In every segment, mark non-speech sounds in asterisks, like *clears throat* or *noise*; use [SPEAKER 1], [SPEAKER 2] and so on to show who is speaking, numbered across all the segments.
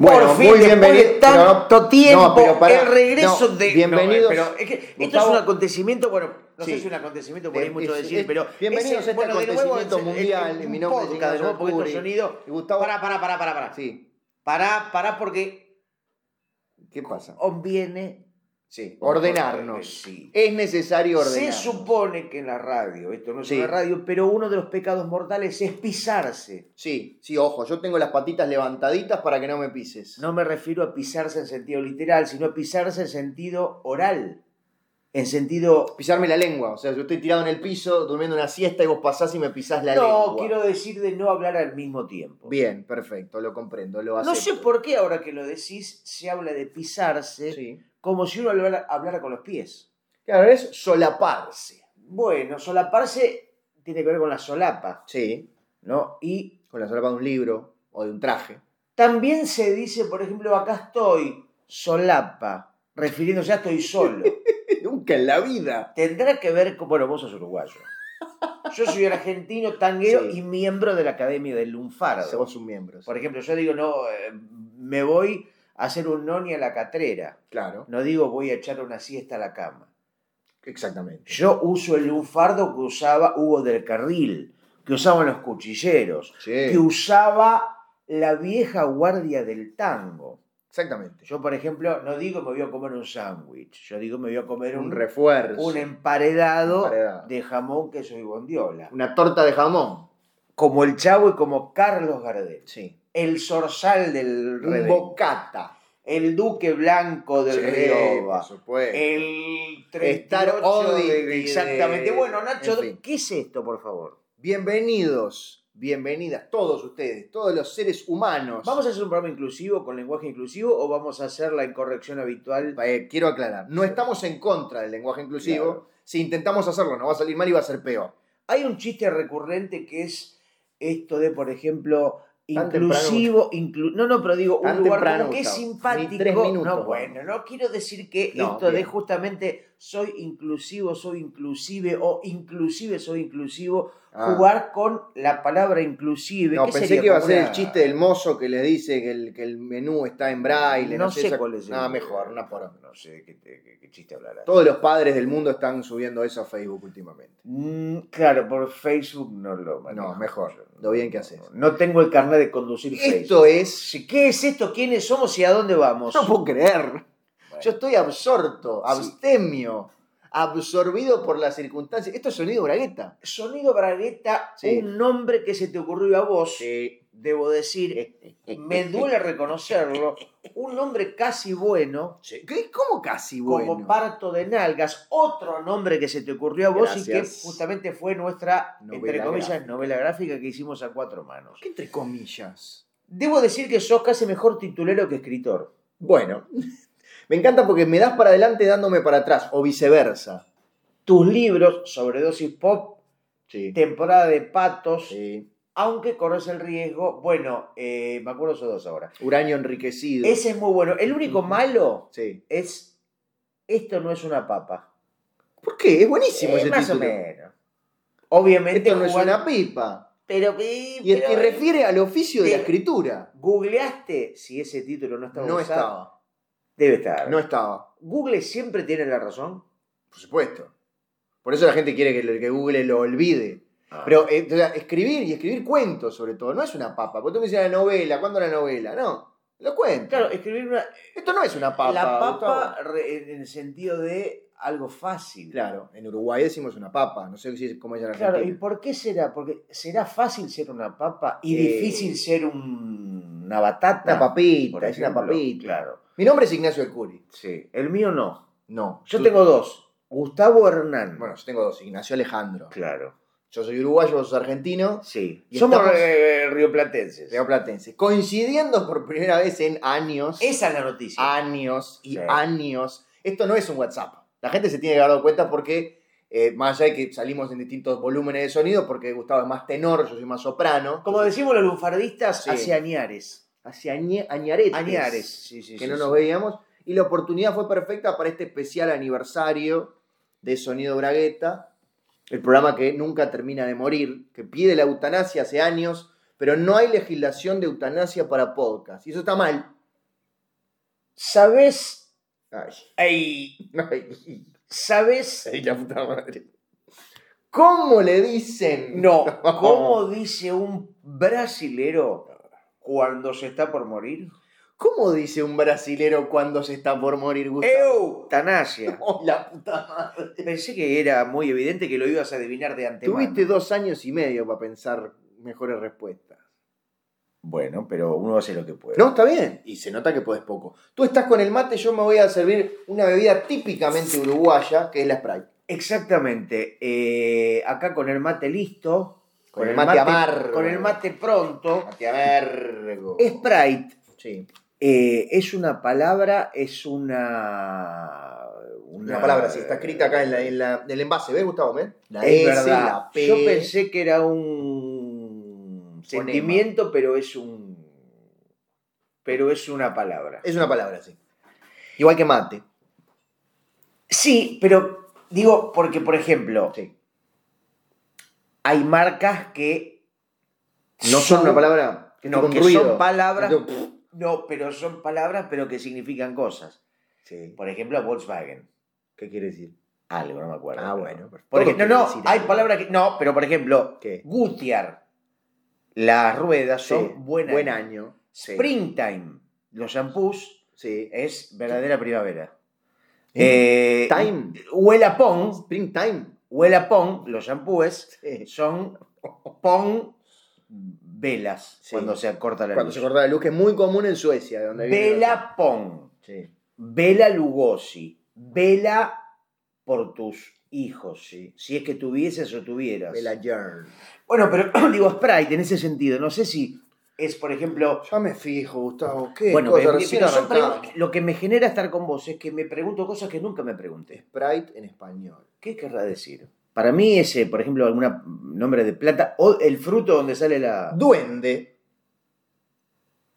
[SPEAKER 1] Bueno,
[SPEAKER 2] Por fin,
[SPEAKER 1] muy
[SPEAKER 2] después de
[SPEAKER 1] bienvenido,
[SPEAKER 2] tanto
[SPEAKER 1] pero no-
[SPEAKER 2] tiempo,
[SPEAKER 1] no, pero pará,
[SPEAKER 2] el regreso
[SPEAKER 1] no,
[SPEAKER 2] de.
[SPEAKER 1] bienvenidos.
[SPEAKER 2] No, eh, pero es que esto
[SPEAKER 1] Gustavo.
[SPEAKER 2] es un acontecimiento, bueno, no sé
[SPEAKER 1] Sí.
[SPEAKER 2] si es un acontecimiento, por ahí
[SPEAKER 1] Es-
[SPEAKER 2] mucho
[SPEAKER 1] es-
[SPEAKER 2] decir,
[SPEAKER 1] es-
[SPEAKER 2] pero.
[SPEAKER 1] bienvenidos a este
[SPEAKER 2] de nuevo,
[SPEAKER 1] acontecimiento
[SPEAKER 2] es- es-
[SPEAKER 1] mundial.
[SPEAKER 2] es un
[SPEAKER 1] Mi nombre es
[SPEAKER 2] podcast, de
[SPEAKER 1] Ignacio
[SPEAKER 2] nuevo, porque estos
[SPEAKER 1] Arcuri.
[SPEAKER 2] sonidos.
[SPEAKER 1] Y Gustavo-
[SPEAKER 2] Pará, pará, pará, pará. Pará,
[SPEAKER 1] Sí,
[SPEAKER 2] pará, pará porque
[SPEAKER 1] ¿qué pasa?
[SPEAKER 2] conviene.
[SPEAKER 1] Sí, ordenarnos.
[SPEAKER 2] Sí.
[SPEAKER 1] Es necesario
[SPEAKER 2] Se
[SPEAKER 1] ordenar.
[SPEAKER 2] supone que en la radio, esto no es
[SPEAKER 1] Sí.
[SPEAKER 2] una radio, pero uno de los pecados mortales es pisarse.
[SPEAKER 1] Sí, sí, ojo, yo tengo las patitas levantaditas para que no me pises.
[SPEAKER 2] No me refiero a pisarse en sentido literal, sino a pisarse en sentido oral. En sentido
[SPEAKER 1] Pisarme la lengua, o sea, yo estoy tirado en el piso, durmiendo una siesta y vos pasás y me pisás la
[SPEAKER 2] no,
[SPEAKER 1] lengua.
[SPEAKER 2] quiero decir de no hablar al mismo tiempo.
[SPEAKER 1] Bien, perfecto, lo comprendo, lo
[SPEAKER 2] no sé
[SPEAKER 1] acepto.
[SPEAKER 2] por qué ahora que lo decís se habla de pisarse
[SPEAKER 1] Sí.
[SPEAKER 2] como si uno hablara, hablara con los pies.
[SPEAKER 1] Claro, es solaparse.
[SPEAKER 2] Bueno, solaparse tiene que ver con la solapa,
[SPEAKER 1] Sí,
[SPEAKER 2] ¿no? Y
[SPEAKER 1] con la solapa de un libro o de un traje. *laughs*
[SPEAKER 2] también se dice, por ejemplo, acá estoy, solapa, refiriéndose a estoy solo.
[SPEAKER 1] Nunca en la vida.
[SPEAKER 2] Tendrá que ver con, bueno, vos sos uruguayo. Yo soy argentino, tanguero
[SPEAKER 1] Sí.
[SPEAKER 2] y miembro de la Academia del Lunfardo.
[SPEAKER 1] Sos un miembro. sí.
[SPEAKER 2] Por ejemplo, yo digo, no, eh, me voy a hacer un noni a la catrera.
[SPEAKER 1] Claro,
[SPEAKER 2] No digo voy a echar una siesta a la cama.
[SPEAKER 1] exactamente.
[SPEAKER 2] Yo uso el lunfardo que usaba Hugo del Carril, que usaban los cuchilleros,
[SPEAKER 1] Sí,
[SPEAKER 2] que usaba la vieja guardia del tango.
[SPEAKER 1] exactamente.
[SPEAKER 2] Yo, por ejemplo, no digo me voy a comer un sándwich, yo digo me voy a comer un,
[SPEAKER 1] Un refuerzo.
[SPEAKER 2] un em- emparedado,
[SPEAKER 1] Emparedado.
[SPEAKER 2] de jamón, queso y bondiola.
[SPEAKER 1] Una torta de jamón.
[SPEAKER 2] Como el Chavo y como Carlos Gardel.
[SPEAKER 1] Sí.
[SPEAKER 2] El zorzal del
[SPEAKER 1] Un
[SPEAKER 2] Redén.
[SPEAKER 1] bocata.
[SPEAKER 2] el Duque Blanco del
[SPEAKER 1] Sí,
[SPEAKER 2] Rioba.
[SPEAKER 1] por supuesto.
[SPEAKER 2] El
[SPEAKER 1] Star
[SPEAKER 2] 38 de-
[SPEAKER 1] Audit.
[SPEAKER 2] Exactamente. Bueno, Nacho,
[SPEAKER 1] En fin.
[SPEAKER 2] ¿qué es esto, por favor?
[SPEAKER 1] Bienvenidos, bienvenidas todos ustedes, todos los seres humanos.
[SPEAKER 2] ¿Vamos a hacer un programa inclusivo con lenguaje inclusivo o vamos a hacer la incorrección habitual?
[SPEAKER 1] Eh, quiero aclarar, no estamos en contra del lenguaje inclusivo. Si intentamos hacerlo, nos va a salir mal y va a ser peor.
[SPEAKER 2] Hay un chiste recurrente que es esto de, por ejemplo,
[SPEAKER 1] Tan temprano,
[SPEAKER 2] inclusivo, inclu- no, no, pero digo, un
[SPEAKER 1] Tan
[SPEAKER 2] lugar
[SPEAKER 1] temprano,
[SPEAKER 2] como que es
[SPEAKER 1] Gustavo. Ni
[SPEAKER 2] simpático.
[SPEAKER 1] tres minutos,
[SPEAKER 2] no,
[SPEAKER 1] vamos.
[SPEAKER 2] bueno, no quiero decir que
[SPEAKER 1] No,
[SPEAKER 2] esto de
[SPEAKER 1] bien.
[SPEAKER 2] justamente soy inclusivo, soy inclusive o inclusive soy inclusivo,
[SPEAKER 1] Ah.
[SPEAKER 2] jugar con la palabra inclusive.
[SPEAKER 1] No,
[SPEAKER 2] ¿qué
[SPEAKER 1] pensé
[SPEAKER 2] sería?
[SPEAKER 1] que iba a
[SPEAKER 2] Como
[SPEAKER 1] ser
[SPEAKER 2] una-
[SPEAKER 1] el chiste del mozo que le dice que el, que el menú está en braille.
[SPEAKER 2] No, sé,
[SPEAKER 1] esa-
[SPEAKER 2] cuál es. el-
[SPEAKER 1] No, mejor, una poronga.
[SPEAKER 2] No sé qué, te- qué- qué chiste hablará.
[SPEAKER 1] Todos los padres del mundo están subiendo eso a Facebook últimamente.
[SPEAKER 2] Mm, claro, por Facebook no lo manejo.
[SPEAKER 1] No, mejor. Lo bien que haces.
[SPEAKER 2] No tengo el carnet de conducir
[SPEAKER 1] Esto es...
[SPEAKER 2] Facebook. ¿Qué es esto? ¿Quiénes somos y a dónde vamos?
[SPEAKER 1] No puedo creer.
[SPEAKER 2] Bueno.
[SPEAKER 1] Yo estoy absorto,
[SPEAKER 2] Sí.
[SPEAKER 1] abstemio, absorbido por las circunstancias. Esto es sonido bragueta.
[SPEAKER 2] Sonido Bragueta,
[SPEAKER 1] Sí.
[SPEAKER 2] un nombre que se te ocurrió a vos,
[SPEAKER 1] Sí.
[SPEAKER 2] debo decir,
[SPEAKER 1] *laughs*
[SPEAKER 2] me duele reconocerlo, un nombre casi bueno,
[SPEAKER 1] ¿Qué? ¿Cómo casi
[SPEAKER 2] como
[SPEAKER 1] bueno?
[SPEAKER 2] Parto de Nalgas, otro nombre que se te ocurrió a vos y
[SPEAKER 1] Gracias.
[SPEAKER 2] que justamente fue nuestra, entre
[SPEAKER 1] Novela
[SPEAKER 2] comillas,
[SPEAKER 1] gráfica.
[SPEAKER 2] novela gráfica que hicimos a cuatro manos.
[SPEAKER 1] ¿Qué entre comillas?
[SPEAKER 2] Debo decir que sos casi mejor titulero que escritor.
[SPEAKER 1] Bueno, *laughs* me encanta porque me das para adelante dándome para atrás, o viceversa.
[SPEAKER 2] Tus libros, Sobredosis Pop,
[SPEAKER 1] Sí.
[SPEAKER 2] Temporada de Patos,
[SPEAKER 1] Sí.
[SPEAKER 2] aunque corres el riesgo, bueno, eh, me acuerdo esos dos ahora.
[SPEAKER 1] Uranio enriquecido.
[SPEAKER 2] Ese es muy bueno. El único
[SPEAKER 1] Ujú.
[SPEAKER 2] malo
[SPEAKER 1] Sí.
[SPEAKER 2] es esto no es una papa.
[SPEAKER 1] ¿Por qué? Es buenísimo
[SPEAKER 2] Eh,
[SPEAKER 1] ese
[SPEAKER 2] más
[SPEAKER 1] pues, título.
[SPEAKER 2] o menos. Obviamente
[SPEAKER 1] Esto no es
[SPEAKER 2] jugando-
[SPEAKER 1] una pipa.
[SPEAKER 2] pero,
[SPEAKER 1] Y, y
[SPEAKER 2] pero-
[SPEAKER 1] refiere al oficio de la
[SPEAKER 2] Sí.
[SPEAKER 1] escritura.
[SPEAKER 2] googleaste si ese título no estaba
[SPEAKER 1] No
[SPEAKER 2] usado.
[SPEAKER 1] estaba.
[SPEAKER 2] Debe estar.
[SPEAKER 1] No estaba.
[SPEAKER 2] Google siempre tiene la razón.
[SPEAKER 1] Por supuesto. Por eso la gente quiere que, lo- que Google lo olvide. Pero eh, o sea, escribir y escribir cuentos, sobre todo, no es una papa. Porque tú me dices la novela, ¿cuándo la novela? No. Lo cuento.
[SPEAKER 2] claro, escribir una
[SPEAKER 1] Esto no es una papa.
[SPEAKER 2] la papa
[SPEAKER 1] Gustavo.
[SPEAKER 2] re- en el sentido de algo fácil.
[SPEAKER 1] Claro, en Uruguay decimos una papa. No sé si es como es en Argentina.
[SPEAKER 2] Claro, ¿y por qué será? Porque será fácil ser una papa y
[SPEAKER 1] Eh,
[SPEAKER 2] difícil ser un- una batata.
[SPEAKER 1] Una papita,
[SPEAKER 2] por
[SPEAKER 1] es una
[SPEAKER 2] ejemplo.
[SPEAKER 1] papita.
[SPEAKER 2] Claro.
[SPEAKER 1] Mi nombre es Ignacio Elcuri.
[SPEAKER 2] Sí. El mío no.
[SPEAKER 1] No.
[SPEAKER 2] Yo
[SPEAKER 1] Tú-
[SPEAKER 2] tengo dos. Gustavo Hernán.
[SPEAKER 1] Bueno, yo tengo dos, Ignacio Alejandro.
[SPEAKER 2] claro.
[SPEAKER 1] Yo soy uruguayo, vos sos argentino,
[SPEAKER 2] Sí.
[SPEAKER 1] Y
[SPEAKER 2] Somos
[SPEAKER 1] estamos-
[SPEAKER 2] eh, rioplatenses.
[SPEAKER 1] platense. Coincidiendo por primera vez en años,
[SPEAKER 2] Esa es la noticia.
[SPEAKER 1] Ah, años y
[SPEAKER 2] Sí.
[SPEAKER 1] años. Esto no es un WhatsApp. La gente se tiene que haber dado cuenta porque, eh, más allá de que salimos en distintos volúmenes de sonido, porque Gustavo es más tenor, yo soy más soprano.
[SPEAKER 2] Como decimos los lunfardistas,
[SPEAKER 1] Sí.
[SPEAKER 2] hacia Añares.
[SPEAKER 1] Hacia Añe- Añaretes,
[SPEAKER 2] Añares. Sí, sí,
[SPEAKER 1] que
[SPEAKER 2] sí,
[SPEAKER 1] no
[SPEAKER 2] sí.
[SPEAKER 1] nos veíamos. Y la oportunidad fue perfecta para este especial aniversario de Sonido Bragueta, el programa que nunca termina de morir, que pide la eutanasia hace años, pero no hay legislación de eutanasia para podcast. Y eso está mal,
[SPEAKER 2] ¿Sabes?
[SPEAKER 1] Ay, *laughs*
[SPEAKER 2] Ay,
[SPEAKER 1] ay,
[SPEAKER 2] ¿Sabes?
[SPEAKER 1] ay, la puta madre. ¿Cómo le dicen? *laughs*
[SPEAKER 2] No, ¿cómo dice un brasilero cuando se está por morir?
[SPEAKER 1] ¿Cómo dice un brasilero cuando se está por morir, Gustavo?
[SPEAKER 2] Eutanasia.
[SPEAKER 1] Oh, la puta madre.
[SPEAKER 2] Pensé que era muy evidente que lo ibas a adivinar de antemano.
[SPEAKER 1] Tuviste dos años y medio para pensar mejores respuestas.
[SPEAKER 2] Bueno, pero uno hace lo que puede.
[SPEAKER 1] No, está bien. Y se nota que podés poco. Tú estás con el mate, yo me voy a servir una bebida típicamente uruguaya, que es la Sprite.
[SPEAKER 2] Exactamente. eh, acá con el mate listo.
[SPEAKER 1] Con el mate amargo.
[SPEAKER 2] Con el mate pronto.
[SPEAKER 1] Mate amargo.
[SPEAKER 2] Sprite
[SPEAKER 1] Sí.
[SPEAKER 2] eh, es una palabra, es una...
[SPEAKER 1] Una palabra, si está escrita acá en, la, en, la- en el envase, ¿ves, Gustavo? ¿Ves? La
[SPEAKER 2] es
[SPEAKER 1] S,
[SPEAKER 2] verdad.
[SPEAKER 1] la P.
[SPEAKER 2] Yo pensé que era un sentimiento, pero es un. Pero es una palabra.
[SPEAKER 1] Es una palabra, sí. Igual que mate.
[SPEAKER 2] Sí, pero digo, porque, por ejemplo,
[SPEAKER 1] Sí.
[SPEAKER 2] hay marcas que.
[SPEAKER 1] No son una palabra. que
[SPEAKER 2] No,
[SPEAKER 1] con
[SPEAKER 2] que
[SPEAKER 1] ruido.
[SPEAKER 2] son palabras.
[SPEAKER 1] Yo, pff.
[SPEAKER 2] No, pero son palabras, pero que significan cosas.
[SPEAKER 1] Sí.
[SPEAKER 2] Por ejemplo, Volkswagen.
[SPEAKER 1] ¿Qué quiere decir?
[SPEAKER 2] Algo, no me acuerdo.
[SPEAKER 1] Ah,
[SPEAKER 2] pero-
[SPEAKER 1] bueno. perfecto. Todo
[SPEAKER 2] Por ejemplo,
[SPEAKER 1] quiere
[SPEAKER 2] no,
[SPEAKER 1] decir
[SPEAKER 2] hay
[SPEAKER 1] algo.
[SPEAKER 2] palabras que. No, pero por ejemplo,
[SPEAKER 1] ¿Qué?
[SPEAKER 2] Gutiar. Las ruedas
[SPEAKER 1] Sí.
[SPEAKER 2] son buenas.
[SPEAKER 1] Buen año. Sí.
[SPEAKER 2] Springtime, los shampoos,
[SPEAKER 1] Sí.
[SPEAKER 2] es verdadera primavera.
[SPEAKER 1] Eh,
[SPEAKER 2] Eh,
[SPEAKER 1] time.
[SPEAKER 2] Huele a pong,
[SPEAKER 1] Springtime.
[SPEAKER 2] huele a pong, los shampoos eh,
[SPEAKER 1] Sí.
[SPEAKER 2] son pong velas
[SPEAKER 1] Sí.
[SPEAKER 2] cuando se corta la
[SPEAKER 1] Cuando
[SPEAKER 2] luz.
[SPEAKER 1] se corta la luz, que es muy común en Suecia, de donde viene la-
[SPEAKER 2] Vela pong,
[SPEAKER 1] Sí.
[SPEAKER 2] vela Lugosi, vela por tus hijos, si es que tuvieses o tuvieras.
[SPEAKER 1] Vela Jern.
[SPEAKER 2] Bueno, pero *clears throat* digo Sprite en ese sentido, no sé si es, por ejemplo,
[SPEAKER 1] Ya me fijo, Gustavo. ¿Qué
[SPEAKER 2] Bueno,
[SPEAKER 1] cosa?
[SPEAKER 2] pero-
[SPEAKER 1] Recién
[SPEAKER 2] pero son
[SPEAKER 1] arrancamos.
[SPEAKER 2] pregun- lo que me genera estar con vos es que me pregunto cosas que nunca me pregunté.
[SPEAKER 1] Sprite en español.
[SPEAKER 2] ¿Qué querrá decir? Para mí ese, por ejemplo, algún nombre de plata o el fruto donde sale la...
[SPEAKER 1] Duende.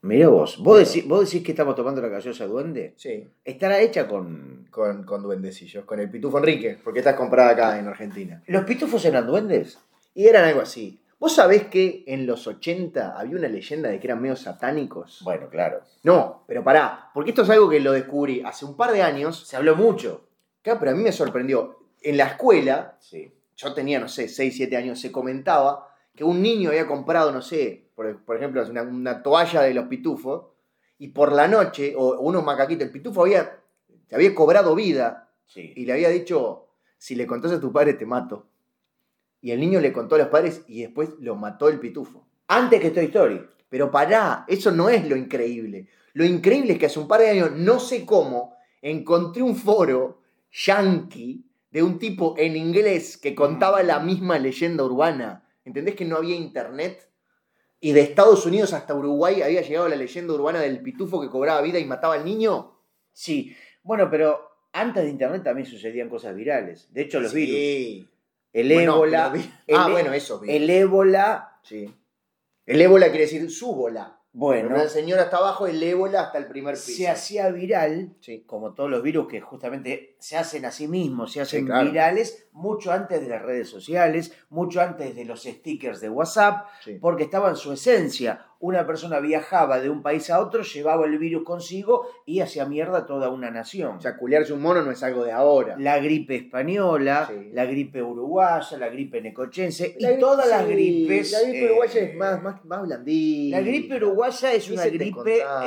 [SPEAKER 2] Mirá vos, vos decís, vos decís que estamos tomando la gallosa duende.
[SPEAKER 1] Sí.
[SPEAKER 2] Estará hecha con...
[SPEAKER 1] Con, con duendecillos, con el Pitufo Enrique, porque está comprada acá en Argentina.
[SPEAKER 2] ¿Los pitufos eran duendes?
[SPEAKER 1] Y eran algo así. ¿Vos sabés que en los 80 había una leyenda de que eran medio satánicos?
[SPEAKER 2] Bueno, claro.
[SPEAKER 1] No, pero pará, porque esto es algo que lo descubrí hace un par de años.
[SPEAKER 2] Se habló mucho.
[SPEAKER 1] Claro, pero a mí me sorprendió. En la escuela,
[SPEAKER 2] Sí.
[SPEAKER 1] yo tenía, no sé, 6, 7 años, se comentaba que un niño había comprado, no sé, por, por ejemplo, una, una toalla de los pitufos, y por la noche, o unos macaquitos, el pitufo había, te había cobrado vida
[SPEAKER 2] Sí.
[SPEAKER 1] y le había dicho, si le contás a tu padre te mato. Y el niño le contó a los padres y después lo mató el pitufo.
[SPEAKER 2] Antes que Toy Story.
[SPEAKER 1] Pero pará, eso no es lo increíble. Lo increíble es que hace un par de años, no sé cómo, encontré un foro yankee de un tipo en inglés que contaba la misma leyenda urbana. ¿Entendés que no había internet? Y de Estados Unidos hasta Uruguay había llegado la leyenda urbana del pitufo que cobraba vida y mataba al niño.
[SPEAKER 2] Sí. Bueno, pero antes de Internet también sucedían cosas virales. De hecho, los virus.
[SPEAKER 1] Eh,
[SPEAKER 2] El
[SPEAKER 1] Bueno,
[SPEAKER 2] ébola...
[SPEAKER 1] pero vi-
[SPEAKER 2] el
[SPEAKER 1] ah,
[SPEAKER 2] e-
[SPEAKER 1] bueno, eso. vi.
[SPEAKER 2] El ébola
[SPEAKER 1] Sí. El ébola quiere decir su bola.
[SPEAKER 2] Bueno,
[SPEAKER 1] Una señora hasta abajo, el ébola hasta el primer piso.
[SPEAKER 2] se hacía viral,
[SPEAKER 1] Sí.
[SPEAKER 2] como todos los virus que justamente se hacen a sí mismos, se hacen
[SPEAKER 1] Sí, claro.
[SPEAKER 2] virales mucho antes de las redes sociales, mucho antes de los stickers de WhatsApp,
[SPEAKER 1] Sí.
[SPEAKER 2] porque estaba en su esencia. Una persona viajaba de un país a otro, llevaba el virus consigo y hacía mierda toda una nación.
[SPEAKER 1] O sea, culiarse un mono no es algo de ahora.
[SPEAKER 2] La gripe española,
[SPEAKER 1] Sí.
[SPEAKER 2] la gripe uruguaya, la gripe necochense
[SPEAKER 1] La
[SPEAKER 2] y
[SPEAKER 1] gri-
[SPEAKER 2] todas las
[SPEAKER 1] sí,
[SPEAKER 2] gripes.
[SPEAKER 1] La gripe
[SPEAKER 2] eh,
[SPEAKER 1] uruguaya es más, más, más blandita.
[SPEAKER 2] La gripe uruguaya es
[SPEAKER 1] ¿Qué
[SPEAKER 2] una
[SPEAKER 1] se te
[SPEAKER 2] gripe
[SPEAKER 1] contaba?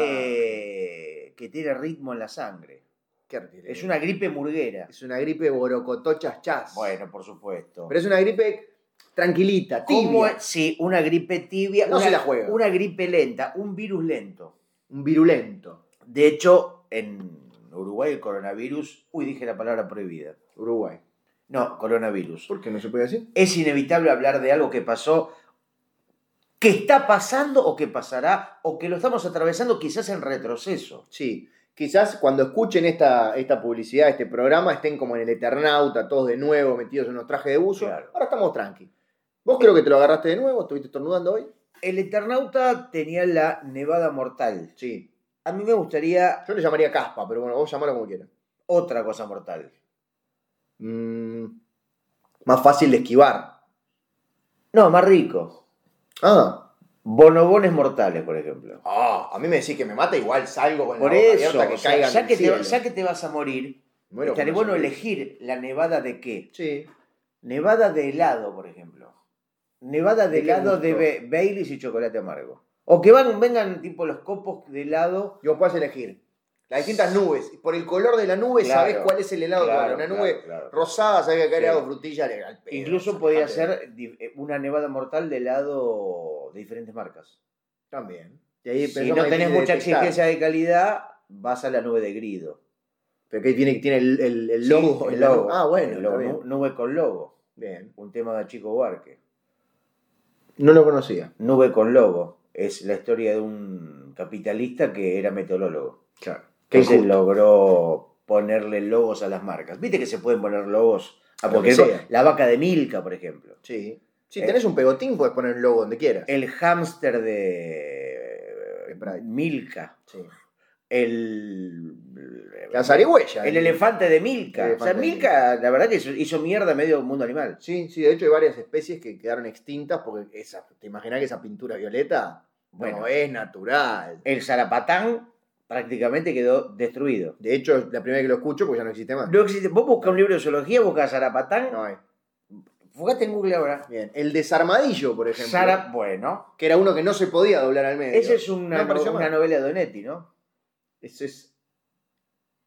[SPEAKER 2] eh, que tiene ritmo en la sangre.
[SPEAKER 1] Qué horrible.
[SPEAKER 2] Es una gripe murguera.
[SPEAKER 1] es una gripe borocotó chas.
[SPEAKER 2] Bueno, por supuesto.
[SPEAKER 1] Pero es una gripe tranquilita,
[SPEAKER 2] ¿Cómo
[SPEAKER 1] tibia.
[SPEAKER 2] es? Sí, una gripe tibia.
[SPEAKER 1] No
[SPEAKER 2] una,
[SPEAKER 1] se la juega.
[SPEAKER 2] Una gripe lenta, un virus lento.
[SPEAKER 1] Un virulento.
[SPEAKER 2] De hecho, en Uruguay el coronavirus... Uy, dije la palabra prohibida.
[SPEAKER 1] Uruguay.
[SPEAKER 2] No, coronavirus.
[SPEAKER 1] ¿Por qué no se puede decir?
[SPEAKER 2] Es inevitable hablar de algo que pasó, que está pasando o que pasará, o que lo estamos atravesando quizás en retroceso.
[SPEAKER 1] Sí. Quizás cuando escuchen esta, esta publicidad, este programa, estén como en el Eternauta, todos de nuevo metidos en unos trajes de buzo.
[SPEAKER 2] Claro.
[SPEAKER 1] Ahora estamos tranqui. ¿Vos creo que te lo agarraste de nuevo? ¿Estuviste estornudando hoy?
[SPEAKER 2] El Eternauta tenía la nevada mortal.
[SPEAKER 1] Sí.
[SPEAKER 2] A mí me gustaría
[SPEAKER 1] Yo le llamaría caspa, pero bueno, vos llamalo como quieras.
[SPEAKER 2] otra cosa mortal.
[SPEAKER 1] Mm, más fácil de esquivar.
[SPEAKER 2] No, más rico.
[SPEAKER 1] Ah,
[SPEAKER 2] Bonobones mortales, por ejemplo.
[SPEAKER 1] Ah, a mí me decís que me mata, igual salgo con
[SPEAKER 2] Por
[SPEAKER 1] la boca
[SPEAKER 2] eso,
[SPEAKER 1] abierta que
[SPEAKER 2] o sea,
[SPEAKER 1] caigan
[SPEAKER 2] ya,
[SPEAKER 1] del
[SPEAKER 2] que te,
[SPEAKER 1] cielo.
[SPEAKER 2] ya que te vas a morir,
[SPEAKER 1] Muero
[SPEAKER 2] estaría
[SPEAKER 1] con
[SPEAKER 2] bueno
[SPEAKER 1] eso.
[SPEAKER 2] elegir la nevada de qué.
[SPEAKER 1] Sí.
[SPEAKER 2] Nevada de helado, por ejemplo. Nevada de,
[SPEAKER 1] ¿De qué
[SPEAKER 2] helado de
[SPEAKER 1] gusto?
[SPEAKER 2] Be- Baileys y chocolate amargo. O que van, vengan tipo los copos de helado.
[SPEAKER 1] Y vos podés elegir. Las distintas nubes. Por el color de la nube
[SPEAKER 2] Claro.
[SPEAKER 1] sabés cuál es el helado. que va.
[SPEAKER 2] Claro,
[SPEAKER 1] Una
[SPEAKER 2] claro,
[SPEAKER 1] nube
[SPEAKER 2] claro.
[SPEAKER 1] rosada sabés que acá
[SPEAKER 2] Sí.
[SPEAKER 1] le hago frutilla. le- al pedo,
[SPEAKER 2] Incluso
[SPEAKER 1] sacate.
[SPEAKER 2] podría ser di- eh, una nevada mortal de helado de diferentes marcas.
[SPEAKER 1] También. Y ahí
[SPEAKER 2] si
[SPEAKER 1] empezó
[SPEAKER 2] no
[SPEAKER 1] más
[SPEAKER 2] tenés
[SPEAKER 1] difícil
[SPEAKER 2] mucha
[SPEAKER 1] de detectar.
[SPEAKER 2] exigencia de calidad, vas a la nube de grido.
[SPEAKER 1] Pero que tiene, tiene el, el- el
[SPEAKER 2] Sí,
[SPEAKER 1] logo.
[SPEAKER 2] el
[SPEAKER 1] la
[SPEAKER 2] logo.
[SPEAKER 1] nube. Ah, bueno.
[SPEAKER 2] El logo,
[SPEAKER 1] está bien.
[SPEAKER 2] nu- nube con logo.
[SPEAKER 1] Bien.
[SPEAKER 2] Un tema de Chico Huarque.
[SPEAKER 1] No lo conocía.
[SPEAKER 2] Nube con logo. Es la historia de un capitalista que era meteorólogo.
[SPEAKER 1] Claro.
[SPEAKER 2] que se
[SPEAKER 1] injusto.
[SPEAKER 2] logró ponerle logos a las marcas. Viste que se pueden poner logos a
[SPEAKER 1] Lo
[SPEAKER 2] cualquier
[SPEAKER 1] que
[SPEAKER 2] cosa.
[SPEAKER 1] sea.
[SPEAKER 2] La vaca de Milka, por ejemplo.
[SPEAKER 1] Sí. Eh. Si
[SPEAKER 2] Eh.
[SPEAKER 1] tenés un pegotín, podés poner el logo donde quieras.
[SPEAKER 2] El hámster de
[SPEAKER 1] Sprite.
[SPEAKER 2] Milka.
[SPEAKER 1] Sí.
[SPEAKER 2] El,
[SPEAKER 1] La zarigüeya.
[SPEAKER 2] el
[SPEAKER 1] eh.
[SPEAKER 2] elefante de Milka.
[SPEAKER 1] El
[SPEAKER 2] o sea,
[SPEAKER 1] elefante de
[SPEAKER 2] Milka, la verdad que hizo, hizo mierda medio mundo animal.
[SPEAKER 1] Sí, sí, de hecho hay varias especies que quedaron extintas porque esa, te imaginas que esa pintura violeta
[SPEAKER 2] Bueno.
[SPEAKER 1] no es natural.
[SPEAKER 2] El zarapatán prácticamente quedó destruido.
[SPEAKER 1] De hecho, es la primera vez que lo escucho porque ya no existe más.
[SPEAKER 2] No existe. Vos buscas un libro de zoología, buscas zarapatán.
[SPEAKER 1] No hay.
[SPEAKER 2] Fugate en Google ahora.
[SPEAKER 1] Bien. El desarmadillo, por ejemplo,
[SPEAKER 2] Zara, bueno.
[SPEAKER 1] que era uno que no se podía doblar al medio.
[SPEAKER 2] Esa es una,
[SPEAKER 1] No apareció
[SPEAKER 2] una
[SPEAKER 1] más.
[SPEAKER 2] novela de Donetti, ¿no?
[SPEAKER 1] Ese es.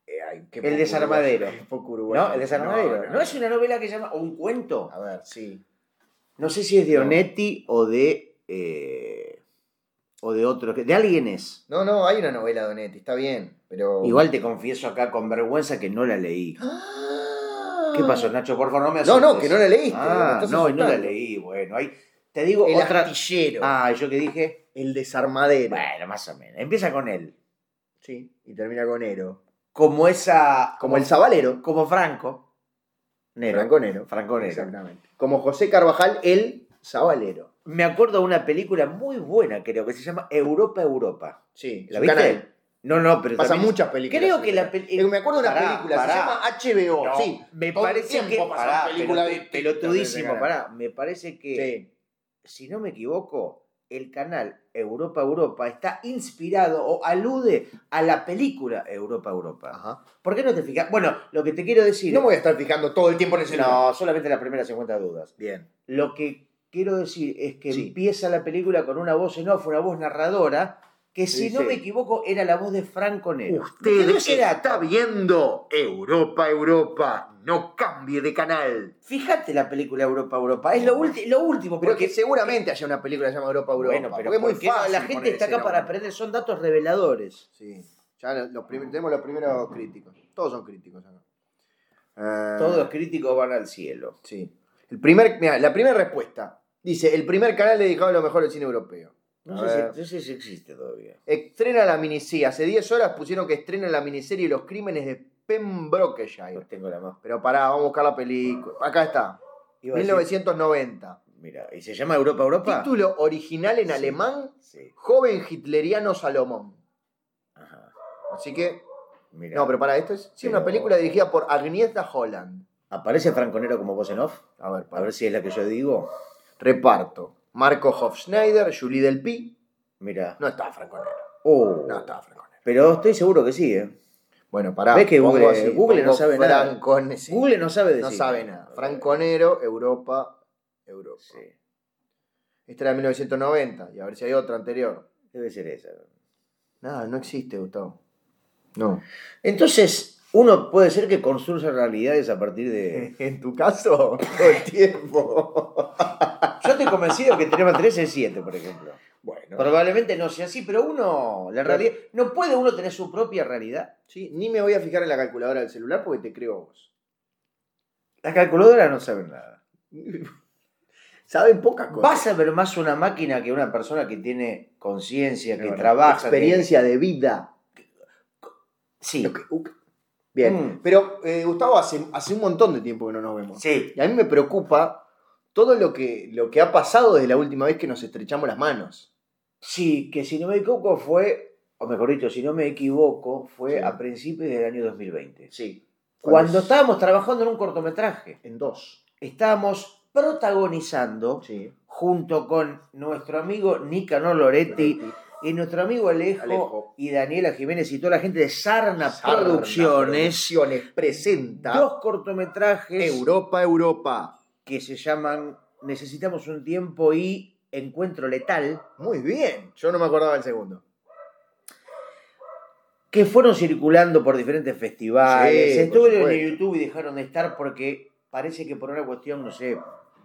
[SPEAKER 1] Eh, ay, qué
[SPEAKER 2] El
[SPEAKER 1] poco
[SPEAKER 2] desarmadero.
[SPEAKER 1] uruguayo, qué *laughs* poco uruguayo.
[SPEAKER 2] ¿No? El desarmadero. No,
[SPEAKER 1] No, no,
[SPEAKER 2] es una novela que se llama. o un cuento.
[SPEAKER 1] A ver, sí.
[SPEAKER 2] No sé si es de
[SPEAKER 1] No.
[SPEAKER 2] Onetti o de. eh, o de otro. De alguien es.
[SPEAKER 1] No, no, hay una novela de Donetti, está bien, pero.
[SPEAKER 2] Igual te confieso acá con vergüenza que no la leí.
[SPEAKER 1] ¡Ah!
[SPEAKER 2] ¿Qué pasó, Nacho? Por favor, no me
[SPEAKER 1] No,
[SPEAKER 2] asustes.
[SPEAKER 1] no, que no la leíste. me
[SPEAKER 2] Ah,
[SPEAKER 1] estás
[SPEAKER 2] no, y no la
[SPEAKER 1] asustando.
[SPEAKER 2] leí. Bueno, ahí. Te digo
[SPEAKER 1] El
[SPEAKER 2] otra.
[SPEAKER 1] astillero.
[SPEAKER 2] Ah, yo que dije.
[SPEAKER 1] El desarmadero.
[SPEAKER 2] Bueno, más o menos. Empieza con él.
[SPEAKER 1] Sí, y termina con Ero.
[SPEAKER 2] Como esa.
[SPEAKER 1] Como el sabalero.
[SPEAKER 2] Como Franco. Nero.
[SPEAKER 1] Franco Nero.
[SPEAKER 2] Franco Nero.
[SPEAKER 1] Exactamente. Como José Carvajal, el sabalero.
[SPEAKER 2] Me acuerdo de una película muy buena, creo, que se llama Europa, Europa.
[SPEAKER 1] Sí,
[SPEAKER 2] ¿La
[SPEAKER 1] su
[SPEAKER 2] viste?
[SPEAKER 1] canal.
[SPEAKER 2] No, no, pero
[SPEAKER 1] Pasa
[SPEAKER 2] también-
[SPEAKER 1] muchas películas.
[SPEAKER 2] Creo que la
[SPEAKER 1] película.
[SPEAKER 2] peli-
[SPEAKER 1] Me acuerdo de una
[SPEAKER 2] Pará,
[SPEAKER 1] película,
[SPEAKER 2] pará.
[SPEAKER 1] se llama HBO.
[SPEAKER 2] No,
[SPEAKER 1] sí.
[SPEAKER 2] me
[SPEAKER 1] todo el
[SPEAKER 2] parece
[SPEAKER 1] tiempo
[SPEAKER 2] que
[SPEAKER 1] pasan
[SPEAKER 2] pará,
[SPEAKER 1] películas
[SPEAKER 2] pelotu-
[SPEAKER 1] distintas de
[SPEAKER 2] pelotudísimo,
[SPEAKER 1] ese
[SPEAKER 2] pará, me parece
[SPEAKER 1] canal.
[SPEAKER 2] que
[SPEAKER 1] Sí.
[SPEAKER 2] si no me equivoco, el canal Europa Europa está inspirado o alude a la película Europa Europa.
[SPEAKER 1] Ajá.
[SPEAKER 2] ¿Por qué no te fijas? Bueno, lo que te quiero decir
[SPEAKER 1] No me voy a estar fijando todo el tiempo en ese
[SPEAKER 2] No, solamente las primeras 50 dudas.
[SPEAKER 1] Bien.
[SPEAKER 2] Lo que quiero decir es que
[SPEAKER 1] Sí.
[SPEAKER 2] empieza la película con una voz en off, una voz narradora, que si
[SPEAKER 1] Sí,
[SPEAKER 2] no
[SPEAKER 1] sí.
[SPEAKER 2] me equivoco era la voz de Franco Nero.
[SPEAKER 1] Usted
[SPEAKER 2] ¿De qué era?
[SPEAKER 1] está viendo Europa, Europa. No cambie de canal.
[SPEAKER 2] Fíjate la película Europa Europa, es lo, ulti- lo último,
[SPEAKER 1] Pero
[SPEAKER 2] porque
[SPEAKER 1] que seguramente haya una película llamada Europa, Europa.
[SPEAKER 2] Bueno, pero
[SPEAKER 1] porque es muy
[SPEAKER 2] ¿por qué no?
[SPEAKER 1] fácil.
[SPEAKER 2] la gente
[SPEAKER 1] poner
[SPEAKER 2] está
[SPEAKER 1] ese
[SPEAKER 2] acá para
[SPEAKER 1] nombre.
[SPEAKER 2] aprender, son datos reveladores.
[SPEAKER 1] Sí. Ya lo- los prim- tenemos los primeros críticos. Todos son críticos acá. Eh,
[SPEAKER 2] Todos los críticos van al cielo.
[SPEAKER 1] Sí. El primer, mirá, la primera respuesta. Dice, el primer canal dedicado a lo mejor del cine europeo.
[SPEAKER 2] No
[SPEAKER 1] A
[SPEAKER 2] sé,
[SPEAKER 1] ver.
[SPEAKER 2] si, no sé si existe todavía.
[SPEAKER 1] Estrena la miniserie. Hace 10 horas pusieron que estrena la miniserie Los Crímenes de
[SPEAKER 2] No
[SPEAKER 1] Pembrokeshire.
[SPEAKER 2] tengo la más.
[SPEAKER 1] Pero pará, vamos a buscar la película. Acá está.
[SPEAKER 2] Iba a decir-
[SPEAKER 1] 1990.
[SPEAKER 2] Mira, ¿y se llama Europa Europa?
[SPEAKER 1] Título original en
[SPEAKER 2] Sí.
[SPEAKER 1] alemán,
[SPEAKER 2] Sí.
[SPEAKER 1] Joven Hitleriano Salomón.
[SPEAKER 2] Ajá.
[SPEAKER 1] Así que...
[SPEAKER 2] Mira.
[SPEAKER 1] No, pero para esto es... Sí, una
[SPEAKER 2] Pero-
[SPEAKER 1] película dirigida por Agnieszka Holland.
[SPEAKER 2] ¿Aparece Franconero como voz en off?
[SPEAKER 1] A ver,
[SPEAKER 2] A
[SPEAKER 1] para
[SPEAKER 2] ver si es la que yo digo.
[SPEAKER 1] Reparto. Marco Hofschneider, Julie Del Pi.
[SPEAKER 2] Mira.
[SPEAKER 1] No estaba Franco Nero.
[SPEAKER 2] Oh.
[SPEAKER 1] No estaba Franco Nero.
[SPEAKER 2] Pero estoy seguro que sí, ¿eh?
[SPEAKER 1] Bueno, pará.
[SPEAKER 2] ¿Ves que
[SPEAKER 1] pongo
[SPEAKER 2] Google- Google no
[SPEAKER 1] pongo
[SPEAKER 2] sabe nada?
[SPEAKER 1] Franco, nada?
[SPEAKER 2] Google no sabe decir.
[SPEAKER 1] no sabe nada. Franconero, Europa, Europa.
[SPEAKER 2] Sí.
[SPEAKER 1] Esta era de 1990. Y a ver si hay otra anterior.
[SPEAKER 2] Debe ser esa.
[SPEAKER 1] Nada, no existe, Gustavo. No.
[SPEAKER 2] Entonces, uno puede ser que construya realidades a partir de...
[SPEAKER 1] En tu caso, todo el tiempo.
[SPEAKER 2] *laughs* Yo estoy convencido que tenemos 13 de 7, por ejemplo.
[SPEAKER 1] bueno.
[SPEAKER 2] Probablemente no sea así, pero uno, la realidad, no puede uno tener su propia realidad.
[SPEAKER 1] Sí, ni me voy a fijar en la calculadora del celular porque te creo a vos.
[SPEAKER 2] Las calculadoras no saben nada.
[SPEAKER 1] Saben pocas cosas.
[SPEAKER 2] Vas a ver más una máquina que una persona que tiene conciencia,
[SPEAKER 1] Es
[SPEAKER 2] que
[SPEAKER 1] verdad.
[SPEAKER 2] trabaja. que-
[SPEAKER 1] Experiencia de vida.
[SPEAKER 2] Sí.
[SPEAKER 1] Ok, ok. Bien.
[SPEAKER 2] Mm.
[SPEAKER 1] Pero, eh, Gustavo, hace, hace un montón de tiempo que no nos vemos.
[SPEAKER 2] Sí.
[SPEAKER 1] Y a mí me preocupa todo lo que, lo que ha pasado desde la última vez que nos estrechamos las manos.
[SPEAKER 2] Sí, que si no me equivoco fue, o mejor dicho, si no me equivoco, fue
[SPEAKER 1] Sí.
[SPEAKER 2] a principios del año 2020.
[SPEAKER 1] Sí.
[SPEAKER 2] Cuando estábamos trabajando en un cortometraje,
[SPEAKER 1] En dos.
[SPEAKER 2] estábamos protagonizando
[SPEAKER 1] Sí.
[SPEAKER 2] junto con nuestro amigo Nicanor Loretti y nuestro amigo Alejo,
[SPEAKER 1] Alejo.
[SPEAKER 2] y Daniela Jiménez y toda la gente de Sarna,
[SPEAKER 1] Sarna
[SPEAKER 2] Producciones,
[SPEAKER 1] Producciones presenta
[SPEAKER 2] dos cortometrajes
[SPEAKER 1] Europa, Europa.
[SPEAKER 2] que se llaman Necesitamos un tiempo y Encuentro Letal,
[SPEAKER 1] Muy bien. Yo no me acordaba del segundo.
[SPEAKER 2] que fueron circulando por diferentes festivales,
[SPEAKER 1] Sí, por
[SPEAKER 2] estuvieron en
[SPEAKER 1] supuesto.
[SPEAKER 2] YouTube y dejaron de estar porque parece que por una cuestión, no sé,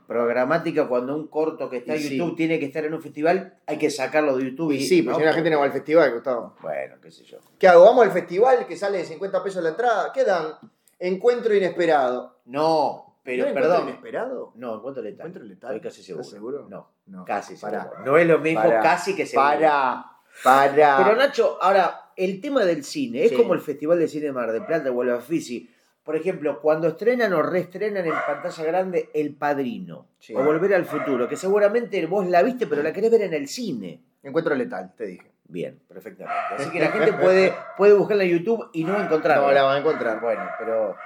[SPEAKER 2] programática, cuando un corto que está
[SPEAKER 1] Y
[SPEAKER 2] en
[SPEAKER 1] sí.
[SPEAKER 2] YouTube tiene que estar en un festival, hay que sacarlo de YouTube.
[SPEAKER 1] Y sí, pues
[SPEAKER 2] ¿no?
[SPEAKER 1] si no la gente no va al festival, Gustavo.
[SPEAKER 2] Bueno, qué sé yo.
[SPEAKER 1] ¿Qué hago? ¿Vamos al festival que sale de 50 pesos la entrada? ¿Qué dan? Encuentro inesperado.
[SPEAKER 2] No, pero
[SPEAKER 1] ¿No era
[SPEAKER 2] perdón.
[SPEAKER 1] encuentro inesperado?
[SPEAKER 2] No, encuentro letal.
[SPEAKER 1] ¿Encuentro letal?
[SPEAKER 2] Estoy casi seguro.
[SPEAKER 1] ¿Estás seguro?
[SPEAKER 2] No,
[SPEAKER 1] No.
[SPEAKER 2] casi
[SPEAKER 1] Pará.
[SPEAKER 2] seguro. No es lo mismo
[SPEAKER 1] Pará.
[SPEAKER 2] casi que seguro.
[SPEAKER 1] Para, para.
[SPEAKER 2] Pero Nacho, ahora, el tema del cine, es
[SPEAKER 1] Sí.
[SPEAKER 2] como el Festival de Cine de Mar del Plata o el Bafisi. Por ejemplo, cuando estrenan o reestrenan en pantalla grande El Padrino
[SPEAKER 1] Sí.
[SPEAKER 2] o Volver al Futuro, que seguramente vos la viste, pero la querés ver en el cine.
[SPEAKER 1] Encuentro letal, te dije.
[SPEAKER 2] Bien, perfectamente. Así que la gente puede, puede buscarla en YouTube y no
[SPEAKER 1] *laughs*
[SPEAKER 2] encontrarla.
[SPEAKER 1] No la van a encontrar.
[SPEAKER 2] Bueno, pero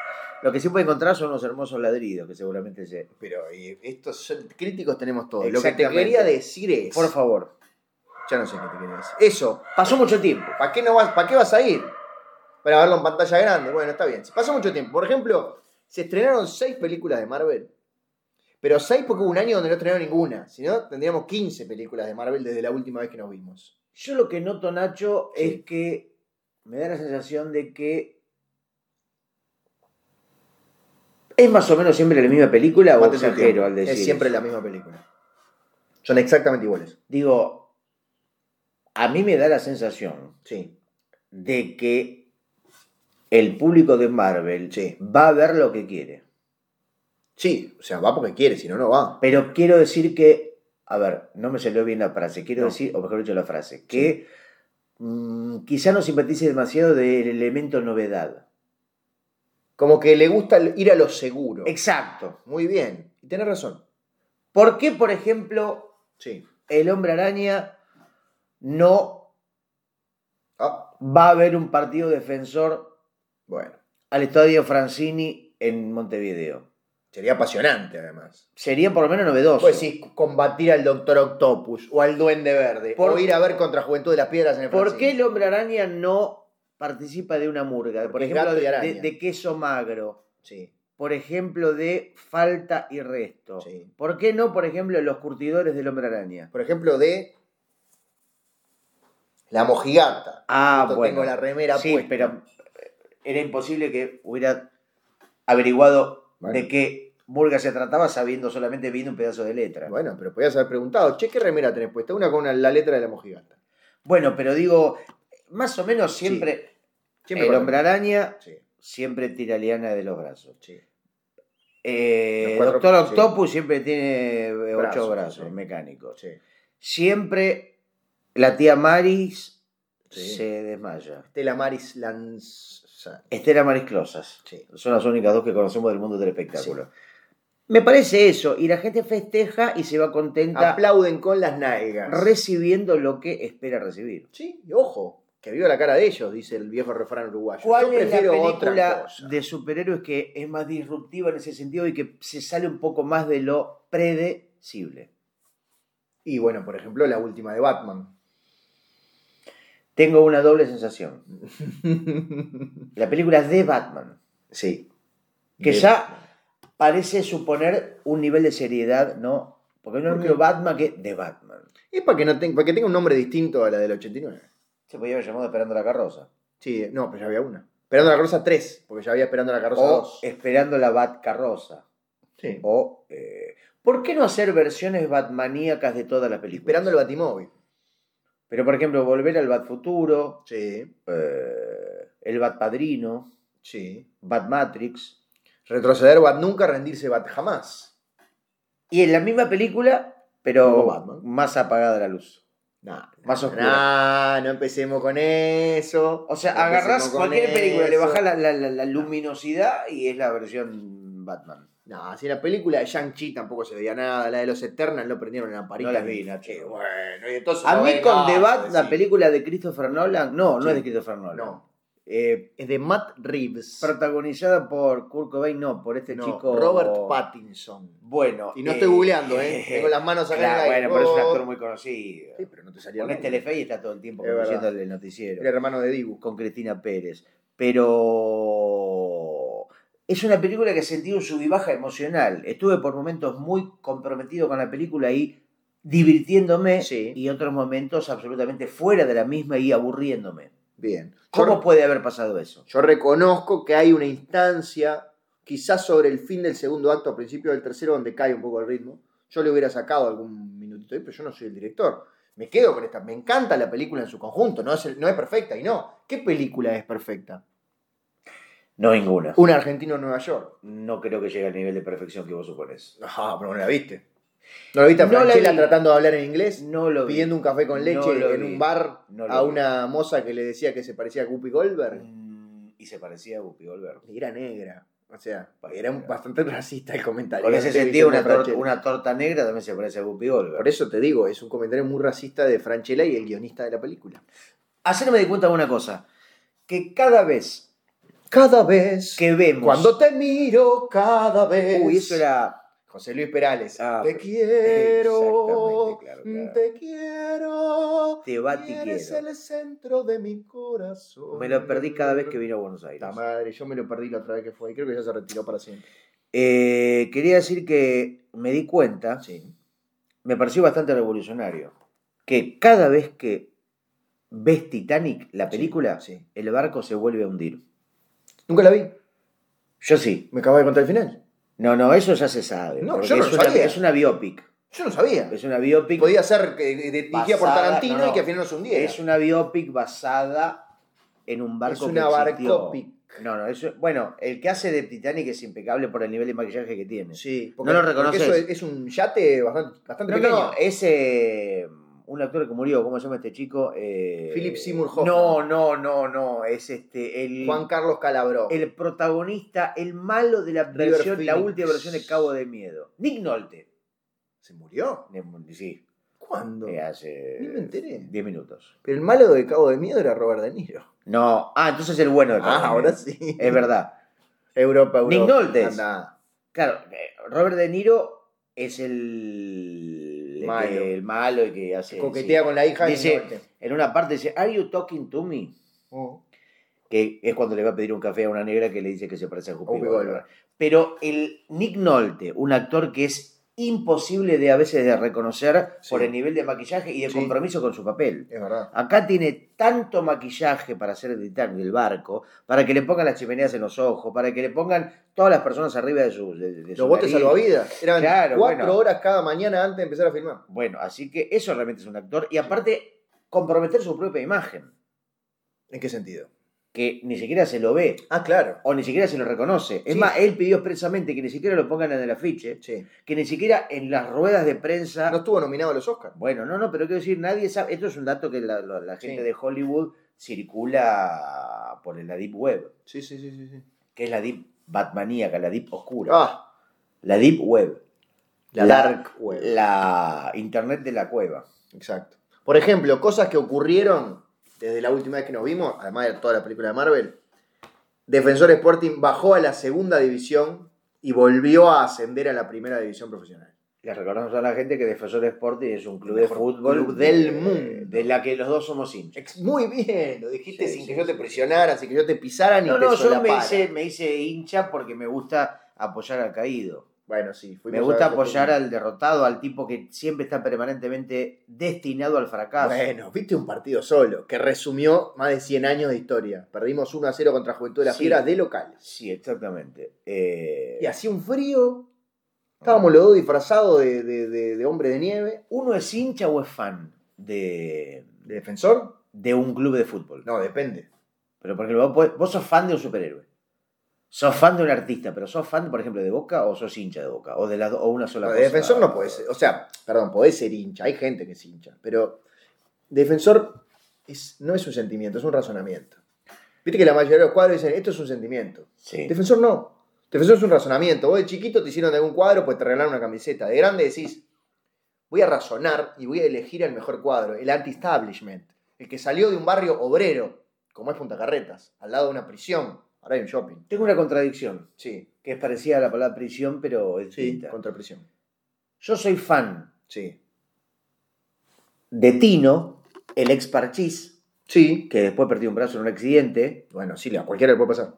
[SPEAKER 2] lo que sí puede encontrar son unos hermosos ladridos que seguramente se...
[SPEAKER 1] Pero eh, estos son- críticos tenemos todos. Lo que te
[SPEAKER 2] Exactamente.
[SPEAKER 1] quería decir es.
[SPEAKER 2] Por favor.
[SPEAKER 1] Ya no sé qué te quería decir. Eso.
[SPEAKER 2] Pasó mucho tiempo.
[SPEAKER 1] ¿Para qué, no vas, ¿Para qué vas a ir? Para verlo en pantalla grande. Bueno, está bien. Se pasó mucho tiempo. Por ejemplo, se estrenaron seis películas de Marvel. Pero seis porque hubo un año donde no estrenaron ninguna. Si no, tendríamos 15 películas de Marvel desde la última vez que nos vimos.
[SPEAKER 2] Yo lo que noto, Nacho,
[SPEAKER 1] Sí.
[SPEAKER 2] es que me da la sensación de que es más o menos siempre la misma película o
[SPEAKER 1] Mate su tiempo.
[SPEAKER 2] exagero al decir.
[SPEAKER 1] es siempre
[SPEAKER 2] eso?
[SPEAKER 1] la misma película. Son exactamente iguales.
[SPEAKER 2] Digo, a mí me da la sensación
[SPEAKER 1] Sí.
[SPEAKER 2] de que el público de Marvel
[SPEAKER 1] Sí.
[SPEAKER 2] va a ver lo que quiere.
[SPEAKER 1] Sí, o sea, va porque quiere, si no, no va.
[SPEAKER 2] Pero quiero decir que, a ver, no me salió bien la frase, quiero
[SPEAKER 1] No.
[SPEAKER 2] decir, o mejor dicho, la frase, que mm, quizá no simpatice demasiado del elemento novedad.
[SPEAKER 1] Como que le gusta ir a lo seguro.
[SPEAKER 2] Exacto.
[SPEAKER 1] Muy bien. Y tenés razón.
[SPEAKER 2] ¿Por qué, por ejemplo,
[SPEAKER 1] Sí.
[SPEAKER 2] el hombre araña no
[SPEAKER 1] Ah,
[SPEAKER 2] va a ver un partido defensor
[SPEAKER 1] bueno.
[SPEAKER 2] al estadio Francini en Montevideo?
[SPEAKER 1] Sería apasionante, además.
[SPEAKER 2] Sería por lo menos novedoso.
[SPEAKER 1] Pues sí, combatir al Doctor Octopus o al Duende Verde.
[SPEAKER 2] Por-
[SPEAKER 1] O ir a ver contra Juventud de las Piedras en el
[SPEAKER 2] ¿Por qué
[SPEAKER 1] Francisco.
[SPEAKER 2] el hombre araña no participa de una murga? Por
[SPEAKER 1] Porque es
[SPEAKER 2] ejemplo,
[SPEAKER 1] gato y
[SPEAKER 2] de,
[SPEAKER 1] araña.
[SPEAKER 2] de- de queso magro.
[SPEAKER 1] Sí,
[SPEAKER 2] Por ejemplo, de falta y resto.
[SPEAKER 1] Sí.
[SPEAKER 2] ¿Por qué no, por ejemplo, los curtidores del hombre araña?
[SPEAKER 1] por ejemplo, de La Mojigata.
[SPEAKER 2] Ah,
[SPEAKER 1] Justo
[SPEAKER 2] bueno.
[SPEAKER 1] Tengo la remera
[SPEAKER 2] sí,
[SPEAKER 1] puesta.
[SPEAKER 2] pero eh, era imposible que hubiera averiguado
[SPEAKER 1] Bueno.
[SPEAKER 2] de qué murga se trataba sabiendo solamente viendo un pedazo de letra. Bueno,
[SPEAKER 1] Bueno, pero podías haber preguntado, che, ¿qué remera tenés puesta? Una con una- la letra de La Mojigata.
[SPEAKER 2] pero digo, más o menos siempre,
[SPEAKER 1] Siempre
[SPEAKER 2] el
[SPEAKER 1] con-
[SPEAKER 2] Eh, hombre araña
[SPEAKER 1] Sí,
[SPEAKER 2] siempre tira liana de los brazos.
[SPEAKER 1] sí. Los
[SPEAKER 2] Eh,
[SPEAKER 1] cuatro-
[SPEAKER 2] Doctor
[SPEAKER 1] sí.
[SPEAKER 2] Octopus siempre tiene eh, ocho
[SPEAKER 1] Brazos,
[SPEAKER 2] brazos
[SPEAKER 1] sí.
[SPEAKER 2] mecánicos.
[SPEAKER 1] sí.
[SPEAKER 2] Siempre la tía Maris
[SPEAKER 1] Sí.
[SPEAKER 2] se desmaya.
[SPEAKER 1] Estela Maris Lanza.
[SPEAKER 2] Estela Maris Closas.
[SPEAKER 1] Sí.
[SPEAKER 2] Son las únicas dos que conocemos del mundo del espectáculo. Me parece eso. Y la gente festeja y se va contenta
[SPEAKER 1] Aplauden con las nalgas.
[SPEAKER 2] recibiendo lo que espera recibir.
[SPEAKER 1] Sí, y ojo, que viva la cara de ellos, dice el viejo refrán uruguayo.
[SPEAKER 2] ¿Cuál
[SPEAKER 1] Yo
[SPEAKER 2] es la
[SPEAKER 1] prefiero otra
[SPEAKER 2] película
[SPEAKER 1] cosa.
[SPEAKER 2] de superhéroes que es más disruptiva en ese sentido y que se sale un poco más de lo predecible?
[SPEAKER 1] Y bueno, por ejemplo, la última de Batman.
[SPEAKER 2] Tengo una doble *laughs* sensación. La película de Batman,
[SPEAKER 1] sí.
[SPEAKER 2] que
[SPEAKER 1] De-
[SPEAKER 2] ya parece suponer un nivel de seriedad, ¿no? Porque no es lo
[SPEAKER 1] ¿Por
[SPEAKER 2] mismo
[SPEAKER 1] qué?
[SPEAKER 2] Batman que de Batman.
[SPEAKER 1] Es para que, no tenga, para que tenga un nombre distinto a la del 89.
[SPEAKER 2] Se podía haber llamado Esperando la Carroza.
[SPEAKER 1] Sí, no, pero ya había una. Esperando la carroza 3, porque ya había esperando la carroza
[SPEAKER 2] o
[SPEAKER 1] 2.
[SPEAKER 2] Esperando la Batcarroza.
[SPEAKER 1] Sí.
[SPEAKER 2] O, eh, ¿Por qué no hacer versiones batmaníacas de todas las películas?
[SPEAKER 1] Esperando el Batimóvil.
[SPEAKER 2] Pero, por ejemplo, volver al Batfuturo,
[SPEAKER 1] Sí,
[SPEAKER 2] eh, el Batpadrino,
[SPEAKER 1] sí.
[SPEAKER 2] Batmatrix.
[SPEAKER 1] Retroceder Bat nunca, rendirse Bat jamás.
[SPEAKER 2] Y en la misma película,
[SPEAKER 1] Nuevo
[SPEAKER 2] pero
[SPEAKER 1] Batman.
[SPEAKER 2] más apagada la luz.
[SPEAKER 1] Nah,
[SPEAKER 2] Más
[SPEAKER 1] nah,
[SPEAKER 2] oscura.
[SPEAKER 1] nah, no empecemos con eso.
[SPEAKER 2] O sea,
[SPEAKER 1] No empecemos
[SPEAKER 2] agarrás
[SPEAKER 1] con
[SPEAKER 2] cualquier película, le
[SPEAKER 1] eso.
[SPEAKER 2] bajás la, la- la- la luminosidad y es la versión Batman.
[SPEAKER 1] No, si la película de Shang-Chi tampoco se veía nada, la de los Eternals lo prendieron en la parita.
[SPEAKER 2] No las vi, Nacho.
[SPEAKER 1] Eh, bueno, y entonces
[SPEAKER 2] A
[SPEAKER 1] no
[SPEAKER 2] mí
[SPEAKER 1] ven
[SPEAKER 2] con
[SPEAKER 1] nada,
[SPEAKER 2] The Bat, la
[SPEAKER 1] sí.
[SPEAKER 2] película de Christopher Nolan, no, no
[SPEAKER 1] Sí.
[SPEAKER 2] es de Christopher Nolan.
[SPEAKER 1] No.
[SPEAKER 2] eh,
[SPEAKER 1] Es de Matt Reeves.
[SPEAKER 2] protagonizada por Kurt Cobain, no, por este
[SPEAKER 1] No,
[SPEAKER 2] chico.
[SPEAKER 1] Robert Pattinson.
[SPEAKER 2] Bueno.
[SPEAKER 1] Y no
[SPEAKER 2] eh,
[SPEAKER 1] estoy googleando, ¿eh? Tengo las manos acá. en
[SPEAKER 2] *laughs* Claro,
[SPEAKER 1] el aire.
[SPEAKER 2] bueno, pero es un
[SPEAKER 1] Oh.
[SPEAKER 2] actor muy conocido.
[SPEAKER 1] Sí, pero no te salía el
[SPEAKER 2] Ponés
[SPEAKER 1] nombre.
[SPEAKER 2] Telefe y está todo el tiempo
[SPEAKER 1] Es verdad.
[SPEAKER 2] conduciendo el noticiero.
[SPEAKER 1] Era hermano de Dibu.
[SPEAKER 2] con Cristina Pérez. Pero es una película que sentí un sub y baja emocional. Estuve por momentos muy comprometido con la película y divirtiéndome
[SPEAKER 1] Sí.
[SPEAKER 2] y otros momentos absolutamente fuera de la misma y aburriéndome.
[SPEAKER 1] Bien.
[SPEAKER 2] ¿Cómo
[SPEAKER 1] Yo,
[SPEAKER 2] puede haber pasado eso?
[SPEAKER 1] yo reconozco que hay una instancia, quizás sobre el fin del segundo acto, a principio del tercero, donde cae un poco el ritmo. Yo le hubiera sacado algún minutito ahí, pero yo no soy el director. Me quedo con esta. Me encanta la película en su conjunto. No es, el- no es perfecta y no. ¿Qué película es perfecta?
[SPEAKER 2] No ninguna.
[SPEAKER 1] Un argentino en Nueva York.
[SPEAKER 2] No creo que llegue al nivel de perfección que vos supones.
[SPEAKER 1] No, pero no la viste. ¿No la viste a
[SPEAKER 2] No la
[SPEAKER 1] Franchella
[SPEAKER 2] vi.
[SPEAKER 1] tratando de hablar en inglés?
[SPEAKER 2] No lo vi.
[SPEAKER 1] pidiendo un café con leche
[SPEAKER 2] No lo
[SPEAKER 1] en
[SPEAKER 2] vi.
[SPEAKER 1] un bar
[SPEAKER 2] No lo
[SPEAKER 1] a
[SPEAKER 2] vi.
[SPEAKER 1] una moza que le decía que se parecía a Guppy Goldberg.
[SPEAKER 2] Mm, Y se parecía a Guppy Goldberg.
[SPEAKER 1] Y era negra. O sea, era un- bastante *laughs* racista el comentario.
[SPEAKER 2] Con ese
[SPEAKER 1] No te
[SPEAKER 2] sentido,
[SPEAKER 1] dije
[SPEAKER 2] una, tor-
[SPEAKER 1] Franchella.
[SPEAKER 2] una torta negra también se parece a Guppy Goldberg.
[SPEAKER 1] Por eso te digo, es un comentario muy racista de Franchella y el guionista de la película.
[SPEAKER 2] Ayer me di cuenta de una cosa, que cada vez
[SPEAKER 1] Cada vez
[SPEAKER 2] que vemos...
[SPEAKER 1] Cuando te miro cada vez.
[SPEAKER 2] Uy, eso era...
[SPEAKER 1] José Luis Perales.
[SPEAKER 2] Ah,
[SPEAKER 1] te
[SPEAKER 2] pero-
[SPEAKER 1] quiero.
[SPEAKER 2] Exactamente, claro, claro.
[SPEAKER 1] Te quiero.
[SPEAKER 2] Te va, te
[SPEAKER 1] Eres
[SPEAKER 2] quiero.
[SPEAKER 1] el centro de mi corazón.
[SPEAKER 2] Me lo perdí cada vez que vino a Buenos Aires.
[SPEAKER 1] La madre, yo me lo perdí la otra vez que fue y creo que ya se retiró para siempre.
[SPEAKER 2] Eh, quería decir que me di cuenta,
[SPEAKER 1] Sí.
[SPEAKER 2] me pareció bastante revolucionario, que cada vez que ves Titanic, la película,
[SPEAKER 1] sí.
[SPEAKER 2] el barco se vuelve a hundir.
[SPEAKER 1] Nunca la vi.
[SPEAKER 2] Yo sí.
[SPEAKER 1] Me acabas de contar el final.
[SPEAKER 2] No, no, eso ya se sabe.
[SPEAKER 1] No,
[SPEAKER 2] porque
[SPEAKER 1] yo no
[SPEAKER 2] es, una,
[SPEAKER 1] sabía.
[SPEAKER 2] es una biopic.
[SPEAKER 1] Yo no sabía.
[SPEAKER 2] Es una biopic.
[SPEAKER 1] Podía ser que- que- dirigida por
[SPEAKER 2] Basada-
[SPEAKER 1] Tarantino
[SPEAKER 2] no, no.
[SPEAKER 1] y que al final nos hundiera.
[SPEAKER 2] Es una biopic basada en un barco
[SPEAKER 1] Es una
[SPEAKER 2] que existió.
[SPEAKER 1] barcopic.
[SPEAKER 2] No, no, eso, bueno, el que hace de Titanic es impecable por el nivel de maquillaje que tiene.
[SPEAKER 1] Sí,
[SPEAKER 2] No lo reconoces.
[SPEAKER 1] porque eso es, es un yate bastante, bastante
[SPEAKER 2] No,
[SPEAKER 1] pequeño.
[SPEAKER 2] no, es eh, un actor que murió, ¿cómo se llama este chico? Eh,
[SPEAKER 1] Philip Seymour Hoffman.
[SPEAKER 2] No, no, no, no, es este el
[SPEAKER 1] Juan Carlos Calabró.
[SPEAKER 2] el protagonista, el malo de la
[SPEAKER 1] River
[SPEAKER 2] versión, la
[SPEAKER 1] Phoenix.
[SPEAKER 2] última versión de Cabo de Miedo. Nick Nolte.
[SPEAKER 1] ¿Se murió?
[SPEAKER 2] De- Sí,
[SPEAKER 1] ¿Cuándo?
[SPEAKER 2] eh, hace
[SPEAKER 1] Ni me enteré.
[SPEAKER 2] 10 minutos.
[SPEAKER 1] Pero el malo de Cabo de Miedo era Robert De Niro.
[SPEAKER 2] No, ah, entonces el bueno de Cabo de
[SPEAKER 1] Ah, ahora
[SPEAKER 2] Miedo.
[SPEAKER 1] sí.
[SPEAKER 2] Es verdad.
[SPEAKER 1] *laughs* Europa, Europa.
[SPEAKER 2] Nick Nolte es.
[SPEAKER 1] Anda.
[SPEAKER 2] Claro, eh, Robert De Niro es el el
[SPEAKER 1] Malo.
[SPEAKER 2] que- el malo y que hace.
[SPEAKER 1] Coquetea con la hija de
[SPEAKER 2] Dice-
[SPEAKER 1] Nick Nolte.
[SPEAKER 2] sí. En una parte dice, ¿Are you talking to me?
[SPEAKER 1] Oh.
[SPEAKER 2] Que es cuando le va a pedir un café a una negra que le dice que se parece a Guppy
[SPEAKER 1] Guppy
[SPEAKER 2] Goldberg.
[SPEAKER 1] Goldberg.
[SPEAKER 2] Pero el Nick Nolte, un actor que es imposible de a veces de reconocer
[SPEAKER 1] Sí.
[SPEAKER 2] por el nivel de maquillaje y de
[SPEAKER 1] Sí.
[SPEAKER 2] compromiso con su papel.
[SPEAKER 1] Es verdad.
[SPEAKER 2] Acá tiene tanto maquillaje para hacer el Titanic del barco, para que le pongan las chimeneas en los ojos, para que le pongan todas las personas arriba de su. De, de su
[SPEAKER 1] Los botes
[SPEAKER 2] nariz.
[SPEAKER 1] salvavidas. Eran
[SPEAKER 2] Claro,
[SPEAKER 1] cuatro
[SPEAKER 2] bueno.
[SPEAKER 1] horas cada mañana antes de empezar a filmar.
[SPEAKER 2] Bueno, así que eso realmente es un actor. Y aparte, comprometer su propia imagen,
[SPEAKER 1] ¿En qué sentido?
[SPEAKER 2] que ni siquiera se lo ve
[SPEAKER 1] Ah, claro.
[SPEAKER 2] o ni siquiera se lo reconoce. Es
[SPEAKER 1] Sí.
[SPEAKER 2] más, él pidió expresamente que ni siquiera lo pongan en el afiche,
[SPEAKER 1] Sí.
[SPEAKER 2] que ni siquiera en las ruedas de prensa.
[SPEAKER 1] No estuvo nominado a los Oscars.
[SPEAKER 2] Bueno, no, no, pero quiero decir, nadie sabe. Esto es un dato que la, la- la gente
[SPEAKER 1] Sí.
[SPEAKER 2] de Hollywood circula por la Deep Web,
[SPEAKER 1] Sí, sí, sí, sí. sí.
[SPEAKER 2] que es la Deep Batmaníaca, la Deep Oscura.
[SPEAKER 1] Ah,
[SPEAKER 2] La Deep Web.
[SPEAKER 1] la Dark Web.
[SPEAKER 2] La Internet de la Cueva.
[SPEAKER 1] Exacto. Por ejemplo, cosas que ocurrieron desde la última vez que nos vimos, además de toda la película de Marvel, Defensor Sporting bajó a la segunda división y volvió a ascender a la primera división profesional.
[SPEAKER 2] Les recordamos a la gente que Defensor Sporting es un
[SPEAKER 1] El
[SPEAKER 2] club de
[SPEAKER 1] mejor
[SPEAKER 2] fútbol
[SPEAKER 1] club del
[SPEAKER 2] eh,
[SPEAKER 1] mundo.
[SPEAKER 2] de la que los dos somos hinchas.
[SPEAKER 1] Ex- Muy bien, lo dijiste
[SPEAKER 2] Sí,
[SPEAKER 1] sin
[SPEAKER 2] sí,
[SPEAKER 1] que yo te
[SPEAKER 2] sí.
[SPEAKER 1] presionara, sin que yo te pisara ni
[SPEAKER 2] No,
[SPEAKER 1] te
[SPEAKER 2] no, yo me
[SPEAKER 1] solapara.
[SPEAKER 2] hice, me hice hincha porque me gusta apoyar al caído.
[SPEAKER 1] Bueno, sí, fuimos
[SPEAKER 2] Me gusta
[SPEAKER 1] a ver-
[SPEAKER 2] apoyar al derrotado, al tipo que siempre está permanentemente destinado al fracaso.
[SPEAKER 1] Bueno, viste un partido solo que resumió más de 100 años de historia. Perdimos 1 a 0 contra Juventud de las
[SPEAKER 2] Sí.
[SPEAKER 1] Piedras de locales.
[SPEAKER 2] Sí, exactamente. Eh,
[SPEAKER 1] Y hacía un frío,
[SPEAKER 2] Ah.
[SPEAKER 1] estábamos los dos disfrazados de, de- de- de hombre de nieve.
[SPEAKER 2] ¿Uno es hincha o es fan de,
[SPEAKER 1] ¿De defensor?
[SPEAKER 2] de un club de fútbol?
[SPEAKER 1] No, depende.
[SPEAKER 2] Pero porque vos, podés- vos sos fan de un superhéroe. Sos fan de un artista, pero sos fan, por ejemplo, de Boca o sos hincha de Boca o de las do- o una sola
[SPEAKER 1] No,
[SPEAKER 2] cosa.
[SPEAKER 1] de defensor no podés ser. O sea, perdón, podés ser hincha. Hay gente que es hincha. Pero defensor es- no es un sentimiento, es un razonamiento. Viste que la mayoría de los cuadros dicen, esto es un sentimiento.
[SPEAKER 2] Sí.
[SPEAKER 1] Defensor no. Defensor es un razonamiento. Vos de chiquito te hicieron de algún cuadro, pues te regalaron una camiseta. De grande decís, voy a razonar y voy a elegir el mejor cuadro, el anti-establishment, el que salió de un barrio obrero, como es Punta Carretas, al lado de una prisión. Ahora hay un shopping.
[SPEAKER 2] Tengo una contradicción,
[SPEAKER 1] Sí,
[SPEAKER 2] que es parecida a la palabra prisión, pero es
[SPEAKER 1] sí,
[SPEAKER 2] distinta.
[SPEAKER 1] contra prisión.
[SPEAKER 2] Yo soy fan
[SPEAKER 1] Sí.
[SPEAKER 2] de Tino, el ex Parchís,
[SPEAKER 1] Sí.
[SPEAKER 2] que después perdió un brazo en un accidente.
[SPEAKER 1] Bueno, sí, a cualquiera le puede pasar.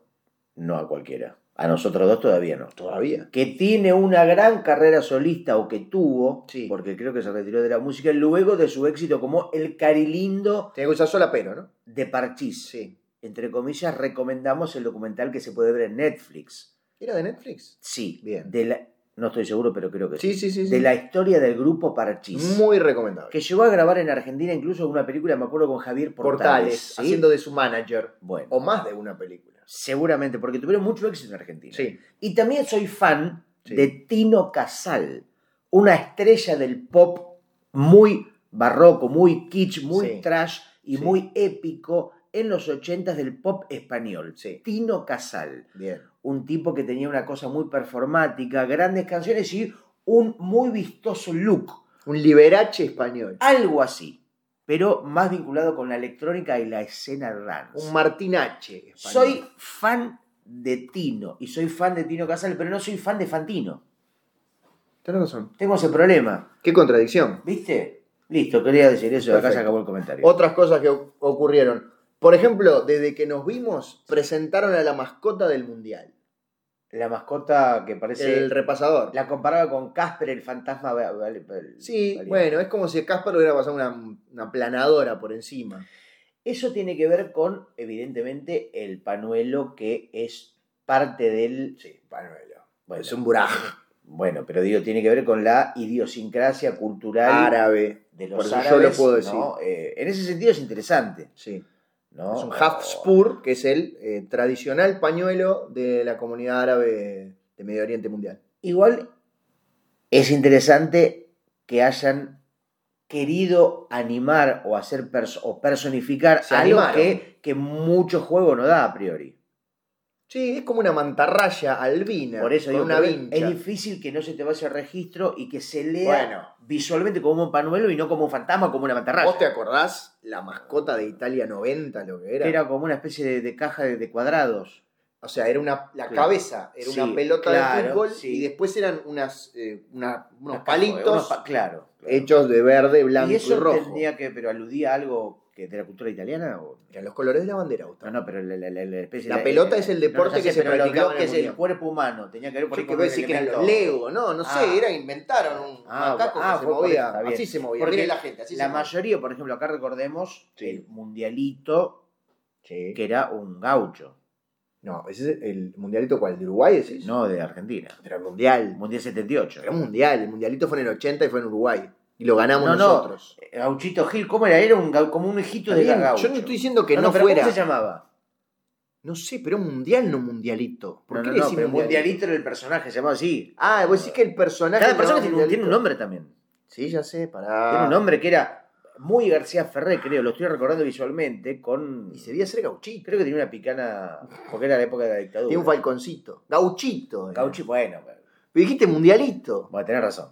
[SPEAKER 2] No a cualquiera. A nosotros dos todavía no.
[SPEAKER 1] Todavía.
[SPEAKER 2] que tiene una gran carrera solista o que tuvo,
[SPEAKER 1] Sí.
[SPEAKER 2] porque creo que se retiró de la música luego de su éxito como El Carilindo
[SPEAKER 1] Tiene que usar sola pero, ¿no?
[SPEAKER 2] de Parchís.
[SPEAKER 1] Sí.
[SPEAKER 2] Entre comillas, recomendamos el documental que se puede ver en Netflix.
[SPEAKER 1] ¿Era de Netflix?
[SPEAKER 2] Sí,
[SPEAKER 1] Bien.
[SPEAKER 2] de la- no estoy seguro, pero creo que sí.
[SPEAKER 1] Sí, sí, sí. sí.
[SPEAKER 2] De la historia del grupo Parchís.
[SPEAKER 1] Muy recomendable.
[SPEAKER 2] Que llegó a grabar en Argentina incluso una película, me acuerdo, con Javier Portales.
[SPEAKER 1] Portales,
[SPEAKER 2] ¿sí?
[SPEAKER 1] haciendo de su manager.
[SPEAKER 2] Bueno,
[SPEAKER 1] O más de una película.
[SPEAKER 2] seguramente, porque tuvieron mucho éxito en Argentina.
[SPEAKER 1] Sí.
[SPEAKER 2] Y también soy fan
[SPEAKER 1] Sí.
[SPEAKER 2] de Tino Casal, una estrella del pop muy barroco, muy kitsch, muy
[SPEAKER 1] Sí.
[SPEAKER 2] trash y
[SPEAKER 1] Sí.
[SPEAKER 2] muy épico en los ochentas del pop español.
[SPEAKER 1] Sí.
[SPEAKER 2] Tino Casal,
[SPEAKER 1] Bien.
[SPEAKER 2] un tipo que tenía una cosa muy performática, grandes canciones y un muy vistoso look,
[SPEAKER 1] Un liberache español.
[SPEAKER 2] algo así, pero más vinculado con la electrónica y la escena dance.
[SPEAKER 1] Un martinache español.
[SPEAKER 2] Soy fan de Tino y soy fan de Tino Casal, pero no soy fan de Fantino.
[SPEAKER 1] Tenés razón.
[SPEAKER 2] Tengo ese problema,
[SPEAKER 1] Qué contradicción.
[SPEAKER 2] ¿viste? Listo, quería decir eso, acá se
[SPEAKER 1] Perfecto.
[SPEAKER 2] acabó el comentario.
[SPEAKER 1] Otras cosas que o- ocurrieron. Por ejemplo, desde que nos vimos, presentaron a la mascota del mundial.
[SPEAKER 2] La mascota que parece...
[SPEAKER 1] El repasador.
[SPEAKER 2] Pues La comparaba con Casper, el fantasma... va- vale- vale-
[SPEAKER 1] Sí,
[SPEAKER 2] vale.
[SPEAKER 1] bueno, es como si a Casper hubiera pasado una, una planadora por encima.
[SPEAKER 2] Eso tiene que ver con, evidentemente, el panuelo que es parte del...
[SPEAKER 1] Sí, panuelo.
[SPEAKER 2] Bueno,
[SPEAKER 1] Es un buraje
[SPEAKER 2] bueno, pero digo, tiene que ver con la idiosincrasia cultural
[SPEAKER 1] árabe.
[SPEAKER 2] de
[SPEAKER 1] por
[SPEAKER 2] los
[SPEAKER 1] eso yo
[SPEAKER 2] árabes.
[SPEAKER 1] lo puedo decir.
[SPEAKER 2] ¿no? Eh, en ese sentido es interesante.
[SPEAKER 1] Sí.
[SPEAKER 2] ¿no?
[SPEAKER 1] Es un Hafspur, que es el eh, tradicional pañuelo de la comunidad árabe de Medio Oriente Mundial.
[SPEAKER 2] Igual es interesante que hayan querido animar o hacer pers- o personificar
[SPEAKER 1] Se
[SPEAKER 2] algo
[SPEAKER 1] animaron.
[SPEAKER 2] que, que mucho juego no da a priori.
[SPEAKER 1] Sí, es como una mantarraya albina.
[SPEAKER 2] Por eso
[SPEAKER 1] con
[SPEAKER 2] digo,
[SPEAKER 1] una
[SPEAKER 2] pero
[SPEAKER 1] vincha.
[SPEAKER 2] es difícil que no se te vaya el registro y que se lea
[SPEAKER 1] Bueno,
[SPEAKER 2] visualmente como un panuelo y no como un fantasma o como una mantarraya.
[SPEAKER 1] ¿vos te acordás la mascota de Italia 90, lo que era?
[SPEAKER 2] Era como una especie de, de caja de, de cuadrados.
[SPEAKER 1] O sea, era una, la
[SPEAKER 2] Sí.
[SPEAKER 1] cabeza, era
[SPEAKER 2] Sí,
[SPEAKER 1] una pelota
[SPEAKER 2] claro,
[SPEAKER 1] de fútbol
[SPEAKER 2] sí.
[SPEAKER 1] y después eran unas, eh, una- unos
[SPEAKER 2] Unas cajas-
[SPEAKER 1] palitos
[SPEAKER 2] unos pa- claro. claro.
[SPEAKER 1] hechos de verde, blanco
[SPEAKER 2] y
[SPEAKER 1] y,
[SPEAKER 2] eso
[SPEAKER 1] rojo.
[SPEAKER 2] tendría que, pero aludía a algo que de la cultura italiana o
[SPEAKER 1] Eran los colores de la bandera,
[SPEAKER 2] No,
[SPEAKER 1] Gustavo.
[SPEAKER 2] no, pero la, la- la- la especie eh,
[SPEAKER 1] La pelota es el deporte
[SPEAKER 2] sé,
[SPEAKER 1] que se
[SPEAKER 2] pero los
[SPEAKER 1] practicaba en el
[SPEAKER 2] bloques, el
[SPEAKER 1] mundial.
[SPEAKER 2] cuerpo humano. Tenía que ver por
[SPEAKER 1] Yo
[SPEAKER 2] ahí
[SPEAKER 1] que
[SPEAKER 2] con
[SPEAKER 1] voy a
[SPEAKER 2] un
[SPEAKER 1] decir que eran los
[SPEAKER 2] elemento.
[SPEAKER 1] Lego, no, no
[SPEAKER 2] Ah.
[SPEAKER 1] sé, era inventaron un
[SPEAKER 2] Ah,
[SPEAKER 1] macaco
[SPEAKER 2] ah,
[SPEAKER 1] que se
[SPEAKER 2] fue por eso,
[SPEAKER 1] movía,
[SPEAKER 2] está bien.
[SPEAKER 1] así se movía,
[SPEAKER 2] Porque
[SPEAKER 1] Mire la gente, así
[SPEAKER 2] La
[SPEAKER 1] se movía.
[SPEAKER 2] mayoría, por ejemplo, acá recordemos
[SPEAKER 1] Sí.
[SPEAKER 2] el mundialito
[SPEAKER 1] Sí.
[SPEAKER 2] que era un gaucho,
[SPEAKER 1] No, ese es el mundialito cuál, de Uruguay decís?
[SPEAKER 2] no de Argentina.
[SPEAKER 1] pero el
[SPEAKER 2] El
[SPEAKER 1] mundial,
[SPEAKER 2] mundial 78.
[SPEAKER 1] era un mundial, el mundialito fue en el 80 y fue en Uruguay y lo ganamos
[SPEAKER 2] No, no,
[SPEAKER 1] nosotros.
[SPEAKER 2] Eh, Gauchito Gil, ¿cómo era? Era un, gau- como un hijito de
[SPEAKER 1] Está bien,
[SPEAKER 2] gaucho.
[SPEAKER 1] yo no estoy diciendo que no,
[SPEAKER 2] pero
[SPEAKER 1] fuera.
[SPEAKER 2] ¿Cómo se llamaba?
[SPEAKER 1] No sé, pero mundial no mundialito. ¿Por
[SPEAKER 2] No,
[SPEAKER 1] qué
[SPEAKER 2] no,
[SPEAKER 1] le
[SPEAKER 2] no,
[SPEAKER 1] decís
[SPEAKER 2] pero
[SPEAKER 1] mundialito?
[SPEAKER 2] mundialito era el personaje, se llamaba así.
[SPEAKER 1] Ah, vos decís que el personaje.
[SPEAKER 2] Cada persona
[SPEAKER 1] no,
[SPEAKER 2] tiene, un- tiene
[SPEAKER 1] mundialito.
[SPEAKER 2] un
[SPEAKER 1] Ah.
[SPEAKER 2] nombre también.
[SPEAKER 1] Sí, ya sé, pará.
[SPEAKER 2] Tiene un nombre que era muy García Ferré, creo, lo estoy recordando visualmente, con...
[SPEAKER 1] Y se veía ser gauchito.
[SPEAKER 2] Creo que tenía una picana, porque era la época de la dictadura.
[SPEAKER 1] Tiene un falconcito. Gauchito. era.
[SPEAKER 2] Gauchi, bueno, bueno,
[SPEAKER 1] Pero dijiste mundialito.
[SPEAKER 2] bueno, tenés razón.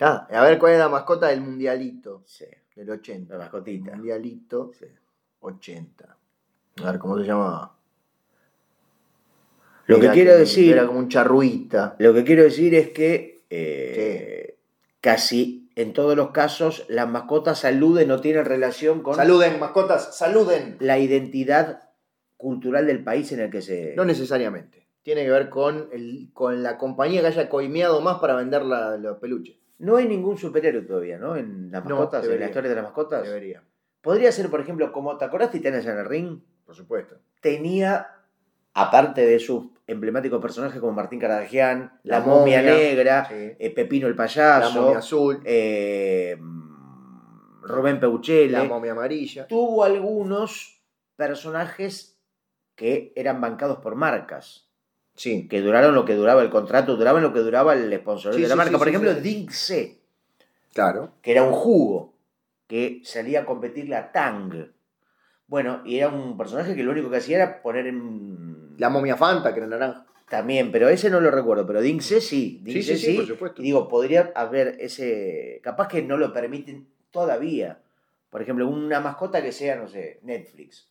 [SPEAKER 1] Ah, a ver cuál era la mascota del mundialito
[SPEAKER 2] Sí,
[SPEAKER 1] del 80.
[SPEAKER 2] la mascotita.
[SPEAKER 1] Mundialito
[SPEAKER 2] Sí.
[SPEAKER 1] 80. A ver cómo se llamaba.
[SPEAKER 2] Lo que
[SPEAKER 1] Era
[SPEAKER 2] quiero decir-
[SPEAKER 1] Era como un charruita.
[SPEAKER 2] Lo que quiero decir es que eh, casi en todos los casos las mascotas aluden o tienen relación con
[SPEAKER 1] Saluden, mascotas, saluden.
[SPEAKER 2] la identidad cultural del país en el que se...
[SPEAKER 1] No necesariamente. Tiene que ver con, el, con la compañía que haya coimeado más para vender la, los peluches.
[SPEAKER 2] No hay ningún superhéroe todavía, ¿no? En las
[SPEAKER 1] No,
[SPEAKER 2] mascotas, en la
[SPEAKER 1] debería.
[SPEAKER 2] historia de las mascotas.
[SPEAKER 1] Debería.
[SPEAKER 2] Podría ser, por ejemplo, como... ¿Te acordás Titanes en el ring?
[SPEAKER 1] Por supuesto.
[SPEAKER 2] tenía, aparte de sus emblemáticos personajes como Martín Caradagian, la,
[SPEAKER 1] La
[SPEAKER 2] momia,
[SPEAKER 1] momia,
[SPEAKER 2] negra,
[SPEAKER 1] Sí.
[SPEAKER 2] eh, Pepino
[SPEAKER 1] La
[SPEAKER 2] el
[SPEAKER 1] momia
[SPEAKER 2] payaso,
[SPEAKER 1] azul,
[SPEAKER 2] eh, mm, Rubén
[SPEAKER 1] la
[SPEAKER 2] Peuchele,
[SPEAKER 1] momia amarilla.
[SPEAKER 2] tuvo algunos personajes que eran bancados por marcas,
[SPEAKER 1] Sí.
[SPEAKER 2] que duraron lo que duraba el contrato, duraban lo que duraba el sponsor
[SPEAKER 1] Sí,
[SPEAKER 2] de la
[SPEAKER 1] sí,
[SPEAKER 2] marca.
[SPEAKER 1] sí,
[SPEAKER 2] por
[SPEAKER 1] sí,
[SPEAKER 2] ejemplo,
[SPEAKER 1] sí.
[SPEAKER 2] Dinxe,
[SPEAKER 1] Claro.
[SPEAKER 2] que era un jugo, que salía a competir la Tang. Bueno, y era un personaje que lo único que hacía era poner en...
[SPEAKER 1] La momia Fanta, que era naranja.
[SPEAKER 2] También, pero ese no lo recuerdo, pero Dinxe sí. Dinxe sí,
[SPEAKER 1] supuesto.
[SPEAKER 2] Y digo, podría haber ese. Capaz que no lo permiten todavía. Por ejemplo, una mascota que sea, no sé, Netflix.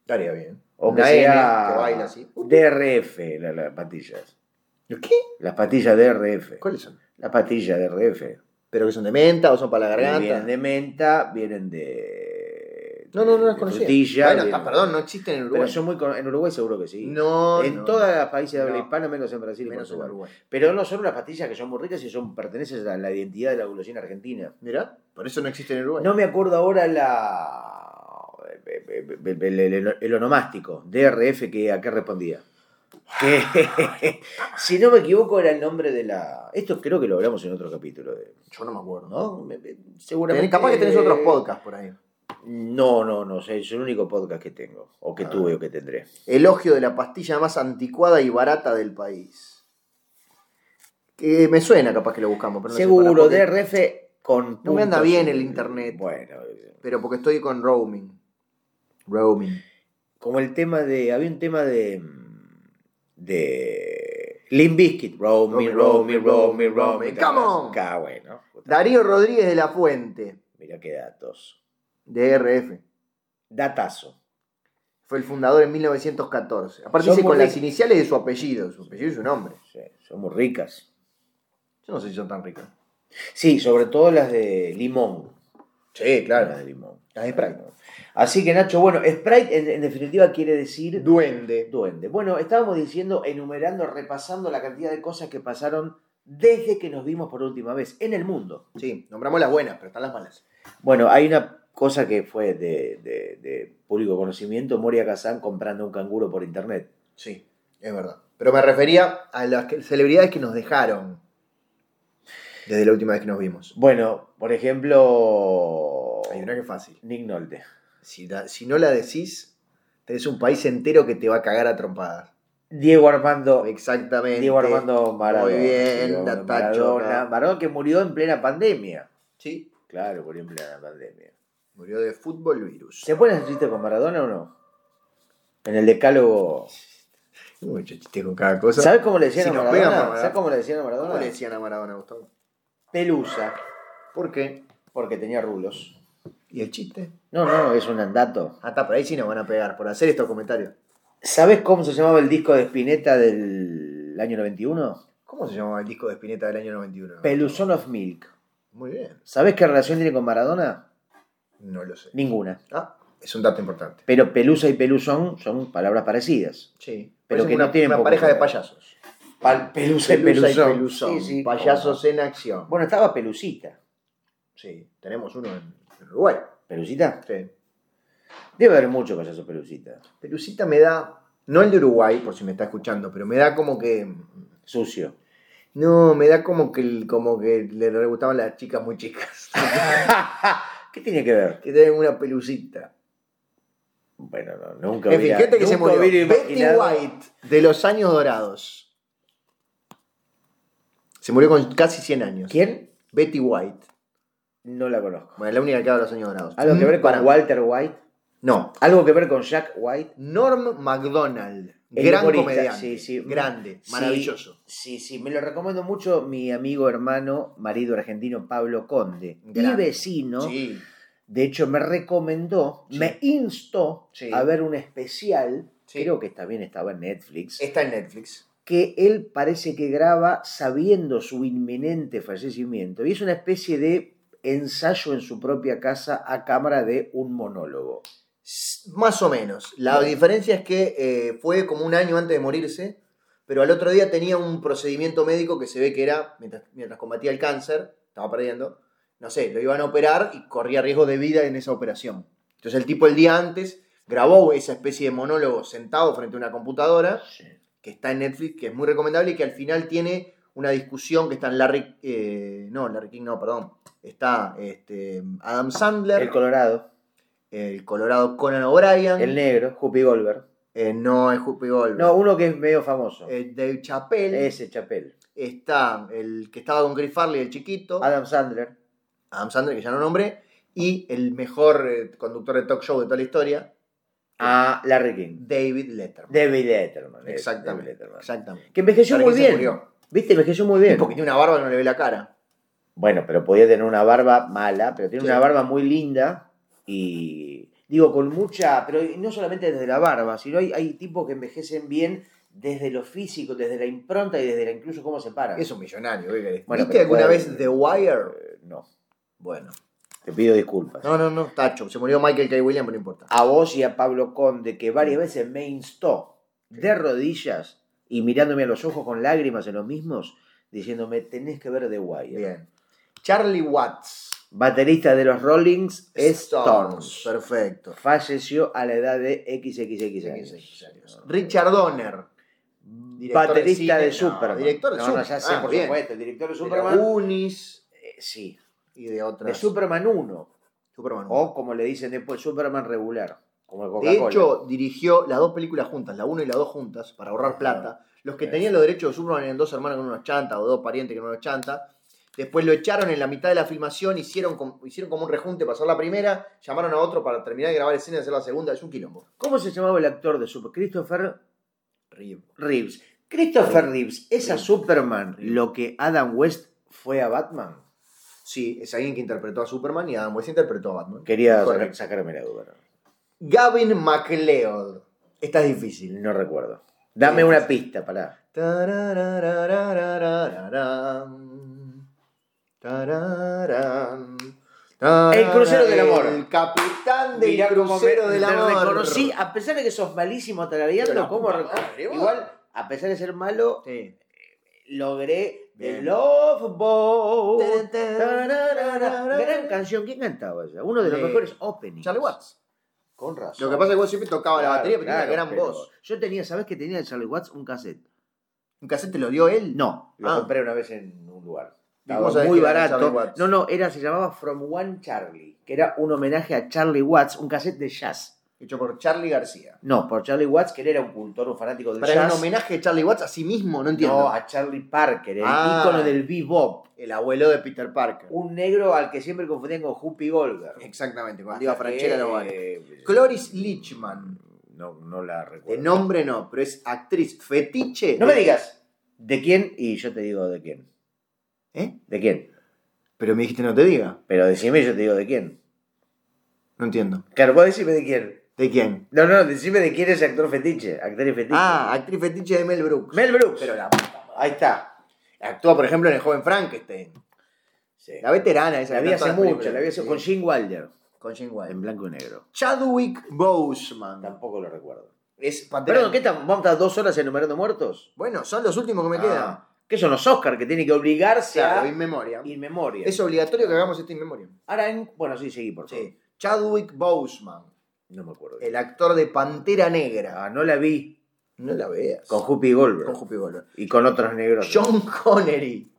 [SPEAKER 1] Estaría bien.
[SPEAKER 2] O que
[SPEAKER 1] Una N
[SPEAKER 2] sea
[SPEAKER 1] que baila
[SPEAKER 2] *laughs*
[SPEAKER 1] así.
[SPEAKER 2] DRF, la- las patillas.
[SPEAKER 1] ¿Qué?
[SPEAKER 2] Las pastillas DRF.
[SPEAKER 1] ¿Cuáles son?
[SPEAKER 2] Las pastillas DRF.
[SPEAKER 1] ¿Pero que son de menta o son para la garganta?
[SPEAKER 2] Vienen de menta, vienen de.
[SPEAKER 1] No, no, no las
[SPEAKER 2] de
[SPEAKER 1] conocía.
[SPEAKER 2] frutilla,
[SPEAKER 1] bueno,
[SPEAKER 2] vienen-
[SPEAKER 1] está, perdón, no existen en
[SPEAKER 2] Pero
[SPEAKER 1] Uruguay.
[SPEAKER 2] son muy con- en Uruguay seguro que sí.
[SPEAKER 1] no,
[SPEAKER 2] en
[SPEAKER 1] no.
[SPEAKER 2] todos los países de habla
[SPEAKER 1] No.
[SPEAKER 2] hispana, menos en Brasil y
[SPEAKER 1] Menos en
[SPEAKER 2] Portugal.
[SPEAKER 1] Uruguay.
[SPEAKER 2] Pero no son unas pastillas que son muy ricas y son pertenecen a la identidad de la golosina argentina.
[SPEAKER 1] Mirá, por eso no existen en Uruguay.
[SPEAKER 2] No me acuerdo ahora la el, el- el- el onomástico, DRF, que a qué respondía. Que, *laughs* si no me equivoco, era el nombre de la. Esto creo que lo hablamos en otro capítulo. de-
[SPEAKER 1] Yo no me acuerdo.
[SPEAKER 2] ¿No? Me- me-
[SPEAKER 1] Tenés-
[SPEAKER 2] Seguramente.
[SPEAKER 1] capaz que tenés otros podcasts por ahí.
[SPEAKER 2] No, no, no. sé, Es el único podcast que tengo. O que
[SPEAKER 1] Ah.
[SPEAKER 2] tuve o que tendré.
[SPEAKER 1] Elogio de la pastilla más anticuada y barata del país. Que me suena capaz que lo buscamos, pero no sé, para-
[SPEAKER 2] Seguro,
[SPEAKER 1] porque-
[SPEAKER 2] DRF con.
[SPEAKER 1] No me anda
[SPEAKER 2] puntos.
[SPEAKER 1] bien el internet.
[SPEAKER 2] Bueno.
[SPEAKER 1] Pero porque estoy con roaming. Roaming.
[SPEAKER 2] Como el tema de. Había un tema de. de. Limp Bizkit. Roll me, roll me, roll me, roll me.
[SPEAKER 1] Come on.
[SPEAKER 2] Acá, bueno.
[SPEAKER 1] Darío Rodríguez de la Fuente,
[SPEAKER 2] Mirá qué datos.
[SPEAKER 1] de RF.
[SPEAKER 2] Datazo.
[SPEAKER 1] Fue el fundador en 1914. Aparte
[SPEAKER 2] Son
[SPEAKER 1] dice
[SPEAKER 2] muy
[SPEAKER 1] con las
[SPEAKER 2] ricos.
[SPEAKER 1] iniciales de su apellido, su apellido y su nombre.
[SPEAKER 2] Sí, son muy ricas.
[SPEAKER 1] Yo no sé si son tan ricas.
[SPEAKER 2] Sí, sobre todo las de limón.
[SPEAKER 1] Sí,
[SPEAKER 2] Las de limón.
[SPEAKER 1] Las de Sprite.
[SPEAKER 2] Así que Nacho, bueno, Sprite en, en definitiva quiere decir
[SPEAKER 1] Duende.
[SPEAKER 2] duende. Bueno, estábamos diciendo, enumerando, repasando la cantidad de cosas que pasaron desde que nos vimos por última vez en el mundo.
[SPEAKER 1] Sí, nombramos las buenas, pero están las malas.
[SPEAKER 2] Bueno, hay una cosa que fue de, de- de público conocimiento, Moria Kazan comprando un canguro por internet.
[SPEAKER 1] Sí, es verdad. Pero me refería a las que- celebridades que nos dejaron desde la última vez que nos vimos.
[SPEAKER 2] Bueno, por ejemplo,
[SPEAKER 1] Hay una que es fácil.
[SPEAKER 2] Nick Nolte.
[SPEAKER 1] Si, da- si no la decís, tenés un país entero que te va a cagar a trompadas.
[SPEAKER 2] Diego Armando.
[SPEAKER 1] Exactamente.
[SPEAKER 2] Diego Armando Maradona.
[SPEAKER 1] Muy bien,
[SPEAKER 2] Diego Armando
[SPEAKER 1] Datacho,
[SPEAKER 2] Maradona.
[SPEAKER 1] ¿no?
[SPEAKER 2] Maradona que murió en plena pandemia.
[SPEAKER 1] Sí.
[SPEAKER 2] Claro, murió en plena pandemia.
[SPEAKER 1] Murió de fútbol virus.
[SPEAKER 2] ¿Se pueden hacer chistes con Maradona o no? En el decálogo.
[SPEAKER 1] Mucho chiste con cada cosa.
[SPEAKER 2] ¿Sabes cómo le decían
[SPEAKER 1] si
[SPEAKER 2] a
[SPEAKER 1] nos
[SPEAKER 2] Maradona?
[SPEAKER 1] pegan por Maradona.
[SPEAKER 2] ¿Sabes cómo le decían a Maradona?
[SPEAKER 1] ¿Cómo le decían a Maradona, Gustavo?
[SPEAKER 2] Pelusa,
[SPEAKER 1] ¿Por qué?
[SPEAKER 2] porque tenía rulos.
[SPEAKER 1] ¿Y el chiste?
[SPEAKER 2] No, no, es un andato.
[SPEAKER 1] Hasta por ahí sí nos van a pegar por hacer estos comentarios.
[SPEAKER 2] ¿Sabes cómo se llamaba el disco de Spinetta del año 91?
[SPEAKER 1] ¿Cómo se llamaba el disco de Spinetta del año 91?
[SPEAKER 2] Peluzón of Milk.
[SPEAKER 1] Muy bien.
[SPEAKER 2] ¿Sabes qué relación tiene con Maradona?
[SPEAKER 1] No lo sé.
[SPEAKER 2] Ninguna.
[SPEAKER 1] Ah, es un dato importante.
[SPEAKER 2] Pero pelusa y peluzón son palabras parecidas.
[SPEAKER 1] Sí.
[SPEAKER 2] Pero
[SPEAKER 1] Pero
[SPEAKER 2] que
[SPEAKER 1] una,
[SPEAKER 2] no tienen
[SPEAKER 1] una
[SPEAKER 2] poco
[SPEAKER 1] pareja de
[SPEAKER 2] que ver.
[SPEAKER 1] payasos.
[SPEAKER 2] Pal-
[SPEAKER 1] Pelusa
[SPEAKER 2] pelusa,
[SPEAKER 1] y
[SPEAKER 2] peluzón.
[SPEAKER 1] peluzón.
[SPEAKER 2] Sí, sí.
[SPEAKER 1] payasos en acción.
[SPEAKER 2] Bueno, estaba pelucita.
[SPEAKER 1] Sí, tenemos uno en, en Uruguay.
[SPEAKER 2] ¿Pelucita?
[SPEAKER 1] Sí.
[SPEAKER 2] Debe haber mucho payaso pelucita.
[SPEAKER 1] Pelucita me da, no el de Uruguay, por si me está escuchando, pero me da como que.
[SPEAKER 2] Sucio.
[SPEAKER 1] No, me da como que, el- como que le re gustaban las chicas muy chicas. *laughs*
[SPEAKER 2] ¿Qué tiene que ver?
[SPEAKER 1] que tienen una pelucita.
[SPEAKER 2] Bueno, no, nunca
[SPEAKER 1] En fin,
[SPEAKER 2] hubiera-
[SPEAKER 1] gente que se
[SPEAKER 2] nunca
[SPEAKER 1] murió.
[SPEAKER 2] hubiera
[SPEAKER 1] Betty
[SPEAKER 2] imaginado-
[SPEAKER 1] White, de los años dorados. Se murió con casi 100 años.
[SPEAKER 2] ¿Quién?
[SPEAKER 1] Betty White.
[SPEAKER 2] No la conozco.
[SPEAKER 1] Bueno, la única que habla de los años dorados.
[SPEAKER 2] ¿Algo que ver con
[SPEAKER 1] Mm, Para-
[SPEAKER 2] Walter White?
[SPEAKER 1] No.
[SPEAKER 2] ¿Algo que ver con Jack White?
[SPEAKER 1] Norm MacDonald.
[SPEAKER 2] El
[SPEAKER 1] gran
[SPEAKER 2] humorista,
[SPEAKER 1] comediante.
[SPEAKER 2] sí, sí.
[SPEAKER 1] Grande,
[SPEAKER 2] Sí.
[SPEAKER 1] maravilloso.
[SPEAKER 2] Sí, sí, me lo recomiendo mucho mi amigo, hermano, marido argentino Pablo Conde. Y
[SPEAKER 1] Grande.
[SPEAKER 2] vecino,
[SPEAKER 1] Sí,
[SPEAKER 2] de hecho, me recomendó,
[SPEAKER 1] Sí.
[SPEAKER 2] me instó
[SPEAKER 1] Sí.
[SPEAKER 2] a ver un especial,
[SPEAKER 1] sí.
[SPEAKER 2] creo que también estaba en Netflix,
[SPEAKER 1] Está en Netflix.
[SPEAKER 2] que él parece que graba sabiendo su inminente fallecimiento. Y es una especie de ensayo en su propia casa a cámara de un monólogo.
[SPEAKER 1] S- Más o menos. La diferencia es que eh, fue como un año antes de morirse, pero al otro día tenía un procedimiento médico que se ve que era, mientras, mientras combatía el cáncer, estaba perdiendo, no sé, lo iban a operar y corría riesgo de vida en esa operación. Entonces el tipo el día antes grabó esa especie de monólogo sentado frente a una computadora, que está en Netflix, que es muy recomendable y que al final tiene una discusión que está en Larry, eh, no, Larry King, no, perdón, está este, Adam Sandler,
[SPEAKER 2] El
[SPEAKER 1] el,
[SPEAKER 2] Colorado,
[SPEAKER 1] Colorado Conan O'Brien.
[SPEAKER 2] el negro, Juppie Goldberg.
[SPEAKER 1] Eh, no es Whoopi Goldberg.
[SPEAKER 2] No, uno que es medio famoso.
[SPEAKER 1] Eh, Dave Chappelle.
[SPEAKER 2] Ese Chapel.
[SPEAKER 1] Está el que estaba con Chris Farley, el chiquito.
[SPEAKER 2] Adam Sandler.
[SPEAKER 1] Adam Sandler, que ya no nombré. Y el mejor eh, conductor de talk show de toda la historia,
[SPEAKER 2] A Larry King.
[SPEAKER 1] David Letterman.
[SPEAKER 2] David Letterman. es,
[SPEAKER 1] Exactamente.
[SPEAKER 2] David Letterman.
[SPEAKER 1] Exactamente.
[SPEAKER 2] Que envejeció
[SPEAKER 1] Larry
[SPEAKER 2] muy
[SPEAKER 1] King se
[SPEAKER 2] bien.
[SPEAKER 1] murió.
[SPEAKER 2] ¿Viste? Envejeció muy bien.
[SPEAKER 1] Tipo que tiene una barba que no le ve la cara.
[SPEAKER 2] Bueno, pero podía tener una barba mala, pero tiene
[SPEAKER 1] Sí.
[SPEAKER 2] una barba muy linda y digo, con mucha, pero no solamente desde la barba, sino hay, hay tipos que envejecen bien desde lo físico, desde la impronta y desde la- incluso cómo se paran.
[SPEAKER 1] Es un millonario. ¿qué querés?
[SPEAKER 2] Bueno,
[SPEAKER 1] ¿Viste
[SPEAKER 2] pero
[SPEAKER 1] alguna
[SPEAKER 2] puede-
[SPEAKER 1] vez The Wire?
[SPEAKER 2] Eh, No,
[SPEAKER 1] Bueno.
[SPEAKER 2] te pido disculpas.
[SPEAKER 1] No, no, no, tacho. Se murió Michael K. Williams, pero no importa.
[SPEAKER 2] A vos y a Pablo Conde, que varias veces me instó de rodillas y mirándome a los ojos con lágrimas en los mismos, diciéndome, tenés que ver The Wire.
[SPEAKER 1] Bien. Charlie Watts.
[SPEAKER 2] Baterista de los Rollings Stones.
[SPEAKER 1] Perfecto.
[SPEAKER 2] Falleció a la edad de XXX años.
[SPEAKER 1] Richard Donner. Director
[SPEAKER 2] Baterista
[SPEAKER 1] de
[SPEAKER 2] de,
[SPEAKER 1] cine, no,
[SPEAKER 2] Superman.
[SPEAKER 1] director de
[SPEAKER 2] no,
[SPEAKER 1] Superman.
[SPEAKER 2] No, ya sé,
[SPEAKER 1] Ah,
[SPEAKER 2] por
[SPEAKER 1] bien.
[SPEAKER 2] supuesto. Director de
[SPEAKER 1] Superman.
[SPEAKER 2] Superman.
[SPEAKER 1] De Unis
[SPEAKER 2] eh, sí.
[SPEAKER 1] y de
[SPEAKER 2] De
[SPEAKER 1] otras.
[SPEAKER 2] Superman 1.
[SPEAKER 1] Superman.
[SPEAKER 2] O como le dicen después, Superman regular. Como el
[SPEAKER 1] de
[SPEAKER 2] Coca-Cola.
[SPEAKER 1] hecho, dirigió las dos películas juntas, la 1 y la 2 juntas, para ahorrar plata. Los que
[SPEAKER 2] Eso.
[SPEAKER 1] tenían los derechos de Superman eran dos hermanos con unos chantas o dos parientes con unos chantas. Después lo echaron en la mitad de la filmación, hicieron como, hicieron como un rejunte para hacer la primera, llamaron a otro para terminar de grabar escena y hacer la segunda. Es un quilombo.
[SPEAKER 2] ¿Cómo se llamaba el actor de Superman? Christopher
[SPEAKER 1] Río.
[SPEAKER 2] Reeves. Christopher Reeves, ¿es a
[SPEAKER 1] Reeves.
[SPEAKER 2] Superman
[SPEAKER 1] Reeves.
[SPEAKER 2] lo que Adam West fue a Batman?
[SPEAKER 1] Sí, es alguien que interpretó a Superman y Adam West interpretó a Batman.
[SPEAKER 2] Quería
[SPEAKER 1] Correcto.
[SPEAKER 2] sacar- sacarme la duda.
[SPEAKER 1] Gavin McLeod. Esta es difícil. ¿eh?
[SPEAKER 2] No recuerdo. Dame
[SPEAKER 1] Sí,
[SPEAKER 2] una
[SPEAKER 1] sí.
[SPEAKER 2] pista, pará.
[SPEAKER 1] Tararararararararán. Tararán.
[SPEAKER 2] El crucero del amor.
[SPEAKER 1] El capitán del
[SPEAKER 2] Mirá cómo
[SPEAKER 1] crucero
[SPEAKER 2] me-
[SPEAKER 1] del
[SPEAKER 2] me
[SPEAKER 1] amor.
[SPEAKER 2] reconocí, a pesar de que sos malísimo
[SPEAKER 1] Pero
[SPEAKER 2] tarareando,
[SPEAKER 1] la
[SPEAKER 2] ¿cómo
[SPEAKER 1] puta
[SPEAKER 2] reco-
[SPEAKER 1] madre, vos.
[SPEAKER 2] Igual, a pesar de ser malo,
[SPEAKER 1] Sí.
[SPEAKER 2] logré The
[SPEAKER 1] Bien.
[SPEAKER 2] Love Boat. Tararara. Gran
[SPEAKER 1] Gran
[SPEAKER 2] canción. ¿Quién cantaba ella? Uno de los
[SPEAKER 1] Eh,
[SPEAKER 2] mejores openings.
[SPEAKER 1] Charlie Watts.
[SPEAKER 2] Con razón.
[SPEAKER 1] Lo que pasa es que vos siempre tocabas la batería, pero tenía
[SPEAKER 2] Claro,
[SPEAKER 1] una gran
[SPEAKER 2] pero
[SPEAKER 1] voz.
[SPEAKER 2] Yo tenía, ¿sabés que tenía de Charlie Watts? Un cassette.
[SPEAKER 1] ¿Un cassette te lo dio él?
[SPEAKER 2] No, lo
[SPEAKER 1] Ah.
[SPEAKER 2] compré una vez en un
[SPEAKER 1] ¿Y
[SPEAKER 2] lugar. Estaba
[SPEAKER 1] cómo sabés
[SPEAKER 2] muy
[SPEAKER 1] que era de
[SPEAKER 2] barato.
[SPEAKER 1] Charlie Watts?
[SPEAKER 2] No, no, era, se llamaba From One Charlie, que era un homenaje a Charlie Watts, un cassette de jazz.
[SPEAKER 1] Hecho por Charlie García.
[SPEAKER 2] No, por Charlie Watts, que él era un cultor, un fanático del
[SPEAKER 1] Para un
[SPEAKER 2] jazz.
[SPEAKER 1] homenaje a Charlie Watts a sí mismo, no entiendo.
[SPEAKER 2] no, a Charlie Parker, el
[SPEAKER 1] Ah.
[SPEAKER 2] ícono del bebop.
[SPEAKER 1] El abuelo de Peter Parker.
[SPEAKER 2] Un negro al que siempre confundían con Whoopi Goldberg.
[SPEAKER 1] Exactamente, cuando iba a Franchella
[SPEAKER 2] Eh,
[SPEAKER 1] lo van.
[SPEAKER 2] eh,
[SPEAKER 1] Cloris Leachman.
[SPEAKER 2] No, no la
[SPEAKER 1] De
[SPEAKER 2] recuerdo.
[SPEAKER 1] nombre no, pero es actriz fetiche.
[SPEAKER 2] No
[SPEAKER 1] de-
[SPEAKER 2] me digas de quién y yo te digo de quién.
[SPEAKER 1] ¿Eh?
[SPEAKER 2] ¿De quién?
[SPEAKER 1] Pero me dijiste no te diga.
[SPEAKER 2] Pero decime y yo te digo de quién.
[SPEAKER 1] No entiendo.
[SPEAKER 2] Claro, vos decime de quién.
[SPEAKER 1] ¿De quién?
[SPEAKER 2] No, no, decime de quién es actor fetiche, actriz fetiche.
[SPEAKER 1] Ah, actriz fetiche de Mel Brooks.
[SPEAKER 2] Mel Brooks.
[SPEAKER 1] Pero la puta madre.
[SPEAKER 2] Ahí está.
[SPEAKER 1] Actúa, por ejemplo, en El joven Frankenstein.
[SPEAKER 2] Sí.
[SPEAKER 1] La veterana esa.
[SPEAKER 2] La
[SPEAKER 1] que
[SPEAKER 2] vi
[SPEAKER 1] canta todas
[SPEAKER 2] hace
[SPEAKER 1] las
[SPEAKER 2] mucho,
[SPEAKER 1] películas.
[SPEAKER 2] la vi hace
[SPEAKER 1] Sí,
[SPEAKER 2] con Gene Wilder,
[SPEAKER 1] con Jane
[SPEAKER 2] en
[SPEAKER 1] Wilde.
[SPEAKER 2] blanco y negro.
[SPEAKER 1] Chadwick Boseman.
[SPEAKER 2] Tampoco lo recuerdo.
[SPEAKER 1] Es pantera
[SPEAKER 2] Perdón,
[SPEAKER 1] negra.
[SPEAKER 2] ¿qué estamos? ¿Vamos a estar dos horas enumerando muertos?
[SPEAKER 1] Bueno, son los últimos que me quedan.
[SPEAKER 2] Ah, ¿Qué son los Oscars que tiene que obligarse
[SPEAKER 1] Claro,
[SPEAKER 2] a
[SPEAKER 1] in memoria.
[SPEAKER 2] ir memoria?
[SPEAKER 1] Es obligatorio que hagamos este in memoria.
[SPEAKER 2] Ahora, en- bueno, sí, seguí, por favor.
[SPEAKER 1] Sí. Chadwick Boseman,
[SPEAKER 2] No me acuerdo.
[SPEAKER 1] el actor de Pantera Negra.
[SPEAKER 2] Ah, no la vi
[SPEAKER 1] No la veas.
[SPEAKER 2] con Whoopi Goldberg
[SPEAKER 1] Con Whoopi Goldberg.
[SPEAKER 2] y con otros negros.
[SPEAKER 1] John Connery.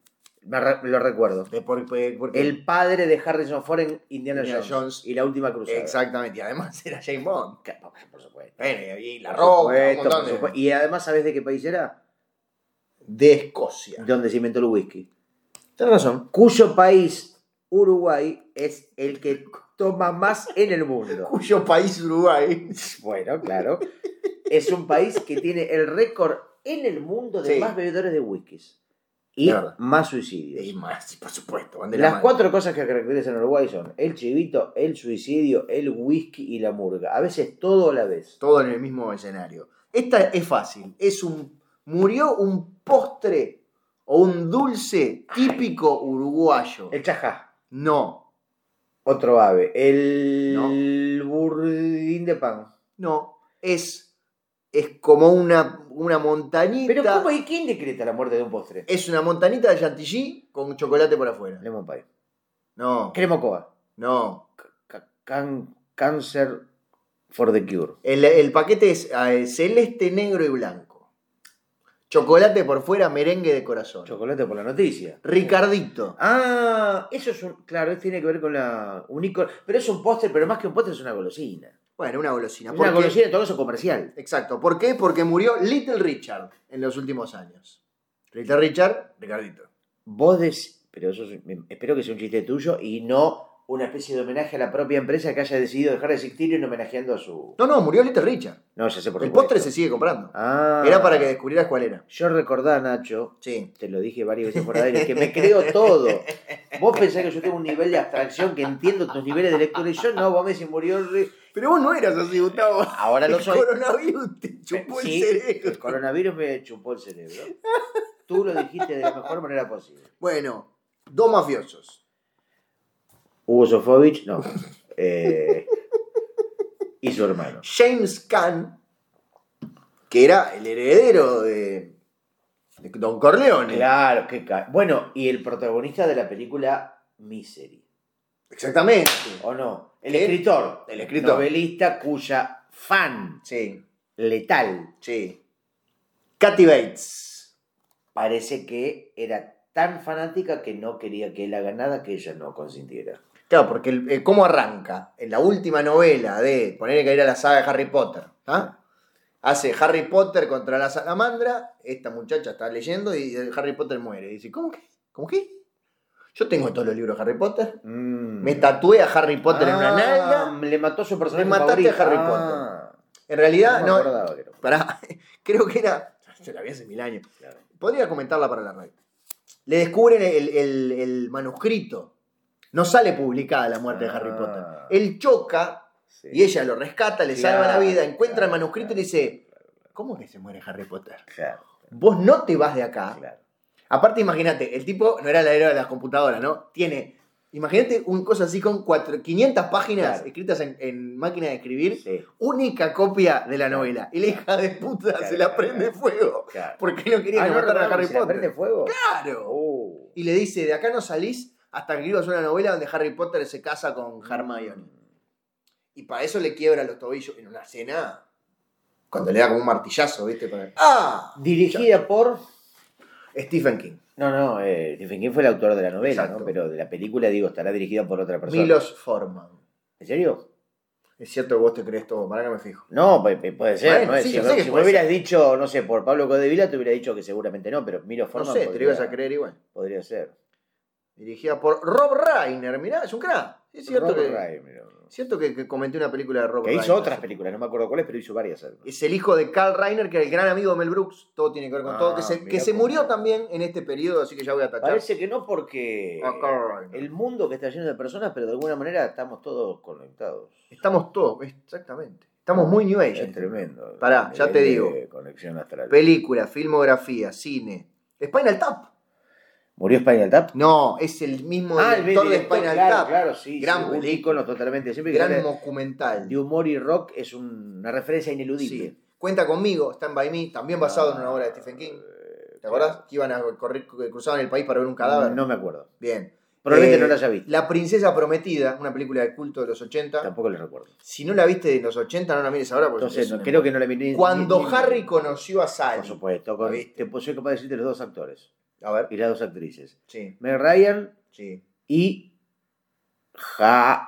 [SPEAKER 2] Me re- lo recuerdo.
[SPEAKER 1] De por- por- porque-
[SPEAKER 2] El padre de Harrison Ford en Indiana,
[SPEAKER 1] Indiana
[SPEAKER 2] Jones,
[SPEAKER 1] Jones.
[SPEAKER 2] y la última cruzada.
[SPEAKER 1] Exactamente, y además era James Bond.
[SPEAKER 2] Que- Por supuesto.
[SPEAKER 1] Bueno, y la
[SPEAKER 2] Por
[SPEAKER 1] roca, un
[SPEAKER 2] supuesto,
[SPEAKER 1] montón
[SPEAKER 2] por
[SPEAKER 1] de-
[SPEAKER 2] supuesto. Y además, ¿sabes de qué país era?
[SPEAKER 1] de Escocia.
[SPEAKER 2] Donde se inventó el whisky.
[SPEAKER 1] Tienes razón.
[SPEAKER 2] Cuyo país, Uruguay, es el que toma más en
[SPEAKER 1] *laughs*
[SPEAKER 2] el mundo.
[SPEAKER 1] Cuyo país Uruguay. *laughs*
[SPEAKER 2] Bueno, claro. Es un país que tiene el récord en el mundo de
[SPEAKER 1] Sí.
[SPEAKER 2] más bebedores de whiskies. Y
[SPEAKER 1] De verdad.
[SPEAKER 2] más suicidios.
[SPEAKER 1] Y más, por supuesto. van de la
[SPEAKER 2] Las
[SPEAKER 1] mano.
[SPEAKER 2] cuatro cosas que caracterizan a Uruguay son el chivito, el suicidio, el whisky y la murga. A veces todo a la vez.
[SPEAKER 1] Todo en el mismo escenario. Esta es fácil. Es un. Murió un postre o un dulce típico uruguayo.
[SPEAKER 2] El chajá,
[SPEAKER 1] No,
[SPEAKER 2] otro ave. El burdín de pan.
[SPEAKER 1] no. Es. Es como una, una montañita.
[SPEAKER 2] Pero ¿cómo y quién decreta la muerte de un postre?
[SPEAKER 1] Es una montañita de chantilly con chocolate por afuera.
[SPEAKER 2] Lemon pie.
[SPEAKER 1] No,
[SPEAKER 2] Cremocoa.
[SPEAKER 1] no.
[SPEAKER 2] Ca- can- cancer for the cure.
[SPEAKER 1] El, el paquete es eh, celeste, negro y blanco. Chocolate por fuera, merengue de corazón.
[SPEAKER 2] Chocolate por la noticia.
[SPEAKER 1] Ricardito.
[SPEAKER 2] Ah, eso es un. Claro, tiene que ver con la. Un icono- pero es un postre, pero más que un postre es una golosina.
[SPEAKER 1] Bueno, una golosina.
[SPEAKER 2] Es
[SPEAKER 1] Ah, ¿Por
[SPEAKER 2] una
[SPEAKER 1] qué?
[SPEAKER 2] golosina de todo eso comercial.
[SPEAKER 1] Exacto. ¿Por qué? Porque murió Little Richard en los últimos años. Little Richard, Ricardito.
[SPEAKER 2] Vos des... Pero eso es- espero que sea un chiste tuyo y no una especie de homenaje a la propia empresa que haya decidido dejar de existir y un homenajeando a su.
[SPEAKER 1] No, no, murió Little Richard.
[SPEAKER 2] No, ya sé por
[SPEAKER 1] el
[SPEAKER 2] supuesto.
[SPEAKER 1] postre se sigue comprando.
[SPEAKER 2] Ah.
[SPEAKER 1] Era para que descubrieras cuál era.
[SPEAKER 2] Yo recordá, Nacho,
[SPEAKER 1] Sí.
[SPEAKER 2] te lo dije varias veces por aire, que me creo todo. Vos pensás que yo tengo un nivel de abstracción, que entiendo tus niveles de lectura, y yo no, vos me decís murió el rey.
[SPEAKER 1] Pero vos no eras así, Gustavo.
[SPEAKER 2] Ahora lo
[SPEAKER 1] El
[SPEAKER 2] soy.
[SPEAKER 1] coronavirus te chupó
[SPEAKER 2] Sí,
[SPEAKER 1] el cerebro.
[SPEAKER 2] El coronavirus me chupó el cerebro. Tú lo dijiste de la mejor manera posible.
[SPEAKER 1] Bueno, dos mafiosos.
[SPEAKER 2] Hugo Sofovich, no. Eh, y su hermano.
[SPEAKER 1] James Caan, que era el heredero de, de Don Corleone.
[SPEAKER 2] Claro, qué ca- Bueno, y el protagonista de la película Misery.
[SPEAKER 1] Exactamente.
[SPEAKER 2] ¿O no? El
[SPEAKER 1] ¿Qué?
[SPEAKER 2] escritor.
[SPEAKER 1] El escritor.
[SPEAKER 2] Novelista cuya fan
[SPEAKER 1] Sí,
[SPEAKER 2] letal
[SPEAKER 1] sí. Kathy Bates.
[SPEAKER 2] parece que era tan fanática que no quería que él haga nada que ella no consintiera.
[SPEAKER 1] Claro, porque el- eh, cómo arranca en la última novela de ponerle que era la saga de Harry Potter. ¿ah? Hace Harry Potter contra la salamandra. Esta muchacha está leyendo y eh, Harry Potter muere. Y dice, ¿cómo que? ¿Cómo que? Yo tengo todos los libros de Harry Potter. Me tatué a Harry Potter en una nalga.
[SPEAKER 2] Ah, Le mató a su personaje
[SPEAKER 1] Me mataste a
[SPEAKER 2] favorito.
[SPEAKER 1] Harry
[SPEAKER 2] Ah,
[SPEAKER 1] En realidad,
[SPEAKER 2] me
[SPEAKER 1] no.
[SPEAKER 2] acordaba que era.
[SPEAKER 1] Pará, *laughs* creo que era. Se la vi hace mil años.
[SPEAKER 2] Claro.
[SPEAKER 1] Podría comentarla para la red. Le descubren el, el- el manuscrito. No sale publicada la muerte de Harry
[SPEAKER 2] Ah.
[SPEAKER 1] Potter. Él choca
[SPEAKER 2] Sí.
[SPEAKER 1] y ella lo rescata, le
[SPEAKER 2] Claro,
[SPEAKER 1] salva la vida, encuentra el
[SPEAKER 2] claro,
[SPEAKER 1] manuscrito y le dice: ¿Cómo que se muere Harry Potter?
[SPEAKER 2] Claro,
[SPEAKER 1] Vos no te vas de acá.
[SPEAKER 2] claro.
[SPEAKER 1] Aparte, imagínate, el tipo no era la era de las computadoras, ¿no? Tiene. Imagínate un cosa así con cuatro- 500 páginas
[SPEAKER 2] Claro.
[SPEAKER 1] escritas en, en máquina de escribir
[SPEAKER 2] Sí,
[SPEAKER 1] única copia de la novela. Y la hija de puta
[SPEAKER 2] Claro,
[SPEAKER 1] se la prende
[SPEAKER 2] claro.
[SPEAKER 1] fuego.
[SPEAKER 2] claro.
[SPEAKER 1] Porque no quería
[SPEAKER 2] Ah,
[SPEAKER 1] que
[SPEAKER 2] no
[SPEAKER 1] mataran a
[SPEAKER 2] recordaba
[SPEAKER 1] Harry
[SPEAKER 2] que se la
[SPEAKER 1] Potter.
[SPEAKER 2] prende fuego?
[SPEAKER 1] Claro.
[SPEAKER 2] Oh.
[SPEAKER 1] Y le dice, de acá no salís hasta que escribas una novela donde Harry Potter se casa con Hermione. Y para eso le quiebra los tobillos en una cena. Cuando le da como un martillazo, ¿viste? Para- ¡Ah!
[SPEAKER 2] Dirigida por...
[SPEAKER 1] Stephen King.
[SPEAKER 2] No, no, eh, Stephen King fue el autor de la novela,
[SPEAKER 1] Exacto.
[SPEAKER 2] ¿no? Pero de la película, digo, estará dirigida por otra persona.
[SPEAKER 1] Milos Forman.
[SPEAKER 2] ¿En serio?
[SPEAKER 1] Es cierto que vos te crees todo, para que me fijo.
[SPEAKER 2] No, pe- pe- puede ser.
[SPEAKER 1] Bueno,
[SPEAKER 2] ¿no?
[SPEAKER 1] sí,
[SPEAKER 2] si
[SPEAKER 1] yo
[SPEAKER 2] vos-
[SPEAKER 1] sé que
[SPEAKER 2] si
[SPEAKER 1] puede
[SPEAKER 2] vos hubieras dicho, no sé, por Pablo Codevila, te hubiera dicho que seguramente no, pero Miro
[SPEAKER 1] No
[SPEAKER 2] Forman
[SPEAKER 1] sé, te lo
[SPEAKER 2] podría,
[SPEAKER 1] ibas a creer igual.
[SPEAKER 2] podría ser.
[SPEAKER 1] Dirigida por Rob Reiner, mirá, es un crack. Es cierto
[SPEAKER 2] Rob
[SPEAKER 1] que.
[SPEAKER 2] Reiner, ¿no?
[SPEAKER 1] Cierto que, que comenté una película de Rob
[SPEAKER 2] Que hizo
[SPEAKER 1] Reiner.
[SPEAKER 2] otras películas, no me acuerdo cuáles, pero hizo varias. además.
[SPEAKER 1] Es el hijo de Carl Reiner, que era el gran amigo de Mel Brooks. Todo tiene que ver con
[SPEAKER 2] Ah,
[SPEAKER 1] todo. Que se, que
[SPEAKER 2] mirá
[SPEAKER 1] se
[SPEAKER 2] cómo.
[SPEAKER 1] murió también en este periodo, así que ya voy a tachar.
[SPEAKER 2] Parece que no porque
[SPEAKER 1] A Carl Reiner.
[SPEAKER 2] el mundo que está lleno de personas, pero de alguna manera estamos todos conectados.
[SPEAKER 1] Estamos todos, exactamente. Estamos muy New Age.
[SPEAKER 2] Es tremendo.
[SPEAKER 1] Pará,
[SPEAKER 2] El
[SPEAKER 1] ya
[SPEAKER 2] nivel
[SPEAKER 1] te
[SPEAKER 2] de
[SPEAKER 1] digo.
[SPEAKER 2] Conexión astral.
[SPEAKER 1] Película, filmografía, cine. Spinal Tap.
[SPEAKER 2] ¿Murió Spinal Tap?
[SPEAKER 1] No, es el mismo director de
[SPEAKER 2] Ah, director,
[SPEAKER 1] Spinal
[SPEAKER 2] claro,
[SPEAKER 1] Tap.
[SPEAKER 2] Claro, sí.
[SPEAKER 1] Gran
[SPEAKER 2] sí, un
[SPEAKER 1] película.
[SPEAKER 2] ícono totalmente. Siempre que
[SPEAKER 1] Gran
[SPEAKER 2] habla
[SPEAKER 1] documental.
[SPEAKER 2] de humor y rock es un- una referencia ineludible. Ah,
[SPEAKER 1] Sí. Cuenta conmigo, Stand By Me, también basado en una obra de Stephen King.
[SPEAKER 2] eh,
[SPEAKER 1] ¿Te acordás? Que iban a correr, que cruzaban el país para ver un cadáver.
[SPEAKER 2] No me acuerdo.
[SPEAKER 1] Bien.
[SPEAKER 2] Probablemente
[SPEAKER 1] Eh,
[SPEAKER 2] no la haya visto.
[SPEAKER 1] La Princesa Prometida, una película de culto de los 80.
[SPEAKER 2] Tampoco la recuerdo.
[SPEAKER 1] Si no la viste en los 80, Pues no la mires ahora. Porque
[SPEAKER 2] Entonces,
[SPEAKER 1] es un
[SPEAKER 2] creo
[SPEAKER 1] embole.
[SPEAKER 2] que no la miré. ni-
[SPEAKER 1] Cuando
[SPEAKER 2] ni- ni-
[SPEAKER 1] Harry conoció a
[SPEAKER 2] Por
[SPEAKER 1] Sally.
[SPEAKER 2] supuesto. Con,
[SPEAKER 1] ¿La viste?
[SPEAKER 2] te, pues, soy capaz de decirte los dos actores
[SPEAKER 1] A ver.
[SPEAKER 2] y las dos actrices.
[SPEAKER 1] Sí,
[SPEAKER 2] Meg Ryan
[SPEAKER 1] sí.
[SPEAKER 2] y. Ja.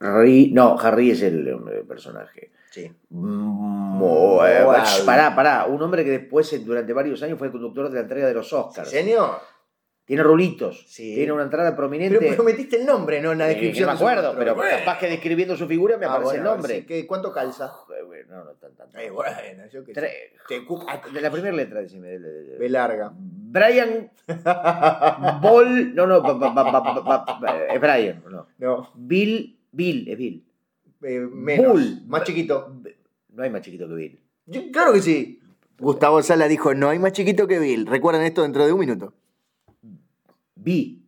[SPEAKER 2] Harry. No, Harry es el, hombre, el personaje.
[SPEAKER 1] Sí.
[SPEAKER 2] Mm,
[SPEAKER 1] Wow.
[SPEAKER 2] eh, Pará, pará. Un hombre que después, eh, durante varios años, fue el conductor de la entrega de los Oscars.
[SPEAKER 1] ¿Señor?
[SPEAKER 2] Tiene rulitos.
[SPEAKER 1] Sí.
[SPEAKER 2] Tiene una entrada prominente.
[SPEAKER 1] Pero prometiste el nombre, ¿no? En la
[SPEAKER 2] Eh,
[SPEAKER 1] descripción.
[SPEAKER 2] no me
[SPEAKER 1] de su
[SPEAKER 2] acuerdo,
[SPEAKER 1] rostro.
[SPEAKER 2] pero
[SPEAKER 1] Bueno.
[SPEAKER 2] capaz que describiendo su figura me
[SPEAKER 1] Ah,
[SPEAKER 2] aparece
[SPEAKER 1] bueno,
[SPEAKER 2] el nombre.
[SPEAKER 1] sí, ¿qué- ¿Cuánto calza?
[SPEAKER 2] Eh, bueno, No, no tan tanto.
[SPEAKER 1] Eh, bueno, yo qué sé.
[SPEAKER 2] Tre-
[SPEAKER 1] Te cu- ah,
[SPEAKER 2] de la primera letra, decime. de- de- de-
[SPEAKER 1] Ve larga. *laughs*
[SPEAKER 2] Brian Ball. No, no, pa- pa- pa- pa- pa- pa- pa- eh, es Brian. No.
[SPEAKER 1] No.
[SPEAKER 2] Bill, Bill, es Bill.
[SPEAKER 1] eh, menos.
[SPEAKER 2] Bull.
[SPEAKER 1] Más chiquito.
[SPEAKER 2] B- No hay más chiquito que Bill.
[SPEAKER 1] Yo- Claro que sí. Gustavo Sala dijo, no hay más chiquito que Bill. Recuerden esto dentro de un minuto.
[SPEAKER 2] Bi,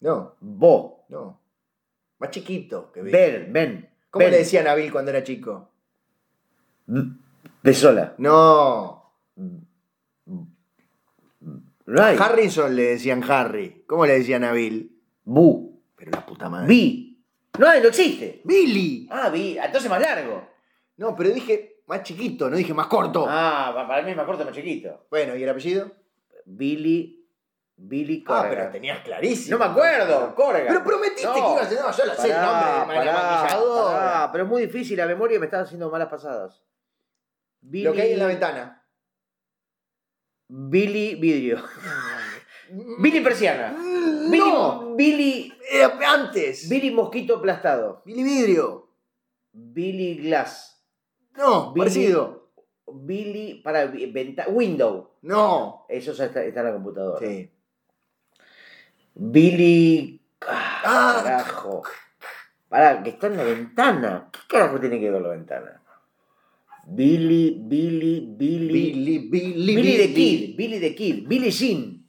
[SPEAKER 1] No,
[SPEAKER 2] Bo,
[SPEAKER 1] no. Más chiquito que Bill.
[SPEAKER 2] Ver, Ben.
[SPEAKER 1] ¿Cómo
[SPEAKER 2] Ben.
[SPEAKER 1] le decían a Bill cuando era chico?
[SPEAKER 2] B- Besola.
[SPEAKER 1] No.
[SPEAKER 2] No hay.
[SPEAKER 1] Harrison le decían Harry. ¿Cómo le decían a Bill?
[SPEAKER 2] Bu,
[SPEAKER 1] Pero la puta madre.
[SPEAKER 2] Bi. No hay, no existe.
[SPEAKER 1] ¡Billy!
[SPEAKER 2] Ah, Bi, entonces más largo.
[SPEAKER 1] No, pero dije más chiquito, no dije más corto.
[SPEAKER 2] Ah, pa- para mí es más corto, más chiquito.
[SPEAKER 1] Bueno, ¿y el apellido? Ah,
[SPEAKER 2] Billy, Billy Corgan.
[SPEAKER 1] tenías clarísimo.
[SPEAKER 2] Ah, No me acuerdo, Corgan.
[SPEAKER 1] Pero prometiste
[SPEAKER 2] No.
[SPEAKER 1] que ibas a No, yo la sé el nombre del
[SPEAKER 2] Pará, pará,
[SPEAKER 1] maquillador.
[SPEAKER 2] pará, pero es muy difícil, la memoria me está haciendo malas pasadas. Billy,
[SPEAKER 1] Lo que hay en la ventana.
[SPEAKER 2] Billy Vidrio. Billy Persiana. Billy,
[SPEAKER 1] Mm, ¡No!
[SPEAKER 2] Billy,
[SPEAKER 1] Era antes.
[SPEAKER 2] Billy Mosquito Aplastado.
[SPEAKER 1] Billy Vidrio.
[SPEAKER 2] Billy Glass.
[SPEAKER 1] No,
[SPEAKER 2] Billy-
[SPEAKER 1] parecido.
[SPEAKER 2] Billy para vi- venta- Window.
[SPEAKER 1] No.
[SPEAKER 2] Eso ya está, está en la computadora.
[SPEAKER 1] Sí.
[SPEAKER 2] Billy.
[SPEAKER 1] Ah.
[SPEAKER 2] Ah, carajo. Pará, que está en la ventana. ¿Qué carajo tiene que ver la ventana? Billy, Billy, Billy.
[SPEAKER 1] Billy, Billy,
[SPEAKER 2] Billy, the Kid. Billy the Kid. Billy Jean.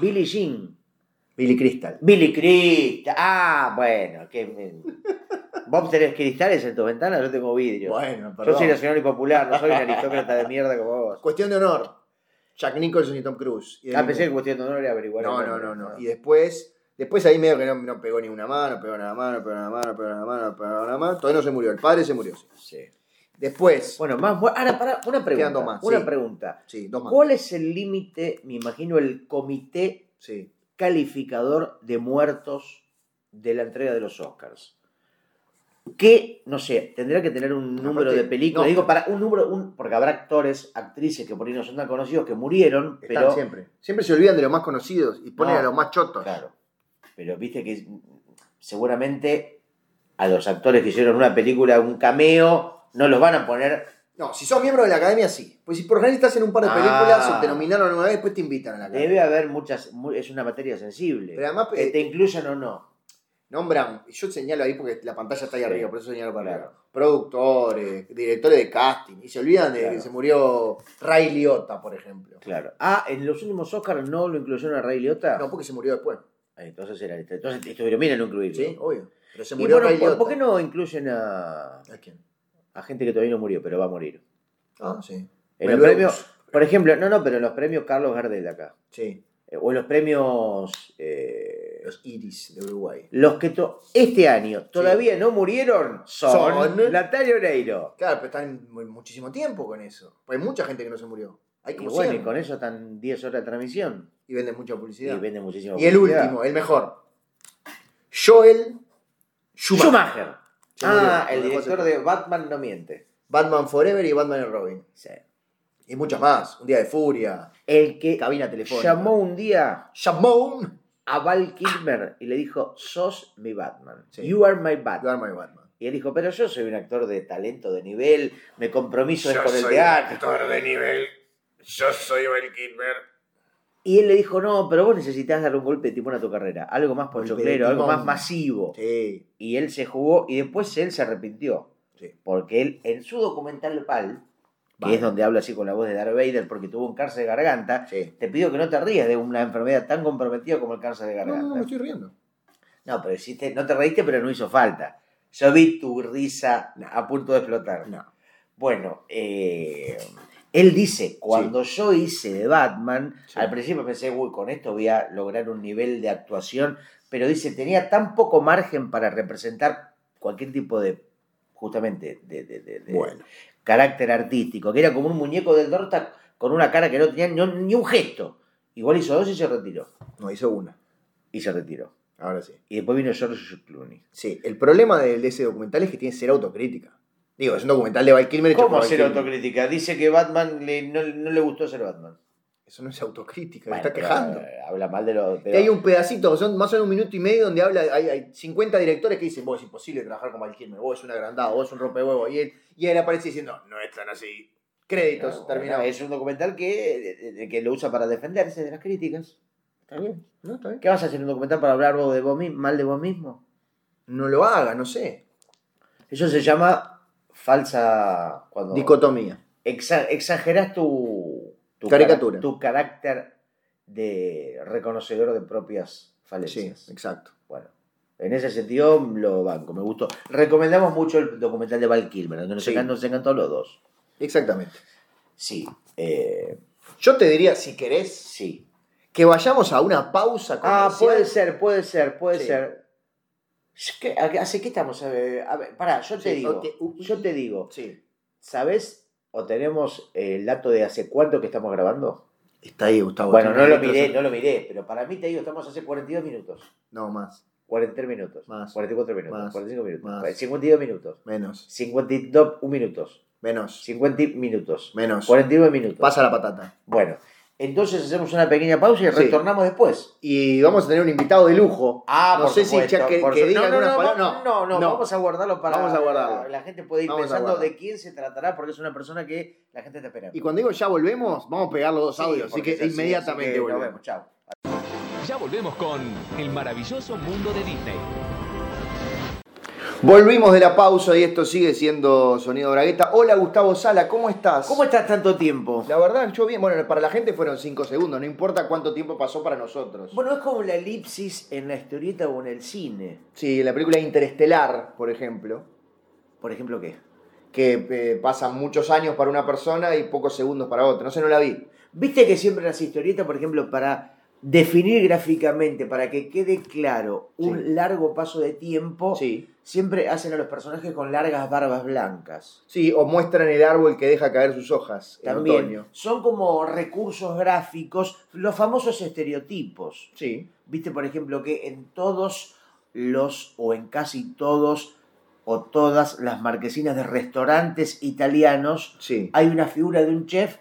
[SPEAKER 2] Billy Jean.
[SPEAKER 1] Billy Crystal.
[SPEAKER 2] Billy Crystal. Ah, bueno. Que... Vos tenés cristales en tus ventanas, yo tengo vidrio.
[SPEAKER 1] Bueno,
[SPEAKER 2] yo soy
[SPEAKER 1] perdón.
[SPEAKER 2] nacional y popular, no soy un aristócrata de mierda como
[SPEAKER 1] *laughs*
[SPEAKER 2] vos.
[SPEAKER 1] Cuestión de honor. Jack Nicholson y Tom Cruise. Y de
[SPEAKER 2] Ah,
[SPEAKER 1] ahí-
[SPEAKER 2] pensé que cuestión de honor era averiguar.
[SPEAKER 1] No,
[SPEAKER 2] el
[SPEAKER 1] no,
[SPEAKER 2] nombre. Ah,
[SPEAKER 1] no, no. Y después, después ahí medio que no, no pegó ni una mano, pegó nada más, no pegó nada más, no pegó nada más, no pegó nada más. Todavía no se murió, el padre se murió. sí.
[SPEAKER 2] Sí.
[SPEAKER 1] Después,
[SPEAKER 2] Bueno, más. bu- Ahora, para, una pregunta.
[SPEAKER 1] Quedan dos más,
[SPEAKER 2] una
[SPEAKER 1] sí.
[SPEAKER 2] pregunta.
[SPEAKER 1] sí, dos más.
[SPEAKER 2] ¿Cuál es el límite, me imagino, el comité
[SPEAKER 1] Sí.
[SPEAKER 2] calificador de muertos de la entrega de los Oscars? Que, no sé, tendrá que tener un número
[SPEAKER 1] Aparte,
[SPEAKER 2] de películas.
[SPEAKER 1] no.
[SPEAKER 2] Digo, para un número, un, porque habrá actores, actrices que por ahí no son tan conocidos que murieron,
[SPEAKER 1] Están
[SPEAKER 2] pero.
[SPEAKER 1] siempre. Siempre se olvidan de los más conocidos y ponen
[SPEAKER 2] No.
[SPEAKER 1] a los más chotos.
[SPEAKER 2] Claro. Pero viste que mm, seguramente a los actores que hicieron una película, un cameo, no los van a poner.
[SPEAKER 1] No, si sos miembro de la academia, sí. Pues si por general estás en un par de películas
[SPEAKER 2] Ah. Eh,
[SPEAKER 1] o te nominaron una vez, después te invitan a la academia.
[SPEAKER 2] Debe haber muchas. mu- Es una materia sensible.
[SPEAKER 1] Pero además,
[SPEAKER 2] que
[SPEAKER 1] eh,
[SPEAKER 2] te incluyan o no.
[SPEAKER 1] nombran, y yo señalo ahí porque la pantalla está ahí
[SPEAKER 2] Sí.
[SPEAKER 1] arriba, por eso señalo para
[SPEAKER 2] Claro.
[SPEAKER 1] arriba. Productores, directores de casting, y se olvidan de
[SPEAKER 2] Claro.
[SPEAKER 1] que se murió Ray Liotta, por ejemplo.
[SPEAKER 2] Claro. Ah, en los últimos Oscars no lo incluyeron a Ray Liotta.
[SPEAKER 1] No, porque se murió después.
[SPEAKER 2] Ah, Entonces era este. Entonces estuvieron bien en no incluirlo.
[SPEAKER 1] Sí, obvio. Pero se
[SPEAKER 2] Y
[SPEAKER 1] murió
[SPEAKER 2] bueno,
[SPEAKER 1] Ray
[SPEAKER 2] ¿por,
[SPEAKER 1] Liotta.
[SPEAKER 2] por qué no incluyen a,
[SPEAKER 1] ¿A quién?
[SPEAKER 2] a gente que todavía no murió, pero va a morir?
[SPEAKER 1] Ah, sí.
[SPEAKER 2] En los
[SPEAKER 1] Mel
[SPEAKER 2] premios,
[SPEAKER 1] Brooks.
[SPEAKER 2] por ejemplo, no, no, pero en los premios Carlos Gardel acá.
[SPEAKER 1] Sí,
[SPEAKER 2] Eh, o en los premios. eh,
[SPEAKER 1] los Iris de Uruguay.
[SPEAKER 2] Los que to- este año todavía no murieron son,
[SPEAKER 1] Son.
[SPEAKER 2] Natalia Oreiro.
[SPEAKER 1] Claro, pero están mu- muchísimo tiempo con eso. Pues hay mucha gente que no se murió. Hay
[SPEAKER 2] Y
[SPEAKER 1] como
[SPEAKER 2] bueno, y
[SPEAKER 1] 100.
[SPEAKER 2] con eso están 10 horas de transmisión.
[SPEAKER 1] Y venden mucha
[SPEAKER 2] Y
[SPEAKER 1] publicidad.
[SPEAKER 2] vende muchísimo.
[SPEAKER 1] Y el
[SPEAKER 2] publicidad.
[SPEAKER 1] último, el mejor. Joel Schumacher.
[SPEAKER 2] Schumacher.
[SPEAKER 1] Se murió,
[SPEAKER 2] Ah,
[SPEAKER 1] lo
[SPEAKER 2] el
[SPEAKER 1] dejó
[SPEAKER 2] director
[SPEAKER 1] hacer-
[SPEAKER 2] de Batman no miente.
[SPEAKER 1] Batman Forever y Batman and Robin.
[SPEAKER 2] Sí.
[SPEAKER 1] Y muchas más. Un día de furia.
[SPEAKER 2] El que
[SPEAKER 1] Cabina telefónica.
[SPEAKER 2] llamó un día
[SPEAKER 1] Shamone.
[SPEAKER 2] a Val Kilmer y le dijo, sos mi Batman.
[SPEAKER 1] Sí.
[SPEAKER 2] You are my
[SPEAKER 1] You
[SPEAKER 2] Batman.
[SPEAKER 1] are my Batman.
[SPEAKER 2] Y él dijo, pero yo soy un actor de talento, de nivel, me compromiso es con el
[SPEAKER 3] un
[SPEAKER 2] teatro.
[SPEAKER 3] actor de nivel. Yo soy Val Kilmer.
[SPEAKER 2] Y él le dijo, no, pero vos necesitas dar un golpe de timón a tu carrera. Algo más
[SPEAKER 1] Golpe de
[SPEAKER 2] pochoclero, algo
[SPEAKER 1] timón.
[SPEAKER 2] más
[SPEAKER 1] Oh.
[SPEAKER 2] masivo.
[SPEAKER 1] Sí.
[SPEAKER 2] y él se jugó y después él se arrepintió.
[SPEAKER 1] Sí.
[SPEAKER 2] Porque él, en su documental Pal, que
[SPEAKER 1] Vale.
[SPEAKER 2] es donde habla así con la voz de Darth Vader porque tuvo un cáncer de garganta,
[SPEAKER 1] Sí.
[SPEAKER 2] te pido que no te rías de una enfermedad tan comprometida como el cáncer de
[SPEAKER 1] No,
[SPEAKER 2] garganta.
[SPEAKER 1] no,
[SPEAKER 2] No,
[SPEAKER 1] me estoy riendo.
[SPEAKER 2] pero hiciste, no te reíste, pero no hizo falta. Yo vi tu risa a punto de explotar.
[SPEAKER 1] No.
[SPEAKER 2] Bueno, eh, él dice, cuando yo hice de Batman,
[SPEAKER 1] Sí.
[SPEAKER 2] al principio pensé, uy, con esto voy a lograr un nivel de actuación, pero dice, tenía tan poco margen para representar cualquier tipo de, justamente, de, de- de- de
[SPEAKER 1] Bueno.
[SPEAKER 2] carácter artístico, que era como un muñeco del Dorta con una cara que no tenía ni, ni un gesto. Igual hizo dos y se retiró.
[SPEAKER 1] No, hizo una.
[SPEAKER 2] Y se retiró.
[SPEAKER 1] Ahora sí.
[SPEAKER 2] Y después vino George Clooney.
[SPEAKER 1] Sí, el problema de, de ese documental es que tiene cero autocrítica. Digo, es un documental de Val Kilmer hecho por
[SPEAKER 2] ¿Cómo
[SPEAKER 1] Val
[SPEAKER 2] hacer
[SPEAKER 1] Kilmer.
[SPEAKER 2] autocrítica? Dice que Batman le- no, no le gustó ser Batman.
[SPEAKER 1] Eso no es autocrítica,
[SPEAKER 2] Bueno,
[SPEAKER 1] está
[SPEAKER 2] pero,
[SPEAKER 1] quejando.
[SPEAKER 2] eh, Habla mal de los...
[SPEAKER 1] Y hay un pedacito, son más o menos un minuto y medio, donde habla, hay, hay 50 directores que dicen, vos es imposible trabajar con Val Kilmer, vos es un agrandado, vos es un rompehuevo. Y él, y él aparece diciendo, no es tan así. Créditos,
[SPEAKER 2] No,
[SPEAKER 1] terminado.
[SPEAKER 2] bueno, es un documental que, eh, que lo usa para defenderse de las críticas. Está bien.
[SPEAKER 1] No, está bien.
[SPEAKER 2] ¿Qué vas a hacer un documental para hablar vos de vos mi- mal de vos mismo?
[SPEAKER 1] No lo haga, no sé.
[SPEAKER 2] Eso se llama falsa. Cuando
[SPEAKER 1] Dicotomía.
[SPEAKER 2] exa- exageras tu, tu
[SPEAKER 1] Caricatura.
[SPEAKER 2] cara- tu carácter de reconocedor de propias
[SPEAKER 1] Sí,
[SPEAKER 2] falencias.
[SPEAKER 1] exacto.
[SPEAKER 2] Bueno, en ese sentido lo banco, me gustó. Recomendamos mucho el documental de Val Kilmer, donde nos,
[SPEAKER 1] Sí.
[SPEAKER 2] encan- nos encantó a los dos.
[SPEAKER 1] Exactamente.
[SPEAKER 2] Sí, eh,
[SPEAKER 1] Yo te diría, si querés,
[SPEAKER 2] sí.
[SPEAKER 1] que vayamos a una pausa comercial.
[SPEAKER 2] Ah, puede ser, puede ser, puede
[SPEAKER 1] Sí.
[SPEAKER 2] ser. ¿Qué, a- ¿Hace qué estamos? Eh, A ver, pará, yo te
[SPEAKER 1] Sí,
[SPEAKER 2] digo.
[SPEAKER 1] ok, u-
[SPEAKER 2] Yo te digo,
[SPEAKER 1] Sí.
[SPEAKER 2] ¿sabés o tenemos el dato de hace cuánto que estamos grabando?
[SPEAKER 1] Está ahí, Gustavo.
[SPEAKER 2] Bueno, no
[SPEAKER 1] Tiene
[SPEAKER 2] lo
[SPEAKER 1] letras-
[SPEAKER 2] miré, no lo miré, pero para mí te digo, estamos hace 42 minutos.
[SPEAKER 1] No, más,
[SPEAKER 2] 43 minutos.
[SPEAKER 1] Más.
[SPEAKER 2] 44 minutos.
[SPEAKER 1] Más.
[SPEAKER 2] 45 minutos.
[SPEAKER 1] Más.
[SPEAKER 2] 52 minutos.
[SPEAKER 1] menos,
[SPEAKER 2] 52 minutos.
[SPEAKER 1] menos,
[SPEAKER 2] 50 minutos.
[SPEAKER 1] menos.
[SPEAKER 2] 49 minutos.
[SPEAKER 1] Pasa la patata.
[SPEAKER 2] Bueno, Entonces hacemos una pequeña pausa y
[SPEAKER 1] Sí.
[SPEAKER 2] retornamos después.
[SPEAKER 1] Y vamos a tener un invitado de lujo.
[SPEAKER 2] Ah,
[SPEAKER 1] No sé si ya que-
[SPEAKER 2] por
[SPEAKER 1] que
[SPEAKER 2] su-
[SPEAKER 1] diga
[SPEAKER 2] no, no,
[SPEAKER 1] algunas
[SPEAKER 2] no,
[SPEAKER 1] palabras-
[SPEAKER 2] vamos-
[SPEAKER 1] no,
[SPEAKER 2] no, no,
[SPEAKER 1] no.
[SPEAKER 2] vamos a guardarlo para.
[SPEAKER 1] Vamos a guardarlo.
[SPEAKER 2] La gente puede ir
[SPEAKER 1] Vamos a
[SPEAKER 2] pensando
[SPEAKER 1] guardarlo.
[SPEAKER 2] de quién se tratará porque es una persona que la gente está esperando.
[SPEAKER 1] Y cuando digo ya volvemos, vamos a pegar los dos audios. Así
[SPEAKER 2] porque es
[SPEAKER 1] que inmediatamente
[SPEAKER 2] así que nos
[SPEAKER 1] volvemos.
[SPEAKER 2] vemos. Chao.
[SPEAKER 4] Ya volvemos con El maravilloso mundo de Disney.
[SPEAKER 1] Volvimos de la pausa y esto sigue siendo Sonido Bragueta. Hola Gustavo Sala, ¿cómo estás?
[SPEAKER 2] ¿Cómo estás tanto tiempo?
[SPEAKER 1] La verdad, yo bien. Bueno, para la gente fueron 5 segundos, no importa cuánto tiempo pasó para nosotros.
[SPEAKER 2] Bueno, es como la elipsis en la historieta o en el cine.
[SPEAKER 1] Sí, la película Interestelar, por ejemplo,
[SPEAKER 2] Por ejemplo, ¿qué?
[SPEAKER 1] que eh, pasan muchos años para una persona y pocos segundos para otra. No sé, no la vi.
[SPEAKER 2] Viste que siempre las historietas, por ejemplo, para definir gráficamente, para que quede claro un
[SPEAKER 1] Sí.
[SPEAKER 2] largo paso de tiempo,
[SPEAKER 1] Sí.
[SPEAKER 2] siempre hacen a los personajes con largas barbas blancas.
[SPEAKER 1] Sí, o muestran el árbol que deja caer sus hojas eh, en
[SPEAKER 2] También
[SPEAKER 1] otoño.
[SPEAKER 2] son como recursos gráficos, los famosos estereotipos.
[SPEAKER 1] Sí.
[SPEAKER 2] Viste, por ejemplo, que en todos los, o en casi todos, o todas las marquesinas de restaurantes italianos,
[SPEAKER 1] Sí.
[SPEAKER 2] hay una figura de un chef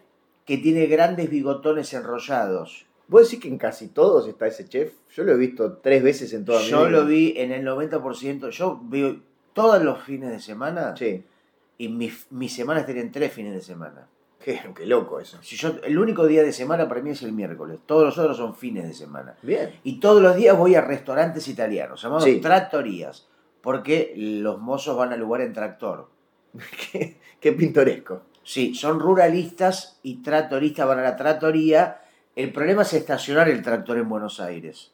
[SPEAKER 2] que tiene grandes bigotones enrollados.
[SPEAKER 1] ¿Vos decís que en casi todos está ese chef? Yo lo he visto tres veces en toda mi
[SPEAKER 2] Yo
[SPEAKER 1] vida.
[SPEAKER 2] lo vi en el 90%, yo veo todos los fines de semana
[SPEAKER 1] Sí.
[SPEAKER 2] y mis, mis semanas tienen tres fines de semana.
[SPEAKER 1] Qué, qué loco eso.
[SPEAKER 2] Si yo, el único día de semana para mí es el miércoles, todos los otros son fines de semana.
[SPEAKER 1] Bien.
[SPEAKER 2] Y todos los días voy a restaurantes italianos, llamados
[SPEAKER 1] Sí.
[SPEAKER 2] trattorías, porque los mozos van al lugar en tractor.
[SPEAKER 1] Qué, qué pintoresco.
[SPEAKER 2] Sí, son ruralistas y tractoristas van a la trattoría. El problema es estacionar el tractor en Buenos Aires.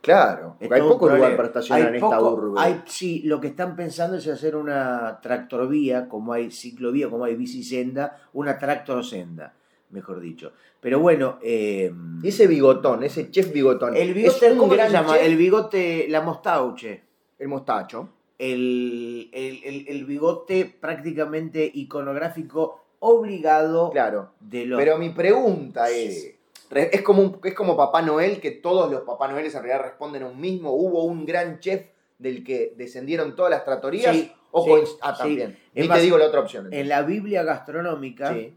[SPEAKER 1] Claro.
[SPEAKER 2] Es
[SPEAKER 1] porque hay
[SPEAKER 2] todo un
[SPEAKER 1] poco lugar
[SPEAKER 2] problema.
[SPEAKER 1] para estacionar
[SPEAKER 2] Hay
[SPEAKER 1] en esta
[SPEAKER 2] poco-
[SPEAKER 1] urbe.
[SPEAKER 2] hay- sí, lo que están pensando es hacer una tractorvía, como hay ciclovía, como hay bicisenda, una tractorosenda, mejor dicho. Pero bueno, eh,
[SPEAKER 1] Y ese bigotón, ese chef bigotón.
[SPEAKER 2] el
[SPEAKER 1] es
[SPEAKER 2] bigote,
[SPEAKER 1] un
[SPEAKER 2] ¿cómo se
[SPEAKER 1] gran
[SPEAKER 2] llama?
[SPEAKER 1] chef-
[SPEAKER 2] El bigote, la mostauche.
[SPEAKER 1] el mostacho.
[SPEAKER 2] El, el- el- el bigote prácticamente iconográfico obligado
[SPEAKER 1] Claro.
[SPEAKER 2] de los...
[SPEAKER 1] Pero mi pregunta es, re- es como, un- es como Papá Noel, que todos los Papá Noeles en realidad responden a un mismo, hubo un gran chef del que descendieron todas las tratorías,
[SPEAKER 2] Sí,
[SPEAKER 1] o
[SPEAKER 2] sí,
[SPEAKER 1] coinc- ah,
[SPEAKER 2] sí.
[SPEAKER 1] también.
[SPEAKER 2] Es
[SPEAKER 1] Ni
[SPEAKER 2] más,
[SPEAKER 1] te digo la otra opción.
[SPEAKER 2] en
[SPEAKER 1] entonces.
[SPEAKER 2] la Biblia gastronómica,
[SPEAKER 1] Sí,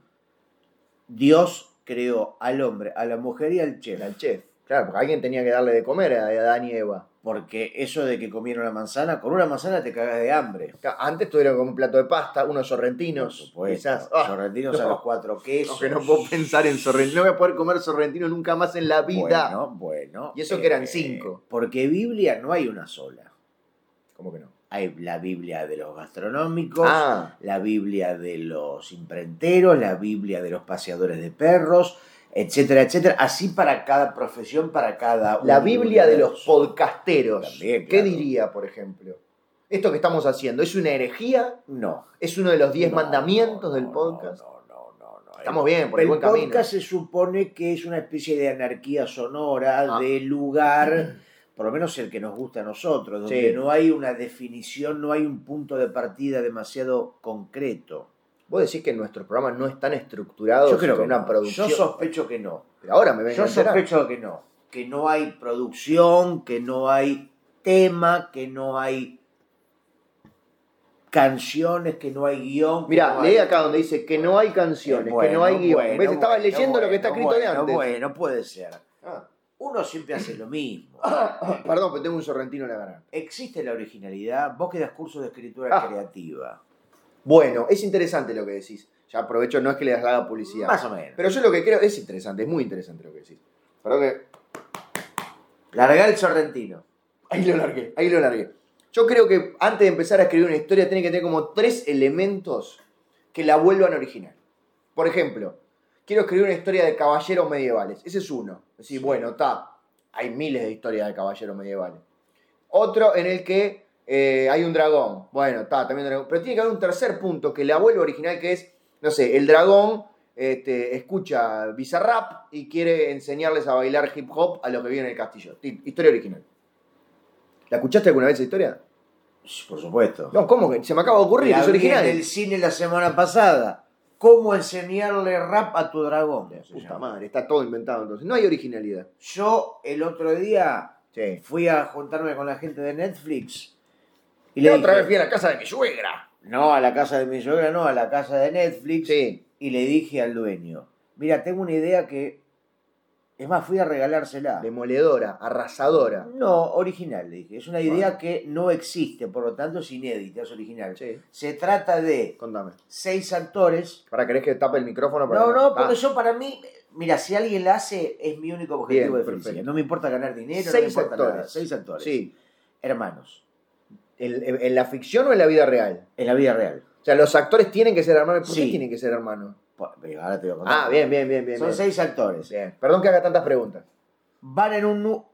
[SPEAKER 2] Dios creó al hombre, a la mujer y al chef.
[SPEAKER 1] al chef. Claro, porque alguien tenía que darle de comer a Adán y Eva.
[SPEAKER 2] Porque eso de que comieron una manzana, con una manzana te cagas de hambre.
[SPEAKER 1] Claro, Antes tuvieron como un plato de pasta, unos sorrentinos,
[SPEAKER 2] Por supuesto.
[SPEAKER 1] quizás. Ah,
[SPEAKER 2] Sorrentinos a
[SPEAKER 1] no.
[SPEAKER 2] los cuatro quesos.
[SPEAKER 1] aunque no puedo pensar en sorrentino, no voy a poder comer sorrentino nunca más en la vida.
[SPEAKER 2] Bueno, bueno. Eh,
[SPEAKER 1] Y eso que eran cinco.
[SPEAKER 2] Porque Biblia no hay una sola.
[SPEAKER 1] ¿Cómo que no?
[SPEAKER 2] Hay la Biblia de los gastronómicos,
[SPEAKER 1] Ah,
[SPEAKER 2] la Biblia de los imprenteros, la Biblia de los paseadores de perros, etcétera, etcétera. Así para cada profesión, para cada...
[SPEAKER 1] la
[SPEAKER 2] un
[SPEAKER 1] Biblia de los
[SPEAKER 2] universo.
[SPEAKER 1] podcasteros.
[SPEAKER 2] También,
[SPEAKER 1] ¿Qué
[SPEAKER 2] claro.
[SPEAKER 1] diría, por ejemplo? Esto que estamos haciendo, ¿es una herejía?
[SPEAKER 2] No.
[SPEAKER 1] ¿Es uno de los diez
[SPEAKER 2] No,
[SPEAKER 1] mandamientos
[SPEAKER 2] no,
[SPEAKER 1] del
[SPEAKER 2] no,
[SPEAKER 1] podcast?
[SPEAKER 2] No, no, no, no.
[SPEAKER 1] Estamos bien, por el,
[SPEAKER 2] el
[SPEAKER 1] buen
[SPEAKER 2] podcast
[SPEAKER 1] camino.
[SPEAKER 2] se supone que es una especie de anarquía sonora,
[SPEAKER 1] Ah.
[SPEAKER 2] de lugar, por lo menos el que nos gusta a nosotros, donde
[SPEAKER 1] Sí.
[SPEAKER 2] no hay una definición, no hay un punto de partida demasiado concreto.
[SPEAKER 1] Vos decís que nuestros programas no están estructurados
[SPEAKER 2] Yo creo
[SPEAKER 1] con
[SPEAKER 2] que
[SPEAKER 1] una
[SPEAKER 2] no.
[SPEAKER 1] producción.
[SPEAKER 2] Yo sospecho que no.
[SPEAKER 1] Pero ahora me vengo
[SPEAKER 2] Yo
[SPEAKER 1] a enterar.
[SPEAKER 2] sospecho que no. Que no hay producción, que no hay tema, que no hay canciones, que no hay guión. que
[SPEAKER 1] Mirá,
[SPEAKER 2] no hay-
[SPEAKER 1] leí acá donde dice que no hay canciones, que no hay guión.
[SPEAKER 2] bueno,
[SPEAKER 1] ¿Ves? Estaba
[SPEAKER 2] bueno,
[SPEAKER 1] leyendo lo que está
[SPEAKER 2] bueno,
[SPEAKER 1] escrito de antes.
[SPEAKER 2] Bueno, bueno, puede ser.
[SPEAKER 1] Ah,
[SPEAKER 2] Uno siempre hace lo mismo.
[SPEAKER 1] perdón, pero tengo un sorrentino en la garganta.
[SPEAKER 2] Existe la originalidad, vos que das cursos de escritura
[SPEAKER 1] Ah.
[SPEAKER 2] creativa.
[SPEAKER 1] Bueno, es interesante lo que decís. Ya aprovecho, no es que le haga publicidad.
[SPEAKER 2] Más o menos.
[SPEAKER 1] Pero yo lo que creo es interesante, es muy interesante lo que decís. Perdón que
[SPEAKER 2] Largá el sorrentino.
[SPEAKER 1] Ahí lo largué, ahí lo largué. Yo creo que antes de empezar a escribir una historia tiene que tener como tres elementos que la vuelvan original. Por ejemplo, quiero escribir una historia de caballeros medievales. Ese es uno. Es decir, bueno, ta, hay miles de historias de caballeros medievales. Otro en el que eh, hay un dragón. Bueno, ta, también dragón. Pero tiene que haber un tercer punto que la vuelva original que es, no sé, el dragón este, escucha bizarrap y quiere enseñarles a bailar hip hop a los que viven en el castillo. Ti- Historia original. ¿La escuchaste alguna vez esa historia?
[SPEAKER 2] Por supuesto.
[SPEAKER 1] No, ¿cómo que? Se me acaba de ocurrir,
[SPEAKER 2] La
[SPEAKER 1] es
[SPEAKER 2] vi
[SPEAKER 1] original.
[SPEAKER 2] en el cine la semana pasada. ¿Cómo enseñarle rap a tu dragón? Se
[SPEAKER 1] Puta
[SPEAKER 2] llama.
[SPEAKER 1] madre, está todo inventado entonces. No hay originalidad.
[SPEAKER 2] Yo el otro día
[SPEAKER 1] Sí.
[SPEAKER 2] fui a juntarme con la gente de Netflix. Y
[SPEAKER 1] Y
[SPEAKER 2] le
[SPEAKER 1] otra
[SPEAKER 2] dije,
[SPEAKER 1] vez fui a la casa de mi suegra.
[SPEAKER 2] no, a la casa de mi suegra, no, a la casa de Netflix.
[SPEAKER 1] Sí.
[SPEAKER 2] y le dije al dueño, mira, tengo una idea que Es más, fui a regalársela.
[SPEAKER 1] Demoledora, arrasadora.
[SPEAKER 2] No, original, le dije. Es una idea
[SPEAKER 1] Bueno.
[SPEAKER 2] que no existe, por lo tanto es inédita, es original.
[SPEAKER 1] Sí.
[SPEAKER 2] Se trata de
[SPEAKER 1] Contame.
[SPEAKER 2] seis actores.
[SPEAKER 1] ¿Para querés que tape el micrófono? para
[SPEAKER 2] No,
[SPEAKER 1] que-
[SPEAKER 2] no, porque
[SPEAKER 1] Ah,
[SPEAKER 2] yo para mí, mira, si alguien la hace, es mi único objetivo
[SPEAKER 1] Bien,
[SPEAKER 2] de felicidad.
[SPEAKER 1] perfecto.
[SPEAKER 2] No me importa ganar dinero,
[SPEAKER 1] Seis
[SPEAKER 2] no me importa
[SPEAKER 1] actores.
[SPEAKER 2] nada. Seis actores.
[SPEAKER 1] Sí.
[SPEAKER 2] Hermanos,
[SPEAKER 1] ¿En, en- en la ficción o en la vida real?
[SPEAKER 2] en la vida real.
[SPEAKER 1] O sea, los actores tienen que ser hermanos. ¿Por qué
[SPEAKER 2] Sí.
[SPEAKER 1] tienen que ser hermanos?
[SPEAKER 2] Por- pero Ahora te voy a contar.
[SPEAKER 1] Ah, bien, bien, bien, bien.
[SPEAKER 2] Son
[SPEAKER 1] bien.
[SPEAKER 2] seis actores.
[SPEAKER 1] Bien. Perdón que haga tantas preguntas.
[SPEAKER 2] Van en un nu-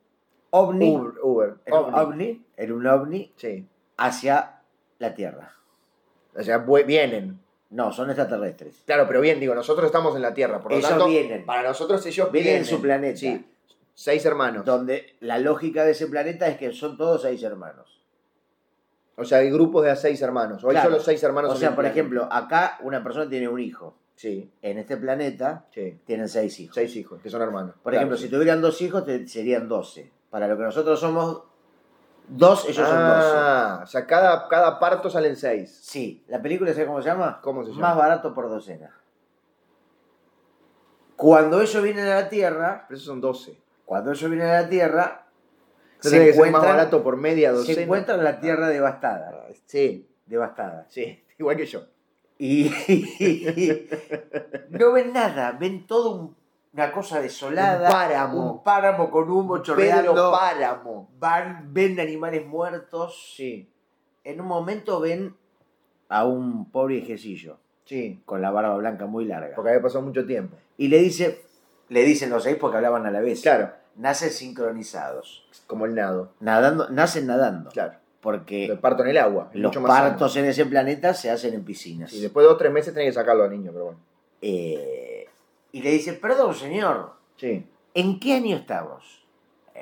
[SPEAKER 2] ovni,
[SPEAKER 1] Uber. Uber.
[SPEAKER 2] en un
[SPEAKER 1] Ovni.
[SPEAKER 2] ovni, en un ovni,
[SPEAKER 1] Sí.
[SPEAKER 2] hacia la Tierra.
[SPEAKER 1] O sea, vu- vienen.
[SPEAKER 2] No, son extraterrestres.
[SPEAKER 1] Claro, pero bien, digo, nosotros estamos en la Tierra. Por lo
[SPEAKER 2] Ellos
[SPEAKER 1] tanto,
[SPEAKER 2] vienen.
[SPEAKER 1] para nosotros ellos
[SPEAKER 2] Vienen
[SPEAKER 1] vienen.
[SPEAKER 2] en su planeta.
[SPEAKER 1] Sí. Seis hermanos.
[SPEAKER 2] Donde la lógica de ese planeta es que son todos seis hermanos.
[SPEAKER 1] O sea, hay grupos de a seis hermanos. Hoy
[SPEAKER 2] Claro.
[SPEAKER 1] solo seis hermanos.
[SPEAKER 2] O
[SPEAKER 1] en
[SPEAKER 2] sea,
[SPEAKER 1] un
[SPEAKER 2] por
[SPEAKER 1] planeta.
[SPEAKER 2] ejemplo, acá una persona tiene un hijo.
[SPEAKER 1] Sí,
[SPEAKER 2] En este planeta
[SPEAKER 1] sí.
[SPEAKER 2] tienen seis hijos.
[SPEAKER 1] Seis hijos, que son hermanos.
[SPEAKER 2] Por
[SPEAKER 1] Claro,
[SPEAKER 2] ejemplo,
[SPEAKER 1] sí.
[SPEAKER 2] si tuvieran dos hijos, te- serían doce. Para lo que nosotros somos dos, ellos son doce.
[SPEAKER 1] Ah, o sea, cada, cada parto salen seis.
[SPEAKER 2] Sí, la película, ¿sabes cómo se llama?
[SPEAKER 1] ¿Cómo se llama?
[SPEAKER 2] Más barato por docena. Cuando ellos vienen a la Tierra,
[SPEAKER 1] Pero esos son doce.
[SPEAKER 2] cuando ellos vienen a la Tierra,
[SPEAKER 1] No tiene que ser más
[SPEAKER 2] encuentran-
[SPEAKER 1] barato por media docena.
[SPEAKER 2] se encuentran la Tierra devastada.
[SPEAKER 1] Sí,
[SPEAKER 2] Devastada.
[SPEAKER 1] sí, *laughs* igual que yo.
[SPEAKER 2] Y no ven nada, ven todo un- una cosa desolada.
[SPEAKER 1] Un páramo.
[SPEAKER 2] Un páramo con humo chorreando.
[SPEAKER 1] Pedro Páramo.
[SPEAKER 2] Van, ven animales muertos.
[SPEAKER 1] Sí,
[SPEAKER 2] En un momento ven a un pobre viejecillo
[SPEAKER 1] sí.
[SPEAKER 2] con la barba blanca muy larga.
[SPEAKER 1] Porque había pasado mucho tiempo.
[SPEAKER 2] Y le dice, le dicen los seis porque hablaban a la vez.
[SPEAKER 1] Claro,
[SPEAKER 2] Nacen sincronizados.
[SPEAKER 1] como el nado.
[SPEAKER 2] Nadando, nacen nadando.
[SPEAKER 1] Claro. El
[SPEAKER 2] Porque
[SPEAKER 1] parto en el agua. es
[SPEAKER 2] los
[SPEAKER 1] mucho más sano.
[SPEAKER 2] partos en ese planeta se hacen en piscinas.
[SPEAKER 1] Y después de dos o tres meses tenés que sacarlo al niño, pero bueno.
[SPEAKER 2] Eh, y le dice, perdón señor,
[SPEAKER 1] Sí.
[SPEAKER 2] ¿en qué año estamos?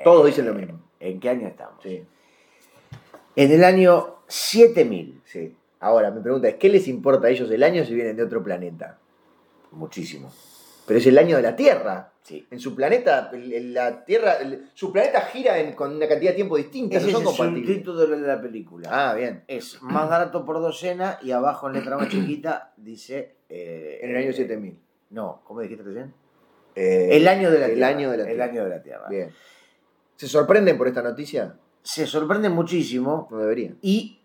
[SPEAKER 1] Todos dicen lo mismo.
[SPEAKER 2] ¿En qué año estamos?
[SPEAKER 1] Sí.
[SPEAKER 2] En el año 7000.
[SPEAKER 1] Sí. Ahora, mi pregunta es, ¿qué les importa a ellos el año si vienen de otro planeta?
[SPEAKER 2] Muchísimo.
[SPEAKER 1] Pero es el año de la Tierra.
[SPEAKER 2] Sí.
[SPEAKER 1] En su planeta, el- el- la Tierra, el- su planeta gira en- con una cantidad de tiempo distinta,
[SPEAKER 2] Ese
[SPEAKER 1] no
[SPEAKER 2] es
[SPEAKER 1] son
[SPEAKER 2] el
[SPEAKER 1] compatibles.
[SPEAKER 2] subtítulo de la película.
[SPEAKER 1] Ah, bien.
[SPEAKER 2] Es más barato por docena y abajo en letra
[SPEAKER 1] *clears throat*
[SPEAKER 2] más chiquita dice... eh,
[SPEAKER 1] En el año 7000.
[SPEAKER 2] No, ¿cómo dijiste recién?
[SPEAKER 1] Eh,
[SPEAKER 2] El año de la
[SPEAKER 1] el
[SPEAKER 2] Tierra.
[SPEAKER 1] año de la
[SPEAKER 2] El
[SPEAKER 1] Tierra.
[SPEAKER 2] año de la Tierra.
[SPEAKER 1] Bien. ¿Se sorprenden por esta noticia?
[SPEAKER 2] Se sorprenden muchísimo
[SPEAKER 1] No deberían.
[SPEAKER 2] y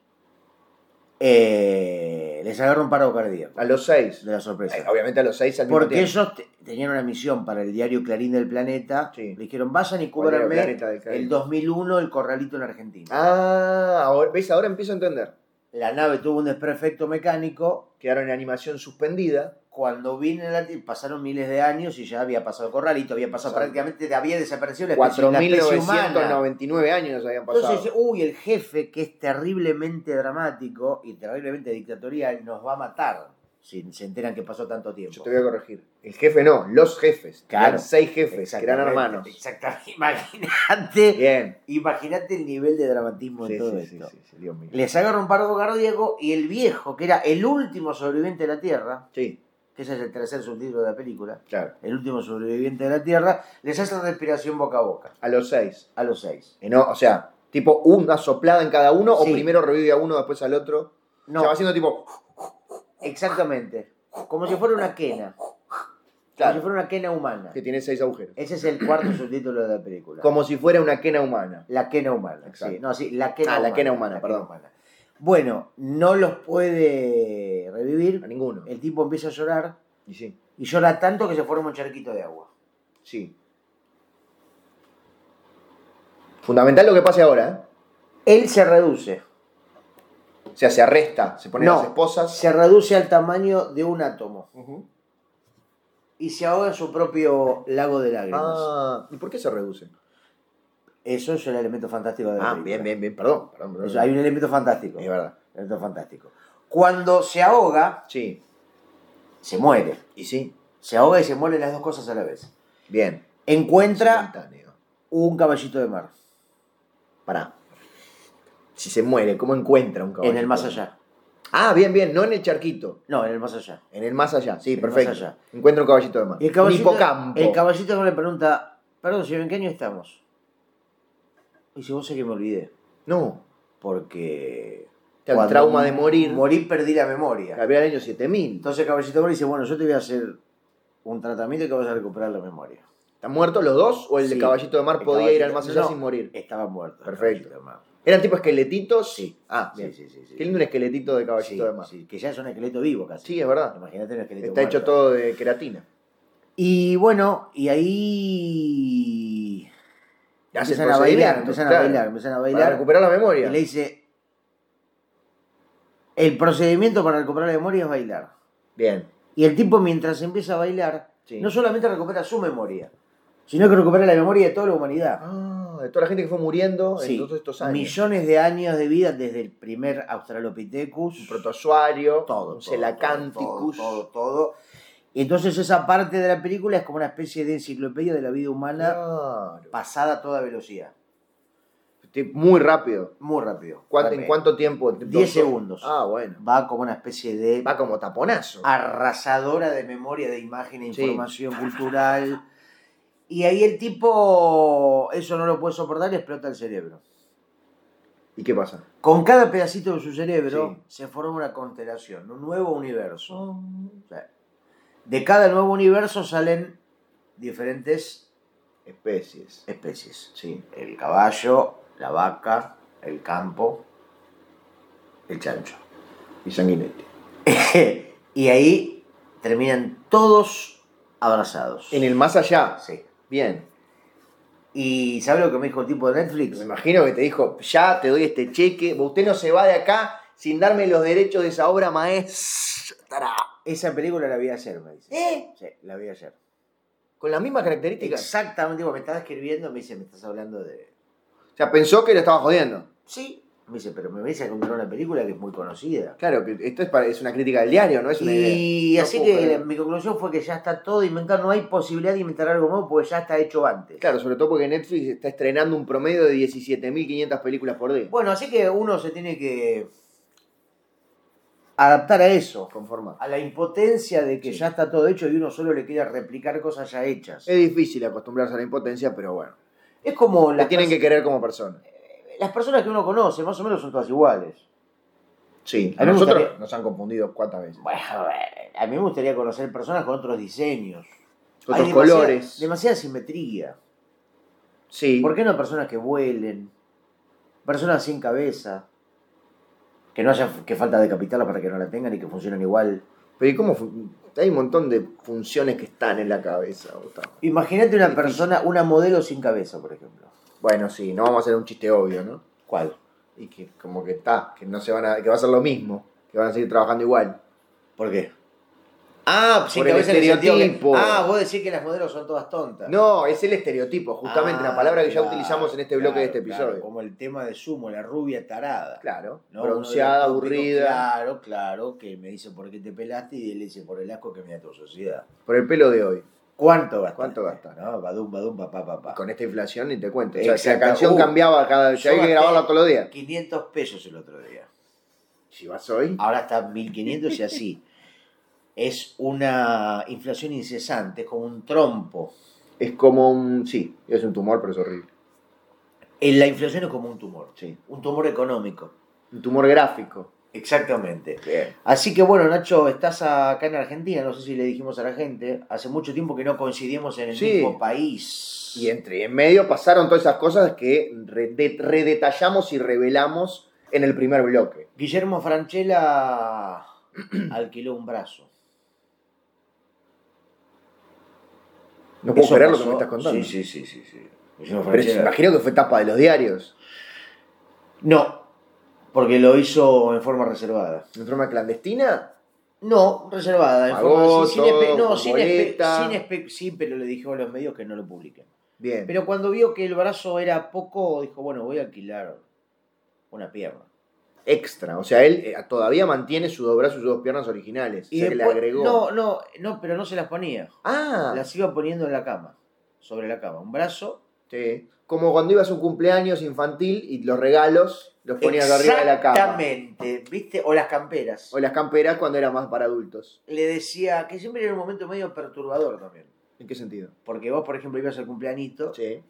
[SPEAKER 2] eh, les agarra un paro cardíaco
[SPEAKER 1] A los seis.
[SPEAKER 2] de la sorpresa.
[SPEAKER 1] Eh, Obviamente a los seis al mismo
[SPEAKER 2] Porque
[SPEAKER 1] tiempo.
[SPEAKER 2] ellos te- tenían una misión para el diario Clarín del Planeta.
[SPEAKER 1] Sí.
[SPEAKER 2] Le dijeron, vayan y
[SPEAKER 1] ¿Cuál era el
[SPEAKER 2] cúbranme
[SPEAKER 1] planeta del Caín?
[SPEAKER 2] el 2001 el corralito en Argentina.
[SPEAKER 1] Ah, ahora, ¿ves? Ahora empiezo a entender.
[SPEAKER 2] La nave tuvo un desperfecto mecánico.
[SPEAKER 1] Quedaron en animación suspendida.
[SPEAKER 2] Cuando vine a la Tierra, pasaron miles de años y ya había pasado el corralito, había pasado
[SPEAKER 1] Exacto.
[SPEAKER 2] prácticamente, había desaparecido la especie, la especie humana.
[SPEAKER 1] 4.999 años habían pasado.
[SPEAKER 2] Entonces, uy, el jefe que es terriblemente dramático y terriblemente dictatorial nos va a matar si se enteran que pasó tanto tiempo.
[SPEAKER 1] Yo te voy a corregir. El jefe no, los jefes.
[SPEAKER 2] Claro.
[SPEAKER 1] Eran seis jefes, que
[SPEAKER 2] Exactamente,
[SPEAKER 1] eran hermanos.
[SPEAKER 2] Exactamente. *laughs* Imagínate.
[SPEAKER 1] Bien.
[SPEAKER 2] Imagínate el nivel de dramatismo
[SPEAKER 1] Sí,
[SPEAKER 2] en todo
[SPEAKER 1] sí, sí,
[SPEAKER 2] esto.
[SPEAKER 1] sí, sí, Dios mío.
[SPEAKER 2] Les agarra un paro cardíaco y el viejo, que era el último sobreviviente de la Tierra,
[SPEAKER 1] Sí,
[SPEAKER 2] que ese es el tercer subtítulo de la película,
[SPEAKER 1] claro.
[SPEAKER 2] el último sobreviviente de la Tierra, les hace respiración boca a boca,
[SPEAKER 1] A los seis.
[SPEAKER 2] a los seis.
[SPEAKER 1] Eh, no, o sea, tipo una soplada en cada uno,
[SPEAKER 2] Sí.
[SPEAKER 1] o primero revive a uno, después al otro.
[SPEAKER 2] No,
[SPEAKER 1] O sea, va haciendo tipo.
[SPEAKER 2] exactamente. Como si fuera una quena. Como si
[SPEAKER 1] Claro,
[SPEAKER 2] fuera una quena humana.
[SPEAKER 1] que tiene seis agujeros.
[SPEAKER 2] Ese es el cuarto subtítulo de la película.
[SPEAKER 1] Como si fuera una quena humana.
[SPEAKER 2] La quena humana.
[SPEAKER 1] Exacto.
[SPEAKER 2] Sí, no, sí, la quena
[SPEAKER 1] Ah, la
[SPEAKER 2] humana.
[SPEAKER 1] quena humana, perdón.
[SPEAKER 2] humana. Bueno, no los puede
[SPEAKER 1] A
[SPEAKER 2] revivir.
[SPEAKER 1] ninguno.
[SPEAKER 2] El tipo empieza a llorar.
[SPEAKER 1] Y sí,
[SPEAKER 2] Y llora tanto que se forma un charquito de agua.
[SPEAKER 1] sí. Fundamental lo que pase ahora,
[SPEAKER 2] Él se reduce.
[SPEAKER 1] ¿eh? O sea, se arresta, se ponen
[SPEAKER 2] No.
[SPEAKER 1] las esposas.
[SPEAKER 2] Se reduce al tamaño de un átomo.
[SPEAKER 1] Ujú.
[SPEAKER 2] Y se ahoga en su propio lago de lágrimas.
[SPEAKER 1] Ah, ¿y por qué se reduce?
[SPEAKER 2] Eso es el elemento fantástico de la
[SPEAKER 1] Ah,
[SPEAKER 2] película.
[SPEAKER 1] bien, bien, bien, perdón. perdón, perdón.
[SPEAKER 2] Eso, hay un elemento fantástico.
[SPEAKER 1] Es verdad.
[SPEAKER 2] Elemento fantástico. Cuando se ahoga,
[SPEAKER 1] Sí,
[SPEAKER 2] se muere.
[SPEAKER 1] y sí.
[SPEAKER 2] Se ahoga y se mueren las dos cosas a la vez.
[SPEAKER 1] Bien.
[SPEAKER 2] Encuentra
[SPEAKER 1] Simultáneo.
[SPEAKER 2] un caballito de mar
[SPEAKER 1] Pará. Si se muere, ¿cómo encuentra un caballo?
[SPEAKER 2] en el más allá.
[SPEAKER 1] Ah, bien, bien, no en el charquito.
[SPEAKER 2] No, en el más allá.
[SPEAKER 1] En el más allá, sí,
[SPEAKER 2] En el
[SPEAKER 1] perfecto.
[SPEAKER 2] más allá.
[SPEAKER 1] Encuentra un caballito de mar.
[SPEAKER 2] Y el caballito,
[SPEAKER 1] Un hipocampo.
[SPEAKER 2] el caballito de mar le pregunta, perdón, señor, ¿en qué año estamos? Y dice, vos sé que me olvidé.
[SPEAKER 1] No.
[SPEAKER 2] porque
[SPEAKER 1] Está el
[SPEAKER 2] cuando
[SPEAKER 1] trauma de morir.
[SPEAKER 2] Morí, perdí la memoria.
[SPEAKER 1] Había el año 7000.
[SPEAKER 2] Entonces Caballito Mori dice, bueno, yo te voy a hacer un tratamiento que vas a recuperar la memoria.
[SPEAKER 1] ¿Están muertos los dos o el de
[SPEAKER 2] Sí.
[SPEAKER 1] caballito de mar
[SPEAKER 2] El
[SPEAKER 1] podía ir al
[SPEAKER 2] caballito-
[SPEAKER 1] más allá
[SPEAKER 2] no.
[SPEAKER 1] sin morir?
[SPEAKER 2] Estaba muerto.
[SPEAKER 1] Perfecto.
[SPEAKER 2] hermano.
[SPEAKER 1] ¿Eran tipo esqueletitos?
[SPEAKER 2] Sí.
[SPEAKER 1] Ah,
[SPEAKER 2] Sí,
[SPEAKER 1] bien.
[SPEAKER 2] sí, sí, sí.
[SPEAKER 1] Qué lindo un esqueletito de
[SPEAKER 2] Sí,
[SPEAKER 1] caballito de mar. Sí,
[SPEAKER 2] sí, que ya es un esqueleto vivo casi.
[SPEAKER 1] es verdad.
[SPEAKER 2] Imagínate un esqueleto
[SPEAKER 1] Está hecho
[SPEAKER 2] muerto.
[SPEAKER 1] todo de queratina.
[SPEAKER 2] Y bueno, y ahí.
[SPEAKER 1] Hace el
[SPEAKER 2] Empiezan a bailar,
[SPEAKER 1] procedimiento,
[SPEAKER 2] empiezan a
[SPEAKER 1] claro.
[SPEAKER 2] bailar, empiezan a
[SPEAKER 1] Para
[SPEAKER 2] bailar.
[SPEAKER 1] recuperar la
[SPEAKER 2] Y
[SPEAKER 1] memoria.
[SPEAKER 2] le dice. El procedimiento para recuperar la memoria es bailar.
[SPEAKER 1] Bien.
[SPEAKER 2] Y el tipo, mientras empieza a bailar,
[SPEAKER 1] Sí.
[SPEAKER 2] no solamente recupera su memoria, sino que recupera la memoria de toda la humanidad.
[SPEAKER 1] Ah, de toda la gente que fue muriendo
[SPEAKER 2] Sí,
[SPEAKER 1] en todos estos años.
[SPEAKER 2] Millones de años de vida desde el primer Australopithecus.
[SPEAKER 1] Un protozoario,
[SPEAKER 2] todo.
[SPEAKER 1] un
[SPEAKER 2] todo,
[SPEAKER 1] Celacanticus.
[SPEAKER 2] Todo, todo, todo. Y entonces esa parte de la película es como una especie de enciclopedia de la vida humana
[SPEAKER 1] Claro.
[SPEAKER 2] pasada a toda velocidad.
[SPEAKER 1] Este, Muy rápido.
[SPEAKER 2] Muy rápido.
[SPEAKER 1] ¿Cuánto- ¿En
[SPEAKER 2] Rápido.
[SPEAKER 1] cuánto tiempo? ¿Dos horas?
[SPEAKER 2] Diez segundos.
[SPEAKER 1] Ah, bueno.
[SPEAKER 2] Va como una especie de
[SPEAKER 1] Va como taponazo.
[SPEAKER 2] arrasadora de memoria, de imagen e
[SPEAKER 1] Sí.
[SPEAKER 2] información cultural. Y ahí el tipo, eso no lo puede soportar, le explota el cerebro.
[SPEAKER 1] ¿Y qué pasa?
[SPEAKER 2] Con cada pedacito de su cerebro se forma una constelación, un nuevo universo.
[SPEAKER 1] Oh.
[SPEAKER 2] O sea, de cada nuevo universo salen diferentes
[SPEAKER 1] Especies.
[SPEAKER 2] especies.
[SPEAKER 1] Sí.
[SPEAKER 2] El caballo, la vaca, el campo, el chancho. *laughs*
[SPEAKER 1] Y sanguinete.
[SPEAKER 2] y ahí terminan todos abrazados.
[SPEAKER 1] En el más allá.
[SPEAKER 2] Sí.
[SPEAKER 1] Bien.
[SPEAKER 2] ¿Y sabe lo que me dijo el tipo de
[SPEAKER 1] Me
[SPEAKER 2] Netflix?
[SPEAKER 1] imagino que te dijo, ya te doy este cheque, usted no se va de acá sin darme los derechos de esa obra maestra.
[SPEAKER 2] Esa película la vi ayer, me dice.
[SPEAKER 1] ¿Eh?
[SPEAKER 2] Sí, la vi ayer.
[SPEAKER 1] Con las mismas características.
[SPEAKER 2] Exactamente, digo, me estás escribiendo, me dice, me estás hablando de...
[SPEAKER 1] O sea, pensó que lo estaba jodiendo.
[SPEAKER 2] Sí. Me dice, pero me vais a comprar una película que es muy conocida.
[SPEAKER 1] Claro, que esto es, para- es una crítica del diario, no es una idea.
[SPEAKER 2] Y
[SPEAKER 1] No
[SPEAKER 2] así
[SPEAKER 1] puedo
[SPEAKER 2] que
[SPEAKER 1] creer.
[SPEAKER 2] mi conclusión fue que ya está todo inventado, no hay posibilidad de inventar algo nuevo porque ya está hecho antes.
[SPEAKER 1] Claro, sobre todo porque Netflix está estrenando un promedio de 17.500 películas por día.
[SPEAKER 2] Bueno, así que uno se tiene que adaptar a eso,
[SPEAKER 1] Conformar.
[SPEAKER 2] a la impotencia de que
[SPEAKER 1] Sí.
[SPEAKER 2] ya está todo hecho y uno solo le queda replicar cosas ya hechas.
[SPEAKER 1] Es difícil acostumbrarse a la impotencia, pero bueno.
[SPEAKER 2] Es como
[SPEAKER 1] La
[SPEAKER 2] las,
[SPEAKER 1] tienen que
[SPEAKER 2] pers-
[SPEAKER 1] querer como persona.
[SPEAKER 2] las personas que uno conoce, más o menos son todas iguales.
[SPEAKER 1] Sí,
[SPEAKER 2] a
[SPEAKER 1] a
[SPEAKER 2] mí me
[SPEAKER 1] nosotros
[SPEAKER 2] gustaría-
[SPEAKER 1] nos han confundido cuántas veces.
[SPEAKER 2] Bueno, a ver, a mí me gustaría conocer personas con otros diseños.
[SPEAKER 1] Otros
[SPEAKER 2] Hay demasiada-
[SPEAKER 1] colores.
[SPEAKER 2] Demasiada simetría.
[SPEAKER 1] Sí.
[SPEAKER 2] ¿Por qué no personas que vuelen? Personas sin cabeza. Que no haya que falta decapitarlas para que no la tengan y que funcionen igual.
[SPEAKER 1] Pero ¿y cómo fu- Hay un montón de funciones que están en la cabeza, Gustavo.
[SPEAKER 2] Imagínate una persona, una modelo sin cabeza, por ejemplo.
[SPEAKER 1] Bueno, sí, no vamos a hacer un chiste obvio, ¿no?
[SPEAKER 2] ¿Cuál?
[SPEAKER 1] Y que como que está, que no se van a, que va a ser lo mismo, que van a seguir trabajando igual.
[SPEAKER 2] ¿Por qué? Ah, sin
[SPEAKER 1] Por el
[SPEAKER 2] cabeza en el sentido que-
[SPEAKER 1] estereotipo.
[SPEAKER 2] Ah, vos decís que las modelos son todas tontas.
[SPEAKER 1] No, es el estereotipo, justamente
[SPEAKER 2] Ah,
[SPEAKER 1] la palabra que ya
[SPEAKER 2] claro,
[SPEAKER 1] utilizamos en este bloque de este
[SPEAKER 2] claro, claro,
[SPEAKER 1] episodio.
[SPEAKER 2] como el tema de Sumo, la rubia tarada.
[SPEAKER 1] Claro,
[SPEAKER 2] ¿no?
[SPEAKER 1] bronceada,
[SPEAKER 2] Uno de los tópicos,
[SPEAKER 1] aburrida,
[SPEAKER 2] Claro, claro, que me dice por qué te pelaste y él dice por el asco que me da tu sociedad.
[SPEAKER 1] por el pelo de hoy.
[SPEAKER 2] ¿Cuánto gastaste?
[SPEAKER 1] ¿Cuánto gastaste?
[SPEAKER 2] No, badum, badum, papá, papá.
[SPEAKER 1] Con esta inflación ni te cuento. O sea, si la
[SPEAKER 2] Exacto.
[SPEAKER 1] canción
[SPEAKER 2] Uh,
[SPEAKER 1] cambiaba cada vez,
[SPEAKER 2] yo
[SPEAKER 1] hay que
[SPEAKER 2] gasté-
[SPEAKER 1] grabarla todos los días.
[SPEAKER 2] 500 pesos el otro día.
[SPEAKER 1] Si vas hoy,
[SPEAKER 2] Ahora está 1500
[SPEAKER 1] *laughs*
[SPEAKER 2] y así. Es una inflación incesante, es como un trompo.
[SPEAKER 1] es como un. Sí, es un tumor, pero es horrible.
[SPEAKER 2] Eh, La inflación es como un tumor,
[SPEAKER 1] Sí.
[SPEAKER 2] un tumor económico.
[SPEAKER 1] Un tumor gráfico.
[SPEAKER 2] Exactamente.
[SPEAKER 1] Bien.
[SPEAKER 2] Así que bueno, Nacho, estás acá en Argentina, no sé si le dijimos a la gente, hace mucho tiempo que no coincidimos en el
[SPEAKER 1] Sí.
[SPEAKER 2] mismo país.
[SPEAKER 1] Y entre y en medio pasaron todas esas cosas que rede- redetallamos y revelamos en el primer bloque. *clears throat*
[SPEAKER 2] Guillermo Franchella alquiló un brazo.
[SPEAKER 1] No puedo
[SPEAKER 2] Eso
[SPEAKER 1] creer lo que
[SPEAKER 2] pasó.
[SPEAKER 1] me estás contando.
[SPEAKER 2] Sí, sí, sí, sí. sí. Guillermo
[SPEAKER 1] Pero
[SPEAKER 2] Francella-
[SPEAKER 1] se imagino que fue tapa de los diarios,
[SPEAKER 2] No, porque lo hizo en forma reservada.
[SPEAKER 1] en forma clandestina.
[SPEAKER 2] No, reservada, en
[SPEAKER 1] Pagó
[SPEAKER 2] forma sin, sin
[SPEAKER 1] todo,
[SPEAKER 2] espe- no,
[SPEAKER 1] con
[SPEAKER 2] sin espe-
[SPEAKER 1] boleta.
[SPEAKER 2] sin espe- sí, pero le dijo a los medios que no lo publiquen.
[SPEAKER 1] Bien.
[SPEAKER 2] Pero cuando vio que el brazo era poco, dijo, bueno, voy a alquilar una pierna.
[SPEAKER 1] extra. O sea, él eh, todavía mantiene su dos brazos y sus dos piernas originales. o sea, que le
[SPEAKER 2] después-
[SPEAKER 1] agregó.
[SPEAKER 2] No, no, no, pero no se las ponía.
[SPEAKER 1] Ah,
[SPEAKER 2] Las iba poniendo en la cama, sobre la cama. Un brazo.
[SPEAKER 1] sí. Como cuando ibas a un cumpleaños infantil y los regalos los ponías arriba de la cama.
[SPEAKER 2] Exactamente, ¿viste? O las camperas.
[SPEAKER 1] O las camperas cuando era más para adultos.
[SPEAKER 2] Le decía que siempre era un momento medio perturbador también.
[SPEAKER 1] ¿En qué sentido?
[SPEAKER 2] Porque vos, por ejemplo, ibas al cumpleañito
[SPEAKER 1] Sí.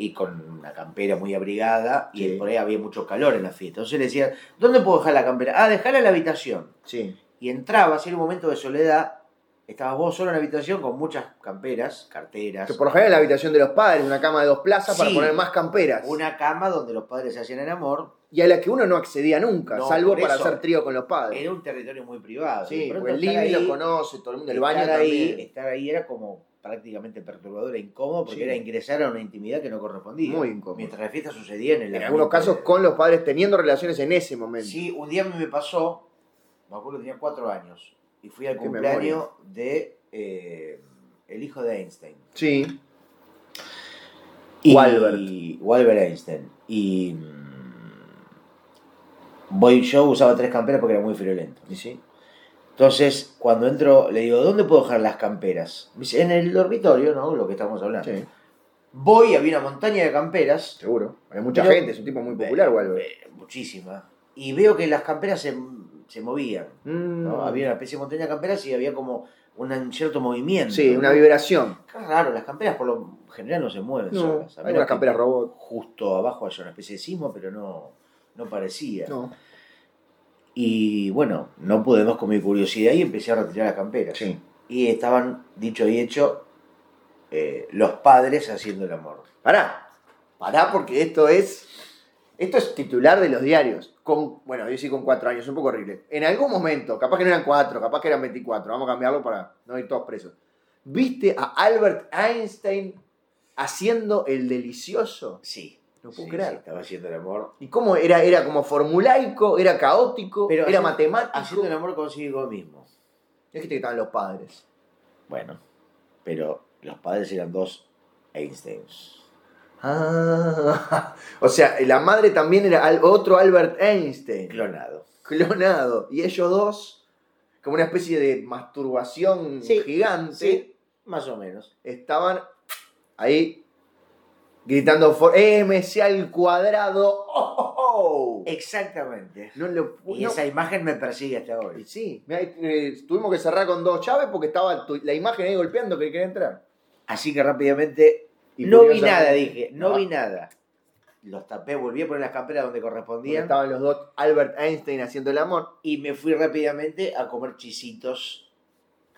[SPEAKER 2] y con una campera muy abrigada y
[SPEAKER 1] Sí.
[SPEAKER 2] por ahí había mucho calor en la fiesta. Entonces le decían, ¿dónde puedo dejar la campera? Ah, dejala en la habitación.
[SPEAKER 1] Sí.
[SPEAKER 2] Y entraba, así era un momento de soledad, Estabas vos solo en la habitación con muchas camperas, carteras,
[SPEAKER 1] Que por lo general es la habitación de los padres, una cama de dos plazas para
[SPEAKER 2] Sí.
[SPEAKER 1] poner más camperas.
[SPEAKER 2] una cama donde los padres se hacían el amor.
[SPEAKER 1] Y a la que uno no accedía nunca,
[SPEAKER 2] No,
[SPEAKER 1] salvo
[SPEAKER 2] por
[SPEAKER 1] para
[SPEAKER 2] eso.
[SPEAKER 1] hacer trío con los padres.
[SPEAKER 2] Era un territorio muy privado. De
[SPEAKER 1] Sí,
[SPEAKER 2] pronto
[SPEAKER 1] porque el
[SPEAKER 2] estar
[SPEAKER 1] living
[SPEAKER 2] ahí-
[SPEAKER 1] lo conoce, todo el mundo, el baño
[SPEAKER 2] estar ahí, este,
[SPEAKER 1] también.
[SPEAKER 2] estar ahí era como prácticamente perturbador e incómodo porque
[SPEAKER 1] Sí.
[SPEAKER 2] era ingresar a una intimidad que no correspondía.
[SPEAKER 1] Muy incómodo.
[SPEAKER 2] Mientras la fiesta sucedía en el
[SPEAKER 1] En algunos casos con los padres teniendo relaciones en ese momento.
[SPEAKER 2] Sí, un día a mí me pasó, me acuerdo que tenía cuatro años, y fui al
[SPEAKER 1] Qué
[SPEAKER 2] cumpleaños de eh, el hijo de Einstein.
[SPEAKER 1] Sí.
[SPEAKER 2] Y-
[SPEAKER 1] Walbert.
[SPEAKER 2] Walbert Einstein. Y mm, voy yo usaba tres camperas porque era muy friolento.
[SPEAKER 1] sí.
[SPEAKER 2] Entonces, cuando entro, le digo, ¿dónde puedo dejar las camperas? Me dice, en el dormitorio, ¿no? Lo que estamos hablando.
[SPEAKER 1] Sí,
[SPEAKER 2] Voy, había una montaña de camperas.
[SPEAKER 1] seguro. Hay mucha
[SPEAKER 2] Pero-
[SPEAKER 1] gente, es un tipo muy popular, Walbert.
[SPEAKER 2] Eh, muchísima. Y veo que las camperas se, se movían.
[SPEAKER 1] Mm.
[SPEAKER 2] ¿no? Había una especie de montaña de camperas y había como un, un cierto movimiento.
[SPEAKER 1] Sí,
[SPEAKER 2] ¿no?
[SPEAKER 1] una vibración.
[SPEAKER 2] Qué raro, las camperas por lo general no se mueven
[SPEAKER 1] No,
[SPEAKER 2] solas.
[SPEAKER 1] hay
[SPEAKER 2] menos
[SPEAKER 1] unas
[SPEAKER 2] que
[SPEAKER 1] camperas robot.
[SPEAKER 2] Justo abajo había una especie de sismo, pero no, no parecía.
[SPEAKER 1] No.
[SPEAKER 2] Y bueno, no pude más con mi curiosidad y empecé a retirar las camperas.
[SPEAKER 1] Sí.
[SPEAKER 2] Y estaban, dicho y hecho, eh, los padres haciendo el amor.
[SPEAKER 1] Pará. Pará porque esto es. Esto es titular de los diarios. Con, bueno, yo sí con cuatro años, un poco horrible. En algún momento, capaz que no eran cuatro, capaz que eran 24. Vamos a cambiarlo para no ir todos presos. ¿Viste a Albert Einstein haciendo el delicioso?
[SPEAKER 2] Sí.
[SPEAKER 1] No puedo
[SPEAKER 2] Sí,
[SPEAKER 1] creer.
[SPEAKER 2] sí, estaba haciendo el amor.
[SPEAKER 1] ¿Y cómo era? ¿Era como formulaico? ¿Era caótico?
[SPEAKER 2] Pero
[SPEAKER 1] ¿Era
[SPEAKER 2] haciendo-
[SPEAKER 1] matemático?
[SPEAKER 2] Haciendo el amor consigo mismo.
[SPEAKER 1] Dijiste que estaban los padres.
[SPEAKER 2] Bueno, pero los padres eran dos Einsteins.
[SPEAKER 1] Ah, *laughs* o sea, la madre también era al- otro Albert Einstein. *laughs*
[SPEAKER 2] Clonado.
[SPEAKER 1] clonado. Y ellos dos, como una especie de masturbación
[SPEAKER 2] Sí,
[SPEAKER 1] gigante,
[SPEAKER 2] Más o menos.
[SPEAKER 1] estaban ahí gritando for MC al cuadrado.
[SPEAKER 2] *laughs*
[SPEAKER 1] ¡Oh, oh, oh!
[SPEAKER 2] Exactamente.
[SPEAKER 1] No lo pu-
[SPEAKER 2] Y
[SPEAKER 1] no.
[SPEAKER 2] esa imagen me persigue hasta
[SPEAKER 1] Y
[SPEAKER 2] hoy.
[SPEAKER 1] Sí, mirá, eh, tuvimos que cerrar con dos llaves porque estaba tu- la imagen ahí golpeando que quería entrar.
[SPEAKER 2] Así que rápidamente.
[SPEAKER 1] Y
[SPEAKER 2] no vi
[SPEAKER 1] curiosamente-
[SPEAKER 2] nada, dije. No,
[SPEAKER 1] No.
[SPEAKER 2] vi nada. ah, Los tapé, volví a poner las camperas donde
[SPEAKER 1] porque
[SPEAKER 2] correspondían.
[SPEAKER 1] Estaban los dos Albert Einstein haciendo el amor.
[SPEAKER 2] Y me fui rápidamente a comer chisitos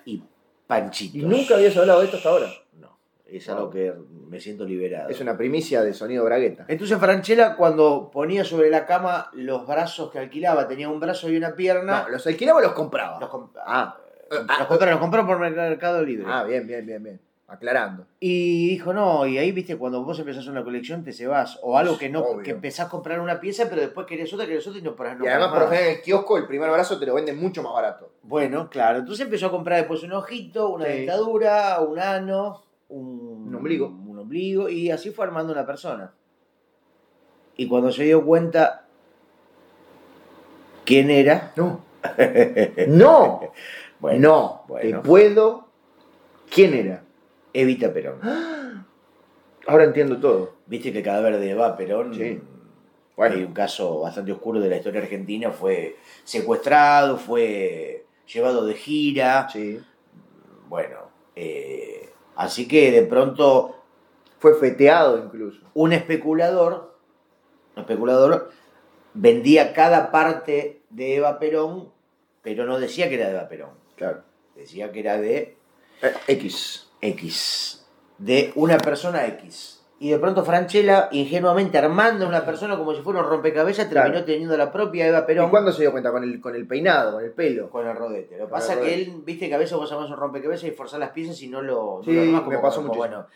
[SPEAKER 2] y panchitos.
[SPEAKER 1] Y nunca habías hablado de esto hasta ahora.
[SPEAKER 2] No. Es
[SPEAKER 1] Wow.
[SPEAKER 2] algo que me siento liberado.
[SPEAKER 1] Es una primicia de sonido bragueta.
[SPEAKER 2] Entonces Franchella cuando ponía sobre la cama los brazos que alquilaba, tenía un brazo y una pierna,
[SPEAKER 1] No, los alquilaba o los compraba.
[SPEAKER 2] los, comp-
[SPEAKER 1] Ah,
[SPEAKER 2] los compraron, los compraron por Mercado Libre.
[SPEAKER 1] ah, bien, bien, bien, bien. Aclarando.
[SPEAKER 2] Y dijo, no, y ahí, viste, cuando vos empezás una colección te se vas. O algo que no,
[SPEAKER 1] Obvio.
[SPEAKER 2] que empezás a comprar una pieza, pero después querés otra, querés otra y no parás. No
[SPEAKER 1] y además, por
[SPEAKER 2] parás
[SPEAKER 1] lo
[SPEAKER 2] más.
[SPEAKER 1] general, en el kiosco el primer brazo te lo venden mucho más barato.
[SPEAKER 2] Bueno, claro. Entonces empezó a comprar después un ojito, una
[SPEAKER 1] Sí.
[SPEAKER 2] dentadura, un ano, un,
[SPEAKER 1] Un ombligo.
[SPEAKER 2] Un ombligo. Y así fue armando una persona. Y cuando se dio cuenta quién era.
[SPEAKER 1] No. *laughs* No. no.
[SPEAKER 2] *laughs* bueno.
[SPEAKER 1] Te puedo. ¿Quién era?
[SPEAKER 2] Evita Perón.
[SPEAKER 1] Ahora entiendo todo.
[SPEAKER 2] Viste que el cadáver de Eva Perón.
[SPEAKER 1] Sí.
[SPEAKER 2] Bueno, y un caso bastante oscuro de la historia argentina fue secuestrado, fue llevado de gira.
[SPEAKER 1] Sí.
[SPEAKER 2] Bueno, eh, así que de pronto
[SPEAKER 1] Fue feteado incluso.
[SPEAKER 2] un especulador, un especulador vendía cada parte de Eva Perón, pero no decía que era de Eva Perón,
[SPEAKER 1] Claro.
[SPEAKER 2] decía que era de
[SPEAKER 1] Eh, X.
[SPEAKER 2] X, de una persona X. Y de pronto Franchella, ingenuamente armando una persona como si fuera un rompecabezas, terminó
[SPEAKER 1] Claro.
[SPEAKER 2] teniendo la propia Eva Perón.
[SPEAKER 1] ¿Y cuándo se dio cuenta? Con el, con el peinado, con el pelo.
[SPEAKER 2] Con el rodete. Lo
[SPEAKER 1] Con el
[SPEAKER 2] que pasa que
[SPEAKER 1] rodete.
[SPEAKER 2] él, viste que a veces vos armás un rompecabezas y forzás las piezas y no lo, no
[SPEAKER 1] Sí,
[SPEAKER 2] lo armás
[SPEAKER 1] me pasó
[SPEAKER 2] como,
[SPEAKER 1] muchísimo.
[SPEAKER 2] Bueno,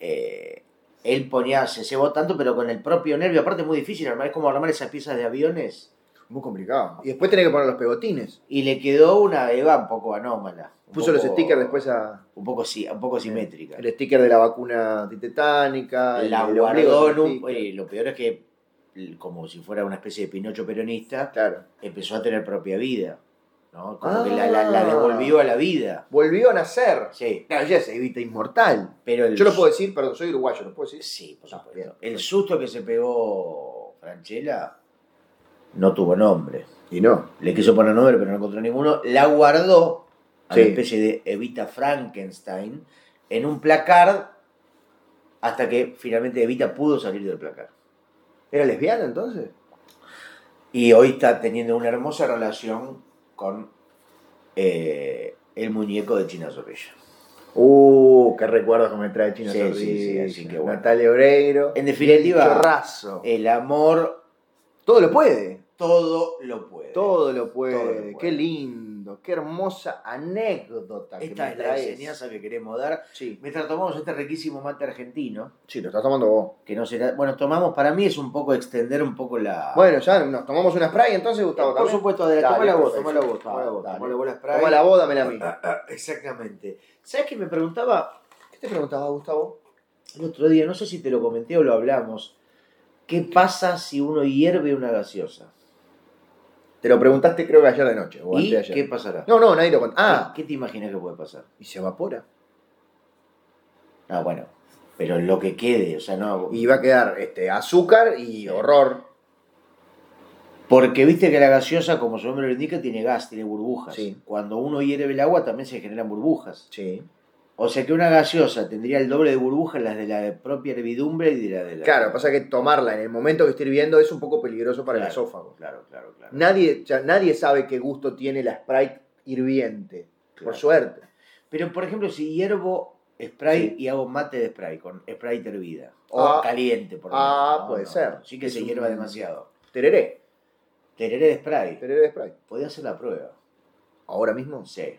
[SPEAKER 2] eh, él ponía, se cebó tanto, pero con el propio nervio. Aparte es muy difícil armar, es como armar esas piezas de aviones.
[SPEAKER 1] Muy complicado. Y después tenía que poner los pegotines.
[SPEAKER 2] Y le quedó una Eva un poco anómala. un
[SPEAKER 1] Puso los
[SPEAKER 2] poco-
[SPEAKER 1] stickers después a.
[SPEAKER 2] Un poco, sí, un poco simétrica.
[SPEAKER 1] El sticker de la vacuna antitetánica. el-
[SPEAKER 2] La
[SPEAKER 1] el ombligo
[SPEAKER 2] guardó en
[SPEAKER 1] con
[SPEAKER 2] un-
[SPEAKER 1] el sticker.
[SPEAKER 2] eh, Lo peor es que, como si fuera una especie de pinocho peronista,
[SPEAKER 1] Claro.
[SPEAKER 2] empezó a tener propia vida. ¿no? Como que
[SPEAKER 1] Ah.
[SPEAKER 2] la, la- la devolvió a la vida.
[SPEAKER 1] Volvió a nacer.
[SPEAKER 2] Sí,
[SPEAKER 1] Claro, ya se evita inmortal.
[SPEAKER 2] pero el
[SPEAKER 1] Yo lo puedo decir, perdón, soy uruguayo, ¿lo puedo decir?
[SPEAKER 2] Sí, por
[SPEAKER 1] Ah,
[SPEAKER 2] supuesto.
[SPEAKER 1] bien.
[SPEAKER 2] El susto que se pegó Franchella no tuvo nombre.
[SPEAKER 1] Y no.
[SPEAKER 2] Le quiso poner nombre, pero no encontró ninguno. La guardó a
[SPEAKER 1] Sí.
[SPEAKER 2] una especie de Evita Frankenstein en un placard hasta que finalmente Evita pudo salir del placard.
[SPEAKER 1] ¿Era lesbiana entonces?
[SPEAKER 2] Y hoy está teniendo una hermosa relación con eh, el muñeco de China Zorrilla.
[SPEAKER 1] Uh, qué recuerdos que me trae Chino
[SPEAKER 2] Sí, sí, sí, así
[SPEAKER 1] Zorrilla,
[SPEAKER 2] que bueno.
[SPEAKER 1] Natalia Oreiro.
[SPEAKER 2] En definitiva,
[SPEAKER 1] Chorrazo.
[SPEAKER 2] El amor
[SPEAKER 1] todo lo puede.
[SPEAKER 2] todo lo puede.
[SPEAKER 1] Todo lo puede.
[SPEAKER 2] Todo lo puede.
[SPEAKER 1] Qué lindo. Qué hermosa anécdota que
[SPEAKER 2] Esta
[SPEAKER 1] me
[SPEAKER 2] es la
[SPEAKER 1] traes.
[SPEAKER 2] enseñanza que queremos dar.
[SPEAKER 1] Sí.
[SPEAKER 2] Mientras tomamos este riquísimo mate argentino,
[SPEAKER 1] sí, lo estás tomando vos.
[SPEAKER 2] que no será. Bueno, tomamos, para mí es un poco extender un poco la. Eh,
[SPEAKER 1] Bueno, ya nos tomamos una spray entonces, Gustavo.
[SPEAKER 2] por supuesto, Adela,
[SPEAKER 1] Dale,
[SPEAKER 2] tomala vos,
[SPEAKER 1] perfecto.
[SPEAKER 2] tomala vos, tomala vos,
[SPEAKER 1] Dale.
[SPEAKER 2] tomala vos la spray.
[SPEAKER 1] Toma la boda, me la mí.
[SPEAKER 2] Ah, ah, *laughs* Exactamente. ¿Sabes qué me preguntaba
[SPEAKER 1] ¿Qué te preguntaba, Gustavo?
[SPEAKER 2] el otro día? No sé si te lo comenté o lo hablamos. ¿Qué pasa si uno hierve una gaseosa?
[SPEAKER 1] Te lo preguntaste creo que ayer de noche o
[SPEAKER 2] ¿Y
[SPEAKER 1] antes de
[SPEAKER 2] qué
[SPEAKER 1] ayer.
[SPEAKER 2] pasará?
[SPEAKER 1] No, no, nadie lo contó. Ah,
[SPEAKER 2] ¿Qué te imaginas que puede pasar?
[SPEAKER 1] y se evapora.
[SPEAKER 2] Ah, bueno. Pero lo que quede, o sea, no.
[SPEAKER 1] Y va a quedar este, azúcar y horror.
[SPEAKER 2] Porque viste que la gaseosa, como su nombre lo indica, tiene gas, tiene burbujas.
[SPEAKER 1] Sí.
[SPEAKER 2] Cuando uno hierve el agua también se generan burbujas.
[SPEAKER 1] Sí.
[SPEAKER 2] O sea que una gaseosa tendría el doble de burbujas, las de la propia hervidumbre y de la de la.
[SPEAKER 1] Claro, pasa que tomarla en el momento que estoy hirviendo es un poco peligroso para el
[SPEAKER 2] Claro,
[SPEAKER 1] esófago.
[SPEAKER 2] Claro, claro, claro.
[SPEAKER 1] Nadie, o sea, nadie sabe qué gusto tiene la Sprite hirviente. Por
[SPEAKER 2] Claro.
[SPEAKER 1] suerte.
[SPEAKER 2] Pero por ejemplo, si hiervo spray
[SPEAKER 1] Sí.
[SPEAKER 2] y hago mate de spray, con spray hervida. O
[SPEAKER 1] Ah.
[SPEAKER 2] caliente, por lo
[SPEAKER 1] Ah,
[SPEAKER 2] menos.
[SPEAKER 1] puede ser.
[SPEAKER 2] Sí que
[SPEAKER 1] Es
[SPEAKER 2] se
[SPEAKER 1] un-
[SPEAKER 2] hierva demasiado.
[SPEAKER 1] Tereré.
[SPEAKER 2] Tereré de spray.
[SPEAKER 1] Tereré de Sprite.
[SPEAKER 2] Podía hacer la prueba.
[SPEAKER 1] Ahora mismo.
[SPEAKER 2] Sí.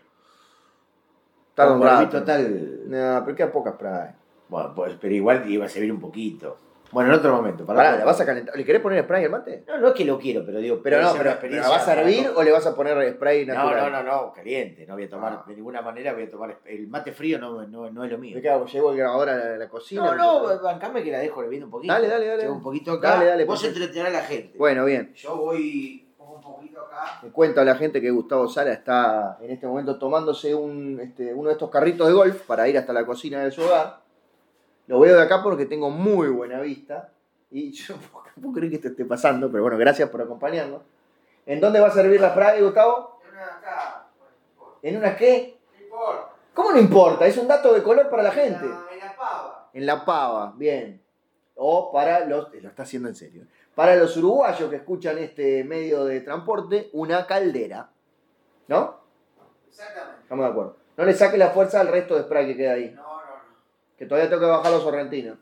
[SPEAKER 1] Tarda un
[SPEAKER 2] Por mí,
[SPEAKER 1] rato.
[SPEAKER 2] total.
[SPEAKER 1] No, pero queda poca Sprite.
[SPEAKER 2] Bueno, pues, pero igual iba a servir un poquito. Bueno, en otro momento. para
[SPEAKER 1] Pará,
[SPEAKER 2] otro-
[SPEAKER 1] ¿la vas a calentar? ¿Le querés poner spray al mate?
[SPEAKER 2] No, no es que lo quiero, pero digo,
[SPEAKER 1] Pero
[SPEAKER 2] puede
[SPEAKER 1] no,
[SPEAKER 2] ser
[SPEAKER 1] pero,
[SPEAKER 2] una
[SPEAKER 1] ¿pero
[SPEAKER 2] experiencia
[SPEAKER 1] ¿la vas a hervir
[SPEAKER 2] para-
[SPEAKER 1] o le vas a poner spray
[SPEAKER 2] No, no,
[SPEAKER 1] natural?
[SPEAKER 2] no, no, caliente. No voy a tomar,
[SPEAKER 1] Ah.
[SPEAKER 2] de ninguna manera voy a tomar. El mate frío no, no, no es lo mío.
[SPEAKER 1] Me cago, llevo el grabador a la, a la cocina.
[SPEAKER 2] No,
[SPEAKER 1] me
[SPEAKER 2] no,
[SPEAKER 1] pongo-
[SPEAKER 2] bancame que la dejo hirviendo un poquito.
[SPEAKER 1] Dale, dale, dale.
[SPEAKER 2] Llevo un poquito acá.
[SPEAKER 1] Dale, dale,
[SPEAKER 2] Vos
[SPEAKER 1] perfecto.
[SPEAKER 2] entretenés a la gente.
[SPEAKER 1] Bueno, bien.
[SPEAKER 2] Yo voy pongo un poquito acá.
[SPEAKER 1] Me cuento a la gente que Gustavo Sala está en este momento tomándose un, este, uno de estos carritos de golf para ir hasta la cocina de su hogar. Lo veo de acá porque tengo muy buena vista. Y *laughs* yo no puedo creer que esto esté pasando, pero bueno, gracias por acompañarnos. ¿En dónde va a servir la spray, Gustavo?
[SPEAKER 2] Acá.
[SPEAKER 1] ¿En una qué?
[SPEAKER 2] Por
[SPEAKER 1] ¿Cómo no importa? Es un dato de color para la gente.
[SPEAKER 2] la, en la pava.
[SPEAKER 1] En la pava, bien. O para los. eh, Lo está haciendo en serio. Para los uruguayos que escuchan este medio de transporte, una caldera. ¿No?
[SPEAKER 2] Exactamente.
[SPEAKER 1] Estamos de acuerdo. No le saque la fuerza al resto de spray que queda ahí.
[SPEAKER 2] No, no, no.
[SPEAKER 1] Que todavía tengo que bajar los sorrentinos.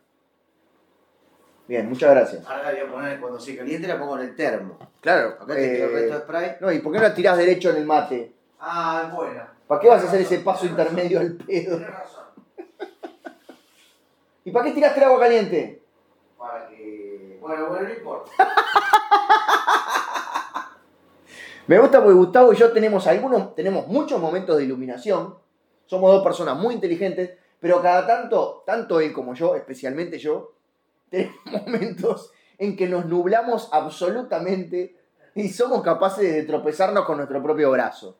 [SPEAKER 1] Bien, muchas gracias.
[SPEAKER 2] Ahora la voy a poner cuando se caliente, la pongo en el termo.
[SPEAKER 1] Claro.
[SPEAKER 2] Acá te quedó el resto de spray.
[SPEAKER 1] Eh, no, ¿y por qué no la tirás derecho en el mate?
[SPEAKER 2] Ah, es buena.
[SPEAKER 1] ¿Para qué vas a hacer ese paso intermedio al pedo?
[SPEAKER 2] Tienes razón.
[SPEAKER 1] ¿Y para qué tiraste el agua caliente?
[SPEAKER 2] Para que. Bueno, bueno, no importa.
[SPEAKER 1] Me gusta porque Gustavo y yo tenemos algunos, tenemos muchos momentos de iluminación. Somos dos personas muy inteligentes, pero cada tanto, tanto él como yo, especialmente yo, *laughs* tenemos momentos en que nos nublamos absolutamente y somos capaces de tropezarnos con nuestro propio brazo.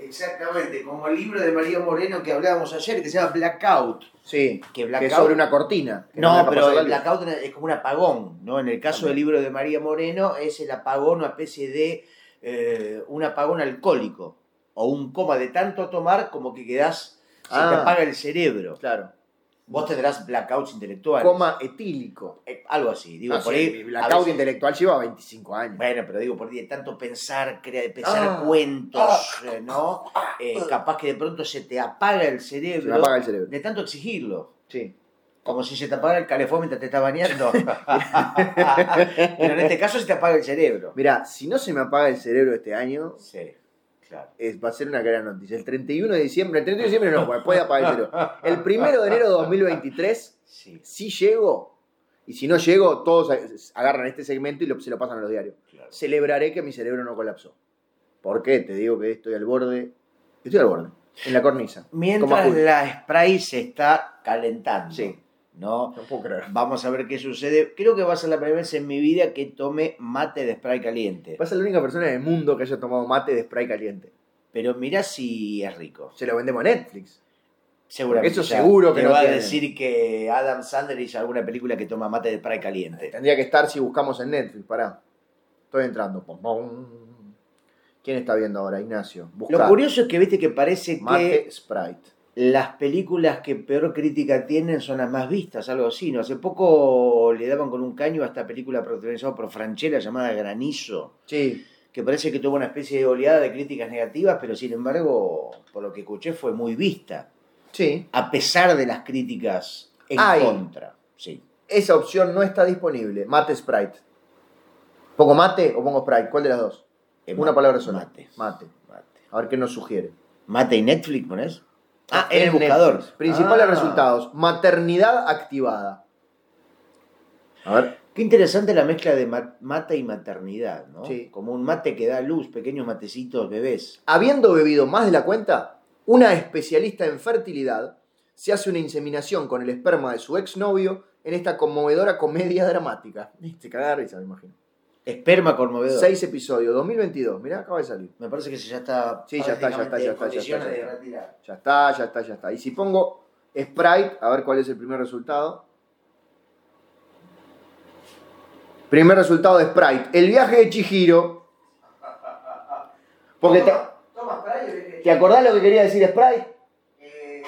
[SPEAKER 2] Exactamente, como el libro de María Moreno que hablábamos ayer, que se llama Blackout.
[SPEAKER 1] Sí,
[SPEAKER 2] Que
[SPEAKER 1] que
[SPEAKER 2] Blackout.
[SPEAKER 1] es sobre una cortina. que
[SPEAKER 2] No,
[SPEAKER 1] deja
[SPEAKER 2] pero
[SPEAKER 1] pasar la
[SPEAKER 2] el
[SPEAKER 1] luz.
[SPEAKER 2] blackout es como un apagón, ¿no? En el caso del libro de María Moreno es el apagón, una especie de eh, un apagón alcohólico o un coma de tanto tomar como que quedás, se te
[SPEAKER 1] Ah.
[SPEAKER 2] apaga el cerebro.
[SPEAKER 1] Claro.
[SPEAKER 2] Vos tendrás blackouts intelectuales.
[SPEAKER 1] Coma etílico.
[SPEAKER 2] Eh, algo así, digo,
[SPEAKER 1] No
[SPEAKER 2] por
[SPEAKER 1] sé,
[SPEAKER 2] ahí.
[SPEAKER 1] mi
[SPEAKER 2] a
[SPEAKER 1] blackout
[SPEAKER 2] veces-
[SPEAKER 1] intelectual lleva 25 años.
[SPEAKER 2] bueno, pero digo, por ahí de tanto pensar, crea, pensar
[SPEAKER 1] Ah.
[SPEAKER 2] cuentos, eh, ¿no? Eh, capaz que de pronto se te apaga el
[SPEAKER 1] Se
[SPEAKER 2] cerebro.
[SPEAKER 1] me apaga el cerebro.
[SPEAKER 2] De tanto exigirlo.
[SPEAKER 1] Sí.
[SPEAKER 2] Como si se te apagara el calefón mientras te estás bañando. *laughs* Pero en este caso se te apaga el cerebro.
[SPEAKER 1] Mirá, si no se me apaga el cerebro este año,
[SPEAKER 2] Sí, claro.
[SPEAKER 1] es- va a ser una gran noticia. El 31 de diciembre, el 31 de diciembre no, porque puede apagar *laughs* el cerebro. El 1 de enero de 2023,
[SPEAKER 2] Sí,
[SPEAKER 1] si llego, y si no llego, todos a- agarran este segmento y lo- se lo pasan a los diarios.
[SPEAKER 2] claro.
[SPEAKER 1] Celebraré que mi cerebro no colapsó. ¿Por qué? Te digo que estoy al borde. Estoy al borde, en la cornisa. Como
[SPEAKER 2] Mientras
[SPEAKER 1] Julio.
[SPEAKER 2] la spray se está calentando.
[SPEAKER 1] Sí.
[SPEAKER 2] ¿No?
[SPEAKER 1] No puedo creer.
[SPEAKER 2] Vamos a ver qué sucede. Creo que va a ser la primera vez en mi vida que tome mate de spray caliente.
[SPEAKER 1] Vas a ser la única persona en el mundo que haya tomado mate de spray caliente.
[SPEAKER 2] Pero mirá si es rico.
[SPEAKER 1] Se lo vendemos a Netflix.
[SPEAKER 2] Seguramente.
[SPEAKER 1] Eso
[SPEAKER 2] ya
[SPEAKER 1] seguro que
[SPEAKER 2] te
[SPEAKER 1] no
[SPEAKER 2] va
[SPEAKER 1] tienen.
[SPEAKER 2] a decir que Adam Sandler hizo alguna película que toma mate de spray caliente.
[SPEAKER 1] Tendría que estar si buscamos en Netflix, pará. Estoy entrando. Pom, pom. ¿Quién está viendo ahora? Ignacio. Buscá.
[SPEAKER 2] Lo curioso es que viste que parece que
[SPEAKER 1] Mate Sprite.
[SPEAKER 2] las películas que peor crítica tienen son las más vistas, algo así. ¿no? Hace poco le daban con un caño a esta película protagonizada por Franchella llamada Granizo,
[SPEAKER 1] Sí.
[SPEAKER 2] que parece que tuvo una especie de oleada de críticas negativas, pero sin embargo, por lo que escuché, fue muy vista,
[SPEAKER 1] Sí.
[SPEAKER 2] a pesar de las críticas en
[SPEAKER 1] Ay.
[SPEAKER 2] contra. Sí.
[SPEAKER 1] Esa opción no está disponible. Mate Sprite. ¿Pongo mate o pongo Sprite? ¿Cuál de las dos?
[SPEAKER 2] Eh,
[SPEAKER 1] Una
[SPEAKER 2] mate,
[SPEAKER 1] palabra sola.
[SPEAKER 2] Mate.
[SPEAKER 1] Mate.
[SPEAKER 2] Mate.
[SPEAKER 1] A ver qué nos sugiere.
[SPEAKER 2] Mate y Netflix, ¿pones? Ah, en
[SPEAKER 1] en
[SPEAKER 2] el buscador.
[SPEAKER 1] Netflix. Principales
[SPEAKER 2] Ah.
[SPEAKER 1] resultados. Maternidad activada. A ver.
[SPEAKER 2] Qué interesante la mezcla de ma- mate y maternidad, ¿no?
[SPEAKER 1] Sí.
[SPEAKER 2] Como un mate que da luz, pequeños matecitos, bebés.
[SPEAKER 1] Habiendo bebido más de la cuenta, una especialista en fertilidad se hace una inseminación con el esperma de su exnovio en esta conmovedora comedia dramática. *laughs* Se caga de risa, me imagino.
[SPEAKER 2] Esperma conmovedor.
[SPEAKER 1] Seis episodios, 2022. Mirá, acaba de salir.
[SPEAKER 2] Me parece que se ya está.
[SPEAKER 1] Sí, ya está, ya está, ya está, ya
[SPEAKER 2] en condiciones
[SPEAKER 1] está, ya
[SPEAKER 2] de
[SPEAKER 1] está.
[SPEAKER 2] retirar.
[SPEAKER 1] Ya está, ya está, ya está. Y si pongo Sprite, a ver cuál es el primer resultado. Primer resultado de Sprite. El viaje de Chihiro. Porque te, ¿Te acordás lo que quería decir Sprite?
[SPEAKER 2] Eh,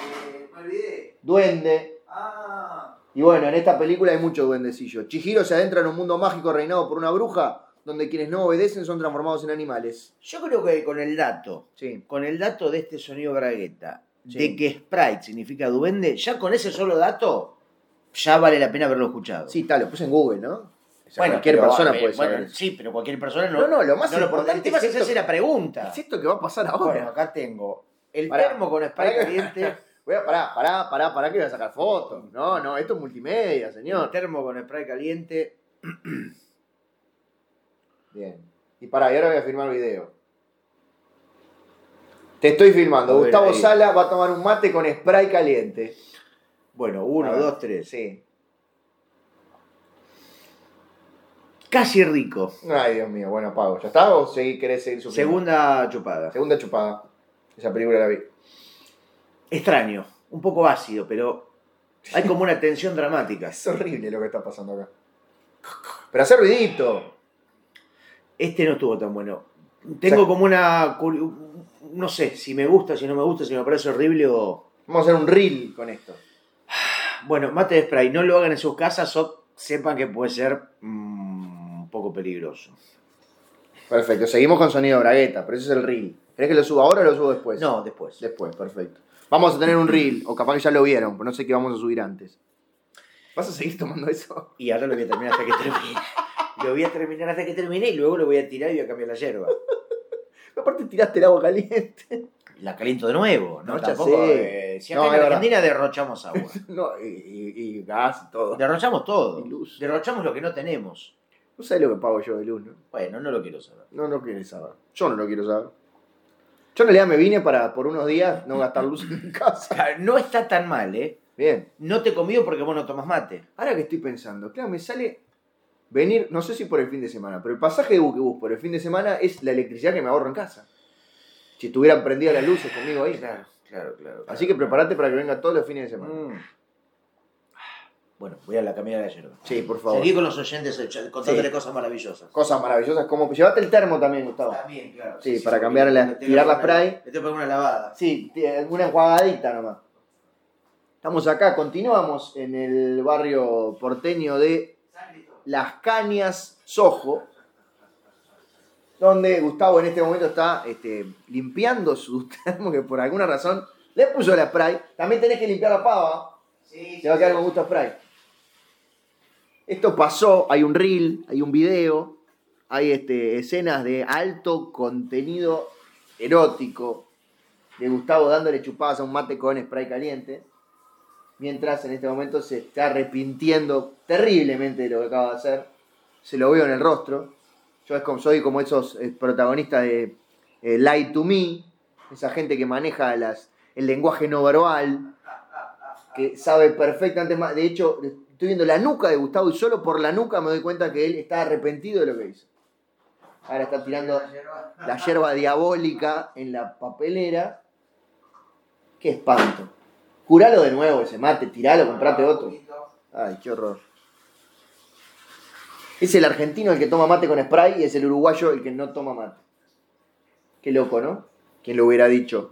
[SPEAKER 2] me olvidé.
[SPEAKER 1] Duende.
[SPEAKER 2] Ah.
[SPEAKER 1] Y bueno, en esta película hay mucho duendecillo. Chihiro se adentra en un mundo mágico reinado por una bruja, donde quienes no obedecen son transformados en animales.
[SPEAKER 2] Yo creo que con el dato,
[SPEAKER 1] Sí.
[SPEAKER 2] con el dato de este sonido bragueta,
[SPEAKER 1] Sí.
[SPEAKER 2] de que Sprite significa duende, ya con ese solo dato, ya vale la pena haberlo escuchado.
[SPEAKER 1] Sí, tal, lo puse en Google, ¿no? O sea,
[SPEAKER 2] Bueno,
[SPEAKER 1] cualquier
[SPEAKER 2] pero,
[SPEAKER 1] persona
[SPEAKER 2] eh,
[SPEAKER 1] puede
[SPEAKER 2] bueno,
[SPEAKER 1] saber. eso.
[SPEAKER 2] Sí, pero cualquier persona no.
[SPEAKER 1] No, no, lo más
[SPEAKER 2] no,
[SPEAKER 1] importante
[SPEAKER 2] el tema
[SPEAKER 1] es
[SPEAKER 2] es
[SPEAKER 1] esto-
[SPEAKER 2] hacerse la pregunta.
[SPEAKER 1] Es esto que va a pasar
[SPEAKER 2] Bueno,
[SPEAKER 1] ahora.
[SPEAKER 2] acá tengo el
[SPEAKER 1] Pará.
[SPEAKER 2] termo con Sprite
[SPEAKER 1] Pará. *laughs*
[SPEAKER 2] caliente,
[SPEAKER 1] Voy a pará, pará, pará, pará, que voy a sacar fotos. No, no, esto es multimedia,
[SPEAKER 2] el
[SPEAKER 1] señor.
[SPEAKER 2] termo con Sprite caliente.
[SPEAKER 1] Bien. Y pará, y ahora voy a filmar video. Te estoy filmando.
[SPEAKER 2] A ver,
[SPEAKER 1] Gustavo
[SPEAKER 2] ahí.
[SPEAKER 1] Sala va a tomar un mate con spray caliente.
[SPEAKER 2] Bueno, uno,
[SPEAKER 1] A ver.
[SPEAKER 2] dos, tres.
[SPEAKER 1] Sí.
[SPEAKER 2] Casi rico.
[SPEAKER 1] Ay, Dios mío, bueno, pago. ¿Ya está o seguí, querés seguir su
[SPEAKER 2] Segunda chupada.
[SPEAKER 1] Segunda chupada. Esa película la vi.
[SPEAKER 2] Extraño, un poco ácido, pero hay como una tensión dramática.
[SPEAKER 1] Es horrible lo que está pasando *laughs* acá. Pero hace ruidito.
[SPEAKER 2] Este no estuvo tan bueno. Tengo como una. curi- No sé si me gusta, si no me gusta, si me parece horrible o.
[SPEAKER 1] Vamos a hacer un reel con esto.
[SPEAKER 2] Bueno, mate de spray, no lo hagan en sus casas o sepan que puede ser mm, un poco peligroso.
[SPEAKER 1] Perfecto. Seguimos con sonido bragueta, pero eso es el reel. ¿Querés que lo suba ahora o lo subo después?
[SPEAKER 2] No, después.
[SPEAKER 1] Después, perfecto. Vamos a tener un reel, o capaz que ya lo vieron, pero no sé qué vamos a subir antes. ¿Vas a seguir tomando eso? *laughs*
[SPEAKER 2] Y ahora lo voy a terminar hasta que *laughs* termine. Lo voy a terminar hasta que termine y luego lo voy a tirar y voy a cambiar la hierba.
[SPEAKER 1] Aparte tiraste el agua caliente.
[SPEAKER 2] La caliento de nuevo, ¿no?
[SPEAKER 1] No, ya
[SPEAKER 2] Tampoco.
[SPEAKER 1] sé.
[SPEAKER 2] eh, si
[SPEAKER 1] No,
[SPEAKER 2] acá
[SPEAKER 1] es
[SPEAKER 2] en
[SPEAKER 1] verdad.
[SPEAKER 2] Argentina derrochamos agua.
[SPEAKER 1] No, y, y- y gas y todo.
[SPEAKER 2] Derrochamos todo.
[SPEAKER 1] Y luz.
[SPEAKER 2] Derrochamos lo que no tenemos.
[SPEAKER 1] No sabés lo que pago yo de luz, ¿no?
[SPEAKER 2] Bueno, no lo quiero saber.
[SPEAKER 1] No lo quieres saber. Yo no lo quiero saber. Yo en realidad me vine para por unos días no gastar luz en mi casa.
[SPEAKER 2] No está tan mal, ¿eh?
[SPEAKER 1] Bien.
[SPEAKER 2] No te comido porque vos no tomas mate.
[SPEAKER 1] Ahora que estoy pensando, claro, me sale venir, no sé si por el fin de semana, pero el pasaje de buquebús por el fin de semana es la electricidad que me ahorro en casa. Si estuvieran prendidas las luces conmigo ahí.
[SPEAKER 2] claro, claro.
[SPEAKER 1] Así que prepárate para que venga todos los fines de semana.
[SPEAKER 2] Mm. Bueno, voy a la camilla de la yerba.
[SPEAKER 1] Sí, por favor.
[SPEAKER 2] Seguí con los oyentes eh, ch- contándole
[SPEAKER 1] Sí.
[SPEAKER 2] cosas maravillosas.
[SPEAKER 1] Cosas maravillosas como. Llévate el termo también, Gustavo.
[SPEAKER 2] También, claro.
[SPEAKER 1] Sí, para cambiar la-
[SPEAKER 2] Le tengo
[SPEAKER 1] tirar la
[SPEAKER 2] que
[SPEAKER 1] spray.
[SPEAKER 2] poner- Le tengo que poner una lavada.
[SPEAKER 1] Sí, t- alguna enjuagadita nomás. Estamos acá, continuamos en el barrio porteño de Las Cañas, Sojo, donde Gustavo en este momento está este, limpiando su *laughs* termo que por alguna razón le puso la spray. También tenés que limpiar la pava,
[SPEAKER 2] Sí,
[SPEAKER 1] se va a quedar con gusto a spray. Esto pasó, hay un reel, hay un video, hay este, escenas de alto contenido erótico, de Gustavo dándole chupadas a un mate con spray caliente. Mientras en este momento se está arrepintiendo terriblemente de lo que acaba de hacer. Se lo veo en el rostro. Yo es como, soy como esos eh, protagonistas de eh, Lie to Me, esa gente que maneja las, el lenguaje no verbal, que sabe perfectamente más. De hecho, estoy viendo la nuca de Gustavo y solo por la nuca me doy cuenta que él está arrepentido de lo que hizo. Ahora está tirando la hierba diabólica en la papelera. Qué espanto. Curalo de nuevo ese mate, tiralo, comprate otro. Ay, qué horror. Es el argentino el que toma mate con spray y es el uruguayo el que no toma mate. Qué loco, ¿no? ¿Quién lo hubiera dicho?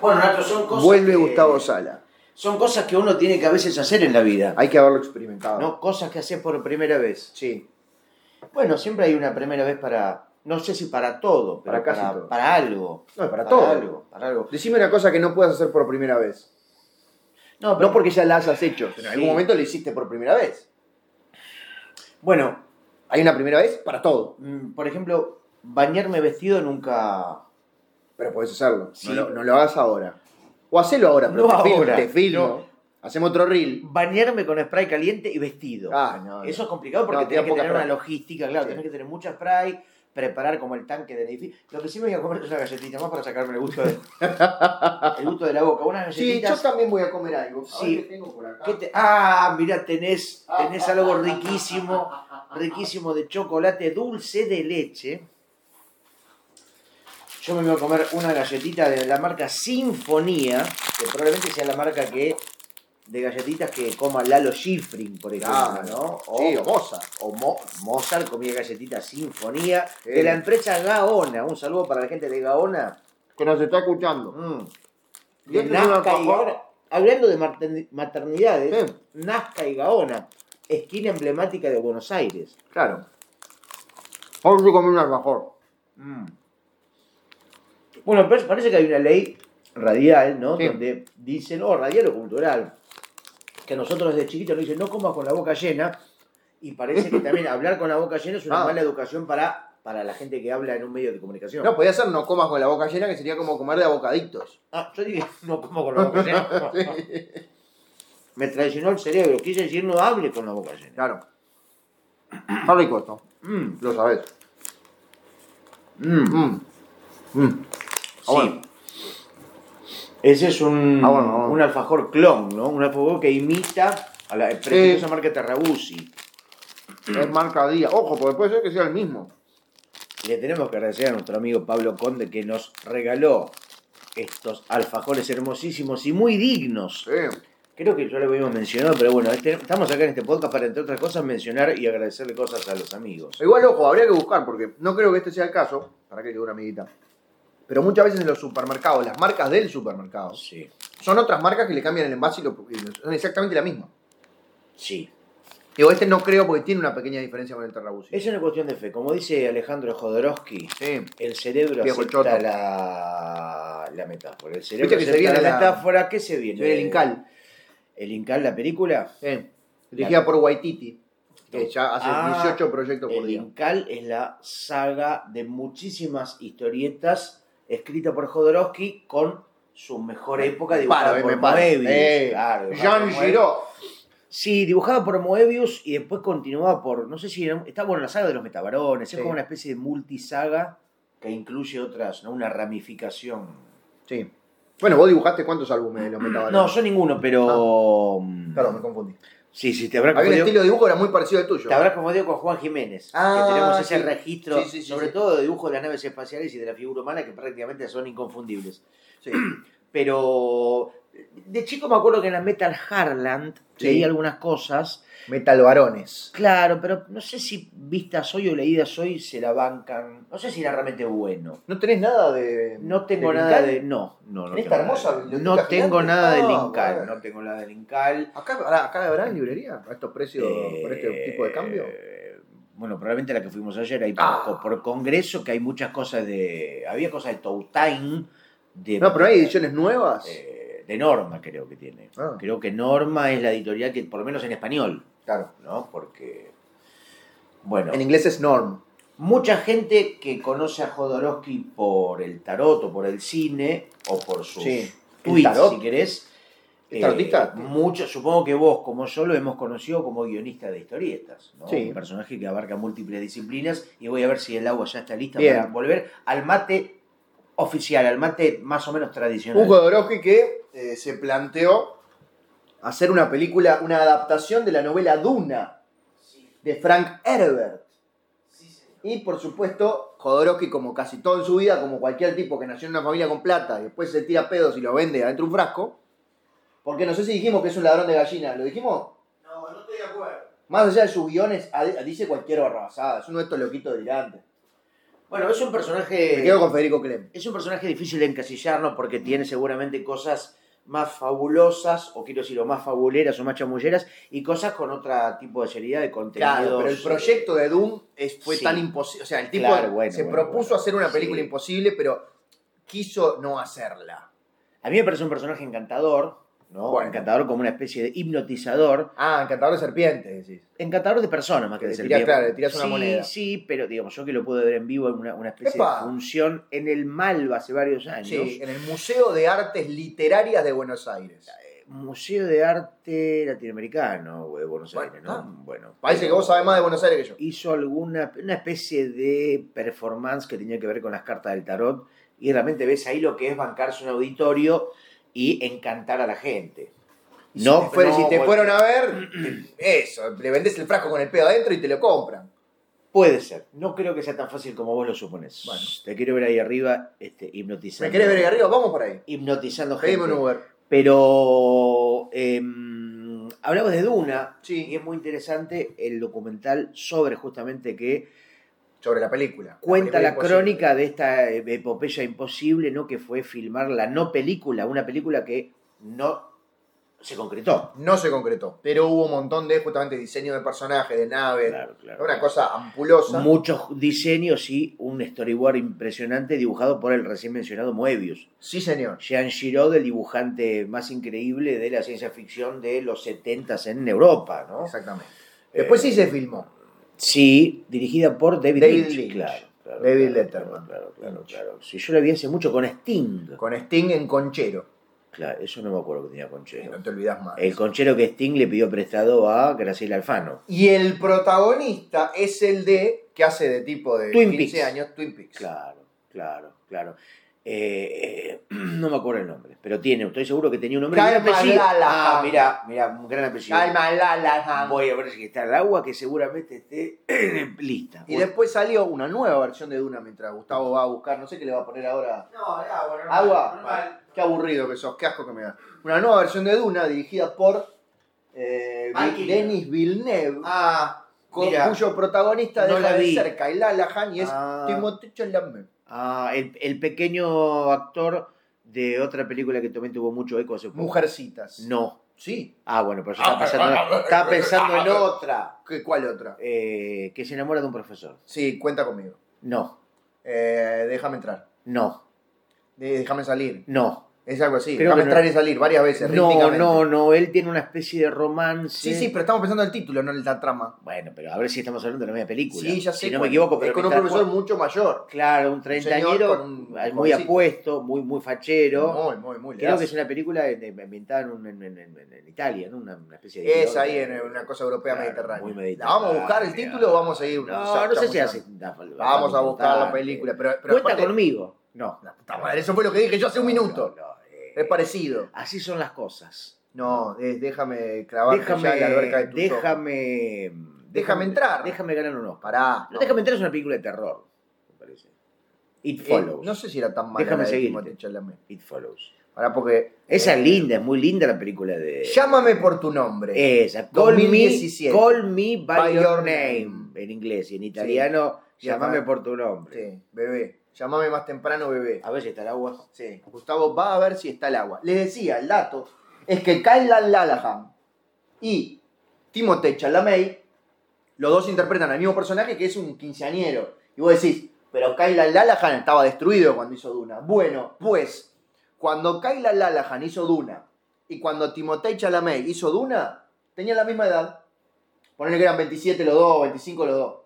[SPEAKER 2] Bueno, Nacho, son cosas.
[SPEAKER 1] Vuelve
[SPEAKER 2] que-
[SPEAKER 1] Gustavo Sala.
[SPEAKER 2] Son cosas que uno tiene que a veces hacer en la vida.
[SPEAKER 1] Hay que haberlo experimentado.
[SPEAKER 2] No cosas que haces por primera vez.
[SPEAKER 1] Sí.
[SPEAKER 2] Bueno, siempre hay una primera vez para, no sé si para todo, pero
[SPEAKER 1] Para
[SPEAKER 2] para,
[SPEAKER 1] casi
[SPEAKER 2] para,
[SPEAKER 1] todo.
[SPEAKER 2] algo.
[SPEAKER 1] No, para todo.
[SPEAKER 2] Algo, para algo.
[SPEAKER 1] Decime una cosa que no puedas hacer por primera vez.
[SPEAKER 2] No, pero-
[SPEAKER 1] No porque ya la hayas hecho, pero en algún
[SPEAKER 2] Sí.
[SPEAKER 1] momento lo hiciste por primera vez.
[SPEAKER 2] bueno,
[SPEAKER 1] Hay una primera vez para todo,
[SPEAKER 2] mm, por ejemplo, bañarme vestido nunca...
[SPEAKER 1] pero podés hacerlo.
[SPEAKER 2] Sí.
[SPEAKER 1] No, lo, no lo hagas ahora. O hacelo ahora, pero
[SPEAKER 2] No
[SPEAKER 1] te, fil-
[SPEAKER 2] ahora,
[SPEAKER 1] te filmo.
[SPEAKER 2] no.
[SPEAKER 1] Hacemos otro reel.
[SPEAKER 2] Bañarme con spray caliente y vestido.
[SPEAKER 1] Ah, no, no.
[SPEAKER 2] Eso es complicado porque
[SPEAKER 1] No, tenía
[SPEAKER 2] tenés que
[SPEAKER 1] poca
[SPEAKER 2] tener una
[SPEAKER 1] práctica.
[SPEAKER 2] logística, claro,
[SPEAKER 1] Sí.
[SPEAKER 2] tenés que tener mucha spray, preparar como el tanque del edificio. Lo que sí me voy a comer es una galletita más para sacarme el gusto
[SPEAKER 1] *laughs*
[SPEAKER 2] de, el gusto de la boca. Unas
[SPEAKER 1] Sí,
[SPEAKER 2] galletitas.
[SPEAKER 1] yo también voy a comer algo. A
[SPEAKER 2] Sí.
[SPEAKER 1] ver qué tengo por acá.
[SPEAKER 2] ¿Qué te- Ah, mira, tenés,
[SPEAKER 1] Ah.
[SPEAKER 2] tenés algo riquísimo, riquísimo de chocolate dulce de leche. Yo me voy a comer una galletita de la marca Sinfonía, que probablemente sea la marca que de galletitas que coma Lalo Schifrin, por ejemplo,
[SPEAKER 1] Claro,
[SPEAKER 2] ¿no? O,
[SPEAKER 1] Sí, o moza.
[SPEAKER 2] o Mo- Mozart comía galletitas Sinfonía
[SPEAKER 1] Sí.
[SPEAKER 2] de la empresa Gaona. Un saludo para la gente de Gaona.
[SPEAKER 1] Que nos está escuchando.
[SPEAKER 2] Mm.
[SPEAKER 1] Yo
[SPEAKER 2] De
[SPEAKER 1] te digo,
[SPEAKER 2] Nazca y
[SPEAKER 1] papá.
[SPEAKER 2] Gaona. Hablando de materni- maternidades,
[SPEAKER 1] Sí.
[SPEAKER 2] Nazca y Gaona, esquina emblemática de Buenos Aires.
[SPEAKER 1] Claro. Ahora sí comí un alfajor. Mm.
[SPEAKER 2] Bueno, pero parece que hay una ley radial, ¿no?
[SPEAKER 1] Sí.
[SPEAKER 2] Donde dicen, oh, radial o cultural, que nosotros desde chiquitos nos dicen, no comas con la boca llena, y parece que también hablar con la boca llena es una
[SPEAKER 1] Ah.
[SPEAKER 2] mala educación para, para la gente que habla en un medio de comunicación.
[SPEAKER 1] No, podía ser no comas con la boca llena, que sería como comer de abocadictos.
[SPEAKER 2] Ah, yo dije, *laughs* no como con la boca llena.
[SPEAKER 1] *laughs* Sí.
[SPEAKER 2] Me traicionó el cerebro, quise decir, no hable con la boca llena.
[SPEAKER 1] Claro. Está rico esto,
[SPEAKER 2] Mm,
[SPEAKER 1] lo sabes.
[SPEAKER 2] mm.
[SPEAKER 1] Mm. Mm.
[SPEAKER 2] Sí. Ese es un,
[SPEAKER 1] Ah, bueno, ah, bueno.
[SPEAKER 2] un alfajor clon, ¿no? Un alfajor que imita a la prestigiosa marca Terrabusi.
[SPEAKER 1] Es marca día. Ojo, porque puede ser que sea el mismo.
[SPEAKER 2] Le tenemos que agradecer a nuestro amigo Pablo Conde que nos regaló estos alfajores hermosísimos y muy dignos.
[SPEAKER 1] Sí.
[SPEAKER 2] Creo que ya lo habíamos mencionado, pero bueno, este- estamos acá en este podcast para, entre otras cosas, mencionar y agradecerle cosas a los amigos.
[SPEAKER 1] Igual, ojo, habría que buscar, porque no creo que este sea el caso. ¿Para qué quedó una amiguita? Pero muchas veces en los supermercados, las marcas del supermercado,
[SPEAKER 2] Sí,
[SPEAKER 1] son otras marcas que le cambian el envase y, lo, y son exactamente la misma.
[SPEAKER 2] sí.
[SPEAKER 1] Digo, este no creo porque tiene una pequeña diferencia con el Terrabusi.
[SPEAKER 2] Es una cuestión de fe. Como dice Alejandro Jodorowsky,
[SPEAKER 1] Sí.
[SPEAKER 2] El cerebro
[SPEAKER 1] Viejo
[SPEAKER 2] acepta
[SPEAKER 1] choto.
[SPEAKER 2] la, la metáfora. El cerebro
[SPEAKER 1] que se
[SPEAKER 2] acepta
[SPEAKER 1] viene
[SPEAKER 2] la
[SPEAKER 1] la-
[SPEAKER 2] metáfora. ¿Qué se viene?
[SPEAKER 1] El Incal. Eh,
[SPEAKER 2] ¿El Incal, la película?
[SPEAKER 1] Sí. Dirigida por Waititi, que ya hace
[SPEAKER 2] Ah,
[SPEAKER 1] 18 proyectos por
[SPEAKER 2] El
[SPEAKER 1] día.
[SPEAKER 2] Incal es la saga de muchísimas historietas escrita por Jodorowsky con su mejor época dibujada
[SPEAKER 1] Paro, eh,
[SPEAKER 2] por
[SPEAKER 1] me paro.
[SPEAKER 2] Moebius.
[SPEAKER 1] Eh,
[SPEAKER 2] claro, dibujada
[SPEAKER 1] Jean
[SPEAKER 2] por Moebius.
[SPEAKER 1] Giraud.
[SPEAKER 2] Sí, dibujada por Moebius y después continuaba por, no sé si era- está bueno la saga de los metabarones,
[SPEAKER 1] Sí.
[SPEAKER 2] es como una especie de multisaga que incluye otras, ¿no? una ramificación
[SPEAKER 1] Sí. Bueno, vos dibujaste cuántos álbumes de los
[SPEAKER 2] No,
[SPEAKER 1] metabarones.
[SPEAKER 2] yo ninguno, pero. um,
[SPEAKER 1] Perdón, Ah. me confundí.
[SPEAKER 2] Sí, sí, te habrás
[SPEAKER 1] Había un
[SPEAKER 2] confundido.
[SPEAKER 1] estilo de dibujo que era muy parecido al tuyo.
[SPEAKER 2] Te habrás confundido con Juan Jiménez.
[SPEAKER 1] Ah,
[SPEAKER 2] que tenemos ese
[SPEAKER 1] sí.
[SPEAKER 2] registro,
[SPEAKER 1] Sí, sí, sí,
[SPEAKER 2] sobre
[SPEAKER 1] sí.
[SPEAKER 2] todo de dibujos de las naves espaciales y de la figura humana, que prácticamente son inconfundibles.
[SPEAKER 1] Sí.
[SPEAKER 2] Pero. De chico me acuerdo que en la Metal Harland
[SPEAKER 1] Sí.
[SPEAKER 2] leí algunas cosas.
[SPEAKER 1] Metalbarones.
[SPEAKER 2] Claro, pero no sé si vistas hoy o leídas hoy se la bancan. No sé si era realmente bueno.
[SPEAKER 1] ¿No tenés nada de.
[SPEAKER 2] No tengo
[SPEAKER 1] de
[SPEAKER 2] nada
[SPEAKER 1] Incal?
[SPEAKER 2] de. No, no, no.
[SPEAKER 1] En esta
[SPEAKER 2] tengo nada
[SPEAKER 1] hermosa
[SPEAKER 2] de-
[SPEAKER 1] biblioteca
[SPEAKER 2] No tengo
[SPEAKER 1] gigante.
[SPEAKER 2] nada del
[SPEAKER 1] Ah,
[SPEAKER 2] Incal.
[SPEAKER 1] bueno.
[SPEAKER 2] No tengo nada del Incal.
[SPEAKER 1] Acá, pará, acá habrá en librería a estos precios por este
[SPEAKER 2] Eh,
[SPEAKER 1] tipo de cambio.
[SPEAKER 2] Bueno, probablemente la que fuimos ayer, ahí por,
[SPEAKER 1] Ah.
[SPEAKER 2] co- por congreso, que hay muchas cosas de. Había cosas de Toutain. De,
[SPEAKER 1] No, pero hay ediciones nuevas.
[SPEAKER 2] eh, de Norma, creo que tiene.
[SPEAKER 1] Ah.
[SPEAKER 2] Creo que Norma es la editorial que, por lo menos en español,
[SPEAKER 1] Claro.
[SPEAKER 2] ¿no? Porque. Bueno,
[SPEAKER 1] En inglés es norm.
[SPEAKER 2] mucha gente que conoce a Jodorowsky por el tarot o por el cine o por sus
[SPEAKER 1] Sí. ¿El
[SPEAKER 2] tweets,
[SPEAKER 1] tarot?
[SPEAKER 2] si querés. eh,
[SPEAKER 1] ¿El tarotista?
[SPEAKER 2] mucho- supongo que vos, como yo, lo hemos conocido como guionista de historietas. ¿no?
[SPEAKER 1] Sí.
[SPEAKER 2] Un personaje que abarca múltiples disciplinas. Y voy a ver si el agua ya está lista
[SPEAKER 1] Bien.
[SPEAKER 2] para volver al mate oficial, al mate más o menos tradicional.
[SPEAKER 1] Un Jodorowsky que eh, se planteó hacer una película, una adaptación de la novela Duna de Frank Herbert. Y por supuesto, Jodorowsky, como casi todo en su vida, como cualquier tipo que nació en una familia con plata y después se tira pedos y lo vende adentro de un frasco, porque no sé si dijimos que es un ladrón de gallinas, ¿lo dijimos?
[SPEAKER 5] No, no estoy de acuerdo.
[SPEAKER 1] Más allá de sus guiones, a- dice cualquier barrabasada, es uno de estos loquitos delirantes.
[SPEAKER 2] Bueno, es un personaje.
[SPEAKER 1] Me quedo con Federico Clem.
[SPEAKER 2] Es un personaje difícil de encasillarnos porque tiene seguramente cosas más fabulosas, o quiero decirlo, más fabuleras o más chamulleras, y cosas con otro tipo de seriedad de contenido.
[SPEAKER 1] Claro, pero el proyecto de Doom es- fue
[SPEAKER 2] sí.
[SPEAKER 1] tan imposible. O sea, el tipo
[SPEAKER 2] Claro, bueno,
[SPEAKER 1] se
[SPEAKER 2] bueno,
[SPEAKER 1] propuso
[SPEAKER 2] bueno.
[SPEAKER 1] hacer una película
[SPEAKER 2] Sí.
[SPEAKER 1] imposible, pero quiso no hacerla.
[SPEAKER 2] A mí me parece un personaje encantador, ¿no?
[SPEAKER 1] Bueno.
[SPEAKER 2] Encantador como una especie de hipnotizador.
[SPEAKER 1] Ah, Encantador de Serpientes, decís.
[SPEAKER 2] Encantador de personas más que
[SPEAKER 1] Que
[SPEAKER 2] de
[SPEAKER 1] le
[SPEAKER 2] ser
[SPEAKER 1] tirás,
[SPEAKER 2] vivo.
[SPEAKER 1] claro, le tirás una
[SPEAKER 2] sí,
[SPEAKER 1] moneda.
[SPEAKER 2] Sí, pero digamos, yo que lo pude ver en vivo en una, una especie
[SPEAKER 1] ¡Epa!
[SPEAKER 2] de función en el Malva hace varios años.
[SPEAKER 1] Sí, en el Museo de Artes Literarias de Buenos Aires.
[SPEAKER 2] eh, Museo de Arte Latinoamericano de Buenos
[SPEAKER 1] Bueno,
[SPEAKER 2] Aires, ¿no?
[SPEAKER 1] ah.
[SPEAKER 2] Bueno.
[SPEAKER 1] Parece que
[SPEAKER 2] pero
[SPEAKER 1] vos sabés más de Buenos Aires que yo.
[SPEAKER 2] Hizo alguna una especie de performance que tenía que ver con las cartas del tarot y realmente ves ahí lo que es bancarse un auditorio y encantar a la gente.
[SPEAKER 1] Y si
[SPEAKER 2] No,
[SPEAKER 1] te, fueron-
[SPEAKER 2] no,
[SPEAKER 1] si te
[SPEAKER 2] bueno.
[SPEAKER 1] fueron a ver, *clears throat* eso, le vendés el frasco con el pedo adentro y te lo compran.
[SPEAKER 2] Puede ser. No creo que sea tan fácil como vos lo supones.
[SPEAKER 1] Bueno.
[SPEAKER 2] Te quiero ver ahí arriba este, hipnotizando.
[SPEAKER 1] ¿Me querés ver ahí arriba? Vamos por ahí.
[SPEAKER 2] Hipnotizando gente.
[SPEAKER 1] Pedime un Uber.
[SPEAKER 2] Pero em, hablamos de Duna.
[SPEAKER 1] Sí.
[SPEAKER 2] Y es muy interesante el documental sobre justamente que
[SPEAKER 1] Sobre la película. La
[SPEAKER 2] cuenta
[SPEAKER 1] película
[SPEAKER 2] la,
[SPEAKER 1] imposible.
[SPEAKER 2] crónica de esta eh, epopeya imposible, ¿no? Que fue filmar la no película, una película que no se concretó.
[SPEAKER 1] No se concretó, pero hubo un montón de justamente diseño de personajes, de naves,
[SPEAKER 2] claro.
[SPEAKER 1] Eh, una cosa ampulosa.
[SPEAKER 2] Muchos diseños y un storyboard impresionante dibujado por el recién mencionado Moebius.
[SPEAKER 1] Sí, señor.
[SPEAKER 2] Jean Giraud, el dibujante más increíble de la ciencia ficción de los 70 en Europa, ¿no?
[SPEAKER 1] Exactamente.
[SPEAKER 2] Eh,
[SPEAKER 1] Después sí se filmó.
[SPEAKER 2] Sí, dirigida por David,
[SPEAKER 1] David
[SPEAKER 2] Lynch,
[SPEAKER 1] Lynch.
[SPEAKER 2] Claro, claro,
[SPEAKER 1] David
[SPEAKER 2] claro,
[SPEAKER 1] Letterman.
[SPEAKER 2] Claro, claro,
[SPEAKER 1] Lynch.
[SPEAKER 2] claro. Sí, yo la vi hace mucho con Sting.
[SPEAKER 1] Con Sting en Conchero.
[SPEAKER 2] Claro, eso no me acuerdo que tenía
[SPEAKER 1] Que
[SPEAKER 2] conchero.
[SPEAKER 1] No te olvidas más.
[SPEAKER 2] El conchero que Sting le pidió prestado a Graciela Alfano.
[SPEAKER 1] Y el protagonista es el de que hace de tipo de
[SPEAKER 2] Twin
[SPEAKER 1] 15
[SPEAKER 2] Peaks.
[SPEAKER 1] años, Twin Peaks.
[SPEAKER 2] Claro, claro, claro. Eh, *clears throat* eh, no me acuerdo el nombre, pero tiene, estoy seguro que tenía un nombre. y un
[SPEAKER 1] Calma,
[SPEAKER 2] apellido.
[SPEAKER 1] Lala.
[SPEAKER 2] Ah, mira, mira, un gran apellido.
[SPEAKER 1] Calma, la, la, la.
[SPEAKER 2] Voy a ver si está el agua, que seguramente esté *clears throat* lista.
[SPEAKER 1] Y después salió una nueva versión de Duna mientras Gustavo va a buscar, no sé qué le va a poner ahora.
[SPEAKER 5] No, agua, normal.
[SPEAKER 1] ¿Agua?
[SPEAKER 5] normal.
[SPEAKER 1] Qué aburrido que sos, qué asco que me da. Una nueva versión de Duna dirigida por eh,
[SPEAKER 5] Mike
[SPEAKER 1] Denis Villeneuve.
[SPEAKER 5] Ah,
[SPEAKER 1] con-
[SPEAKER 2] Mirá.
[SPEAKER 1] cuyo protagonista
[SPEAKER 2] No
[SPEAKER 1] deja
[SPEAKER 2] la
[SPEAKER 1] de
[SPEAKER 2] vi.
[SPEAKER 1] ser Kyle Lalahan y es
[SPEAKER 2] Ah.
[SPEAKER 1] Timothée Chalamet.
[SPEAKER 2] Ah, el, el pequeño actor de otra película que también tuvo mucho eco hace poco.
[SPEAKER 1] Mujercitas.
[SPEAKER 2] No.
[SPEAKER 1] Sí.
[SPEAKER 2] Ah, bueno, pero yo estaba pensando,
[SPEAKER 1] ah,
[SPEAKER 2] estaba pensando en otra.
[SPEAKER 1] ¿Qué- ¿Cuál otra?
[SPEAKER 2] Eh, que se enamora de un profesor.
[SPEAKER 1] Sí, cuenta conmigo.
[SPEAKER 2] No,
[SPEAKER 1] Eh, déjame entrar.
[SPEAKER 2] no,
[SPEAKER 1] De- Déjame salir.
[SPEAKER 2] no.
[SPEAKER 1] Es algo así.
[SPEAKER 2] Creo
[SPEAKER 1] déjame
[SPEAKER 2] que no-
[SPEAKER 1] entrar y salir varias veces.
[SPEAKER 2] No,
[SPEAKER 1] rítmicamente.
[SPEAKER 2] no, no. Él tiene una especie de romance.
[SPEAKER 1] Sí, sí, pero estamos pensando en el título, no en la trama.
[SPEAKER 2] Bueno, pero a ver si estamos hablando de la misma película.
[SPEAKER 1] Sí, ya sé.
[SPEAKER 2] Si no
[SPEAKER 1] cuál.
[SPEAKER 2] me equivoco, pero.
[SPEAKER 1] Es con
[SPEAKER 2] me
[SPEAKER 1] un
[SPEAKER 2] está-
[SPEAKER 1] profesor mucho mayor.
[SPEAKER 2] Claro,
[SPEAKER 1] señor
[SPEAKER 2] un treintañero
[SPEAKER 1] con un-
[SPEAKER 2] muy
[SPEAKER 1] jovencito.
[SPEAKER 2] apuesto, muy, muy fachero.
[SPEAKER 1] Muy, muy, muy. le
[SPEAKER 2] Creo
[SPEAKER 1] hace.
[SPEAKER 2] que es una película de- de- ambientada en, un- en- en- en- en Italia, ¿no? Una, una especie de...
[SPEAKER 1] Es ahí en una cosa europea
[SPEAKER 2] Claro,
[SPEAKER 1] mediterránea.
[SPEAKER 2] muy
[SPEAKER 1] ¿La vamos a buscar el
[SPEAKER 2] mediterránea.
[SPEAKER 1] título o vamos a seguir?
[SPEAKER 2] No, no sé si
[SPEAKER 1] chamullando?
[SPEAKER 2] hace...
[SPEAKER 1] Vamos a buscar la película. Pero, pero
[SPEAKER 2] eh. Cuenta
[SPEAKER 1] aparte-
[SPEAKER 2] conmigo. No.
[SPEAKER 1] La puta madre, eso fue lo que dije yo hace un minuto.
[SPEAKER 2] No, no, eh,
[SPEAKER 1] Es parecido.
[SPEAKER 2] Así son las cosas.
[SPEAKER 1] No, es- déjame clavar
[SPEAKER 2] Déjame,
[SPEAKER 1] la alberca de tus ojos.
[SPEAKER 2] déjame,
[SPEAKER 1] Déjame entrar.
[SPEAKER 2] Déjame ganar un Oscar.
[SPEAKER 1] Pará.
[SPEAKER 2] No, déjame entrar es una película de terror, me parece. It
[SPEAKER 1] Eh,
[SPEAKER 2] follows.
[SPEAKER 1] no sé si era tan mala
[SPEAKER 2] Déjame
[SPEAKER 1] la de
[SPEAKER 2] seguirte.
[SPEAKER 1] Timothée Chalamet.
[SPEAKER 2] It follows.
[SPEAKER 1] Pará, porque...
[SPEAKER 2] Esa
[SPEAKER 1] eh,
[SPEAKER 2] es linda, Eh. es muy linda la película de...
[SPEAKER 1] Llámame por tu nombre.
[SPEAKER 2] Esa, call
[SPEAKER 1] 2017.
[SPEAKER 2] me, call me by,
[SPEAKER 1] By
[SPEAKER 2] your,
[SPEAKER 1] your
[SPEAKER 2] name.
[SPEAKER 1] name.
[SPEAKER 2] En inglés y en italiano,
[SPEAKER 1] Sí,
[SPEAKER 2] llamame
[SPEAKER 1] acá.
[SPEAKER 2] por tu nombre.
[SPEAKER 1] Sí, bebé. Llámame más temprano, bebé.
[SPEAKER 2] A ver si está el agua.
[SPEAKER 1] Sí. Gustavo va a ver si está el agua. Les decía, el dato es que Kylan Lalahan y Timothée Chalamet, los dos interpretan al mismo personaje que es un quinceañero. Y vos decís, pero Kylan Lalahan estaba destruido cuando hizo Duna. Bueno, pues, cuando Kylan Lalahan hizo Duna y cuando Timothée Chalamet hizo Duna, tenían la misma edad. Ponen que eran 27 los dos, 25 los dos.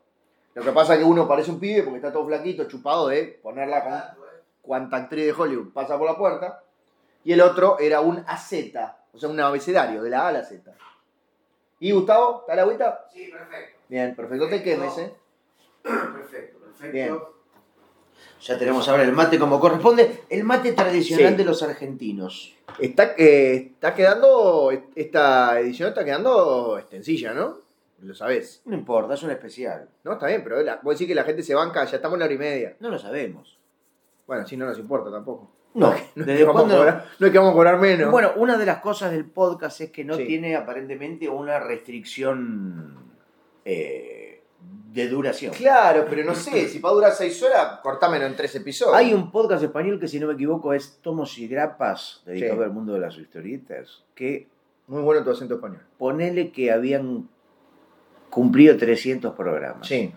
[SPEAKER 1] Lo que pasa es que uno parece un pibe porque está todo flaquito, chupado de ponerla con cuanta actriz de Hollywood pasa por la puerta, y el otro era un AZ, o sea, un abecedario, de la A a la Z. ¿Y Gustavo? ¿Está la agüita?
[SPEAKER 5] sí, perfecto.
[SPEAKER 1] Bien, perfecto, te quemes, ¿eh?
[SPEAKER 5] Perfecto, perfecto.
[SPEAKER 1] Bien.
[SPEAKER 2] Ya tenemos ahora el mate como corresponde. El mate tradicional
[SPEAKER 1] Sí.
[SPEAKER 2] de los argentinos.
[SPEAKER 1] Está, eh, está quedando, esta edición está quedando extensilla, ¿no? Lo sabés.
[SPEAKER 2] No importa, es un especial.
[SPEAKER 1] No, está bien, pero la, vos decís que la gente se banca, ya estamos en la hora y media.
[SPEAKER 2] No lo sabemos.
[SPEAKER 1] Bueno, si no nos importa tampoco.
[SPEAKER 2] No,
[SPEAKER 1] No, es,
[SPEAKER 2] ¿desde
[SPEAKER 1] que vamos a
[SPEAKER 2] cuándo?
[SPEAKER 1] cobrar, no es que vamos a cobrar menos.
[SPEAKER 2] Bueno, una de las cosas del podcast es que no
[SPEAKER 1] Sí.
[SPEAKER 2] tiene aparentemente una restricción eh, de duración.
[SPEAKER 1] Claro, pero no sé, si va a durar seis horas, cortámelo en tres episodios.
[SPEAKER 2] Hay un podcast español que, si no me equivoco, es Tomos y Grapas, dedicado
[SPEAKER 1] Sí.
[SPEAKER 2] al mundo de las historietas, que
[SPEAKER 1] Muy bueno tu acento español.
[SPEAKER 2] ponele que habían cumplido 300 programas.
[SPEAKER 1] Sí.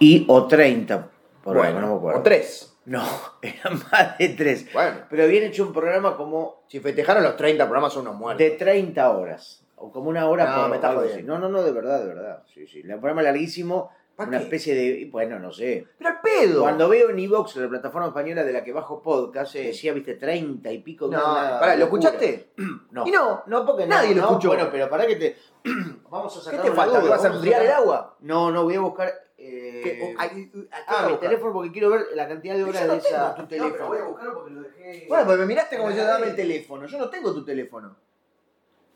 [SPEAKER 2] Y o 30 programas, no me acuerdo.
[SPEAKER 1] o tres.
[SPEAKER 2] No, *laughs* eran más de 3.
[SPEAKER 1] Bueno,
[SPEAKER 2] Pero habían hecho un programa como
[SPEAKER 1] si festejaron los 30 programas son unos muertos.
[SPEAKER 2] de 30 horas. O como una hora
[SPEAKER 1] No,
[SPEAKER 2] por
[SPEAKER 1] me estás
[SPEAKER 2] algo así.
[SPEAKER 1] jodiendo.
[SPEAKER 2] No, no, no, de verdad, de verdad. Sí, sí. Era Un programa larguísimo,
[SPEAKER 1] ¿Para
[SPEAKER 2] una
[SPEAKER 1] qué?
[SPEAKER 2] especie de. Bueno, no sé.
[SPEAKER 1] Pero al pedo.
[SPEAKER 2] Cuando veo en Evox, la plataforma española de la que bajo podcast, se decía, viste, 30 y pico. de
[SPEAKER 1] No,
[SPEAKER 2] una
[SPEAKER 1] pará, ¿lo
[SPEAKER 2] locura.
[SPEAKER 1] escuchaste?
[SPEAKER 2] No.
[SPEAKER 1] Y no.
[SPEAKER 2] No, porque no,
[SPEAKER 1] Nadie lo
[SPEAKER 2] no,
[SPEAKER 1] escuchó.
[SPEAKER 2] Bueno, pero para que te. *clears throat* Vamos a
[SPEAKER 1] ¿Qué
[SPEAKER 2] sacar
[SPEAKER 1] te
[SPEAKER 2] una
[SPEAKER 1] falta?
[SPEAKER 2] duda,
[SPEAKER 1] ¿Te vas a
[SPEAKER 2] vamos
[SPEAKER 1] enfriar el
[SPEAKER 2] sacar-
[SPEAKER 1] agua?
[SPEAKER 2] No, no, voy a buscar. eh,
[SPEAKER 1] Que- o- ay, ay, ay,
[SPEAKER 2] ah,
[SPEAKER 1] ¿qué
[SPEAKER 2] mi
[SPEAKER 1] buscas?
[SPEAKER 2] teléfono porque quiero ver la cantidad de
[SPEAKER 1] Yo
[SPEAKER 2] horas
[SPEAKER 1] no
[SPEAKER 2] de esa.
[SPEAKER 1] tengo
[SPEAKER 2] tu
[SPEAKER 5] No, pero voy a
[SPEAKER 2] teléfono.
[SPEAKER 5] buscarlo porque lo dejé.
[SPEAKER 1] Bueno, pues me miraste como yo dame el teléfono. Yo no tengo tu teléfono.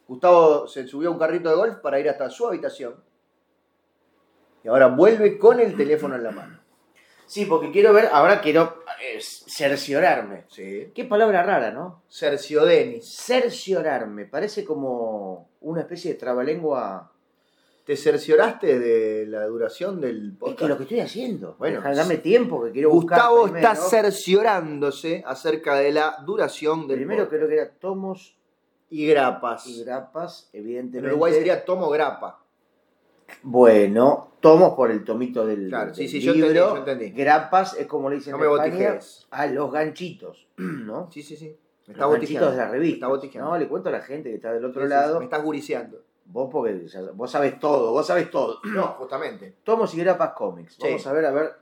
[SPEAKER 1] Gustavo se subió a un carrito de golf para ir hasta su habitación. Y ahora vuelve con el teléfono en la mano.
[SPEAKER 2] Sí, porque quiero ver. Ahora quiero eh, cerciorarme.
[SPEAKER 1] Sí.
[SPEAKER 2] Qué palabra rara, ¿no?
[SPEAKER 1] Sergio Denis.
[SPEAKER 2] Cerciorarme. Parece como una especie de trabalengua.
[SPEAKER 1] ¿Te cercioraste de la duración del
[SPEAKER 2] Es que lo
[SPEAKER 1] podcast?
[SPEAKER 2] que estoy haciendo.
[SPEAKER 1] Bueno,
[SPEAKER 2] Bueno, dame tiempo que quiero buscar.
[SPEAKER 1] Gustavo está
[SPEAKER 2] primero.
[SPEAKER 1] cerciorándose acerca de la duración del
[SPEAKER 2] Primero
[SPEAKER 1] podcast.
[SPEAKER 2] creo que era tomos
[SPEAKER 1] y grapas.
[SPEAKER 2] y grapas,
[SPEAKER 1] en
[SPEAKER 2] evidentemente.
[SPEAKER 1] Uruguay sería tomo grapa.
[SPEAKER 2] Bueno, tomos por el tomito del,
[SPEAKER 1] Claro,
[SPEAKER 2] del
[SPEAKER 1] sí, sí, yo
[SPEAKER 2] libro.
[SPEAKER 1] entendí, yo entendí.
[SPEAKER 2] Grapas es como le dicen
[SPEAKER 1] No
[SPEAKER 2] en
[SPEAKER 1] me
[SPEAKER 2] España,
[SPEAKER 1] botijees.
[SPEAKER 2] a los ganchitos, *clears throat* ¿no?
[SPEAKER 1] Sí, sí, sí. Me
[SPEAKER 2] Los
[SPEAKER 1] estás
[SPEAKER 2] ganchitos de la
[SPEAKER 1] botijeando.
[SPEAKER 2] revista.
[SPEAKER 1] Está botijeando.
[SPEAKER 2] No, le cuento a la gente que está del
[SPEAKER 1] Sí,
[SPEAKER 2] otro
[SPEAKER 1] sí, sí,
[SPEAKER 2] lado.
[SPEAKER 1] Me estás guriseando.
[SPEAKER 2] Vos porque ya- vos sabés todo, vos sabés todo. *clears throat*
[SPEAKER 1] No, justamente.
[SPEAKER 2] Tomos y grapas cómics.
[SPEAKER 1] Sí.
[SPEAKER 2] Vamos a ver, a ver.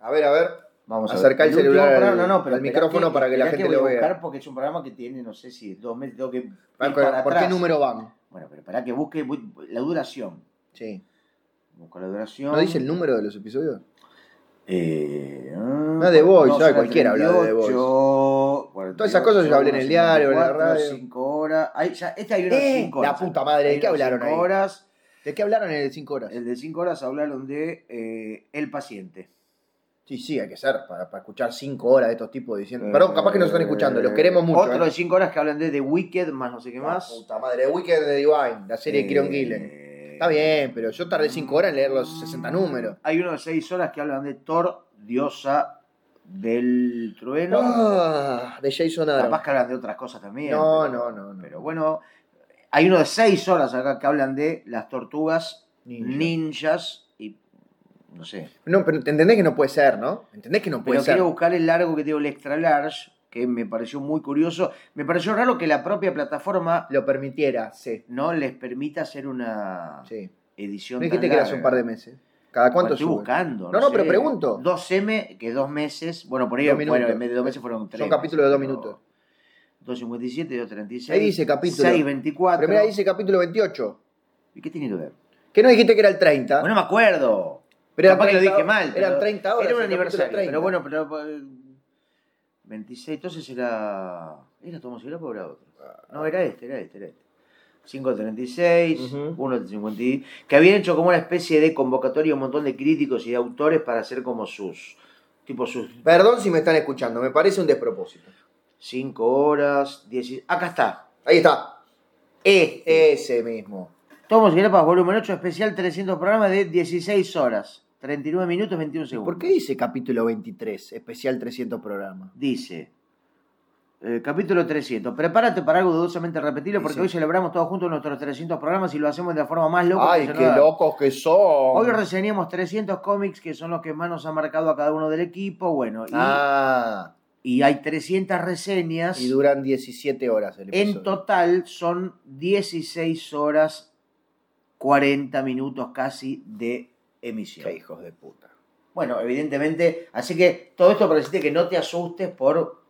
[SPEAKER 1] A ver, a ver.
[SPEAKER 2] Vamos a
[SPEAKER 1] Acercá
[SPEAKER 2] ver.
[SPEAKER 1] el celular al-
[SPEAKER 2] último programa- pero
[SPEAKER 1] al
[SPEAKER 2] esperá
[SPEAKER 1] micrófono para que la
[SPEAKER 2] esperá
[SPEAKER 1] gente
[SPEAKER 2] voy
[SPEAKER 1] lo
[SPEAKER 2] a
[SPEAKER 1] vea.
[SPEAKER 2] buscar porque es un programa que tiene, no sé si dos meses, tengo que ir
[SPEAKER 1] ¿Por,
[SPEAKER 2] para
[SPEAKER 1] por qué
[SPEAKER 2] atrás.
[SPEAKER 1] número van?
[SPEAKER 2] Bueno, pero para que busque bu- la duración.
[SPEAKER 1] Sí.
[SPEAKER 2] Busco la duración.
[SPEAKER 1] ¿No dice el número de los episodios?
[SPEAKER 2] Eh,
[SPEAKER 1] No, The Voice, ya cualquiera habla de The Voice.
[SPEAKER 2] Voice.
[SPEAKER 1] Todas esas cosas yo hablé en el diario, en la radio.
[SPEAKER 2] 5 horas. Ahí ya, este hay uno de
[SPEAKER 1] Eh,
[SPEAKER 2] 5
[SPEAKER 1] la
[SPEAKER 2] horas.
[SPEAKER 1] puta madre, ¿de
[SPEAKER 2] Hay
[SPEAKER 1] qué
[SPEAKER 2] uno
[SPEAKER 1] hablaron
[SPEAKER 2] cinco
[SPEAKER 1] ahí?
[SPEAKER 2] horas.
[SPEAKER 1] ¿De qué hablaron en el 5 horas?
[SPEAKER 2] El de 5 horas hablaron de eh, El paciente.
[SPEAKER 1] Sí, sí, hay que ser, para, para escuchar 5 horas de estos tipos diciendo...
[SPEAKER 2] Eh,
[SPEAKER 1] Perdón, capaz que nos están escuchando, los queremos mucho.
[SPEAKER 2] Otro
[SPEAKER 1] ¿eh?
[SPEAKER 2] de 5 horas que hablan de The Wicked, más no sé qué
[SPEAKER 1] La
[SPEAKER 2] más.
[SPEAKER 1] puta madre, Weekend de Divine, la serie de Kieron Gillen.
[SPEAKER 2] Eh,
[SPEAKER 1] Está bien, pero yo tardé 5 horas en leer los 60 números.
[SPEAKER 2] Hay uno de 6 horas que hablan de Thor, diosa del trueno.
[SPEAKER 1] Ah, de Jason Adam.
[SPEAKER 2] Capaz que hablan de otras cosas también.
[SPEAKER 1] No, no,
[SPEAKER 2] pero-
[SPEAKER 1] no, no.
[SPEAKER 2] Pero bueno, hay uno de seis horas acá que hablan de las tortugas
[SPEAKER 1] Ninja.
[SPEAKER 2] ninjas y no sé.
[SPEAKER 1] No, pero entendés que no puede ser, ¿no? Entendés que no puede
[SPEAKER 2] Pero
[SPEAKER 1] ser.
[SPEAKER 2] quiero buscar el largo que tengo el extra large, que me pareció muy curioso. Me pareció raro que la propia plataforma
[SPEAKER 1] Lo permitiera, sí.
[SPEAKER 2] no les permita hacer una
[SPEAKER 1] sí.
[SPEAKER 2] edición.
[SPEAKER 1] No es que
[SPEAKER 2] tan
[SPEAKER 1] te quedas
[SPEAKER 2] larga.
[SPEAKER 1] un par de meses. ¿Cada
[SPEAKER 2] Bueno,
[SPEAKER 1] cuánto
[SPEAKER 2] estoy
[SPEAKER 1] sube?
[SPEAKER 2] buscando.
[SPEAKER 1] No, no, pero
[SPEAKER 2] sé.
[SPEAKER 1] pregunto.
[SPEAKER 2] 2M, que dos meses. Bueno, por ahí
[SPEAKER 1] Dos
[SPEAKER 2] bueno,
[SPEAKER 1] minutos.
[SPEAKER 2] en vez de dos meses fueron tres.
[SPEAKER 1] Son capítulos de dos minutos.
[SPEAKER 2] 2.57 y 2.36.
[SPEAKER 1] Ahí dice capítulo.
[SPEAKER 2] 6.24.
[SPEAKER 1] Primera dice capítulo 28.
[SPEAKER 2] ¿Y qué tiene que ver?
[SPEAKER 1] Que no dijiste que era el 30.
[SPEAKER 2] No me acuerdo.
[SPEAKER 1] pero eran
[SPEAKER 2] Capaz que lo
[SPEAKER 1] 30
[SPEAKER 2] dije mal. pero
[SPEAKER 1] Eran 30 horas.
[SPEAKER 2] Era un
[SPEAKER 1] el capítulo
[SPEAKER 2] aniversario.
[SPEAKER 1] 30.
[SPEAKER 2] Pero bueno, pero. eh, 26, entonces era. ¿Era Tomás Europa o era otro? No, era este, era este, era este. 536,
[SPEAKER 1] Ujú.
[SPEAKER 2] 1.50. Que habían hecho como una especie de convocatoria un montón de críticos y de autores para hacer como sus. Tipo sus
[SPEAKER 1] Perdón si me están escuchando, me parece un despropósito.
[SPEAKER 2] 5 horas, 10. Acá está.
[SPEAKER 1] Ahí está. Es ese mismo.
[SPEAKER 2] Tomos y Grapas, volumen 8, especial 300 programas de 16 horas, 39 minutos, 21
[SPEAKER 1] ¿Y
[SPEAKER 2] segundos.
[SPEAKER 1] ¿Por qué dice capítulo 23, especial 300 programas?
[SPEAKER 2] dice, eh, capítulo 300, prepárate para algo dudosamente repetible porque
[SPEAKER 1] Sí, sí.
[SPEAKER 2] hoy celebramos todos juntos nuestros 300 programas y lo hacemos de la forma más loca.
[SPEAKER 1] Ay,
[SPEAKER 2] que se nos
[SPEAKER 1] qué
[SPEAKER 2] da.
[SPEAKER 1] locos que son.
[SPEAKER 2] Hoy reseñamos 300 cómics que son los que más nos han marcado a cada uno del equipo, bueno, y,
[SPEAKER 1] Ah,
[SPEAKER 2] y hay 300 reseñas.
[SPEAKER 1] y duran 17 horas el episodio.
[SPEAKER 2] En total son 16 horas 40 minutos casi de emisión.
[SPEAKER 1] Qué hijos de puta.
[SPEAKER 2] Bueno, evidentemente, así que todo esto para decirte que no te asustes por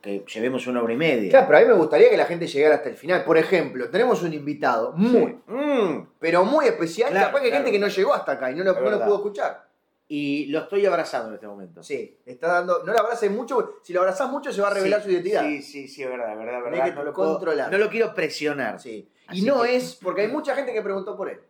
[SPEAKER 2] que llevemos una hora y media.
[SPEAKER 1] Claro, pero a mí me gustaría que la gente llegara hasta el final. Por ejemplo, tenemos un invitado muy,
[SPEAKER 2] Mm.
[SPEAKER 1] pero muy especial.
[SPEAKER 2] Claro,
[SPEAKER 1] Capaz que hay
[SPEAKER 2] claro.
[SPEAKER 1] gente que no llegó hasta acá y no lo,
[SPEAKER 2] Es
[SPEAKER 1] no lo
[SPEAKER 2] verdad.
[SPEAKER 1] pudo escuchar.
[SPEAKER 2] Y lo estoy abrazando en este momento.
[SPEAKER 1] Sí, está dando. No lo abraces mucho, si lo abrazás mucho se va a revelar
[SPEAKER 2] Sí,
[SPEAKER 1] su identidad.
[SPEAKER 2] Sí, sí, sí, es verdad, es verdad, es
[SPEAKER 1] Tenés
[SPEAKER 2] verdad.
[SPEAKER 1] que
[SPEAKER 2] no, lo puedo-
[SPEAKER 1] controlar.
[SPEAKER 2] no lo quiero presionar. Sí.
[SPEAKER 1] Sí. Y
[SPEAKER 2] Así
[SPEAKER 1] no
[SPEAKER 2] que-
[SPEAKER 1] es, porque hay mucha gente que preguntó por él.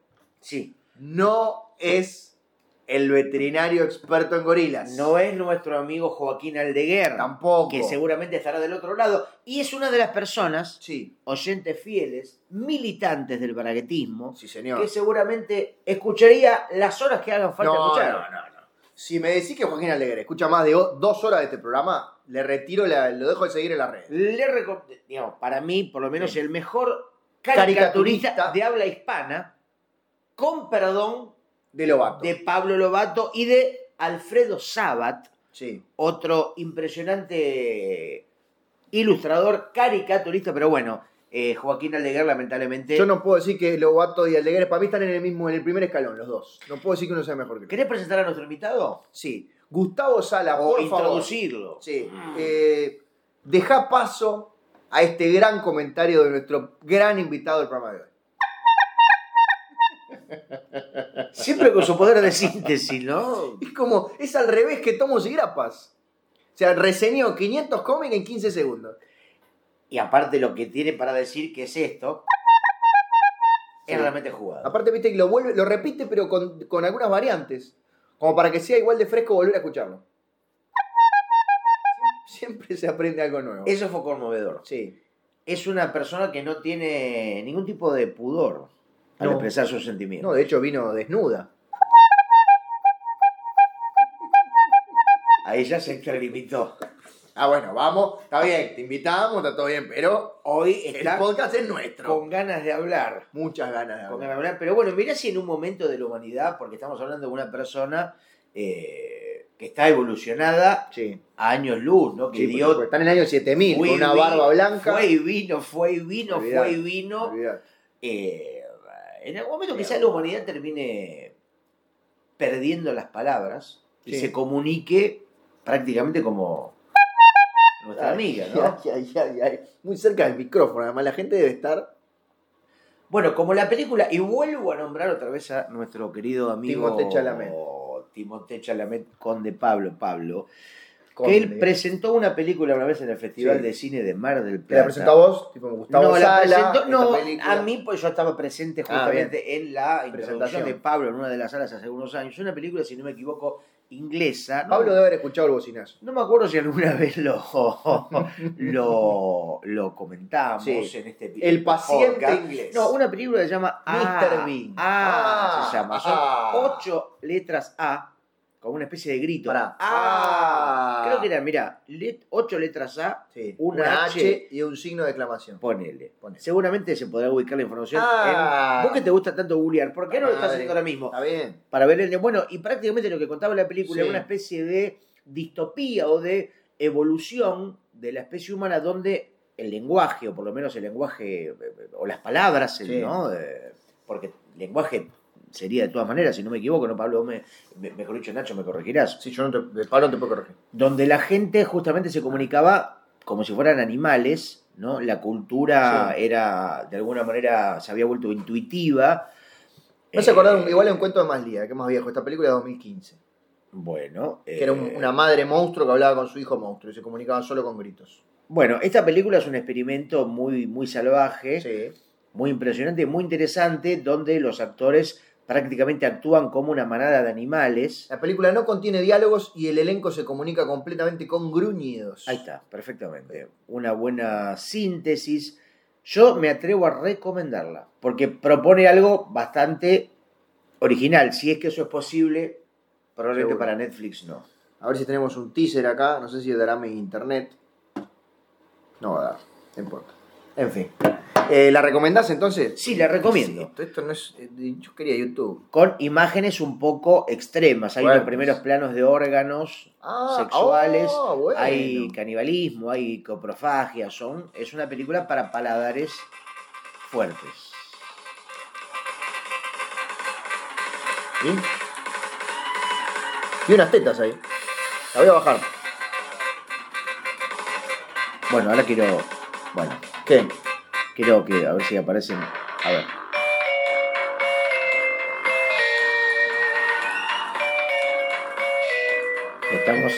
[SPEAKER 1] No es el veterinario experto en gorilas.
[SPEAKER 2] No es nuestro amigo Joaquín Aldeguer,
[SPEAKER 1] Tampoco.
[SPEAKER 2] que seguramente estará del otro lado, y es una de las personas,
[SPEAKER 1] Sí,
[SPEAKER 2] oyentes fieles, militantes del braguetismo,
[SPEAKER 1] sí, señor.
[SPEAKER 2] que seguramente escucharía las horas que hagan falta
[SPEAKER 1] No,
[SPEAKER 2] escuchar.
[SPEAKER 1] no, no, no. Si me decís que Joaquín Alegre escucha más de o- dos horas de este programa, le retiro, la- lo dejo de seguir en la red.
[SPEAKER 2] Le reco- digamos, para mí, por lo menos,
[SPEAKER 1] Sí.
[SPEAKER 2] el mejor
[SPEAKER 1] Caricaturista.
[SPEAKER 2] caricaturista, de habla hispana, con perdón
[SPEAKER 1] De Lobato.
[SPEAKER 2] de Pablo Lobato y de Alfredo Sabat,
[SPEAKER 1] Sí.
[SPEAKER 2] otro impresionante ilustrador, caricaturista, pero bueno, eh, Joaquín Aldeguer lamentablemente...
[SPEAKER 1] Yo no puedo decir que Lobato y Alegre para mí están en el mismo, en el primer escalón, los dos. No puedo decir que uno sea mejor que el otro.
[SPEAKER 2] ¿Querés presentar a nuestro invitado?
[SPEAKER 1] Sí. Gustavo Sala,
[SPEAKER 2] O
[SPEAKER 1] Ah, por favor.
[SPEAKER 2] introducirlo.
[SPEAKER 1] Sí. Eh, deja paso a este gran comentario de nuestro gran invitado del programa de hoy.
[SPEAKER 2] Siempre con su poder de síntesis, ¿no?
[SPEAKER 1] Es como, es al revés que tomos y grapas. O sea, reseñó 500 cómics en 15 segundos.
[SPEAKER 2] Y aparte lo que tiene para decir que es esto, es
[SPEAKER 1] Sí.
[SPEAKER 2] realmente jugado.
[SPEAKER 1] Aparte, viste que lo vuelve, lo repite, pero con, con algunas variantes. Como para que sea igual de fresco volver a escucharlo. Siempre se aprende algo nuevo.
[SPEAKER 2] Eso fue conmovedor.
[SPEAKER 1] Sí.
[SPEAKER 2] Es una persona que no tiene ningún tipo de pudor al
[SPEAKER 1] No.
[SPEAKER 2] expresar sus
[SPEAKER 1] No,
[SPEAKER 2] sentimientos.
[SPEAKER 1] de hecho vino desnuda.
[SPEAKER 2] Ahí ya se extralimitó.
[SPEAKER 1] Ah, bueno, vamos, está bien, te invitamos, está todo bien, pero
[SPEAKER 2] Hoy está
[SPEAKER 1] podcast es nuestro.
[SPEAKER 2] con ganas de hablar.
[SPEAKER 1] muchas ganas de
[SPEAKER 2] Con
[SPEAKER 1] hablar.
[SPEAKER 2] ganas de hablar. Pero bueno, mirá si en un momento de la humanidad, porque estamos hablando de una persona eh, que está evolucionada
[SPEAKER 1] Sí.
[SPEAKER 2] a años luz, ¿no? Que
[SPEAKER 1] Sí, por
[SPEAKER 2] dio
[SPEAKER 1] supuesto. Están en el año 7000, con
[SPEAKER 2] Fue y
[SPEAKER 1] una
[SPEAKER 2] vi-
[SPEAKER 1] barba blanca.
[SPEAKER 2] Fue y vino, fue y vino,
[SPEAKER 1] Olvidate,
[SPEAKER 2] fue y vino.
[SPEAKER 1] Olvidate.
[SPEAKER 2] Eh, en algún momento quizás la humanidad termine perdiendo las palabras y
[SPEAKER 1] Sí.
[SPEAKER 2] se comunique prácticamente como nuestra amiga, ¿no?
[SPEAKER 1] *laughs* Ay, ay, ay, ay. Muy cerca del micrófono, además la gente debe estar.
[SPEAKER 2] Bueno, como la película, y vuelvo a nombrar otra vez a nuestro querido amigo
[SPEAKER 1] Timothée Chalamet.
[SPEAKER 2] Timothée Chalamet, Conde Pablo Pablo,
[SPEAKER 1] con-
[SPEAKER 2] que él presentó una película una vez en el Festival
[SPEAKER 1] Sí.
[SPEAKER 2] de Cine de Mar del
[SPEAKER 1] ¿Te la
[SPEAKER 2] Plata.
[SPEAKER 1] presentó a vos? Tipo, Gustavo
[SPEAKER 2] no,
[SPEAKER 1] Sala,
[SPEAKER 2] la presentó,
[SPEAKER 1] esta
[SPEAKER 2] no,
[SPEAKER 1] película.
[SPEAKER 2] a mí pues yo estaba presente
[SPEAKER 1] Ah,
[SPEAKER 2] justamente en la
[SPEAKER 1] Presentación.
[SPEAKER 2] presentación de Pablo en una de las salas hace unos años. Una película, si no me equivoco, inglesa. No,
[SPEAKER 1] Pablo debe haber escuchado el bocinazo.
[SPEAKER 2] no me acuerdo si alguna
[SPEAKER 1] *laughs*
[SPEAKER 2] vez lo, lo, lo comentamos
[SPEAKER 1] Sí.
[SPEAKER 2] en este
[SPEAKER 1] El paciente
[SPEAKER 2] podcast.
[SPEAKER 1] inglés.
[SPEAKER 2] No, una película que se llama
[SPEAKER 1] Mr.
[SPEAKER 2] A.
[SPEAKER 1] Bean.
[SPEAKER 2] A,
[SPEAKER 1] Ah,
[SPEAKER 2] Ah, se llama. Son
[SPEAKER 1] ah.
[SPEAKER 2] ocho letras A, con una especie de grito.
[SPEAKER 1] Pará.
[SPEAKER 2] Ah.
[SPEAKER 1] Ah.
[SPEAKER 2] Creo que era, mira, ocho letras A
[SPEAKER 1] Sí.
[SPEAKER 2] Una
[SPEAKER 1] Una
[SPEAKER 2] H.
[SPEAKER 1] H y un signo de exclamación.
[SPEAKER 2] Ponele.
[SPEAKER 1] Ponele.
[SPEAKER 2] Seguramente se podrá ubicar la información.
[SPEAKER 1] Ah.
[SPEAKER 2] en- Vos que te gusta tanto googlear, ¿por qué no lo estás
[SPEAKER 1] Madre.
[SPEAKER 2] haciendo ahora mismo?
[SPEAKER 1] Está bien.
[SPEAKER 2] Para ver el. Bueno, y prácticamente lo que contaba la película
[SPEAKER 1] Sí.
[SPEAKER 2] era una especie de distopía o de evolución de la especie humana donde el lenguaje, o por lo menos el lenguaje, eh, eh, o las palabras, el-
[SPEAKER 1] Sí.
[SPEAKER 2] ¿no? Eh, Porque lenguaje sería de todas maneras, si no me equivoco, ¿no, Pablo? Vos me- me- mejor dicho, Nacho, me corregirás.
[SPEAKER 1] Sí, yo no te, de Pablo no te puedo corregir.
[SPEAKER 2] Donde la gente justamente se comunicaba como si fueran animales, ¿no? La cultura era, de alguna manera, se había vuelto intuitiva.
[SPEAKER 1] Me hace acordar un-
[SPEAKER 2] Eh,
[SPEAKER 1] igual a un cuento de Maslía, que es más viejo. Esta película de 2015.
[SPEAKER 2] Bueno,
[SPEAKER 1] Que era un-
[SPEAKER 2] eh,
[SPEAKER 1] una madre monstruo que hablaba con su hijo monstruo y se comunicaba solo con gritos.
[SPEAKER 2] Bueno, esta película es un experimento muy, muy salvaje,
[SPEAKER 1] Sí.
[SPEAKER 2] muy impresionante, muy interesante, donde los actores prácticamente actúan como una manada de animales.
[SPEAKER 1] La película no contiene diálogos y el elenco se comunica completamente con gruñidos.
[SPEAKER 2] Ahí está, perfectamente. Una buena síntesis. Yo me atrevo a recomendarla, porque propone algo bastante original. Si es que eso es posible, probablemente
[SPEAKER 1] Seguro.
[SPEAKER 2] para Netflix no.
[SPEAKER 1] A ver si tenemos un teaser acá. No sé si dará mi internet. No va a dar. No importa. En fin. Eh, ¿La recomendás entonces?
[SPEAKER 2] Sí, la recomiendo.
[SPEAKER 1] Sí, Esto, esto no es. eh, Yo quería YouTube.
[SPEAKER 2] Con imágenes un poco extremas. Hay
[SPEAKER 1] Bueno,
[SPEAKER 2] los primeros planos de órganos sexuales, hay canibalismo, hay coprofagia, son, es una película para paladares fuertes.
[SPEAKER 1] ¿Sí? Y unas tetas ahí. La voy a bajar.
[SPEAKER 2] Bueno, ahora quiero, bueno,
[SPEAKER 1] ¿Qué?
[SPEAKER 2] quiero que a ver si aparecen, a ver. Estamos,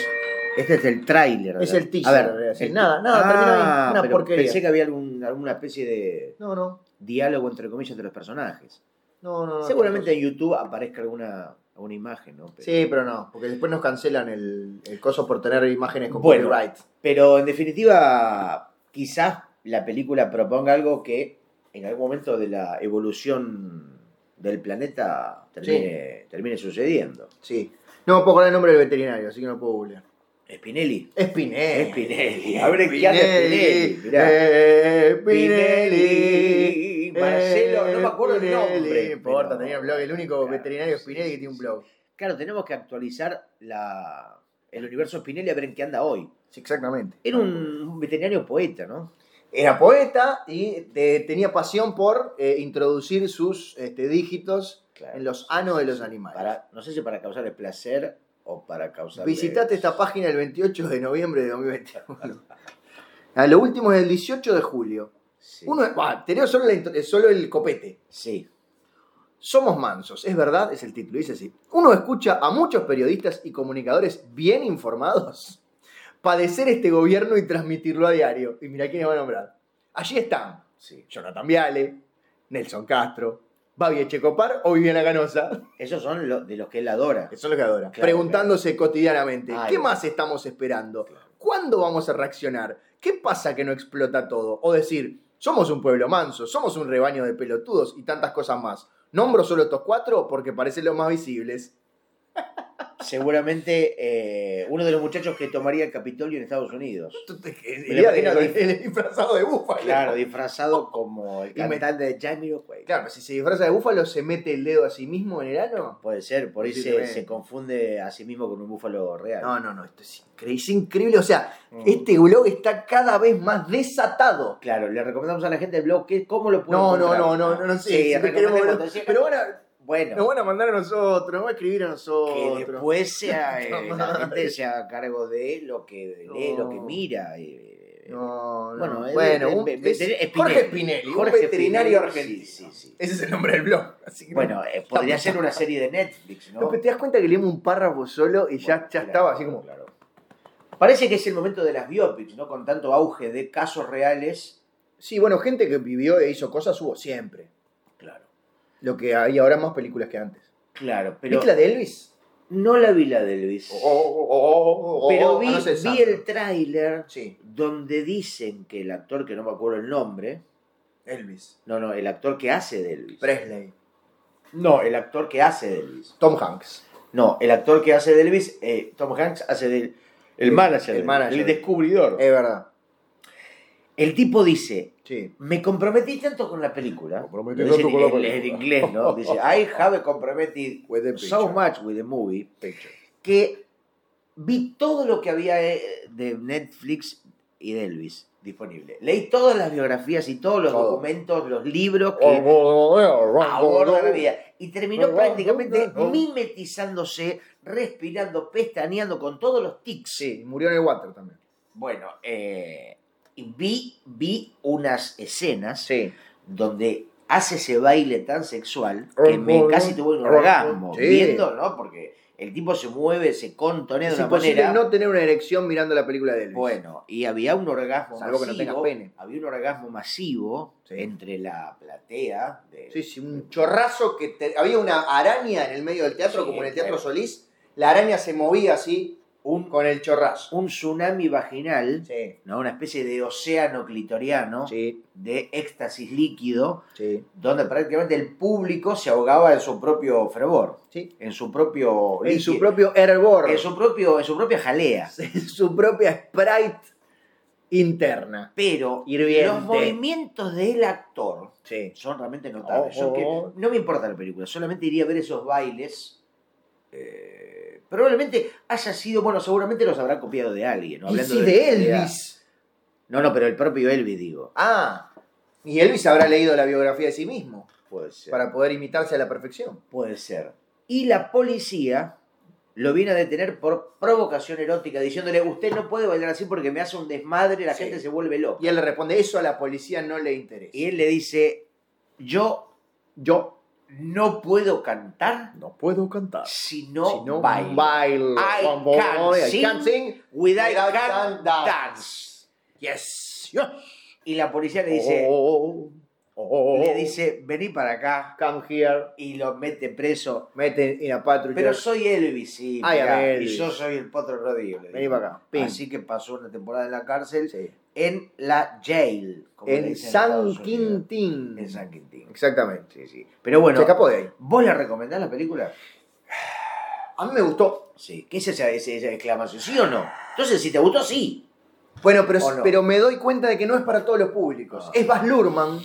[SPEAKER 2] este es el tráiler.
[SPEAKER 1] Es
[SPEAKER 2] ¿verdad?
[SPEAKER 1] el teaser,
[SPEAKER 2] A
[SPEAKER 1] en
[SPEAKER 2] ver,
[SPEAKER 1] realidad, sí.
[SPEAKER 2] el- Ah,
[SPEAKER 1] Nada, nada, termina ahí. Una
[SPEAKER 2] pero
[SPEAKER 1] porquería.
[SPEAKER 2] Pensé que había algún- alguna especie de
[SPEAKER 1] No, no.
[SPEAKER 2] diálogo entre comillas de los personajes.
[SPEAKER 1] No, no, no.
[SPEAKER 2] Seguramente en YouTube aparezca alguna, a una imagen, ¿no? Pero-
[SPEAKER 1] Sí, pero no, porque después nos cancelan el, el coso por tener imágenes con
[SPEAKER 2] Bueno.
[SPEAKER 1] copyright.
[SPEAKER 2] Pero en definitiva, quizás la película proponga algo que en algún momento de la evolución del planeta termine, termine sucediendo.
[SPEAKER 1] Sí. No me puedo acordar el nombre del veterinario, así que no puedo googlear.
[SPEAKER 2] Spinelli.
[SPEAKER 1] Eh, Spinelli.
[SPEAKER 2] Spinelli. A ver qué hace Spinelli. Mirá.
[SPEAKER 1] eh, Spinelli.
[SPEAKER 2] Spinelli. Marcelo, no me acuerdo el nombre.
[SPEAKER 1] No importa,
[SPEAKER 2] pero-
[SPEAKER 1] tenía un blog. El único
[SPEAKER 2] Claro,
[SPEAKER 1] veterinario
[SPEAKER 2] sí,
[SPEAKER 1] Spinelli que
[SPEAKER 2] sí,
[SPEAKER 1] tiene un
[SPEAKER 2] sí.
[SPEAKER 1] blog.
[SPEAKER 2] Claro, tenemos que actualizar la, el universo Spinelli a ver en qué anda hoy.
[SPEAKER 1] Sí, exactamente.
[SPEAKER 2] Era un veterinario poeta, ¿no?
[SPEAKER 1] Era poeta y te- tenía pasión por eh, introducir sus este, dígitos
[SPEAKER 2] Claro.
[SPEAKER 1] en los anos Ah, de los animales.
[SPEAKER 2] Para, no sé si para causarle placer o para causar.
[SPEAKER 1] Visitate esta página el 28 de noviembre de
[SPEAKER 2] *laughs*
[SPEAKER 1] 2021. A Ah, lo último es el 18 de julio.
[SPEAKER 2] Sí.
[SPEAKER 1] Uno, bah, tenemos solo, la intro- eh, solo el copete.
[SPEAKER 2] Sí.
[SPEAKER 1] Somos mansos, es verdad, es el título, dice así. Uno escucha a muchos periodistas y comunicadores bien informados *laughs* padecer este gobierno y transmitirlo a diario. Y mira quiénes va a nombrar. Allí están
[SPEAKER 2] sí.
[SPEAKER 1] Jonathan Viale, Nelson Castro, Babi Checopar o Viviana Canosa.
[SPEAKER 2] Esos son lo- de los que él adora.
[SPEAKER 1] que son los que adoran.
[SPEAKER 2] Claro,
[SPEAKER 1] preguntándose cotidianamente,
[SPEAKER 2] Ah,
[SPEAKER 1] ¿qué
[SPEAKER 2] bien.
[SPEAKER 1] más estamos esperando?
[SPEAKER 2] Claro.
[SPEAKER 1] ¿Cuándo vamos a reaccionar? ¿Qué pasa que no explota todo? O decir, somos un pueblo manso, somos un rebaño de pelotudos y tantas cosas más. Nombro solo estos cuatro porque parecen los más visibles.
[SPEAKER 2] Seguramente eh, uno de los muchachos que tomaría el Capitolio en Estados Unidos.
[SPEAKER 1] El día de-
[SPEAKER 2] imagino
[SPEAKER 1] el- el disfrazado de búfalo.
[SPEAKER 2] Claro, disfrazado como el
[SPEAKER 1] Y me-
[SPEAKER 2] cantante de Jamiroquai.
[SPEAKER 1] Claro, pero si se disfraza de búfalo, ¿se mete el dedo a sí mismo en el ano?
[SPEAKER 2] Puede ser, por ahí
[SPEAKER 1] Sí,
[SPEAKER 2] se,
[SPEAKER 1] tremendo.
[SPEAKER 2] se confunde a sí mismo con un búfalo real.
[SPEAKER 1] No, no, no, esto es increíble. es increíble. O sea,
[SPEAKER 2] Mm.
[SPEAKER 1] este blog está cada vez más desatado.
[SPEAKER 2] Claro, le recomendamos a la gente del blog que cómo lo puede
[SPEAKER 1] No, no,
[SPEAKER 2] encontrar.
[SPEAKER 1] no, no, no, no sé.
[SPEAKER 2] Sí,
[SPEAKER 1] si no
[SPEAKER 2] recomendemos,
[SPEAKER 1] queremos-
[SPEAKER 2] decía-
[SPEAKER 1] pero van a,
[SPEAKER 2] bueno,
[SPEAKER 1] Nos van a mandar a nosotros, nos van a escribir a
[SPEAKER 2] que
[SPEAKER 1] nosotros. *laughs*
[SPEAKER 2] después sea, eh,
[SPEAKER 1] Puta
[SPEAKER 2] la
[SPEAKER 1] madre.
[SPEAKER 2] gente se haga cargo de lo que lee, lo que
[SPEAKER 1] No.
[SPEAKER 2] mira. eh,
[SPEAKER 1] No, no.
[SPEAKER 2] Bueno,
[SPEAKER 1] Bueno,
[SPEAKER 2] eh, eh,
[SPEAKER 1] un-
[SPEAKER 2] eh,
[SPEAKER 1] es-
[SPEAKER 2] Spinelli.
[SPEAKER 1] Jorge Spinelli,
[SPEAKER 2] Jorge
[SPEAKER 1] un veterinario
[SPEAKER 2] Spinelli,
[SPEAKER 1] argentino.
[SPEAKER 2] sí, sí, sí.
[SPEAKER 1] Ese es el nombre del blog. Así que
[SPEAKER 2] Bueno, eh, podría
[SPEAKER 1] *laughs*
[SPEAKER 2] ser una serie de Netflix,
[SPEAKER 1] no. No,
[SPEAKER 2] ¿no?
[SPEAKER 1] pero te das cuenta que leemos un párrafo solo y ya, ya
[SPEAKER 2] Claro,
[SPEAKER 1] estaba así como.
[SPEAKER 2] claro. Parece que es el momento de las biopics, ¿no? Con tanto auge de casos reales.
[SPEAKER 1] Sí, bueno, gente que vivió e hizo cosas hubo siempre.
[SPEAKER 2] Claro.
[SPEAKER 1] Lo que hay ahora más películas que antes.
[SPEAKER 2] Claro, pero Oh,
[SPEAKER 1] ¿Viste la de Elvis?
[SPEAKER 2] no la vi la de Luis. pero vi,
[SPEAKER 1] no sé,
[SPEAKER 2] vi
[SPEAKER 1] Sandro.
[SPEAKER 2] el tráiler
[SPEAKER 1] Sí,
[SPEAKER 2] donde dicen que el actor, que no me acuerdo el nombre,
[SPEAKER 1] Elvis.
[SPEAKER 2] no, no, el actor que hace de Elvis.
[SPEAKER 1] Presley.
[SPEAKER 2] No, el actor que hace de Elvis.
[SPEAKER 1] Tom Hanks.
[SPEAKER 2] No, el actor que hace de Elvis, eh, Tom Hanks hace del el manager,
[SPEAKER 1] el
[SPEAKER 2] de Elvis,
[SPEAKER 1] manager.
[SPEAKER 2] el descubridor.
[SPEAKER 1] Es verdad.
[SPEAKER 2] El tipo dice,
[SPEAKER 1] Sí.
[SPEAKER 2] me comprometí tanto con la película.
[SPEAKER 1] comprometí
[SPEAKER 2] Lo dice
[SPEAKER 1] tanto
[SPEAKER 2] en-
[SPEAKER 1] con la película.
[SPEAKER 2] en- En inglés, ¿no?
[SPEAKER 1] *laughs*
[SPEAKER 2] Dice, I have compromised
[SPEAKER 1] With the
[SPEAKER 2] so
[SPEAKER 1] picture.
[SPEAKER 2] much with the movie
[SPEAKER 1] Picture.
[SPEAKER 2] que vi todo lo que había eh, de Netflix y de Elvis disponible. Leí todas las biografías y todos los
[SPEAKER 1] Todo.
[SPEAKER 2] documentos, los libros
[SPEAKER 1] Oh,
[SPEAKER 2] que abordan la vida. Y terminó prácticamente mimetizándose, respirando, pestañeando con todos los tics.
[SPEAKER 1] Sí, murió en el water también.
[SPEAKER 2] Bueno, eh, y vi, vi unas escenas
[SPEAKER 1] Sí.
[SPEAKER 2] donde hace ese baile tan sexual que me casi tuvo un orgasmo
[SPEAKER 1] Sí.
[SPEAKER 2] viendo, ¿no? Porque el tipo se mueve, se contonea de
[SPEAKER 1] Es
[SPEAKER 2] una
[SPEAKER 1] imposible
[SPEAKER 2] manera.
[SPEAKER 1] pues, no tener una erección mirando la película de Elvis.
[SPEAKER 2] Bueno, y había un orgasmo
[SPEAKER 1] Salvo que no
[SPEAKER 2] masivo,
[SPEAKER 1] tengas pene.
[SPEAKER 2] había un orgasmo masivo
[SPEAKER 1] Sí.
[SPEAKER 2] entre la platea de
[SPEAKER 1] Sí, sí, un chorrazo que te- había una araña en el medio del teatro,
[SPEAKER 2] Sí,
[SPEAKER 1] como en el Teatro
[SPEAKER 2] claro.
[SPEAKER 1] Solís. La araña se movía así
[SPEAKER 2] un,
[SPEAKER 1] con el chorrazo.
[SPEAKER 2] un tsunami vaginal,
[SPEAKER 1] Sí,
[SPEAKER 2] ¿no? una especie de océano clitoriano
[SPEAKER 1] sí,
[SPEAKER 2] de éxtasis líquido,
[SPEAKER 1] sí.
[SPEAKER 2] donde prácticamente el público se ahogaba en su propio fervor,
[SPEAKER 1] Sí.
[SPEAKER 2] en su propio
[SPEAKER 1] En su
[SPEAKER 2] líquido,
[SPEAKER 1] propio hervor,
[SPEAKER 2] en su propio, en su propia jalea.
[SPEAKER 1] en su propia sprite interna.
[SPEAKER 2] Pero
[SPEAKER 1] Hirviente.
[SPEAKER 2] los movimientos del actor
[SPEAKER 1] Sí.
[SPEAKER 2] son realmente notables. Yo
[SPEAKER 1] Ojo.
[SPEAKER 2] que- no me importa la película, solamente iría a ver esos bailes. Eh, probablemente haya sido, bueno, seguramente los habrá copiado de alguien. ¿no?
[SPEAKER 1] y
[SPEAKER 2] Hablando
[SPEAKER 1] si de, Elvis.
[SPEAKER 2] No, no, pero el propio Elvis, digo.
[SPEAKER 1] Ah, y Elvis habrá leído la biografía de sí mismo
[SPEAKER 2] Puede ser.
[SPEAKER 1] para poder imitarse a la perfección.
[SPEAKER 2] Puede ser. Y la policía lo viene a detener por provocación erótica, diciéndole, usted no puede bailar así porque me hace un desmadre, la
[SPEAKER 1] Sí.
[SPEAKER 2] gente se vuelve loca.
[SPEAKER 1] Y él le responde, eso a la policía no le interesa.
[SPEAKER 2] Y él le dice, yo, yo no puedo cantar
[SPEAKER 1] No puedo cantar.
[SPEAKER 2] si
[SPEAKER 1] Si
[SPEAKER 2] no,
[SPEAKER 1] no
[SPEAKER 2] bailo.
[SPEAKER 1] bailo.
[SPEAKER 2] I
[SPEAKER 1] Con voz,
[SPEAKER 2] can
[SPEAKER 1] I
[SPEAKER 2] sing
[SPEAKER 1] can sing.
[SPEAKER 2] With I
[SPEAKER 1] Without
[SPEAKER 2] can
[SPEAKER 1] can dance.
[SPEAKER 2] dance.
[SPEAKER 1] Yes. yes.
[SPEAKER 2] Y la policía le dice,
[SPEAKER 1] Oh,
[SPEAKER 2] le dice, vení para acá
[SPEAKER 1] Come here,
[SPEAKER 2] y lo mete preso.
[SPEAKER 1] mete in a patrulla.
[SPEAKER 2] Pero soy Elvis, sí,
[SPEAKER 1] Ay, a
[SPEAKER 2] mirá,
[SPEAKER 1] ver, Elvis.
[SPEAKER 2] y yo soy el potro Rodríguez. le
[SPEAKER 1] Vení
[SPEAKER 2] digo.
[SPEAKER 1] para acá. Pim.
[SPEAKER 2] Así que pasó una temporada en la cárcel,
[SPEAKER 1] Sí.
[SPEAKER 2] en la jail. como le
[SPEAKER 1] En
[SPEAKER 2] dicen en
[SPEAKER 1] San
[SPEAKER 2] Estados Unidos.
[SPEAKER 1] Quintín.
[SPEAKER 2] En San Quintín.
[SPEAKER 1] Exactamente.
[SPEAKER 2] Sí, sí. Pero bueno,
[SPEAKER 1] Se escapó de ahí.
[SPEAKER 2] ¿vos le recomendás la película?
[SPEAKER 1] A mí me gustó.
[SPEAKER 2] Sí. ¿Qué es esa, esa- esa exclamación? ¿Sí o no? Entonces, si te gustó, sí.
[SPEAKER 1] Bueno, pero,
[SPEAKER 2] ¿O no?
[SPEAKER 1] pero me doy cuenta de que no es para todos los públicos.
[SPEAKER 2] Ah.
[SPEAKER 1] Es Baz Luhrmann,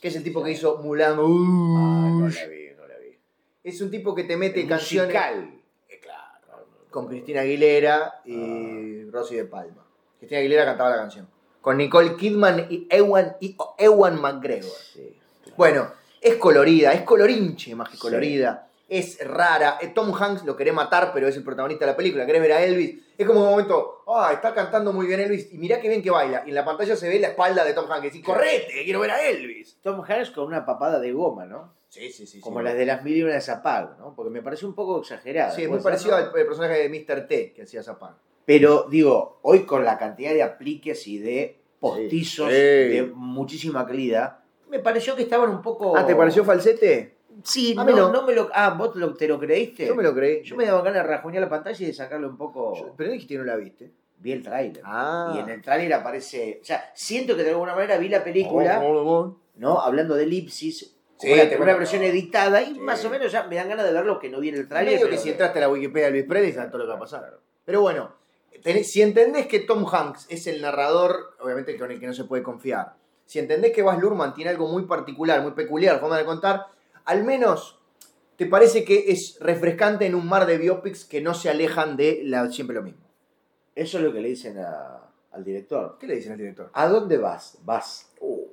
[SPEAKER 1] que es el tipo que hizo Mulan.
[SPEAKER 2] Ah, no la vi, no la vi.
[SPEAKER 1] Es un tipo que te mete
[SPEAKER 2] El
[SPEAKER 1] canciones
[SPEAKER 2] musical. Eh, claro.
[SPEAKER 1] con Cristina Aguilera y
[SPEAKER 2] Ah.
[SPEAKER 1] Rosy de Palma. Cristina Aguilera cantaba la canción. Con Nicole Kidman y Ewan, y Ewan McGregor.
[SPEAKER 2] Sí.
[SPEAKER 1] Bueno, es colorida, es colorinche más que colorida. Es rara. Eh, Tom Hanks lo querés matar, pero es el protagonista de la película. Querés ver a Elvis. Es como un momento, ah, está cantando muy bien Elvis. Y mirá qué bien que baila. Y en la pantalla se ve la espalda de Tom Hanks. Y correte, que quiero ver a Elvis.
[SPEAKER 2] Tom Hanks con una papada de goma, ¿no?
[SPEAKER 1] Sí, sí, sí.
[SPEAKER 2] Como las de las mil y una de Zapago, ¿no? Porque me pareció un poco exagerada.
[SPEAKER 1] Sí, es muy
[SPEAKER 2] ¿Puede ser,
[SPEAKER 1] parecido
[SPEAKER 2] no?
[SPEAKER 1] al al personaje de Mr. T que hacía Zapán.
[SPEAKER 2] Pero digo, hoy con la cantidad de apliques y de postizos
[SPEAKER 1] Sí.
[SPEAKER 2] de muchísima calidad, me pareció que estaban un poco.
[SPEAKER 1] Ah, ¿te pareció falsete?
[SPEAKER 2] Sí,
[SPEAKER 1] A
[SPEAKER 2] no,
[SPEAKER 1] mí no.
[SPEAKER 2] no me lo. Ah, ¿vos te lo, te lo creíste?
[SPEAKER 1] Yo me lo creí.
[SPEAKER 2] Yo me daba ganas de rajuñar la pantalla y de sacarlo un poco.
[SPEAKER 1] Yo- Pero no dijiste que no la viste.
[SPEAKER 2] Vi el tráiler.
[SPEAKER 1] Ah.
[SPEAKER 2] Y en el tráiler aparece. O sea, siento que de alguna manera vi la película, ¿no? Hablando de elipsis.
[SPEAKER 1] Oh, Sí,
[SPEAKER 2] como la-
[SPEAKER 1] te
[SPEAKER 2] una,
[SPEAKER 1] cuento.
[SPEAKER 2] versión editada y
[SPEAKER 1] Sí.
[SPEAKER 2] más o menos ya me dan ganas de ver lo que no vi en el tráiler.
[SPEAKER 1] Medio que
[SPEAKER 2] pero-
[SPEAKER 1] si entraste a la Wikipedia de Luis Presley, sabes todo lo que va a pasar. Pero bueno, tenés- si entendés que Tom Hanks es el narrador, obviamente con el que no se puede confiar, si entendés que Baz Luhrmann tiene algo muy particular, muy peculiar, forma de contar, al menos te parece que es refrescante en un mar de biopics que no se alejan de la- siempre lo mismo.
[SPEAKER 2] Eso es lo que le dicen a- al director.
[SPEAKER 1] ¿Qué le dicen al director?
[SPEAKER 2] ¿A dónde vas? Vas.
[SPEAKER 1] Uh.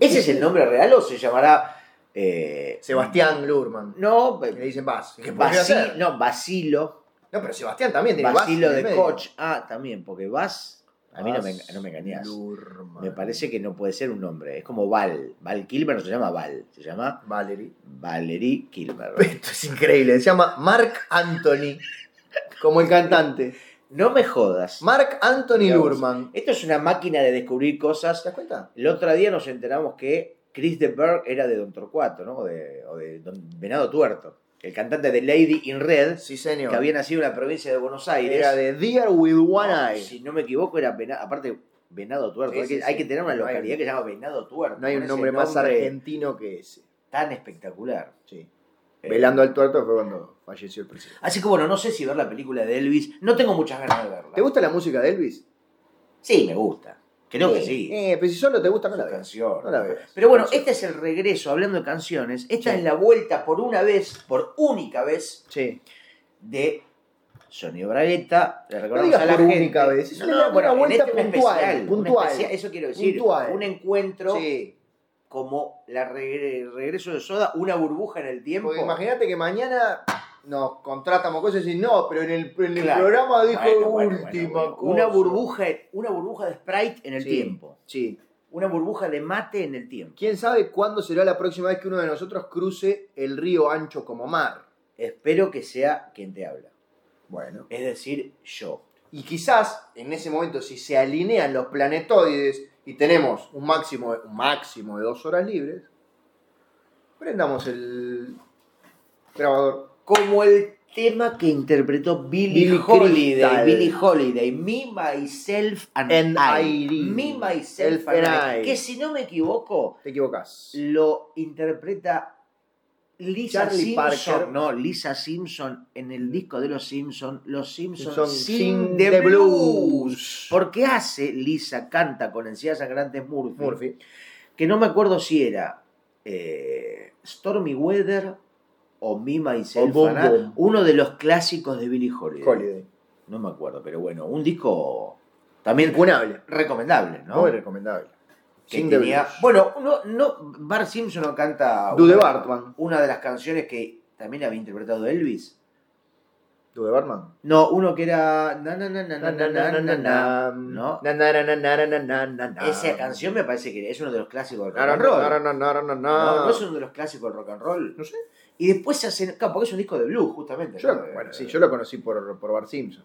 [SPEAKER 2] ¿Ese es el nombre real o se llamará eh,
[SPEAKER 1] Sebastián Luhrmann.
[SPEAKER 2] No,
[SPEAKER 1] Que Le dicen Baz. ¿Qué podría
[SPEAKER 2] Basilo,
[SPEAKER 1] ser?
[SPEAKER 2] no, Basilo.
[SPEAKER 1] No, pero Sebastián también tiene Baz
[SPEAKER 2] Basilo
[SPEAKER 1] en el
[SPEAKER 2] de
[SPEAKER 1] medio.
[SPEAKER 2] Koch. Ah, también, porque Vas. A mí no me,
[SPEAKER 1] Baz
[SPEAKER 2] no me engañás.
[SPEAKER 1] Luhrmann.
[SPEAKER 2] Me parece que no puede ser un nombre. Es como Val. Val Kilmer no se llama Val, se llama
[SPEAKER 1] Valerie.
[SPEAKER 2] Valerie Kilmer.
[SPEAKER 1] Esto es increíble. Se llama Mark Anthony, como el cantante.
[SPEAKER 2] No me jodas.
[SPEAKER 1] Mark Anthony
[SPEAKER 2] Mirá vos.
[SPEAKER 1] Lurman.
[SPEAKER 2] Esto es una máquina de descubrir cosas.
[SPEAKER 1] ¿Te das cuenta?
[SPEAKER 2] El otro día nos enteramos que Chris de Berg era de Don Torcuato, ¿no? O de, o de Don Venado Tuerto. El cantante de Lady in Red,
[SPEAKER 1] Sí, señor.
[SPEAKER 2] que había nacido en la provincia de Buenos Aires.
[SPEAKER 1] Era de Dear with One
[SPEAKER 2] No,
[SPEAKER 1] Eye.
[SPEAKER 2] Si no me equivoco, era Venado. Aparte, Venado Tuerto.
[SPEAKER 1] Sí,
[SPEAKER 2] hay,
[SPEAKER 1] sí,
[SPEAKER 2] que,
[SPEAKER 1] sí.
[SPEAKER 2] hay que tener una
[SPEAKER 1] No hay-
[SPEAKER 2] localidad que se llama Venado Tuerto.
[SPEAKER 1] No hay
[SPEAKER 2] con
[SPEAKER 1] un
[SPEAKER 2] ese
[SPEAKER 1] nombre más argentino que ese.
[SPEAKER 2] Tan espectacular.
[SPEAKER 1] Sí.
[SPEAKER 2] Eh,
[SPEAKER 1] Velando al tuerto fue cuando falleció el presidente.
[SPEAKER 2] Así que bueno, no sé si ver la película de Elvis. No tengo muchas ganas de verla.
[SPEAKER 1] ¿Te gusta la música de Elvis?
[SPEAKER 2] Sí, me gusta. Creo que sí.
[SPEAKER 1] Eh, pero si solo te gusta, no la
[SPEAKER 2] Su
[SPEAKER 1] veas.
[SPEAKER 2] canción.
[SPEAKER 1] No la veas.
[SPEAKER 2] Pero bueno,
[SPEAKER 1] Canción.
[SPEAKER 2] este es el regreso, hablando de canciones. Esta
[SPEAKER 1] Sí.
[SPEAKER 2] es la vuelta por una vez, por única vez,
[SPEAKER 1] Sí.
[SPEAKER 2] de Sonido Bragueta. Le recordamos
[SPEAKER 1] digas
[SPEAKER 2] a la
[SPEAKER 1] por
[SPEAKER 2] gente.
[SPEAKER 1] única vez, es una- una
[SPEAKER 2] en
[SPEAKER 1] vuelta
[SPEAKER 2] un
[SPEAKER 1] puntual,
[SPEAKER 2] un
[SPEAKER 1] puntual,
[SPEAKER 2] especial, eso quiero decir.
[SPEAKER 1] puntual.
[SPEAKER 2] Un encuentro
[SPEAKER 1] Sí.
[SPEAKER 2] como la regre- el regreso de Soda, una burbuja en el tiempo.
[SPEAKER 1] Porque imagínate que mañana nos contratamos cosas y no, pero en el, en el
[SPEAKER 2] Claro.
[SPEAKER 1] programa dijo
[SPEAKER 2] Bueno, bueno,
[SPEAKER 1] última
[SPEAKER 2] bueno, bueno.
[SPEAKER 1] cosa.
[SPEAKER 2] Una burbuja, una burbuja de Sprite en el
[SPEAKER 1] Sí.
[SPEAKER 2] tiempo.
[SPEAKER 1] Sí.
[SPEAKER 2] Una burbuja de mate en el tiempo.
[SPEAKER 1] ¿Quién sabe cuándo será la próxima vez que uno de nosotros cruce el río ancho como mar?
[SPEAKER 2] Espero que sea quien te habla.
[SPEAKER 1] Bueno.
[SPEAKER 2] Es decir, yo.
[SPEAKER 1] Y quizás en ese momento, si se alinean los planetoides y tenemos un máximo, de- un máximo de dos horas libres, prendamos el grabador.
[SPEAKER 2] Como el tema que interpretó Billy,
[SPEAKER 1] Billy
[SPEAKER 2] Holiday.
[SPEAKER 1] Crystal.
[SPEAKER 2] Billy Holiday. Me, Myself and,
[SPEAKER 1] And
[SPEAKER 2] I.
[SPEAKER 1] Irene.
[SPEAKER 2] Me, Myself
[SPEAKER 1] Self
[SPEAKER 2] and,
[SPEAKER 1] and
[SPEAKER 2] I.
[SPEAKER 1] I.
[SPEAKER 2] Que si no me equivoco,
[SPEAKER 1] Te equivocas.
[SPEAKER 2] lo interpreta Lisa
[SPEAKER 1] Charlie
[SPEAKER 2] Simpson.
[SPEAKER 1] Parker.
[SPEAKER 2] No, Lisa Simpson en el disco de los Simpson. Los Simpson,
[SPEAKER 1] Son
[SPEAKER 2] sing,
[SPEAKER 1] Sing
[SPEAKER 2] the,
[SPEAKER 1] the
[SPEAKER 2] blues.
[SPEAKER 1] Blues.
[SPEAKER 2] Porque hace Lisa, canta con Encías Sangrantes Murphy,
[SPEAKER 1] Murphy.
[SPEAKER 2] que no me acuerdo si era eh, Stormy Weather o Me, Myself,
[SPEAKER 1] O Boom
[SPEAKER 2] and I,
[SPEAKER 1] Boom.
[SPEAKER 2] uno de los clásicos de Billy Holiday.
[SPEAKER 1] Holiday.
[SPEAKER 2] No me acuerdo, pero bueno, un disco también
[SPEAKER 1] Incunable.
[SPEAKER 2] recomendable, ¿no?
[SPEAKER 1] Muy recomendable.
[SPEAKER 2] que
[SPEAKER 1] Sing the
[SPEAKER 2] tenía-
[SPEAKER 1] Blues.
[SPEAKER 2] Bueno, no, no, Bart Simpson no canta
[SPEAKER 1] Do the
[SPEAKER 2] una-
[SPEAKER 1] Bartman.
[SPEAKER 2] una de las canciones que también había interpretado Elvis.
[SPEAKER 1] ¿Tú de Bartman?
[SPEAKER 2] No, uno que era na, na, na, na, na, na, na, na, na, ¿no?
[SPEAKER 1] Na, na, na, na, na, na, na, na, na.
[SPEAKER 2] Esa canción me parece que es uno de los clásicos del rock
[SPEAKER 1] Na, na,
[SPEAKER 2] and roll.
[SPEAKER 1] na, na, na, na, na,
[SPEAKER 2] No,
[SPEAKER 1] na.
[SPEAKER 2] no es uno de los clásicos del rock and roll.
[SPEAKER 1] No sé.
[SPEAKER 2] Y después se hacen. Claro, porque es un disco de blues, justamente.
[SPEAKER 1] Yo,
[SPEAKER 2] ¿no? Eh,
[SPEAKER 1] bueno, sí, yo lo conocí por, por Bart Simpson.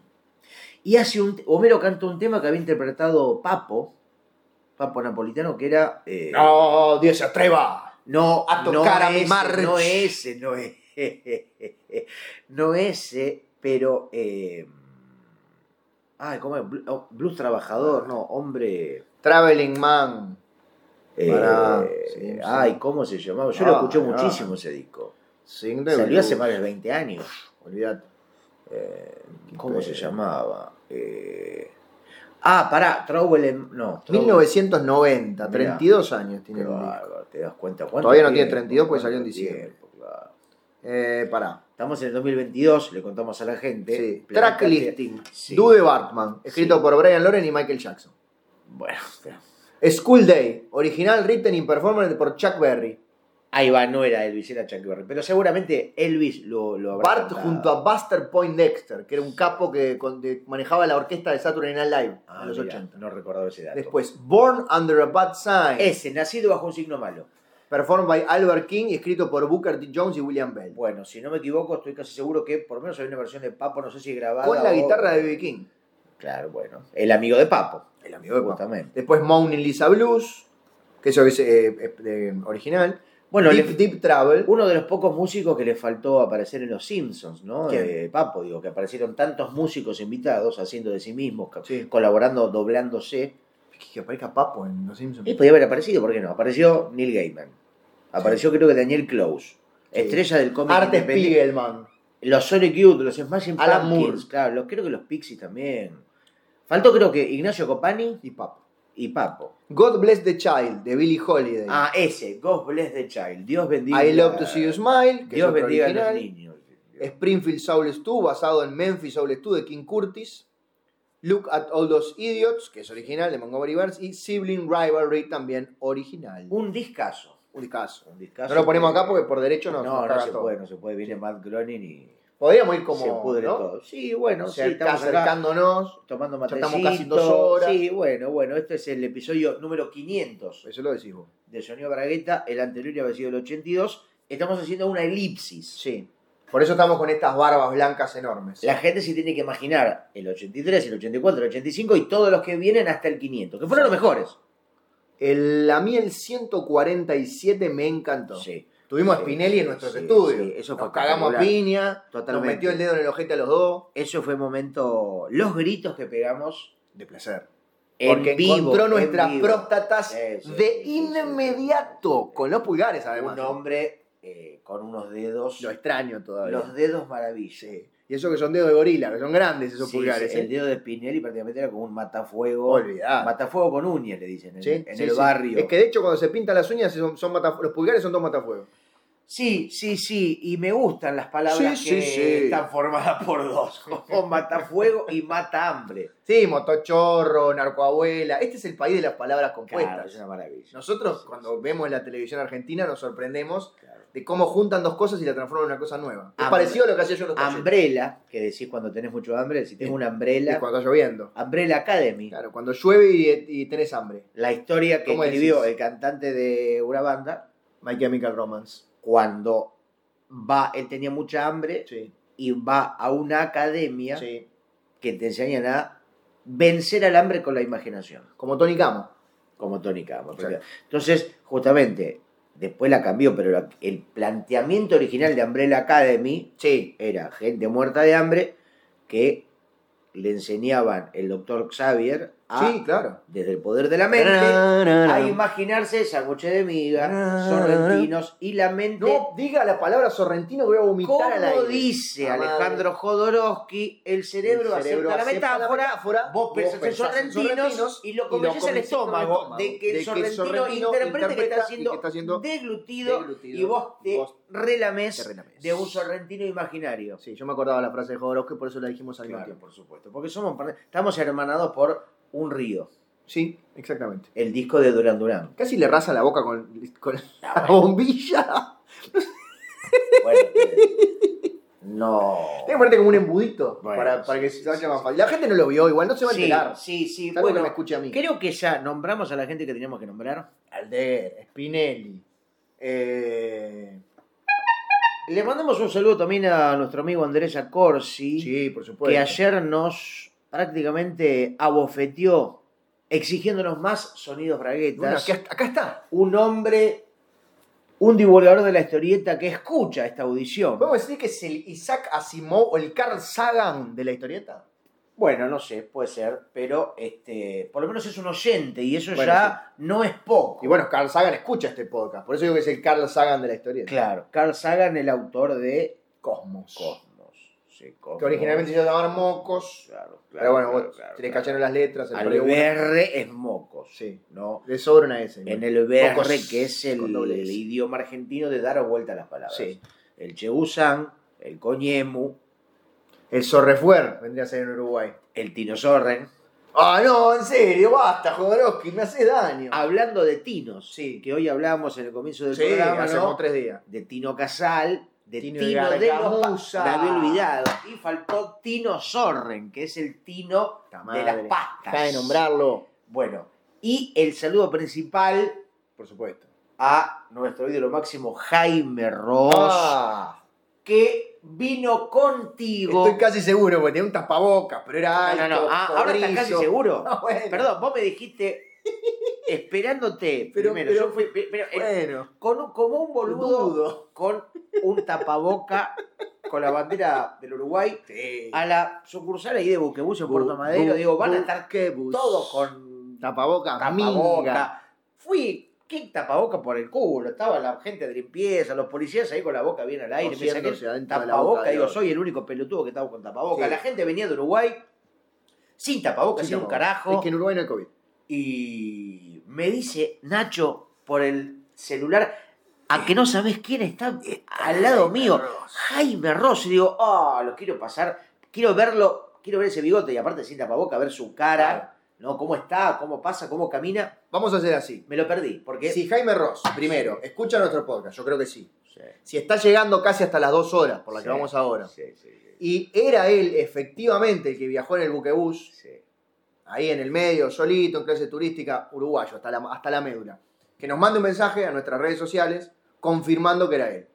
[SPEAKER 2] Y hace un. Homero canta un tema que había interpretado Papo. Papo Napolitano, que era. eh,
[SPEAKER 1] No, Dios se atreva.
[SPEAKER 2] no,
[SPEAKER 1] a tocar
[SPEAKER 2] no
[SPEAKER 1] a mi
[SPEAKER 2] ese,
[SPEAKER 1] March.
[SPEAKER 2] No ese, no es. *laughs* no ese, pero. Eh, ay, ¿cómo es? Blu- oh, Blues
[SPEAKER 1] Ah.
[SPEAKER 2] trabajador, no, hombre.
[SPEAKER 1] Traveling Man.
[SPEAKER 2] eh,
[SPEAKER 1] Pará, sí,
[SPEAKER 2] Ay,
[SPEAKER 1] sí.
[SPEAKER 2] ¿cómo se llamaba? Yo
[SPEAKER 1] Ah,
[SPEAKER 2] lo escuché
[SPEAKER 1] ah.
[SPEAKER 2] muchísimo ese disco.
[SPEAKER 1] Sing the
[SPEAKER 2] Salió
[SPEAKER 1] blues.
[SPEAKER 2] hace más de 20 años.
[SPEAKER 1] Olvídate.
[SPEAKER 2] Eh, ¿Cómo
[SPEAKER 1] Eh.
[SPEAKER 2] se llamaba? Eh, ah, pará, Trouble en- No, Trouble-
[SPEAKER 1] 1990,
[SPEAKER 2] Mirá.
[SPEAKER 1] 32 años
[SPEAKER 2] Qué
[SPEAKER 1] tiene el disco.
[SPEAKER 2] bárbaro, te das cuenta. ¿Cuánto
[SPEAKER 1] Todavía no tiene
[SPEAKER 2] tiempo?
[SPEAKER 1] 32 porque salió en
[SPEAKER 2] ¿Cuánto
[SPEAKER 1] diciembre.
[SPEAKER 2] tiempo? Claro.
[SPEAKER 1] Eh, pará.
[SPEAKER 2] Estamos en el 2022, le contamos a la gente.
[SPEAKER 1] Sí.
[SPEAKER 2] Planeta
[SPEAKER 1] Track listing.
[SPEAKER 2] Tierra. Sí.
[SPEAKER 1] Dude Bartman, escrito
[SPEAKER 2] Sí.
[SPEAKER 1] por Brian Loren y Michael Jackson.
[SPEAKER 2] Bueno, espera.
[SPEAKER 1] School Day, original written y performed por Chuck Berry.
[SPEAKER 2] ahí va, no era Elvis, era Chuck Berry. Pero seguramente Elvis lo, lo habrá.
[SPEAKER 1] Bart
[SPEAKER 2] cantado.
[SPEAKER 1] junto a Buster Point Dexter, que era un capo que con- de- manejaba la orquesta de Saturday Night Live
[SPEAKER 2] Ah,
[SPEAKER 1] en los
[SPEAKER 2] mirá,
[SPEAKER 1] 80.
[SPEAKER 2] No recordaba ese dato.
[SPEAKER 1] Después, Born Under a Bad Sign,
[SPEAKER 2] Ese, nacido bajo un signo malo.
[SPEAKER 1] performed by Albert King y escrito por Booker T. Jones y William Bell.
[SPEAKER 2] Bueno, si no me equivoco, estoy casi seguro que por lo menos hay una versión de Papo, no sé si grabada.
[SPEAKER 1] Con la
[SPEAKER 2] o-
[SPEAKER 1] guitarra de B.B. King.
[SPEAKER 2] Claro, bueno. El amigo de Papo.
[SPEAKER 1] El amigo de Papo.
[SPEAKER 2] Justamente.
[SPEAKER 1] Después, Moaning Lisa Blues, que eso es eh, eh, eh, original.
[SPEAKER 2] Bueno,
[SPEAKER 1] Deep,
[SPEAKER 2] le-
[SPEAKER 1] Deep Travel.
[SPEAKER 2] uno de los pocos músicos que le faltó aparecer en Los Simpsons, ¿no?
[SPEAKER 1] ¿Quién?
[SPEAKER 2] Eh, Papo, digo, que aparecieron tantos músicos invitados haciendo de sí mismos, co-
[SPEAKER 1] Sí.
[SPEAKER 2] colaborando, doblándose.
[SPEAKER 1] Que aparezca Papo en Los Simpsons.
[SPEAKER 2] Y podía haber aparecido, ¿por qué no? Apareció Neil Gaiman. Apareció creo que Daniel Close. Estrella del cómic
[SPEAKER 1] Art
[SPEAKER 2] independiente.
[SPEAKER 1] Spiegelman.
[SPEAKER 2] Los Sonic Youth, los Smashing
[SPEAKER 1] Alan
[SPEAKER 2] Pumpkins,
[SPEAKER 1] Moore.
[SPEAKER 2] claro, los- creo que los Pixies también. Faltó creo que Ignacio Copani
[SPEAKER 1] y Papo.
[SPEAKER 2] y Papo.
[SPEAKER 1] God Bless the Child, de Billie Holiday.
[SPEAKER 2] Ah, ese, God Bless the Child. Dios bendiga.
[SPEAKER 1] I Love to See You Smile, que es
[SPEAKER 2] Dios
[SPEAKER 1] otro
[SPEAKER 2] bendiga a
[SPEAKER 1] original.
[SPEAKER 2] los niños.
[SPEAKER 1] Springfield Soul 2, basado en Memphis Soul 2 de King Curtis. Look at All Those Idiots, que es original de Montgomery Burns. Y Sibling Rivalry, también original.
[SPEAKER 2] Un discazo.
[SPEAKER 1] Un caso.
[SPEAKER 2] Un discazo
[SPEAKER 1] No lo ponemos
[SPEAKER 2] que-
[SPEAKER 1] acá porque por derecho no,
[SPEAKER 2] No,
[SPEAKER 1] nos
[SPEAKER 2] no
[SPEAKER 1] caga
[SPEAKER 2] se
[SPEAKER 1] todo.
[SPEAKER 2] puede, no se puede. Viene Matt Groening y
[SPEAKER 1] Podríamos ir como.
[SPEAKER 2] se pudre
[SPEAKER 1] ¿no?
[SPEAKER 2] todo. Sí, bueno, sí,
[SPEAKER 1] Cerca-
[SPEAKER 2] estamos acá
[SPEAKER 1] acercándonos.
[SPEAKER 2] tomando
[SPEAKER 1] Ya
[SPEAKER 2] matecito.
[SPEAKER 1] estamos casi en dos horas.
[SPEAKER 2] Sí, bueno, bueno. Este es el episodio número 500
[SPEAKER 1] Eso Pues lo decís vos.
[SPEAKER 2] de Sonido Bragueta. El anterior había sido el 82. Estamos haciendo una elipsis.
[SPEAKER 1] Sí. Por eso estamos con estas barbas blancas enormes.
[SPEAKER 2] La gente se tiene que imaginar el 83, el 84, el 85 y todos los que vienen hasta el 500, que fueron los mejores.
[SPEAKER 1] El, a mí el 147 me encantó.
[SPEAKER 2] Sí,
[SPEAKER 1] Tuvimos
[SPEAKER 2] Sí,
[SPEAKER 1] a Spinelli en
[SPEAKER 2] sí,
[SPEAKER 1] nuestros
[SPEAKER 2] sí,
[SPEAKER 1] estudios.
[SPEAKER 2] sí, eso fue
[SPEAKER 1] Nos cagamos a
[SPEAKER 2] espectacular.
[SPEAKER 1] piña.
[SPEAKER 2] Totalmente.
[SPEAKER 1] Nos metió el dedo en el ojete a los dos.
[SPEAKER 2] eso fue momento, los gritos que pegamos
[SPEAKER 1] De placer.
[SPEAKER 2] en
[SPEAKER 1] Porque
[SPEAKER 2] vivo,
[SPEAKER 1] encontró
[SPEAKER 2] en
[SPEAKER 1] nuestras
[SPEAKER 2] vivo.
[SPEAKER 1] próstatas
[SPEAKER 2] Sí, sí,
[SPEAKER 1] de
[SPEAKER 2] sí, sí, sí,
[SPEAKER 1] inmediato.
[SPEAKER 2] sí.
[SPEAKER 1] Con los pulgares, además.
[SPEAKER 2] Un hombre eh, con unos dedos,
[SPEAKER 1] Lo extraño todavía.
[SPEAKER 2] los dedos maravillosos.
[SPEAKER 1] Sí. Y eso que son dedos de gorila, que son grandes esos
[SPEAKER 2] Sí,
[SPEAKER 1] pulgares.
[SPEAKER 2] sí,
[SPEAKER 1] ¿eh?
[SPEAKER 2] el dedo de Spinelli prácticamente era como un matafuego.
[SPEAKER 1] Olvidá.
[SPEAKER 2] Matafuego con uñas, le dicen, en,
[SPEAKER 1] Sí,
[SPEAKER 2] en
[SPEAKER 1] sí,
[SPEAKER 2] el
[SPEAKER 1] sí.
[SPEAKER 2] barrio.
[SPEAKER 1] Es que de hecho cuando se pintan las uñas son, son mata- los pulgares son dos matafuegos.
[SPEAKER 2] Sí, sí, sí, y me gustan las palabras
[SPEAKER 1] Sí,
[SPEAKER 2] que
[SPEAKER 1] sí, sí.
[SPEAKER 2] están formadas por
[SPEAKER 1] *laughs*
[SPEAKER 2] dos, como matafuego y mata hambre.
[SPEAKER 1] Sí, motochorro, narcoabuela. Este es el país de las palabras compuestas.
[SPEAKER 2] Claro, es una maravilla.
[SPEAKER 1] Nosotros
[SPEAKER 2] Sí,
[SPEAKER 1] cuando vemos la televisión argentina nos sorprendemos
[SPEAKER 2] Claro.
[SPEAKER 1] de cómo juntan dos cosas y la transforman en una cosa nueva. Es
[SPEAKER 2] Hambre.
[SPEAKER 1] parecido a lo que hacía yo en los talleres.
[SPEAKER 2] Umbrella, que decís cuando tenés mucho hambre, si tengo una
[SPEAKER 1] Es
[SPEAKER 2] umbrella,
[SPEAKER 1] cuando está lloviendo.
[SPEAKER 2] Umbrella Academy,
[SPEAKER 1] Claro, cuando llueve y, y tenés hambre.
[SPEAKER 2] la historia que
[SPEAKER 1] ¿Cómo
[SPEAKER 2] escribió
[SPEAKER 1] decís?
[SPEAKER 2] el cantante de una banda,
[SPEAKER 1] My Chemical Romance.
[SPEAKER 2] cuando va, él tenía mucha hambre
[SPEAKER 1] Sí,
[SPEAKER 2] y va a una academia
[SPEAKER 1] sí.
[SPEAKER 2] que te enseñan a vencer al hambre con la imaginación.
[SPEAKER 1] Como Tony Camo.
[SPEAKER 2] como tónica. vamos,
[SPEAKER 1] Exacto.
[SPEAKER 2] porque- Entonces, justamente, después la cambió, pero la- el planteamiento original de Umbrella Academy era gente muerta de hambre que le enseñaban el doctor Xavier a,
[SPEAKER 1] Sí, claro.
[SPEAKER 2] desde el poder de la mente, a imaginarse sanguche de miga, sorrentinos y la mente.
[SPEAKER 1] No diga la palabra sorrentino que voy a vomitar
[SPEAKER 2] como
[SPEAKER 1] al aire.
[SPEAKER 2] dice
[SPEAKER 1] La madre.
[SPEAKER 2] Alejandro Jodorowsky, el cerebro,
[SPEAKER 1] El cerebro
[SPEAKER 2] acepta la
[SPEAKER 1] acepta la
[SPEAKER 2] metáfora,
[SPEAKER 1] metáfora,
[SPEAKER 2] vos pensás, en sorrentinos, y lo convences en el estómago, de que el sorrentino, interpreta, que está
[SPEAKER 1] y
[SPEAKER 2] siendo,
[SPEAKER 1] que está siendo
[SPEAKER 2] deglutido,
[SPEAKER 1] deglutido,
[SPEAKER 2] y vos te
[SPEAKER 1] vos
[SPEAKER 2] relames
[SPEAKER 1] te relames.
[SPEAKER 2] de un sorrentino imaginario.
[SPEAKER 1] Sí, yo me acordaba la frase de Jodorowsky, por eso la dijimos al mismo
[SPEAKER 2] Claro,
[SPEAKER 1] tiempo.
[SPEAKER 2] por supuesto, porque somos par- estamos hermanados por un río,
[SPEAKER 1] Sí, exactamente.
[SPEAKER 2] el disco de Duran Duran.
[SPEAKER 1] Casi le rasa la boca con, con la bombilla. *laughs*
[SPEAKER 2] Bueno, eh, no.
[SPEAKER 1] Tiene que ponerte como un embudito
[SPEAKER 2] Bueno,
[SPEAKER 1] para, para que
[SPEAKER 2] sí,
[SPEAKER 1] se vaya
[SPEAKER 2] sí,
[SPEAKER 1] más
[SPEAKER 2] sí.
[SPEAKER 1] fácil. La gente no lo vio, igual no se va a
[SPEAKER 2] Sí,
[SPEAKER 1] enterar.
[SPEAKER 2] sí, sí,
[SPEAKER 1] Salvo que me
[SPEAKER 2] bueno,
[SPEAKER 1] escuche a mí.
[SPEAKER 2] creo que ya nombramos a la gente que teníamos que nombrar.
[SPEAKER 1] Alder, Spinelli. Eh,
[SPEAKER 2] Le mandamos un saludo también a nuestro amigo Andrés Acorsi.
[SPEAKER 1] sí, por
[SPEAKER 2] que
[SPEAKER 1] supuesto.
[SPEAKER 2] ayer nos prácticamente abofeteó exigiéndonos más sonidos
[SPEAKER 1] Bueno,
[SPEAKER 2] braguetas.
[SPEAKER 1] aquí- acá está.
[SPEAKER 2] Un hombre, un divulgador de la historieta que escucha esta audición.
[SPEAKER 1] ¿Podemos decir que es el Isaac Asimov o el Carl Sagan de la historieta?
[SPEAKER 2] Bueno, no sé, puede ser, pero este, por lo menos es un oyente y eso
[SPEAKER 1] Bueno,
[SPEAKER 2] ya no es poco.
[SPEAKER 1] Y bueno, Carl Sagan escucha este podcast. Por eso digo que es el Carl Sagan de la historieta.
[SPEAKER 2] claro, Carl Sagan, el autor de
[SPEAKER 1] Cosmos.
[SPEAKER 2] Cosmos. Sí, Cosmos.
[SPEAKER 1] Que originalmente se llamaban Mocos.
[SPEAKER 2] Claro, claro,
[SPEAKER 1] pero bueno,
[SPEAKER 2] claro,
[SPEAKER 1] vos
[SPEAKER 2] claro,
[SPEAKER 1] te le
[SPEAKER 2] claro.
[SPEAKER 1] cayeron las letras. el
[SPEAKER 2] Al
[SPEAKER 1] periodo
[SPEAKER 2] BR es mocos,
[SPEAKER 1] Sí.
[SPEAKER 2] ¿no?
[SPEAKER 1] uno. Le sobra una S.
[SPEAKER 2] En
[SPEAKER 1] igual.
[SPEAKER 2] el BR,
[SPEAKER 1] Mocos
[SPEAKER 2] que es el,
[SPEAKER 1] con doble S.
[SPEAKER 2] el idioma argentino de dar o vuelta a las palabras.
[SPEAKER 1] Sí.
[SPEAKER 2] El Cheusan, el Coñemu,
[SPEAKER 1] El Sorrefuer vendría a ser en Uruguay.
[SPEAKER 2] el Tino Sorren.
[SPEAKER 1] Ah, no, en serio, basta, Jodorowsky, me haces daño.
[SPEAKER 2] Hablando de tinos, sí, que hoy hablábamos en Ah, el comienzo del
[SPEAKER 1] sí,
[SPEAKER 2] programa,
[SPEAKER 1] hace
[SPEAKER 2] ¿no?
[SPEAKER 1] como tres días.
[SPEAKER 2] de Tino Casal, de
[SPEAKER 1] Tino
[SPEAKER 2] Tino,
[SPEAKER 1] de
[SPEAKER 2] de los
[SPEAKER 1] Gargamusa.
[SPEAKER 2] Pa- La había olvidado. Y faltó Tino Sorren, que es el Tino
[SPEAKER 1] Puta
[SPEAKER 2] de
[SPEAKER 1] madre.
[SPEAKER 2] las pastas.
[SPEAKER 1] Deja de nombrarlo.
[SPEAKER 2] Bueno, y el saludo principal
[SPEAKER 1] Por supuesto.
[SPEAKER 2] a nuestro ídolo máximo Jaime Ross,
[SPEAKER 1] Ah,
[SPEAKER 2] que vino contigo.
[SPEAKER 1] estoy casi seguro, porque tenía un tapabocas, pero era
[SPEAKER 2] No,
[SPEAKER 1] alto.
[SPEAKER 2] no, no, ah, ahora estás
[SPEAKER 1] cobrizo.
[SPEAKER 2] casi seguro.
[SPEAKER 1] *laughs* Ah, bueno.
[SPEAKER 2] Perdón, vos me dijiste esperándote
[SPEAKER 1] *laughs* Pero-
[SPEAKER 2] primero.
[SPEAKER 1] pero-
[SPEAKER 2] yo fui, pe- pero, eh,
[SPEAKER 1] Bueno,
[SPEAKER 2] con un- como un boludo
[SPEAKER 1] Boludo.
[SPEAKER 2] con un tapaboca con la bandera del Uruguay
[SPEAKER 1] sí.
[SPEAKER 2] a la sucursal ahí de Buquebus en Puerto
[SPEAKER 1] Bu-
[SPEAKER 2] Madero.
[SPEAKER 1] bu-
[SPEAKER 2] Digo, van a estar
[SPEAKER 1] buquebus.
[SPEAKER 2] todos con
[SPEAKER 1] tapabocas, minga.
[SPEAKER 2] tapaboca. Fui, ¿qué tapaboca por el culo? Estaba la gente de limpieza, los policías ahí con la boca bien al aire. Me saqué
[SPEAKER 1] Cosiéndose
[SPEAKER 2] el
[SPEAKER 1] adentro de la boca
[SPEAKER 2] tapaboca,
[SPEAKER 1] de
[SPEAKER 2] digo,
[SPEAKER 1] otro.
[SPEAKER 2] soy el único pelotudo que estaba con tapaboca.
[SPEAKER 1] Sí.
[SPEAKER 2] La gente venía de Uruguay sin tapaboca, sin,
[SPEAKER 1] Sí,
[SPEAKER 2] un
[SPEAKER 1] no,
[SPEAKER 2] carajo.
[SPEAKER 1] Es que en Uruguay no hay COVID.
[SPEAKER 2] Y me dice Nacho por el celular, a que no sabes quién está al lado mío, Jaime Ross. Y digo, ah, lo quiero pasar, quiero verlo, quiero ver ese bigote. Y aparte sin tapaboca, ver su cara, ¿no? Cómo está, cómo pasa, cómo camina.
[SPEAKER 1] Vamos a hacer así.
[SPEAKER 2] Me lo perdí, porque...
[SPEAKER 1] Si Jaime Ross, primero, escucha nuestro podcast, yo creo que sí.
[SPEAKER 2] Sí,
[SPEAKER 1] Si está llegando casi hasta las dos horas, por la
[SPEAKER 2] Sí.
[SPEAKER 1] que vamos ahora,
[SPEAKER 2] sí, sí, sí,
[SPEAKER 1] y era él efectivamente el que viajó en el buquebús,
[SPEAKER 2] sí.
[SPEAKER 1] ahí en el medio, solito, en clase turística, uruguayo, hasta la, hasta la médula, que nos mande un mensaje a nuestras redes sociales confirmando que era él.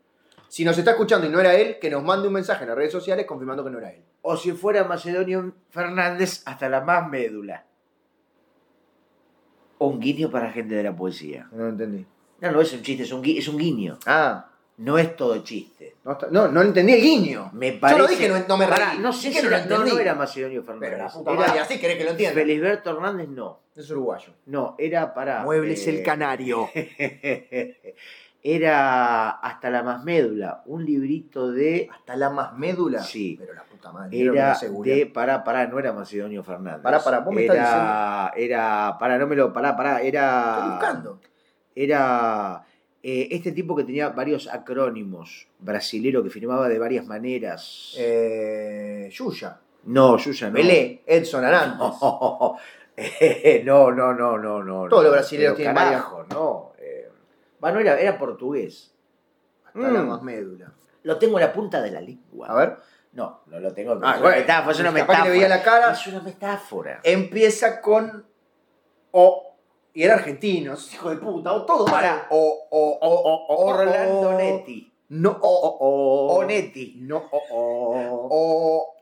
[SPEAKER 1] Si nos está escuchando y no era él, que nos mande un mensaje en las redes sociales confirmando que no era él.
[SPEAKER 2] O si fuera Macedonio Fernández, hasta la más médula. Un guiño para gente de la poesía.
[SPEAKER 1] No lo entendí.
[SPEAKER 2] No, no es un chiste, es un, gui- es un guiño.
[SPEAKER 1] Ah,
[SPEAKER 2] No es todo chiste.
[SPEAKER 1] no, está- no, no entendí el guiño.
[SPEAKER 2] Me parece.
[SPEAKER 1] Yo no dije, no, no me reí.
[SPEAKER 2] Pará, no sé
[SPEAKER 1] Dije,
[SPEAKER 2] si
[SPEAKER 1] no lo
[SPEAKER 2] era, no,
[SPEAKER 1] entendí.
[SPEAKER 2] no era Macedonio Fernández.
[SPEAKER 1] Pero la puta
[SPEAKER 2] Era
[SPEAKER 1] madre, así querés que lo entienda.
[SPEAKER 2] Felisberto Hernández no.
[SPEAKER 1] Es uruguayo.
[SPEAKER 2] No, era para.
[SPEAKER 1] Muebles
[SPEAKER 2] eh,
[SPEAKER 1] el Canario.
[SPEAKER 2] *laughs* era hasta la más médula. Un librito de.
[SPEAKER 1] Hasta la más médula.
[SPEAKER 2] Sí.
[SPEAKER 1] Pero la puta madre. creo que no
[SPEAKER 2] Era
[SPEAKER 1] sé, Julián.
[SPEAKER 2] de. Pará, pará, no era Macedonio Fernández.
[SPEAKER 1] Pará, pará, vos me
[SPEAKER 2] era,
[SPEAKER 1] estás
[SPEAKER 2] Era. Pará, no me lo. Pará, pará.
[SPEAKER 1] Estoy
[SPEAKER 2] Era.
[SPEAKER 1] buscando.
[SPEAKER 2] Era. eh, este tipo que tenía varios acrónimos. Brasilero que firmaba de varias maneras.
[SPEAKER 1] Eh, Yuya.
[SPEAKER 2] no, Yuya no.
[SPEAKER 1] Pelé, Edson Arantes.
[SPEAKER 2] No, *laughs* Eh, no, no, no, no, no.
[SPEAKER 1] Todos los
[SPEAKER 2] no,
[SPEAKER 1] brasileños
[SPEAKER 2] pero
[SPEAKER 1] tienen
[SPEAKER 2] carajo, no. eh, bueno, era, era portugués.
[SPEAKER 1] Hasta la
[SPEAKER 2] Mm.
[SPEAKER 1] más médula.
[SPEAKER 2] Lo tengo en la punta de la lengua.
[SPEAKER 1] A ver.
[SPEAKER 2] No, no lo tengo.
[SPEAKER 1] Ah,
[SPEAKER 2] es una
[SPEAKER 1] bueno.
[SPEAKER 2] metáfora, es una
[SPEAKER 1] Capaz que le
[SPEAKER 2] metáfora.
[SPEAKER 1] veía la cara.
[SPEAKER 2] Es una metáfora.
[SPEAKER 1] Empieza con O. Y era argentino. Hijo de puta. O todo para. O, o, o, o, o,
[SPEAKER 2] Orlando
[SPEAKER 1] o.
[SPEAKER 2] Netti.
[SPEAKER 1] No, o, o, o.
[SPEAKER 2] O Netti.
[SPEAKER 1] No, o, o.
[SPEAKER 2] O,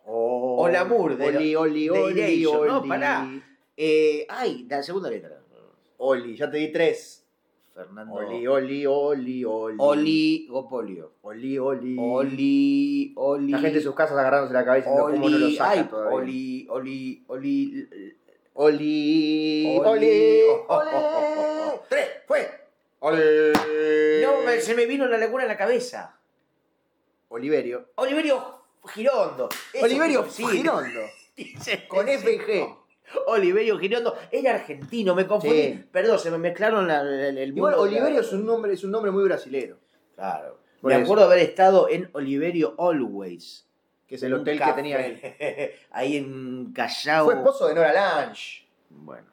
[SPEAKER 1] O.
[SPEAKER 2] O Lamour, de-
[SPEAKER 1] oh, Oli, oli,
[SPEAKER 2] de
[SPEAKER 1] oli,
[SPEAKER 2] Iration.
[SPEAKER 1] oli.
[SPEAKER 2] No, pará. eh, ay, la segunda letra.
[SPEAKER 1] Oli, ya te di tres.
[SPEAKER 2] Fernando.
[SPEAKER 1] Oli, oli, oli, oli.
[SPEAKER 2] Oligopolio.
[SPEAKER 1] Oli, oli.
[SPEAKER 2] Oli, Oli.
[SPEAKER 1] La gente en sus casas agarrándose la cabeza diciendo
[SPEAKER 2] Oli,
[SPEAKER 1] cómo no lo saca
[SPEAKER 2] ay,
[SPEAKER 1] todavía.
[SPEAKER 2] Oli, Oli, Oli,
[SPEAKER 1] Oli, Oh,
[SPEAKER 2] Oli.
[SPEAKER 1] Ole. Tres, fue. Ole.
[SPEAKER 2] No, me- se me vino la laguna en la cabeza.
[SPEAKER 1] Oliverio.
[SPEAKER 2] Oliverio Girondo. Eso
[SPEAKER 1] Oliverio
[SPEAKER 2] que- sí,
[SPEAKER 1] Girondo.
[SPEAKER 2] *laughs* dice-
[SPEAKER 1] Con F y G.
[SPEAKER 2] Oliverio Girondo era argentino, me confundí.
[SPEAKER 1] Sí.
[SPEAKER 2] Perdón, se me mezclaron la- la- la- el
[SPEAKER 1] Y bueno,
[SPEAKER 2] mundo.
[SPEAKER 1] Oliverio es un nombre, es un nombre muy brasilero.
[SPEAKER 2] Claro.
[SPEAKER 1] Por
[SPEAKER 2] me
[SPEAKER 1] eso.
[SPEAKER 2] acuerdo haber estado en Oliverio Always.
[SPEAKER 1] Que es el hotel que tenía él.
[SPEAKER 2] Ahí en Callao.
[SPEAKER 1] Fue esposo de Nora Lange.
[SPEAKER 2] Bueno.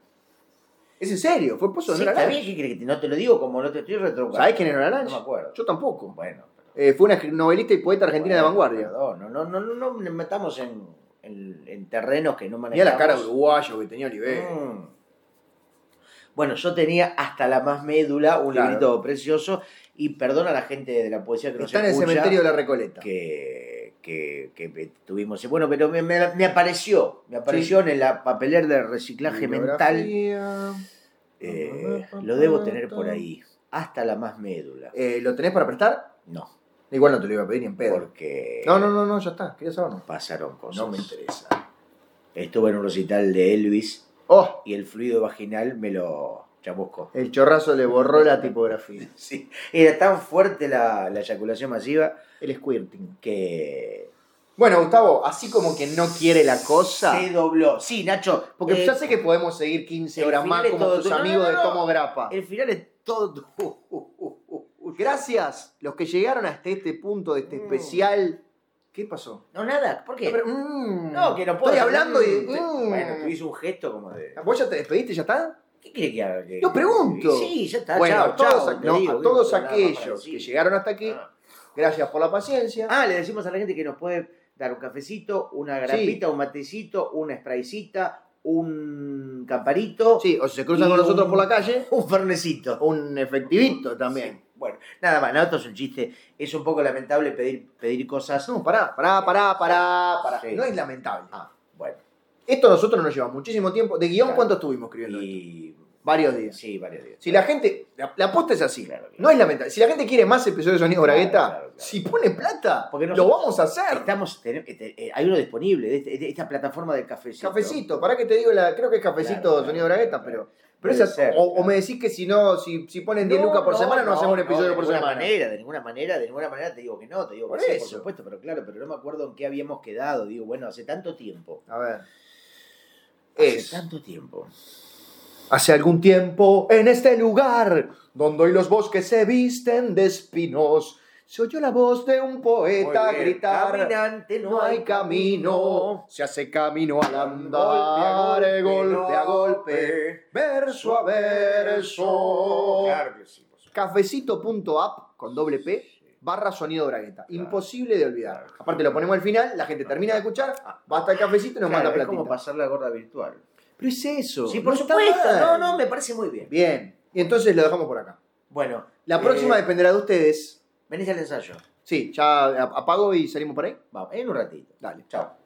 [SPEAKER 1] Es en serio, fue esposo de
[SPEAKER 2] Sí,
[SPEAKER 1] Nora
[SPEAKER 2] está bien
[SPEAKER 1] Lange.
[SPEAKER 2] que crees que te- no te lo digo como no te estoy retrocediendo.
[SPEAKER 1] ¿Sabés quién es Nora Lange?
[SPEAKER 2] No me acuerdo.
[SPEAKER 1] Yo tampoco.
[SPEAKER 2] Bueno.
[SPEAKER 1] Eh, fue una escri- novelista y poeta argentina de
[SPEAKER 2] Bueno,
[SPEAKER 1] vanguardia.
[SPEAKER 2] perdón, no, no, no, no, no nos metamos en, en- en terrenos que no
[SPEAKER 1] Tenía
[SPEAKER 2] manejamos.
[SPEAKER 1] la cara de uruguayo que tenía Oliverio.
[SPEAKER 2] Mm. Bueno, yo tenía hasta la más médula, un
[SPEAKER 1] Claro.
[SPEAKER 2] librito precioso, y perdona a la gente de la poesía que nos
[SPEAKER 1] Está en el
[SPEAKER 2] escucha,
[SPEAKER 1] cementerio de la Recoleta.
[SPEAKER 2] que, que, que tuvimos. Bueno, pero me, me- me apareció, me apareció en la papelera de reciclaje mental.
[SPEAKER 1] Bibliografía.
[SPEAKER 2] Eh, lo debo tener por ahí, hasta la más médula.
[SPEAKER 1] Eh, ¿Lo tenés para prestar?
[SPEAKER 2] No,
[SPEAKER 1] Igual no te lo iba a pedir ni en pedo.
[SPEAKER 2] porque
[SPEAKER 1] No, no, no, no, ya está. Quería saberlo.
[SPEAKER 2] pasaron cosas.
[SPEAKER 1] No me interesa.
[SPEAKER 2] Estuve en un recital de Elvis
[SPEAKER 1] Oh,
[SPEAKER 2] y el fluido vaginal me lo chamuscó.
[SPEAKER 1] el chorrazo le borró la tipografía.
[SPEAKER 2] Sí, era tan fuerte la, la eyaculación masiva
[SPEAKER 1] El squirting.
[SPEAKER 2] que
[SPEAKER 1] Bueno, Gustavo, así como que no quiere la cosa.
[SPEAKER 2] se dobló. Sí, Nacho,
[SPEAKER 1] Porque
[SPEAKER 2] eh,
[SPEAKER 1] ya sé que podemos seguir 15
[SPEAKER 2] el
[SPEAKER 1] horas
[SPEAKER 2] final
[SPEAKER 1] más
[SPEAKER 2] es
[SPEAKER 1] como
[SPEAKER 2] todo
[SPEAKER 1] tus
[SPEAKER 2] tuyo. No,
[SPEAKER 1] amigos
[SPEAKER 2] no, no.
[SPEAKER 1] de Tomo Grappa. Uh,
[SPEAKER 2] el final es todo. tu-
[SPEAKER 1] Gracias los que llegaron hasta este punto de este
[SPEAKER 2] Mm.
[SPEAKER 1] especial. ¿Qué pasó?
[SPEAKER 2] No, nada, ¿por qué?
[SPEAKER 1] No, pero, mm,
[SPEAKER 2] no, que no puedo.
[SPEAKER 1] Estoy hablando y.
[SPEAKER 2] Mm.
[SPEAKER 1] mm.
[SPEAKER 2] Bueno, tú hizo un gesto como de.
[SPEAKER 1] ¿Vos ya te despediste? ¿Ya está?
[SPEAKER 2] ¿Qué quiere que haga? Que-
[SPEAKER 1] Yo pregunto.
[SPEAKER 2] Sí, ya está.
[SPEAKER 1] bueno,
[SPEAKER 2] Ah, chao,
[SPEAKER 1] a todos,
[SPEAKER 2] chao,
[SPEAKER 1] a-
[SPEAKER 2] te
[SPEAKER 1] no,
[SPEAKER 2] digo,
[SPEAKER 1] a todos
[SPEAKER 2] nada más para
[SPEAKER 1] aquellos
[SPEAKER 2] decir.
[SPEAKER 1] que llegaron hasta aquí,
[SPEAKER 2] Ah.
[SPEAKER 1] gracias por la paciencia.
[SPEAKER 2] Ah, le decimos a la gente que nos puede dar un cafecito, una grapita, un matecito, una spraycita, un camparito,
[SPEAKER 1] Sí, o si se cruzan
[SPEAKER 2] Y
[SPEAKER 1] con nosotros
[SPEAKER 2] un- Uh,
[SPEAKER 1] por la calle,
[SPEAKER 2] un fernecito.
[SPEAKER 1] un efectivito también.
[SPEAKER 2] Sí, Bueno, nada más, nada, esto es un chiste. Es un poco lamentable pedir, pedir cosas.
[SPEAKER 1] No, pará, pará, pará, pará, pará.
[SPEAKER 2] Sí.
[SPEAKER 1] No es lamentable.
[SPEAKER 2] Ah, bueno.
[SPEAKER 1] Esto a nosotros nos lleva muchísimo tiempo. ¿De guión
[SPEAKER 2] Claro.
[SPEAKER 1] cuánto estuvimos escribiendo? esto?
[SPEAKER 2] Y.
[SPEAKER 1] Varios días.
[SPEAKER 2] Sí, varios días.
[SPEAKER 1] Si la gente, la, la aposta es así,
[SPEAKER 2] Claro, claro.
[SPEAKER 1] no es lamentable. Si la gente quiere más episodios de Sonido
[SPEAKER 2] Claro,
[SPEAKER 1] Bragueta,
[SPEAKER 2] claro, claro.
[SPEAKER 1] si pone plata,
[SPEAKER 2] Porque
[SPEAKER 1] lo
[SPEAKER 2] nosotros
[SPEAKER 1] vamos a hacer.
[SPEAKER 2] Estamos, tenemos que te- eh, hay uno disponible, de, este- de esta plataforma del cafecito.
[SPEAKER 1] Cafecito, para que te digo, la, creo que es cafecito
[SPEAKER 2] Claro,
[SPEAKER 1] Sonido
[SPEAKER 2] claro,
[SPEAKER 1] Bragueta,
[SPEAKER 2] claro.
[SPEAKER 1] pero, pero
[SPEAKER 2] Puede
[SPEAKER 1] esa-
[SPEAKER 2] ser,
[SPEAKER 1] o, o
[SPEAKER 2] claro.
[SPEAKER 1] me decís que si no, si, si ponen 10 lucas por semana, no, hacemos un episodio por
[SPEAKER 2] De
[SPEAKER 1] semana.
[SPEAKER 2] ninguna manera, de ninguna manera, de ninguna manera te digo que no, te digo que
[SPEAKER 1] Por
[SPEAKER 2] sí, por
[SPEAKER 1] eso.
[SPEAKER 2] supuesto, pero claro, pero no me acuerdo en qué habíamos quedado. Digo, bueno, hace tanto tiempo.
[SPEAKER 1] A ver.
[SPEAKER 2] Hace
[SPEAKER 1] Es.
[SPEAKER 2] tanto tiempo.
[SPEAKER 1] Hace algún tiempo, en este lugar, donde hoy los bosques se visten de espinos, se oyó la voz de un poeta gritar.
[SPEAKER 2] Caminante,
[SPEAKER 1] No hay camino, se hace camino al andar, eh, golpe a golpe, oh. verso a verso.
[SPEAKER 5] Claro que sí. por supuesto.
[SPEAKER 1] Cafecito.app con doble P barra sonido bragueta. Imposible de olvidar. Aparte lo ponemos al final, la gente termina de escuchar, va hasta el cafecito y nos
[SPEAKER 2] Ah. Claro,
[SPEAKER 1] manda
[SPEAKER 2] es como
[SPEAKER 1] platita.
[SPEAKER 2] pasar la gorda virtual.
[SPEAKER 1] Pero es eso.
[SPEAKER 2] Sí, por
[SPEAKER 1] no está
[SPEAKER 2] supuesto. No,
[SPEAKER 1] mal.
[SPEAKER 2] no, me parece muy bien.
[SPEAKER 1] Bien. Y entonces lo dejamos por acá.
[SPEAKER 2] Bueno,
[SPEAKER 1] La próxima
[SPEAKER 2] eh,
[SPEAKER 1] dependerá de ustedes.
[SPEAKER 2] venís al ensayo.
[SPEAKER 1] Sí, ya apago y salimos por ahí.
[SPEAKER 2] Vamos, en un ratito.
[SPEAKER 1] Dale.
[SPEAKER 2] Chao.